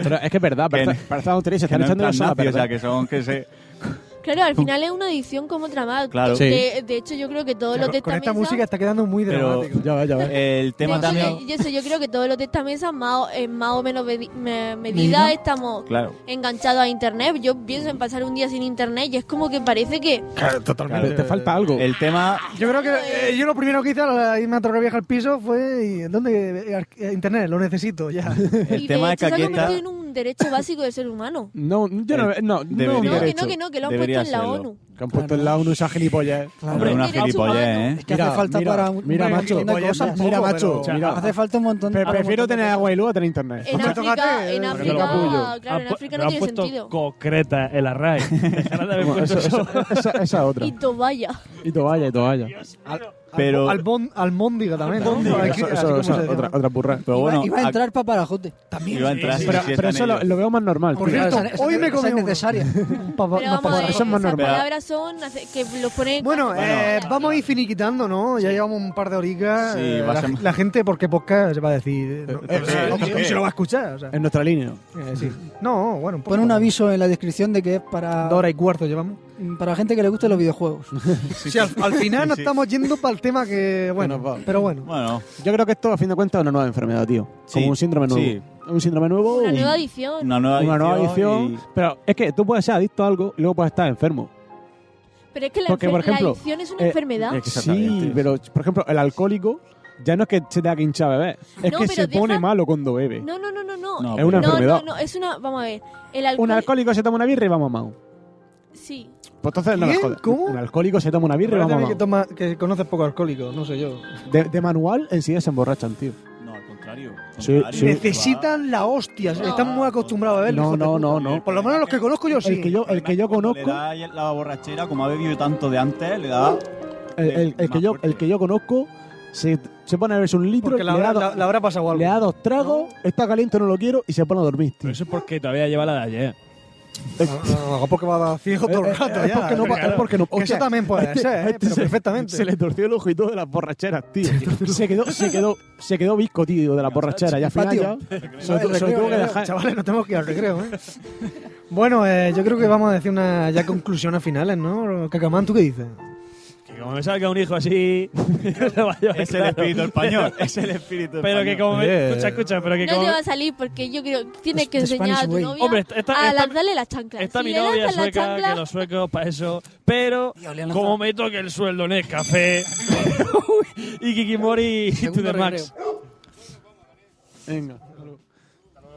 Speaker 3: Pero es que es verdad, para esta- para estas tonterías se
Speaker 17: que
Speaker 3: están
Speaker 17: no
Speaker 3: echando la
Speaker 17: entran
Speaker 3: sola
Speaker 17: nazis, o sea,
Speaker 3: verdad.
Speaker 17: que son que se...
Speaker 4: Claro, al final es una adicción como otra más.
Speaker 17: Claro.
Speaker 4: De-
Speaker 17: Sí.
Speaker 4: De, hecho, yo creo que todos los de esta,
Speaker 1: con esta
Speaker 4: mesa-
Speaker 1: música está quedando muy
Speaker 17: Pero
Speaker 1: dramático.
Speaker 17: el
Speaker 4: de
Speaker 17: tema
Speaker 4: hecho,
Speaker 17: también...
Speaker 4: yo- yo, sé, yo creo que todos los de esta mesa, más o, en más o menos medi- me- medida,
Speaker 17: Medida.
Speaker 4: estamos
Speaker 17: Claro.
Speaker 4: enganchados a internet. Yo pienso en pasar un día sin internet y es como que parece que.
Speaker 3: totalmente. Te falta algo.
Speaker 17: El tema...
Speaker 1: Yo creo que eh, yo lo primero que hice al irme a otra vieja al piso fue y, ¿dónde eh, ar- eh, internet? Lo necesito ya.
Speaker 17: El
Speaker 4: y
Speaker 17: tema
Speaker 4: de
Speaker 17: es que
Speaker 4: hecho, se ha
Speaker 17: aquí está...
Speaker 4: convertido en un derecho básico del ser humano.
Speaker 3: No, yo no. No,
Speaker 17: Debería.
Speaker 3: no,
Speaker 4: No, que no, que no, que lo han
Speaker 17: Debería
Speaker 4: puesto en la
Speaker 17: serlo.
Speaker 4: ONU.
Speaker 3: Que han puesto en la ONU esa gilipollez.
Speaker 17: Hombre, una gilipollez, ¿eh?
Speaker 6: Es que hace falta
Speaker 3: mira,
Speaker 6: para un-
Speaker 3: Mira,
Speaker 6: una
Speaker 3: macho.
Speaker 6: gilipollez
Speaker 3: Mira,
Speaker 6: cosas,
Speaker 3: macho, mira,
Speaker 6: poco,
Speaker 3: macho.
Speaker 6: pero-
Speaker 3: mira.
Speaker 6: hace falta un montón
Speaker 3: Pre-
Speaker 6: un
Speaker 3: prefiero
Speaker 6: montón de
Speaker 3: tener agua y luz a tener internet.
Speaker 4: En África, en África, claro, en
Speaker 5: Han pu-
Speaker 4: África
Speaker 5: pero
Speaker 4: no
Speaker 5: han
Speaker 4: tiene
Speaker 5: puesto
Speaker 4: sentido.
Speaker 5: concreta el array. Dejarán de haber
Speaker 3: Bueno,
Speaker 5: puesto
Speaker 3: eso-
Speaker 5: eso.
Speaker 3: eso- esa, esa otra.
Speaker 4: Y toalla.
Speaker 3: Y toalla, y toalla.
Speaker 17: Pero-
Speaker 1: al, bon- al Móndiga también. ¿no? Aquí-
Speaker 3: Eso-
Speaker 1: así
Speaker 3: eso-
Speaker 1: como
Speaker 3: eso-
Speaker 1: se llama.
Speaker 3: otra, otra burra. Pero
Speaker 6: Iba-
Speaker 17: Ah.
Speaker 6: iba a entrar paparajote. También.
Speaker 17: Iba a entrar, sí, sí,
Speaker 3: pero
Speaker 17: sí,
Speaker 3: pero
Speaker 17: están
Speaker 3: eso lo,
Speaker 17: ellos.
Speaker 3: lo veo más normal.
Speaker 6: Por cierto,
Speaker 3: Esa- esa-
Speaker 6: hoy me comí uno.
Speaker 4: Pero vamos a ver,
Speaker 3: Eso es más
Speaker 4: esas
Speaker 3: normal.
Speaker 4: palabras son hace- que los ponen.
Speaker 1: Bueno, eh, vamos a ir finiquitando, ¿no? Ya llevamos un par de horitas.
Speaker 3: Sí,
Speaker 1: eh,
Speaker 3: va a
Speaker 1: la,
Speaker 3: ser más-
Speaker 1: la gente, porque podcast, se va a decir. eh, no,
Speaker 3: Eh,
Speaker 1: o sea,
Speaker 3: eh,
Speaker 1: ¿cómo
Speaker 3: eh,
Speaker 1: se lo va a escuchar. O sea,
Speaker 3: En nuestra línea.
Speaker 1: eh, sí. No, bueno, un poco.
Speaker 6: Pon un aviso en la descripción de que es para.
Speaker 1: Dos horas y cuarto llevamos.
Speaker 6: Para gente que le gusten los videojuegos.
Speaker 1: Sí, al, al final nos
Speaker 17: sí.
Speaker 1: estamos yendo para el tema que. Bueno, pero bueno.
Speaker 17: Bueno,
Speaker 3: Yo creo que esto, a fin de cuentas, es una nueva enfermedad, tío.
Speaker 17: Sí,
Speaker 3: Como un síndrome nuevo.
Speaker 17: sí.
Speaker 3: Un síndrome nuevo.
Speaker 4: Una
Speaker 3: un-
Speaker 4: nueva adicción.
Speaker 17: una nueva
Speaker 3: una nueva adicción.
Speaker 17: y-
Speaker 3: Pero es que tú puedes ser adicto a algo y luego puedes estar enfermo.
Speaker 4: Pero es que la,
Speaker 3: Porque, por
Speaker 4: enfer-
Speaker 3: ejemplo,
Speaker 4: la adicción es una
Speaker 3: eh,
Speaker 4: enfermedad.
Speaker 3: Sí, pero por ejemplo, el alcohólico ya no es que se tenga que hinchar a beber, es
Speaker 4: No,
Speaker 3: que
Speaker 4: pero
Speaker 3: se pone
Speaker 4: deja-
Speaker 3: malo cuando bebe.
Speaker 4: No, no, no, no, no.
Speaker 3: No, Es una
Speaker 4: no,
Speaker 3: enfermedad.
Speaker 4: No, no, es una. Vamos a ver. El
Speaker 3: Un
Speaker 4: alcohol.
Speaker 3: alcohólico se toma una birra y va mamado.
Speaker 4: sí.
Speaker 3: Pues entonces no me
Speaker 1: ¿Quién?
Speaker 3: jodas.
Speaker 1: ¿Cómo?
Speaker 3: Un alcohólico se toma una birra y va
Speaker 1: Parece a mí que,
Speaker 3: mamado.
Speaker 1: toma, que conoces poco alcohólico, no sé yo.
Speaker 3: De, de manual enseguida se emborrachan, tío.
Speaker 17: No, al contrario.
Speaker 3: Sí, sí.
Speaker 1: Necesitan la hostia, están muy acostumbrados a verlo.
Speaker 3: No,
Speaker 1: hijos de
Speaker 3: no,
Speaker 1: puta.
Speaker 3: no, no.
Speaker 1: Por lo menos los que conozco yo sí.
Speaker 3: El que yo, el que yo
Speaker 17: Le
Speaker 3: conozco,
Speaker 17: da la borrachera, como ha bebido tanto de antes, le da...
Speaker 3: el, el- el que yo, el que yo conozco, se, se pone a verse un litro,
Speaker 1: Porque
Speaker 3: le
Speaker 1: la habrá,
Speaker 3: da, dos-
Speaker 1: la- la habrá pasado algo.
Speaker 3: le da dos tragos, está caliente, no lo quiero y se pone a dormir, tío.
Speaker 5: Pero eso es porque todavía lleva la de ayer.
Speaker 1: Eh,
Speaker 5: Eh,
Speaker 1: No, no, porque va a dar ciego todo el rato
Speaker 3: Es
Speaker 1: ya.
Speaker 3: porque no, pa- es porque no-
Speaker 1: Que eso
Speaker 3: hostia,
Speaker 1: también puede
Speaker 3: este-
Speaker 1: ser, ¿eh?
Speaker 3: este
Speaker 1: Pero
Speaker 3: se-
Speaker 1: perfectamente.
Speaker 3: Se le torció el ojo y todo de las borracheras, tío. se quedó, se quedó, se quedó visco, tío, de las borracheras. Ya al final
Speaker 1: Patio.
Speaker 3: ya. Se
Speaker 1: No,
Speaker 3: lo,
Speaker 1: el
Speaker 3: tu- se lo
Speaker 1: recreo,
Speaker 3: tuvo
Speaker 1: el
Speaker 3: que
Speaker 1: recreo.
Speaker 3: dejar.
Speaker 1: Chavales, nos tenemos que ir al recreo, ¿eh? Bueno, eh, yo creo que vamos a decir una ya conclusiones finales, ¿no? Cacamán, ¿tú qué dices?
Speaker 5: Que como me salga un hijo así.
Speaker 17: Es el espíritu español, es el espíritu
Speaker 5: Pero que
Speaker 17: español.
Speaker 5: como. me-
Speaker 17: Eh.
Speaker 5: Escucha, escucha, pero que
Speaker 4: No
Speaker 5: como.
Speaker 4: te va a salir porque yo creo tienes que
Speaker 5: the
Speaker 4: enseñar a tu
Speaker 5: Spanish way.
Speaker 4: novia
Speaker 5: Hombre, está- está-
Speaker 4: a
Speaker 5: está-
Speaker 4: lanzarle las chanclas.
Speaker 5: Está
Speaker 4: Si
Speaker 5: mi
Speaker 4: le
Speaker 5: novia
Speaker 4: lanzas las
Speaker 5: sueca,
Speaker 4: chanclas-
Speaker 5: que los suecos para eso. Pero, como me toque el sueldo en el café. y Kikimori y to the max.
Speaker 3: Venga.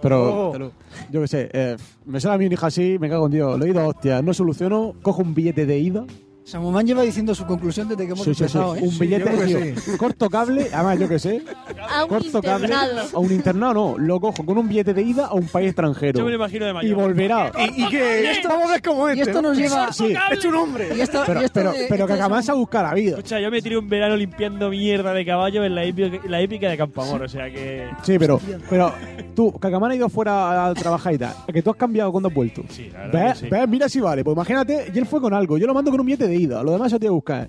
Speaker 3: Pero, yo qué sé, eh, me sale a mi hija así, me cago en Dios, le he ido a hostia, no soluciono, cojo un billete de ida.
Speaker 6: Samumán lleva diciendo su conclusión desde que hemos
Speaker 3: Sí, sí, sí,
Speaker 6: empezado, ¿eh?
Speaker 3: Un billete de corto cable, además yo qué sé,
Speaker 4: A un
Speaker 3: corto cable
Speaker 4: internado.
Speaker 3: a un internado, no, lo cojo con un billete de ida a un país extranjero.
Speaker 5: Yo me lo imagino de mayor.
Speaker 3: Y volverá.
Speaker 1: Y que esto vamos a ver cómo es.
Speaker 6: Y
Speaker 5: este,
Speaker 6: esto nos lleva.
Speaker 3: Sí.
Speaker 1: Es un hombre.
Speaker 3: pero, pero, pero que acabas a buscar la vida.
Speaker 5: Escucha, yo me tiré un verano limpiando mierda de caballo en la épica, la épica de Campamor, o sea que.
Speaker 3: Sí, pero, pero tú, Cacamán ha ido fuera a trabajar y tal. Que tú has cambiado cuando has vuelto.
Speaker 5: Sí, la verdad
Speaker 3: ¿Ves?
Speaker 5: que sí.
Speaker 3: ¿Ves? Mira si vale. Pues imagínate, y él fue con algo. Yo lo mando con un billete de ida. Lo demás se tiene que buscar.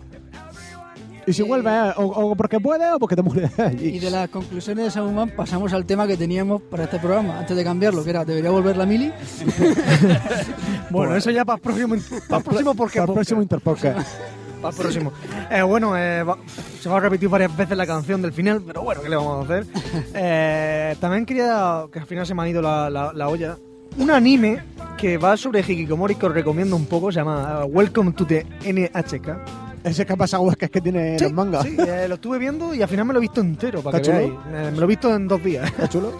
Speaker 3: Y si vuelve, o, o porque puede o porque te mueres allí.
Speaker 6: Y de las conclusiones de Samumán pasamos al tema que teníamos para este programa, antes de cambiarlo, que era ¿debería volver la mili?
Speaker 1: Bueno, eso ya para el próximo, para el próximo porque
Speaker 3: Para Pues, el próximo Interpodcast.
Speaker 1: Para el próximo. Eh, bueno, eh, va- se va a repetir varias veces la canción del final, pero bueno, ¿qué le vamos a hacer? Eh, también quería, que al final se me ha ido la, la- la olla, un anime que va sobre Hikikomori que os recomiendo un poco, se llama eh, Welcome to the NHK.
Speaker 3: Ese que ha pasado es que, es que tiene los mangas.
Speaker 1: Sí, eh, lo estuve viendo y al final me lo he visto entero, para que
Speaker 3: ¿Está
Speaker 1: veáis.
Speaker 3: chulo?
Speaker 1: Eh, me lo he visto en dos días.
Speaker 3: ¿Está chulo?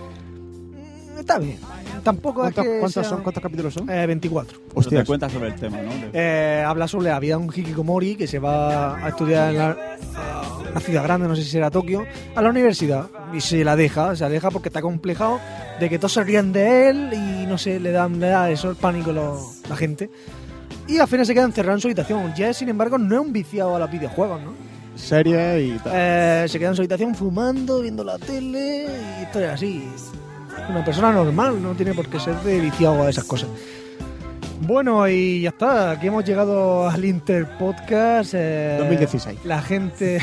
Speaker 1: Está bien. Tampoco es
Speaker 3: ¿Cuántos,
Speaker 1: que
Speaker 3: cuántos
Speaker 1: sea-
Speaker 3: son, ¿Cuántos capítulos son?
Speaker 1: Eh, 24.
Speaker 17: Hostia. Te cuentas sobre el tema, ¿no? De-
Speaker 1: Eh, habla sobre la vida de un hikikomori que se va a estudiar en la, a una ciudad grande, no sé si será Tokio, a la universidad. Y se la deja, se la deja porque está complejado de que todos se ríen de él y no sé, le da, le da eso, el pánico lo- la gente. Y al final se queda encerrado en su habitación. Ya, sin embargo, no es un viciado a los videojuegos, ¿no?
Speaker 3: Series y tal.
Speaker 1: Eh, se queda en su habitación fumando, viendo la tele y historias así. Una persona normal, no tiene por qué ser de viciado a esas cosas. Bueno, y ya está, aquí hemos llegado al Interpodcast. eh,
Speaker 3: 2016.
Speaker 1: La gente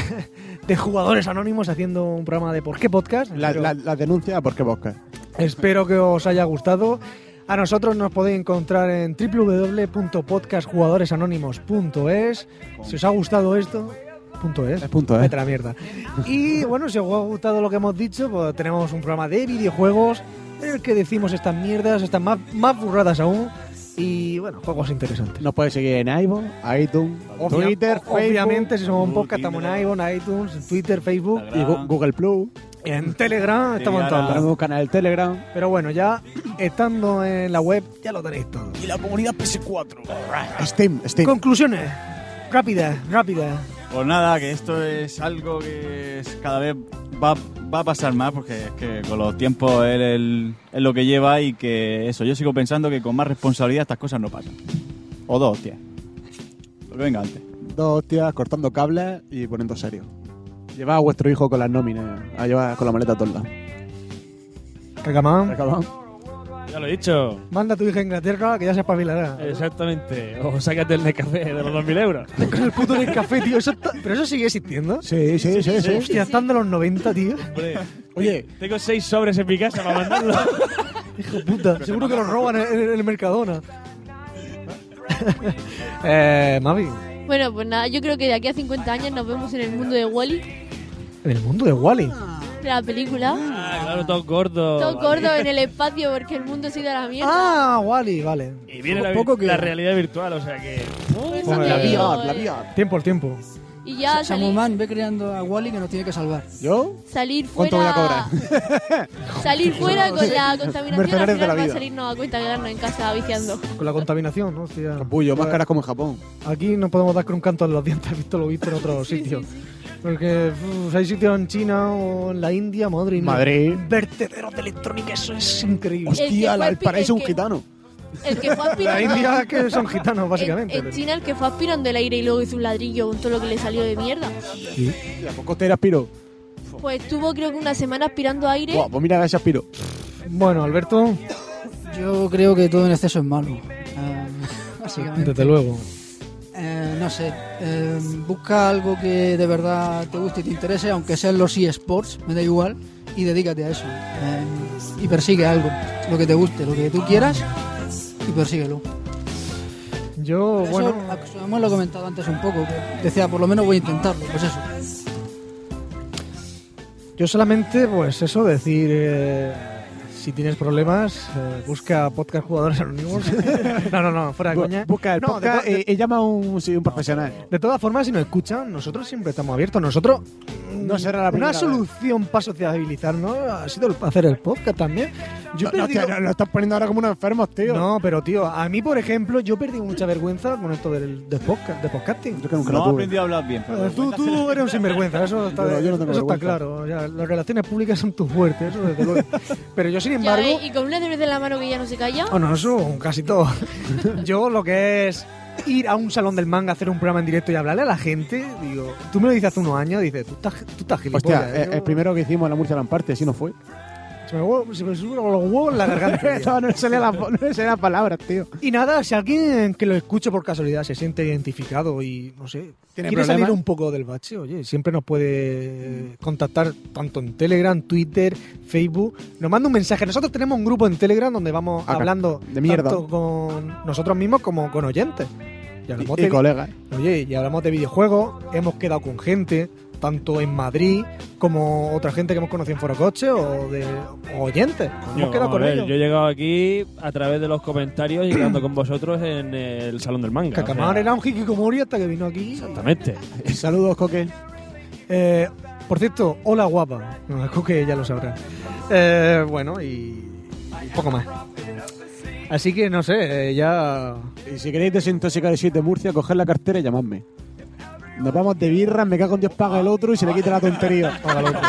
Speaker 1: de Jugadores Anónimos haciendo un programa de ¿Por qué Podcast?
Speaker 3: La,
Speaker 1: Espero-
Speaker 3: la, la denuncia, ¿por qué podcast?
Speaker 1: Espero que os haya gustado. A nosotros nos podéis encontrar en www.podcastjugadoresanónimos.es. Si os ha gustado esto, punto es.
Speaker 3: punto es.
Speaker 1: Vete a la mierda. Y bueno, si os ha gustado lo que hemos dicho, pues tenemos un programa de videojuegos en el que decimos estas mierdas, estas más, más burradas aún. Y bueno, juegos interesantes.
Speaker 3: Nos puedes seguir en iVoox, iTunes,
Speaker 1: Obvia-
Speaker 3: Twitter,
Speaker 1: Obviamente, si somos un
Speaker 3: Google,
Speaker 1: podcast, estamos en
Speaker 3: Tinder.
Speaker 1: iPhone, iTunes, en Twitter, Facebook.
Speaker 3: Y Gu- Google Plus. Mm.
Speaker 1: En Telegram Ah, estamos en todos lados.
Speaker 3: Tenemos un canal de Telegram.
Speaker 1: Pero bueno, ya estando en la web, ya lo tenéis todo.
Speaker 3: Y la comunidad PS4. Steam, Steam.
Speaker 1: Conclusiones. Rápida, rápida.
Speaker 17: Pues nada, que esto es algo que es- cada vez va, va a pasar más, porque es que con los tiempos es, el- es lo que lleva y que eso, yo sigo pensando que con más responsabilidad estas cosas no pasan. O dos, hostias. Lo que venga antes.
Speaker 3: Dos tías cortando cables y poniendo serio. Lleva a vuestro hijo con las nóminas, a llevar con la maleta torda.
Speaker 1: Cacamán.
Speaker 5: Ya lo he dicho.
Speaker 1: Manda a tu hija a Inglaterra que ya se espabilará.
Speaker 5: Exactamente. O sácate el café de los 2.000 euros.
Speaker 1: Con el puto del café, tío. Eso está- ¿Pero eso sigue existiendo?
Speaker 3: Sí, sí, sí, sí.
Speaker 1: Hostia, están de los 90, tío.
Speaker 3: Oye.
Speaker 5: Tengo seis sobres en mi casa para mandarlo.
Speaker 1: Puta, seguro que los roban en, en el Mercadona. eh, Mavi,
Speaker 4: Bueno, pues nada, yo creo que de aquí a 50 años nos vemos en el mundo de Wally,
Speaker 1: en el mundo de Wally.
Speaker 4: de la película.
Speaker 5: Ah, claro, todo gordo.
Speaker 4: Todo gordo en el espacio porque el mundo se ha ido a la mierda.
Speaker 1: Ah, Wally, vale.
Speaker 5: Y viene la,
Speaker 1: Poco
Speaker 5: vir-
Speaker 1: que-
Speaker 5: la realidad virtual, o sea que.
Speaker 4: Pues
Speaker 1: Joder.
Speaker 4: te digo,
Speaker 1: La VR, la
Speaker 4: eh,
Speaker 1: Tiempo al tiempo.
Speaker 4: Y ya salí-
Speaker 6: Samumán ve creando a Wally que nos tiene que salvar.
Speaker 3: ¿Yo?
Speaker 4: salir fuera.
Speaker 3: ¿Cuánto voy a cobrar?
Speaker 4: Salir fuera con la contaminación al
Speaker 3: Mercenarios de la
Speaker 4: final va a
Speaker 3: vida.
Speaker 4: salirnos a cuenta quedarnos en casa viciando.
Speaker 1: Con la contaminación, ¿no? Hostia. Pues,
Speaker 3: Bullo, más caras como en Japón.
Speaker 1: Aquí no podemos dar con un canto en los dientes, visto lo visto en otros sitios. Porque uf, hay sitios en China o en la India, madre mía.
Speaker 3: Madrid.
Speaker 1: Vertederos de electrónica, eso es increíble.
Speaker 4: El que
Speaker 3: Hostia, la-
Speaker 4: fue
Speaker 3: el paraíso es
Speaker 4: el
Speaker 3: un
Speaker 4: que-
Speaker 3: gitano.
Speaker 4: El que fue aspirando.
Speaker 1: La India es que son gitanos, básicamente.
Speaker 4: En, en China el que fue aspirando el aire y luego hizo un ladrillo con todo lo que le salió de mierda.
Speaker 3: ¿Y a poco te era piro?
Speaker 4: Pues estuvo creo que una semana aspirando aire.
Speaker 3: Buah, pues mira, ese aspiro.
Speaker 1: ¿Eh? Bueno, Alberto,
Speaker 6: Yo creo que todo en exceso es malo. Ah, básicamente.
Speaker 1: desde luego.
Speaker 6: Eh, no sé, eh, busca algo que de verdad te guste y te interese, aunque sean los eSports, me da igual, y dedícate a eso. Eh, y persigue algo, lo que te guste, lo que tú quieras, y persíguelo.
Speaker 1: Yo,
Speaker 6: Eso,
Speaker 1: bueno,
Speaker 6: eso hemos lo comentado antes un poco. que Decía, por lo menos voy a intentarlo. Pues eso.
Speaker 1: yo solamente, pues eso, decir, eh, si tienes problemas, eh, busca podcast jugadores anónimos. no, no, no, fuera de
Speaker 3: Bu-
Speaker 1: coña.
Speaker 3: busca el
Speaker 1: No, de
Speaker 3: podcast,
Speaker 1: to- de-
Speaker 3: eh, eh, llama a un, sí, un profesional.
Speaker 1: De todas formas, si nos escuchan, nosotros siempre estamos abiertos. Nosotros. mm,
Speaker 3: No será la primera
Speaker 1: Una
Speaker 3: vez.
Speaker 1: solución para sociabilizarnos ha sido el- hacer el podcast también. Yo
Speaker 3: No, no, tío, no, lo
Speaker 1: estás poniendo ahora como unos enfermos, tío. No, pero tío, a mí, por ejemplo, yo perdí mucha vergüenza con esto del, del podcast, de podcasting. Yo que
Speaker 17: No has aprendido a hablar bien. pero
Speaker 1: Eh, Tú,
Speaker 17: vergüenza
Speaker 1: tú eres un sinvergüenza, eso está,
Speaker 17: Yo no- yo no tengo
Speaker 1: eso está
Speaker 17: vergüenza.
Speaker 1: claro. ya, las relaciones públicas son tu fuerte, eso desde luego. Pero yo, sin
Speaker 4: Ya,
Speaker 1: embargo.
Speaker 4: ¿eh? y con una cerveza en la mano que ya no se calla.
Speaker 1: Oh, no, eso casi todo. Yo lo que es ir a un salón del manga, hacer un programa en directo y hablarle a la gente, digo, tú me lo dices hace unos años, dices, tú estás, tú estás
Speaker 3: Hostia,
Speaker 1: gilipollas.
Speaker 3: eh,
Speaker 1: Yo-
Speaker 3: el primero que hicimos en la Murcia Lamparte, así no fue.
Speaker 1: se, me, huevo- se me suben los huevos en la garganta. tío.
Speaker 3: no, no salía la, Pues no le salía la palabra, tío.
Speaker 1: Y nada, si alguien que lo escuche por casualidad se siente identificado y, no sé,
Speaker 3: ¿Tiene
Speaker 1: quiere
Speaker 3: problemas?
Speaker 1: salir un poco del bache, oye, siempre nos puede eh, contactar tanto en Telegram, Twitter, Facebook. Nos manda un mensaje. Nosotros tenemos un grupo en Telegram donde vamos
Speaker 3: Acá,
Speaker 1: hablando
Speaker 3: de mierda.
Speaker 1: tanto con nosotros mismos como con oyentes. Y hablamos
Speaker 3: Y- y
Speaker 1: de-
Speaker 3: colegas.
Speaker 1: Oye, y hablamos de videojuegos, hemos quedado con gente, tanto en Madrid como otra gente que hemos conocido en Forocoche o de o oyentes. hemos
Speaker 5: Yo,
Speaker 1: quedado
Speaker 5: vamos
Speaker 1: con
Speaker 5: a ver,
Speaker 1: ellos.
Speaker 5: yo he llegado aquí a través de los comentarios y quedando con vosotros en el Salón del Manga. o sea,
Speaker 1: Cacamar era un hikikomori hasta que vino aquí.
Speaker 5: Exactamente.
Speaker 1: Saludos, Coque. Eh, por cierto, hola guapa. No, Coque ya lo sabrá. Eh, bueno, y, y poco más. Así que no sé, eh, ya.
Speaker 3: Y si queréis desintoxicar el sitio de Murcia, coged la cartera y llamadme. Nos vamos de birra, me cago en Dios, paga el otro y se le quita la tontería.
Speaker 1: Paga el otro.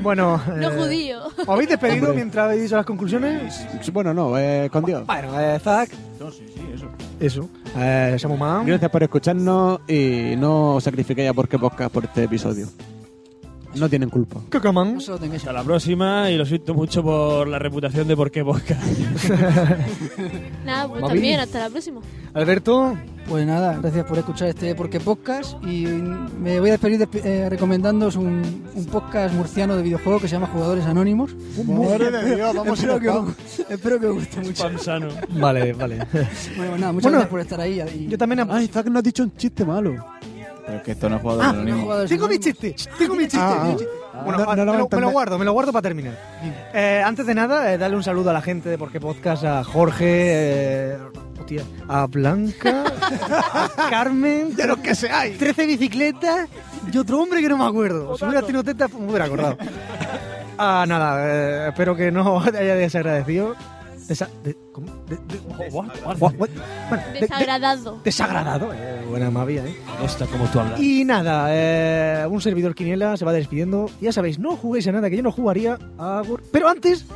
Speaker 1: Bueno.
Speaker 4: No
Speaker 1: eh,
Speaker 4: judío.
Speaker 1: ¿Os habéis despedido
Speaker 3: Hombre.
Speaker 1: mientras habéis dicho las conclusiones?
Speaker 3: Bueno, no, eh, con Dios.
Speaker 1: Bueno, eh, Zack. Eso. Eh, se ha mamado.
Speaker 3: Gracias por escucharnos y no os sacrifiquéis a Porque Podcast por este episodio. No tienen culpa.
Speaker 1: Cacaman.
Speaker 5: Hasta la próxima y lo siento mucho por la reputación de por qué podcast.
Speaker 4: Nada, pues
Speaker 1: Mavi.
Speaker 4: también, hasta la próxima.
Speaker 1: Alberto.
Speaker 6: Pues nada, gracias por escuchar este Porque Podcast y me voy a despedir despe- eh, recomendándoos un, un podcast murciano de videojuegos que se llama Jugadores Anónimos.
Speaker 3: Madre de Dios, vamos a
Speaker 6: espero,
Speaker 3: ir a
Speaker 6: que os, espero que os guste mucho.
Speaker 1: Vale, vale.
Speaker 6: Bueno, pues nada, muchas
Speaker 1: Bueno,
Speaker 6: gracias por estar ahí. y-
Speaker 1: Yo también.
Speaker 3: Ay, Zack no has dicho un chiste malo.
Speaker 17: Pero es que esto no es jugador
Speaker 1: Ah,
Speaker 17: anónimo.
Speaker 1: Tengo mi chiste, tengo mi chiste.
Speaker 3: Ah,
Speaker 1: mi
Speaker 3: ah.
Speaker 1: chiste.
Speaker 3: Ah.
Speaker 1: Bueno,
Speaker 3: No- no lo va
Speaker 1: me,
Speaker 3: a
Speaker 1: lo, me lo
Speaker 3: entender.
Speaker 1: guardo, me lo guardo para terminar. Eh, antes de nada, eh, darle un saludo a la gente de Porque Podcast, a Jorge, eh, hostia, a Blanca, a Carmen, de los que seáis, 13 bicicletas y otro hombre que no me acuerdo. Si hubiera tenido tetas, pues me hubiera acordado. Ah, nada, eh, espero que no te haya desagradecido. Desa- de- ¿cómo? De- de- what- what? Bueno, de- de-
Speaker 4: Desagradado.
Speaker 1: desagradado, eh, buena mavia, eh.
Speaker 5: Esta como tú hablas.
Speaker 1: Y nada, eh, un servidor Quiniela se va despidiendo. Ya sabéis, no juguéis a nada que yo no jugaría a Gor- Pero antes,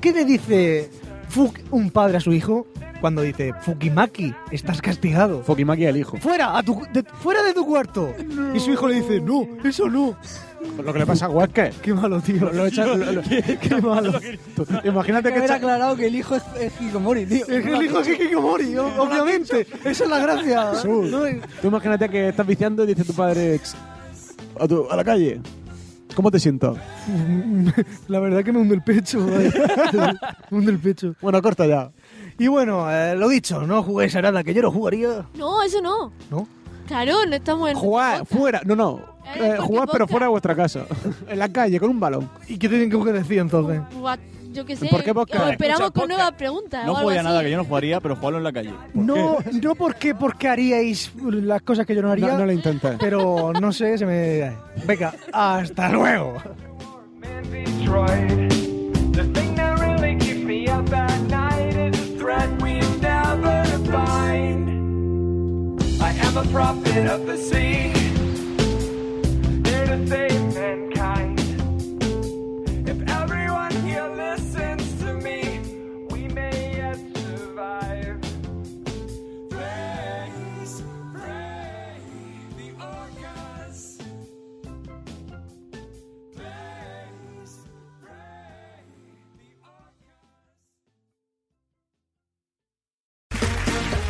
Speaker 1: ¿qué le dice fuck un padre a su hijo cuando dice Fukimaki, estás castigado?
Speaker 3: Fokimaki al hijo.
Speaker 1: ¡Fuera! A tu, cu- de, ¡Fuera de tu cuarto! Y su hijo le dice, no, eso no.
Speaker 3: Lo que le pasa a Huasca.
Speaker 1: Qué malo, tío.
Speaker 3: Lo echa- lo- lo-
Speaker 1: Qué malo.
Speaker 3: tú- imagínate que
Speaker 6: haber
Speaker 3: echa-
Speaker 6: aclarado que el hijo es, es Hikomori, tío.
Speaker 1: Es que el hijo es Hikikomori, o- obviamente. Esa es la gracia.
Speaker 3: Jesús,
Speaker 1: No,
Speaker 3: Tú imagínate que estás viciando y dice tu padre "Ch, a, tu- a la calle. ¿Cómo te siento?
Speaker 1: La verdad que me hunde el pecho. vaya. me hunde el pecho.
Speaker 3: Bueno, corta ya.
Speaker 1: Y bueno, eh, lo dicho, no juguéis a nada que yo no jugaría.
Speaker 4: No, eso no.
Speaker 1: ¿No?
Speaker 4: Claro, no estamos en.
Speaker 3: Jugar fuera, no,
Speaker 4: Eh,
Speaker 3: no. Eh,
Speaker 4: porque
Speaker 3: jugar pero
Speaker 4: podcast.
Speaker 3: fuera de vuestra casa. En la calle, con un balón.
Speaker 1: ¿Y qué tienen que decir entonces?
Speaker 4: What- Yo qué sé.
Speaker 3: ¿Por qué podcast?
Speaker 4: o esperamos
Speaker 17: Escucha, podcast.
Speaker 4: con nuevas preguntas.
Speaker 17: No
Speaker 4: o algo
Speaker 17: jugaría
Speaker 4: así.
Speaker 17: nada que yo no jugaría, pero jugarlo en la calle.
Speaker 1: No, no porque, porque haríais las cosas que yo no haría,
Speaker 3: No, no lo intentes.
Speaker 1: pero no sé, se me... Venga, hasta luego.
Speaker 18: Detroit. The thing that really keeps me up at night is a threat we've never defined. I am a prophet of the sea, here to save mankind. If everyone here listens to me, we may yet survive. Praise, pray, the orcas. Praise, pray.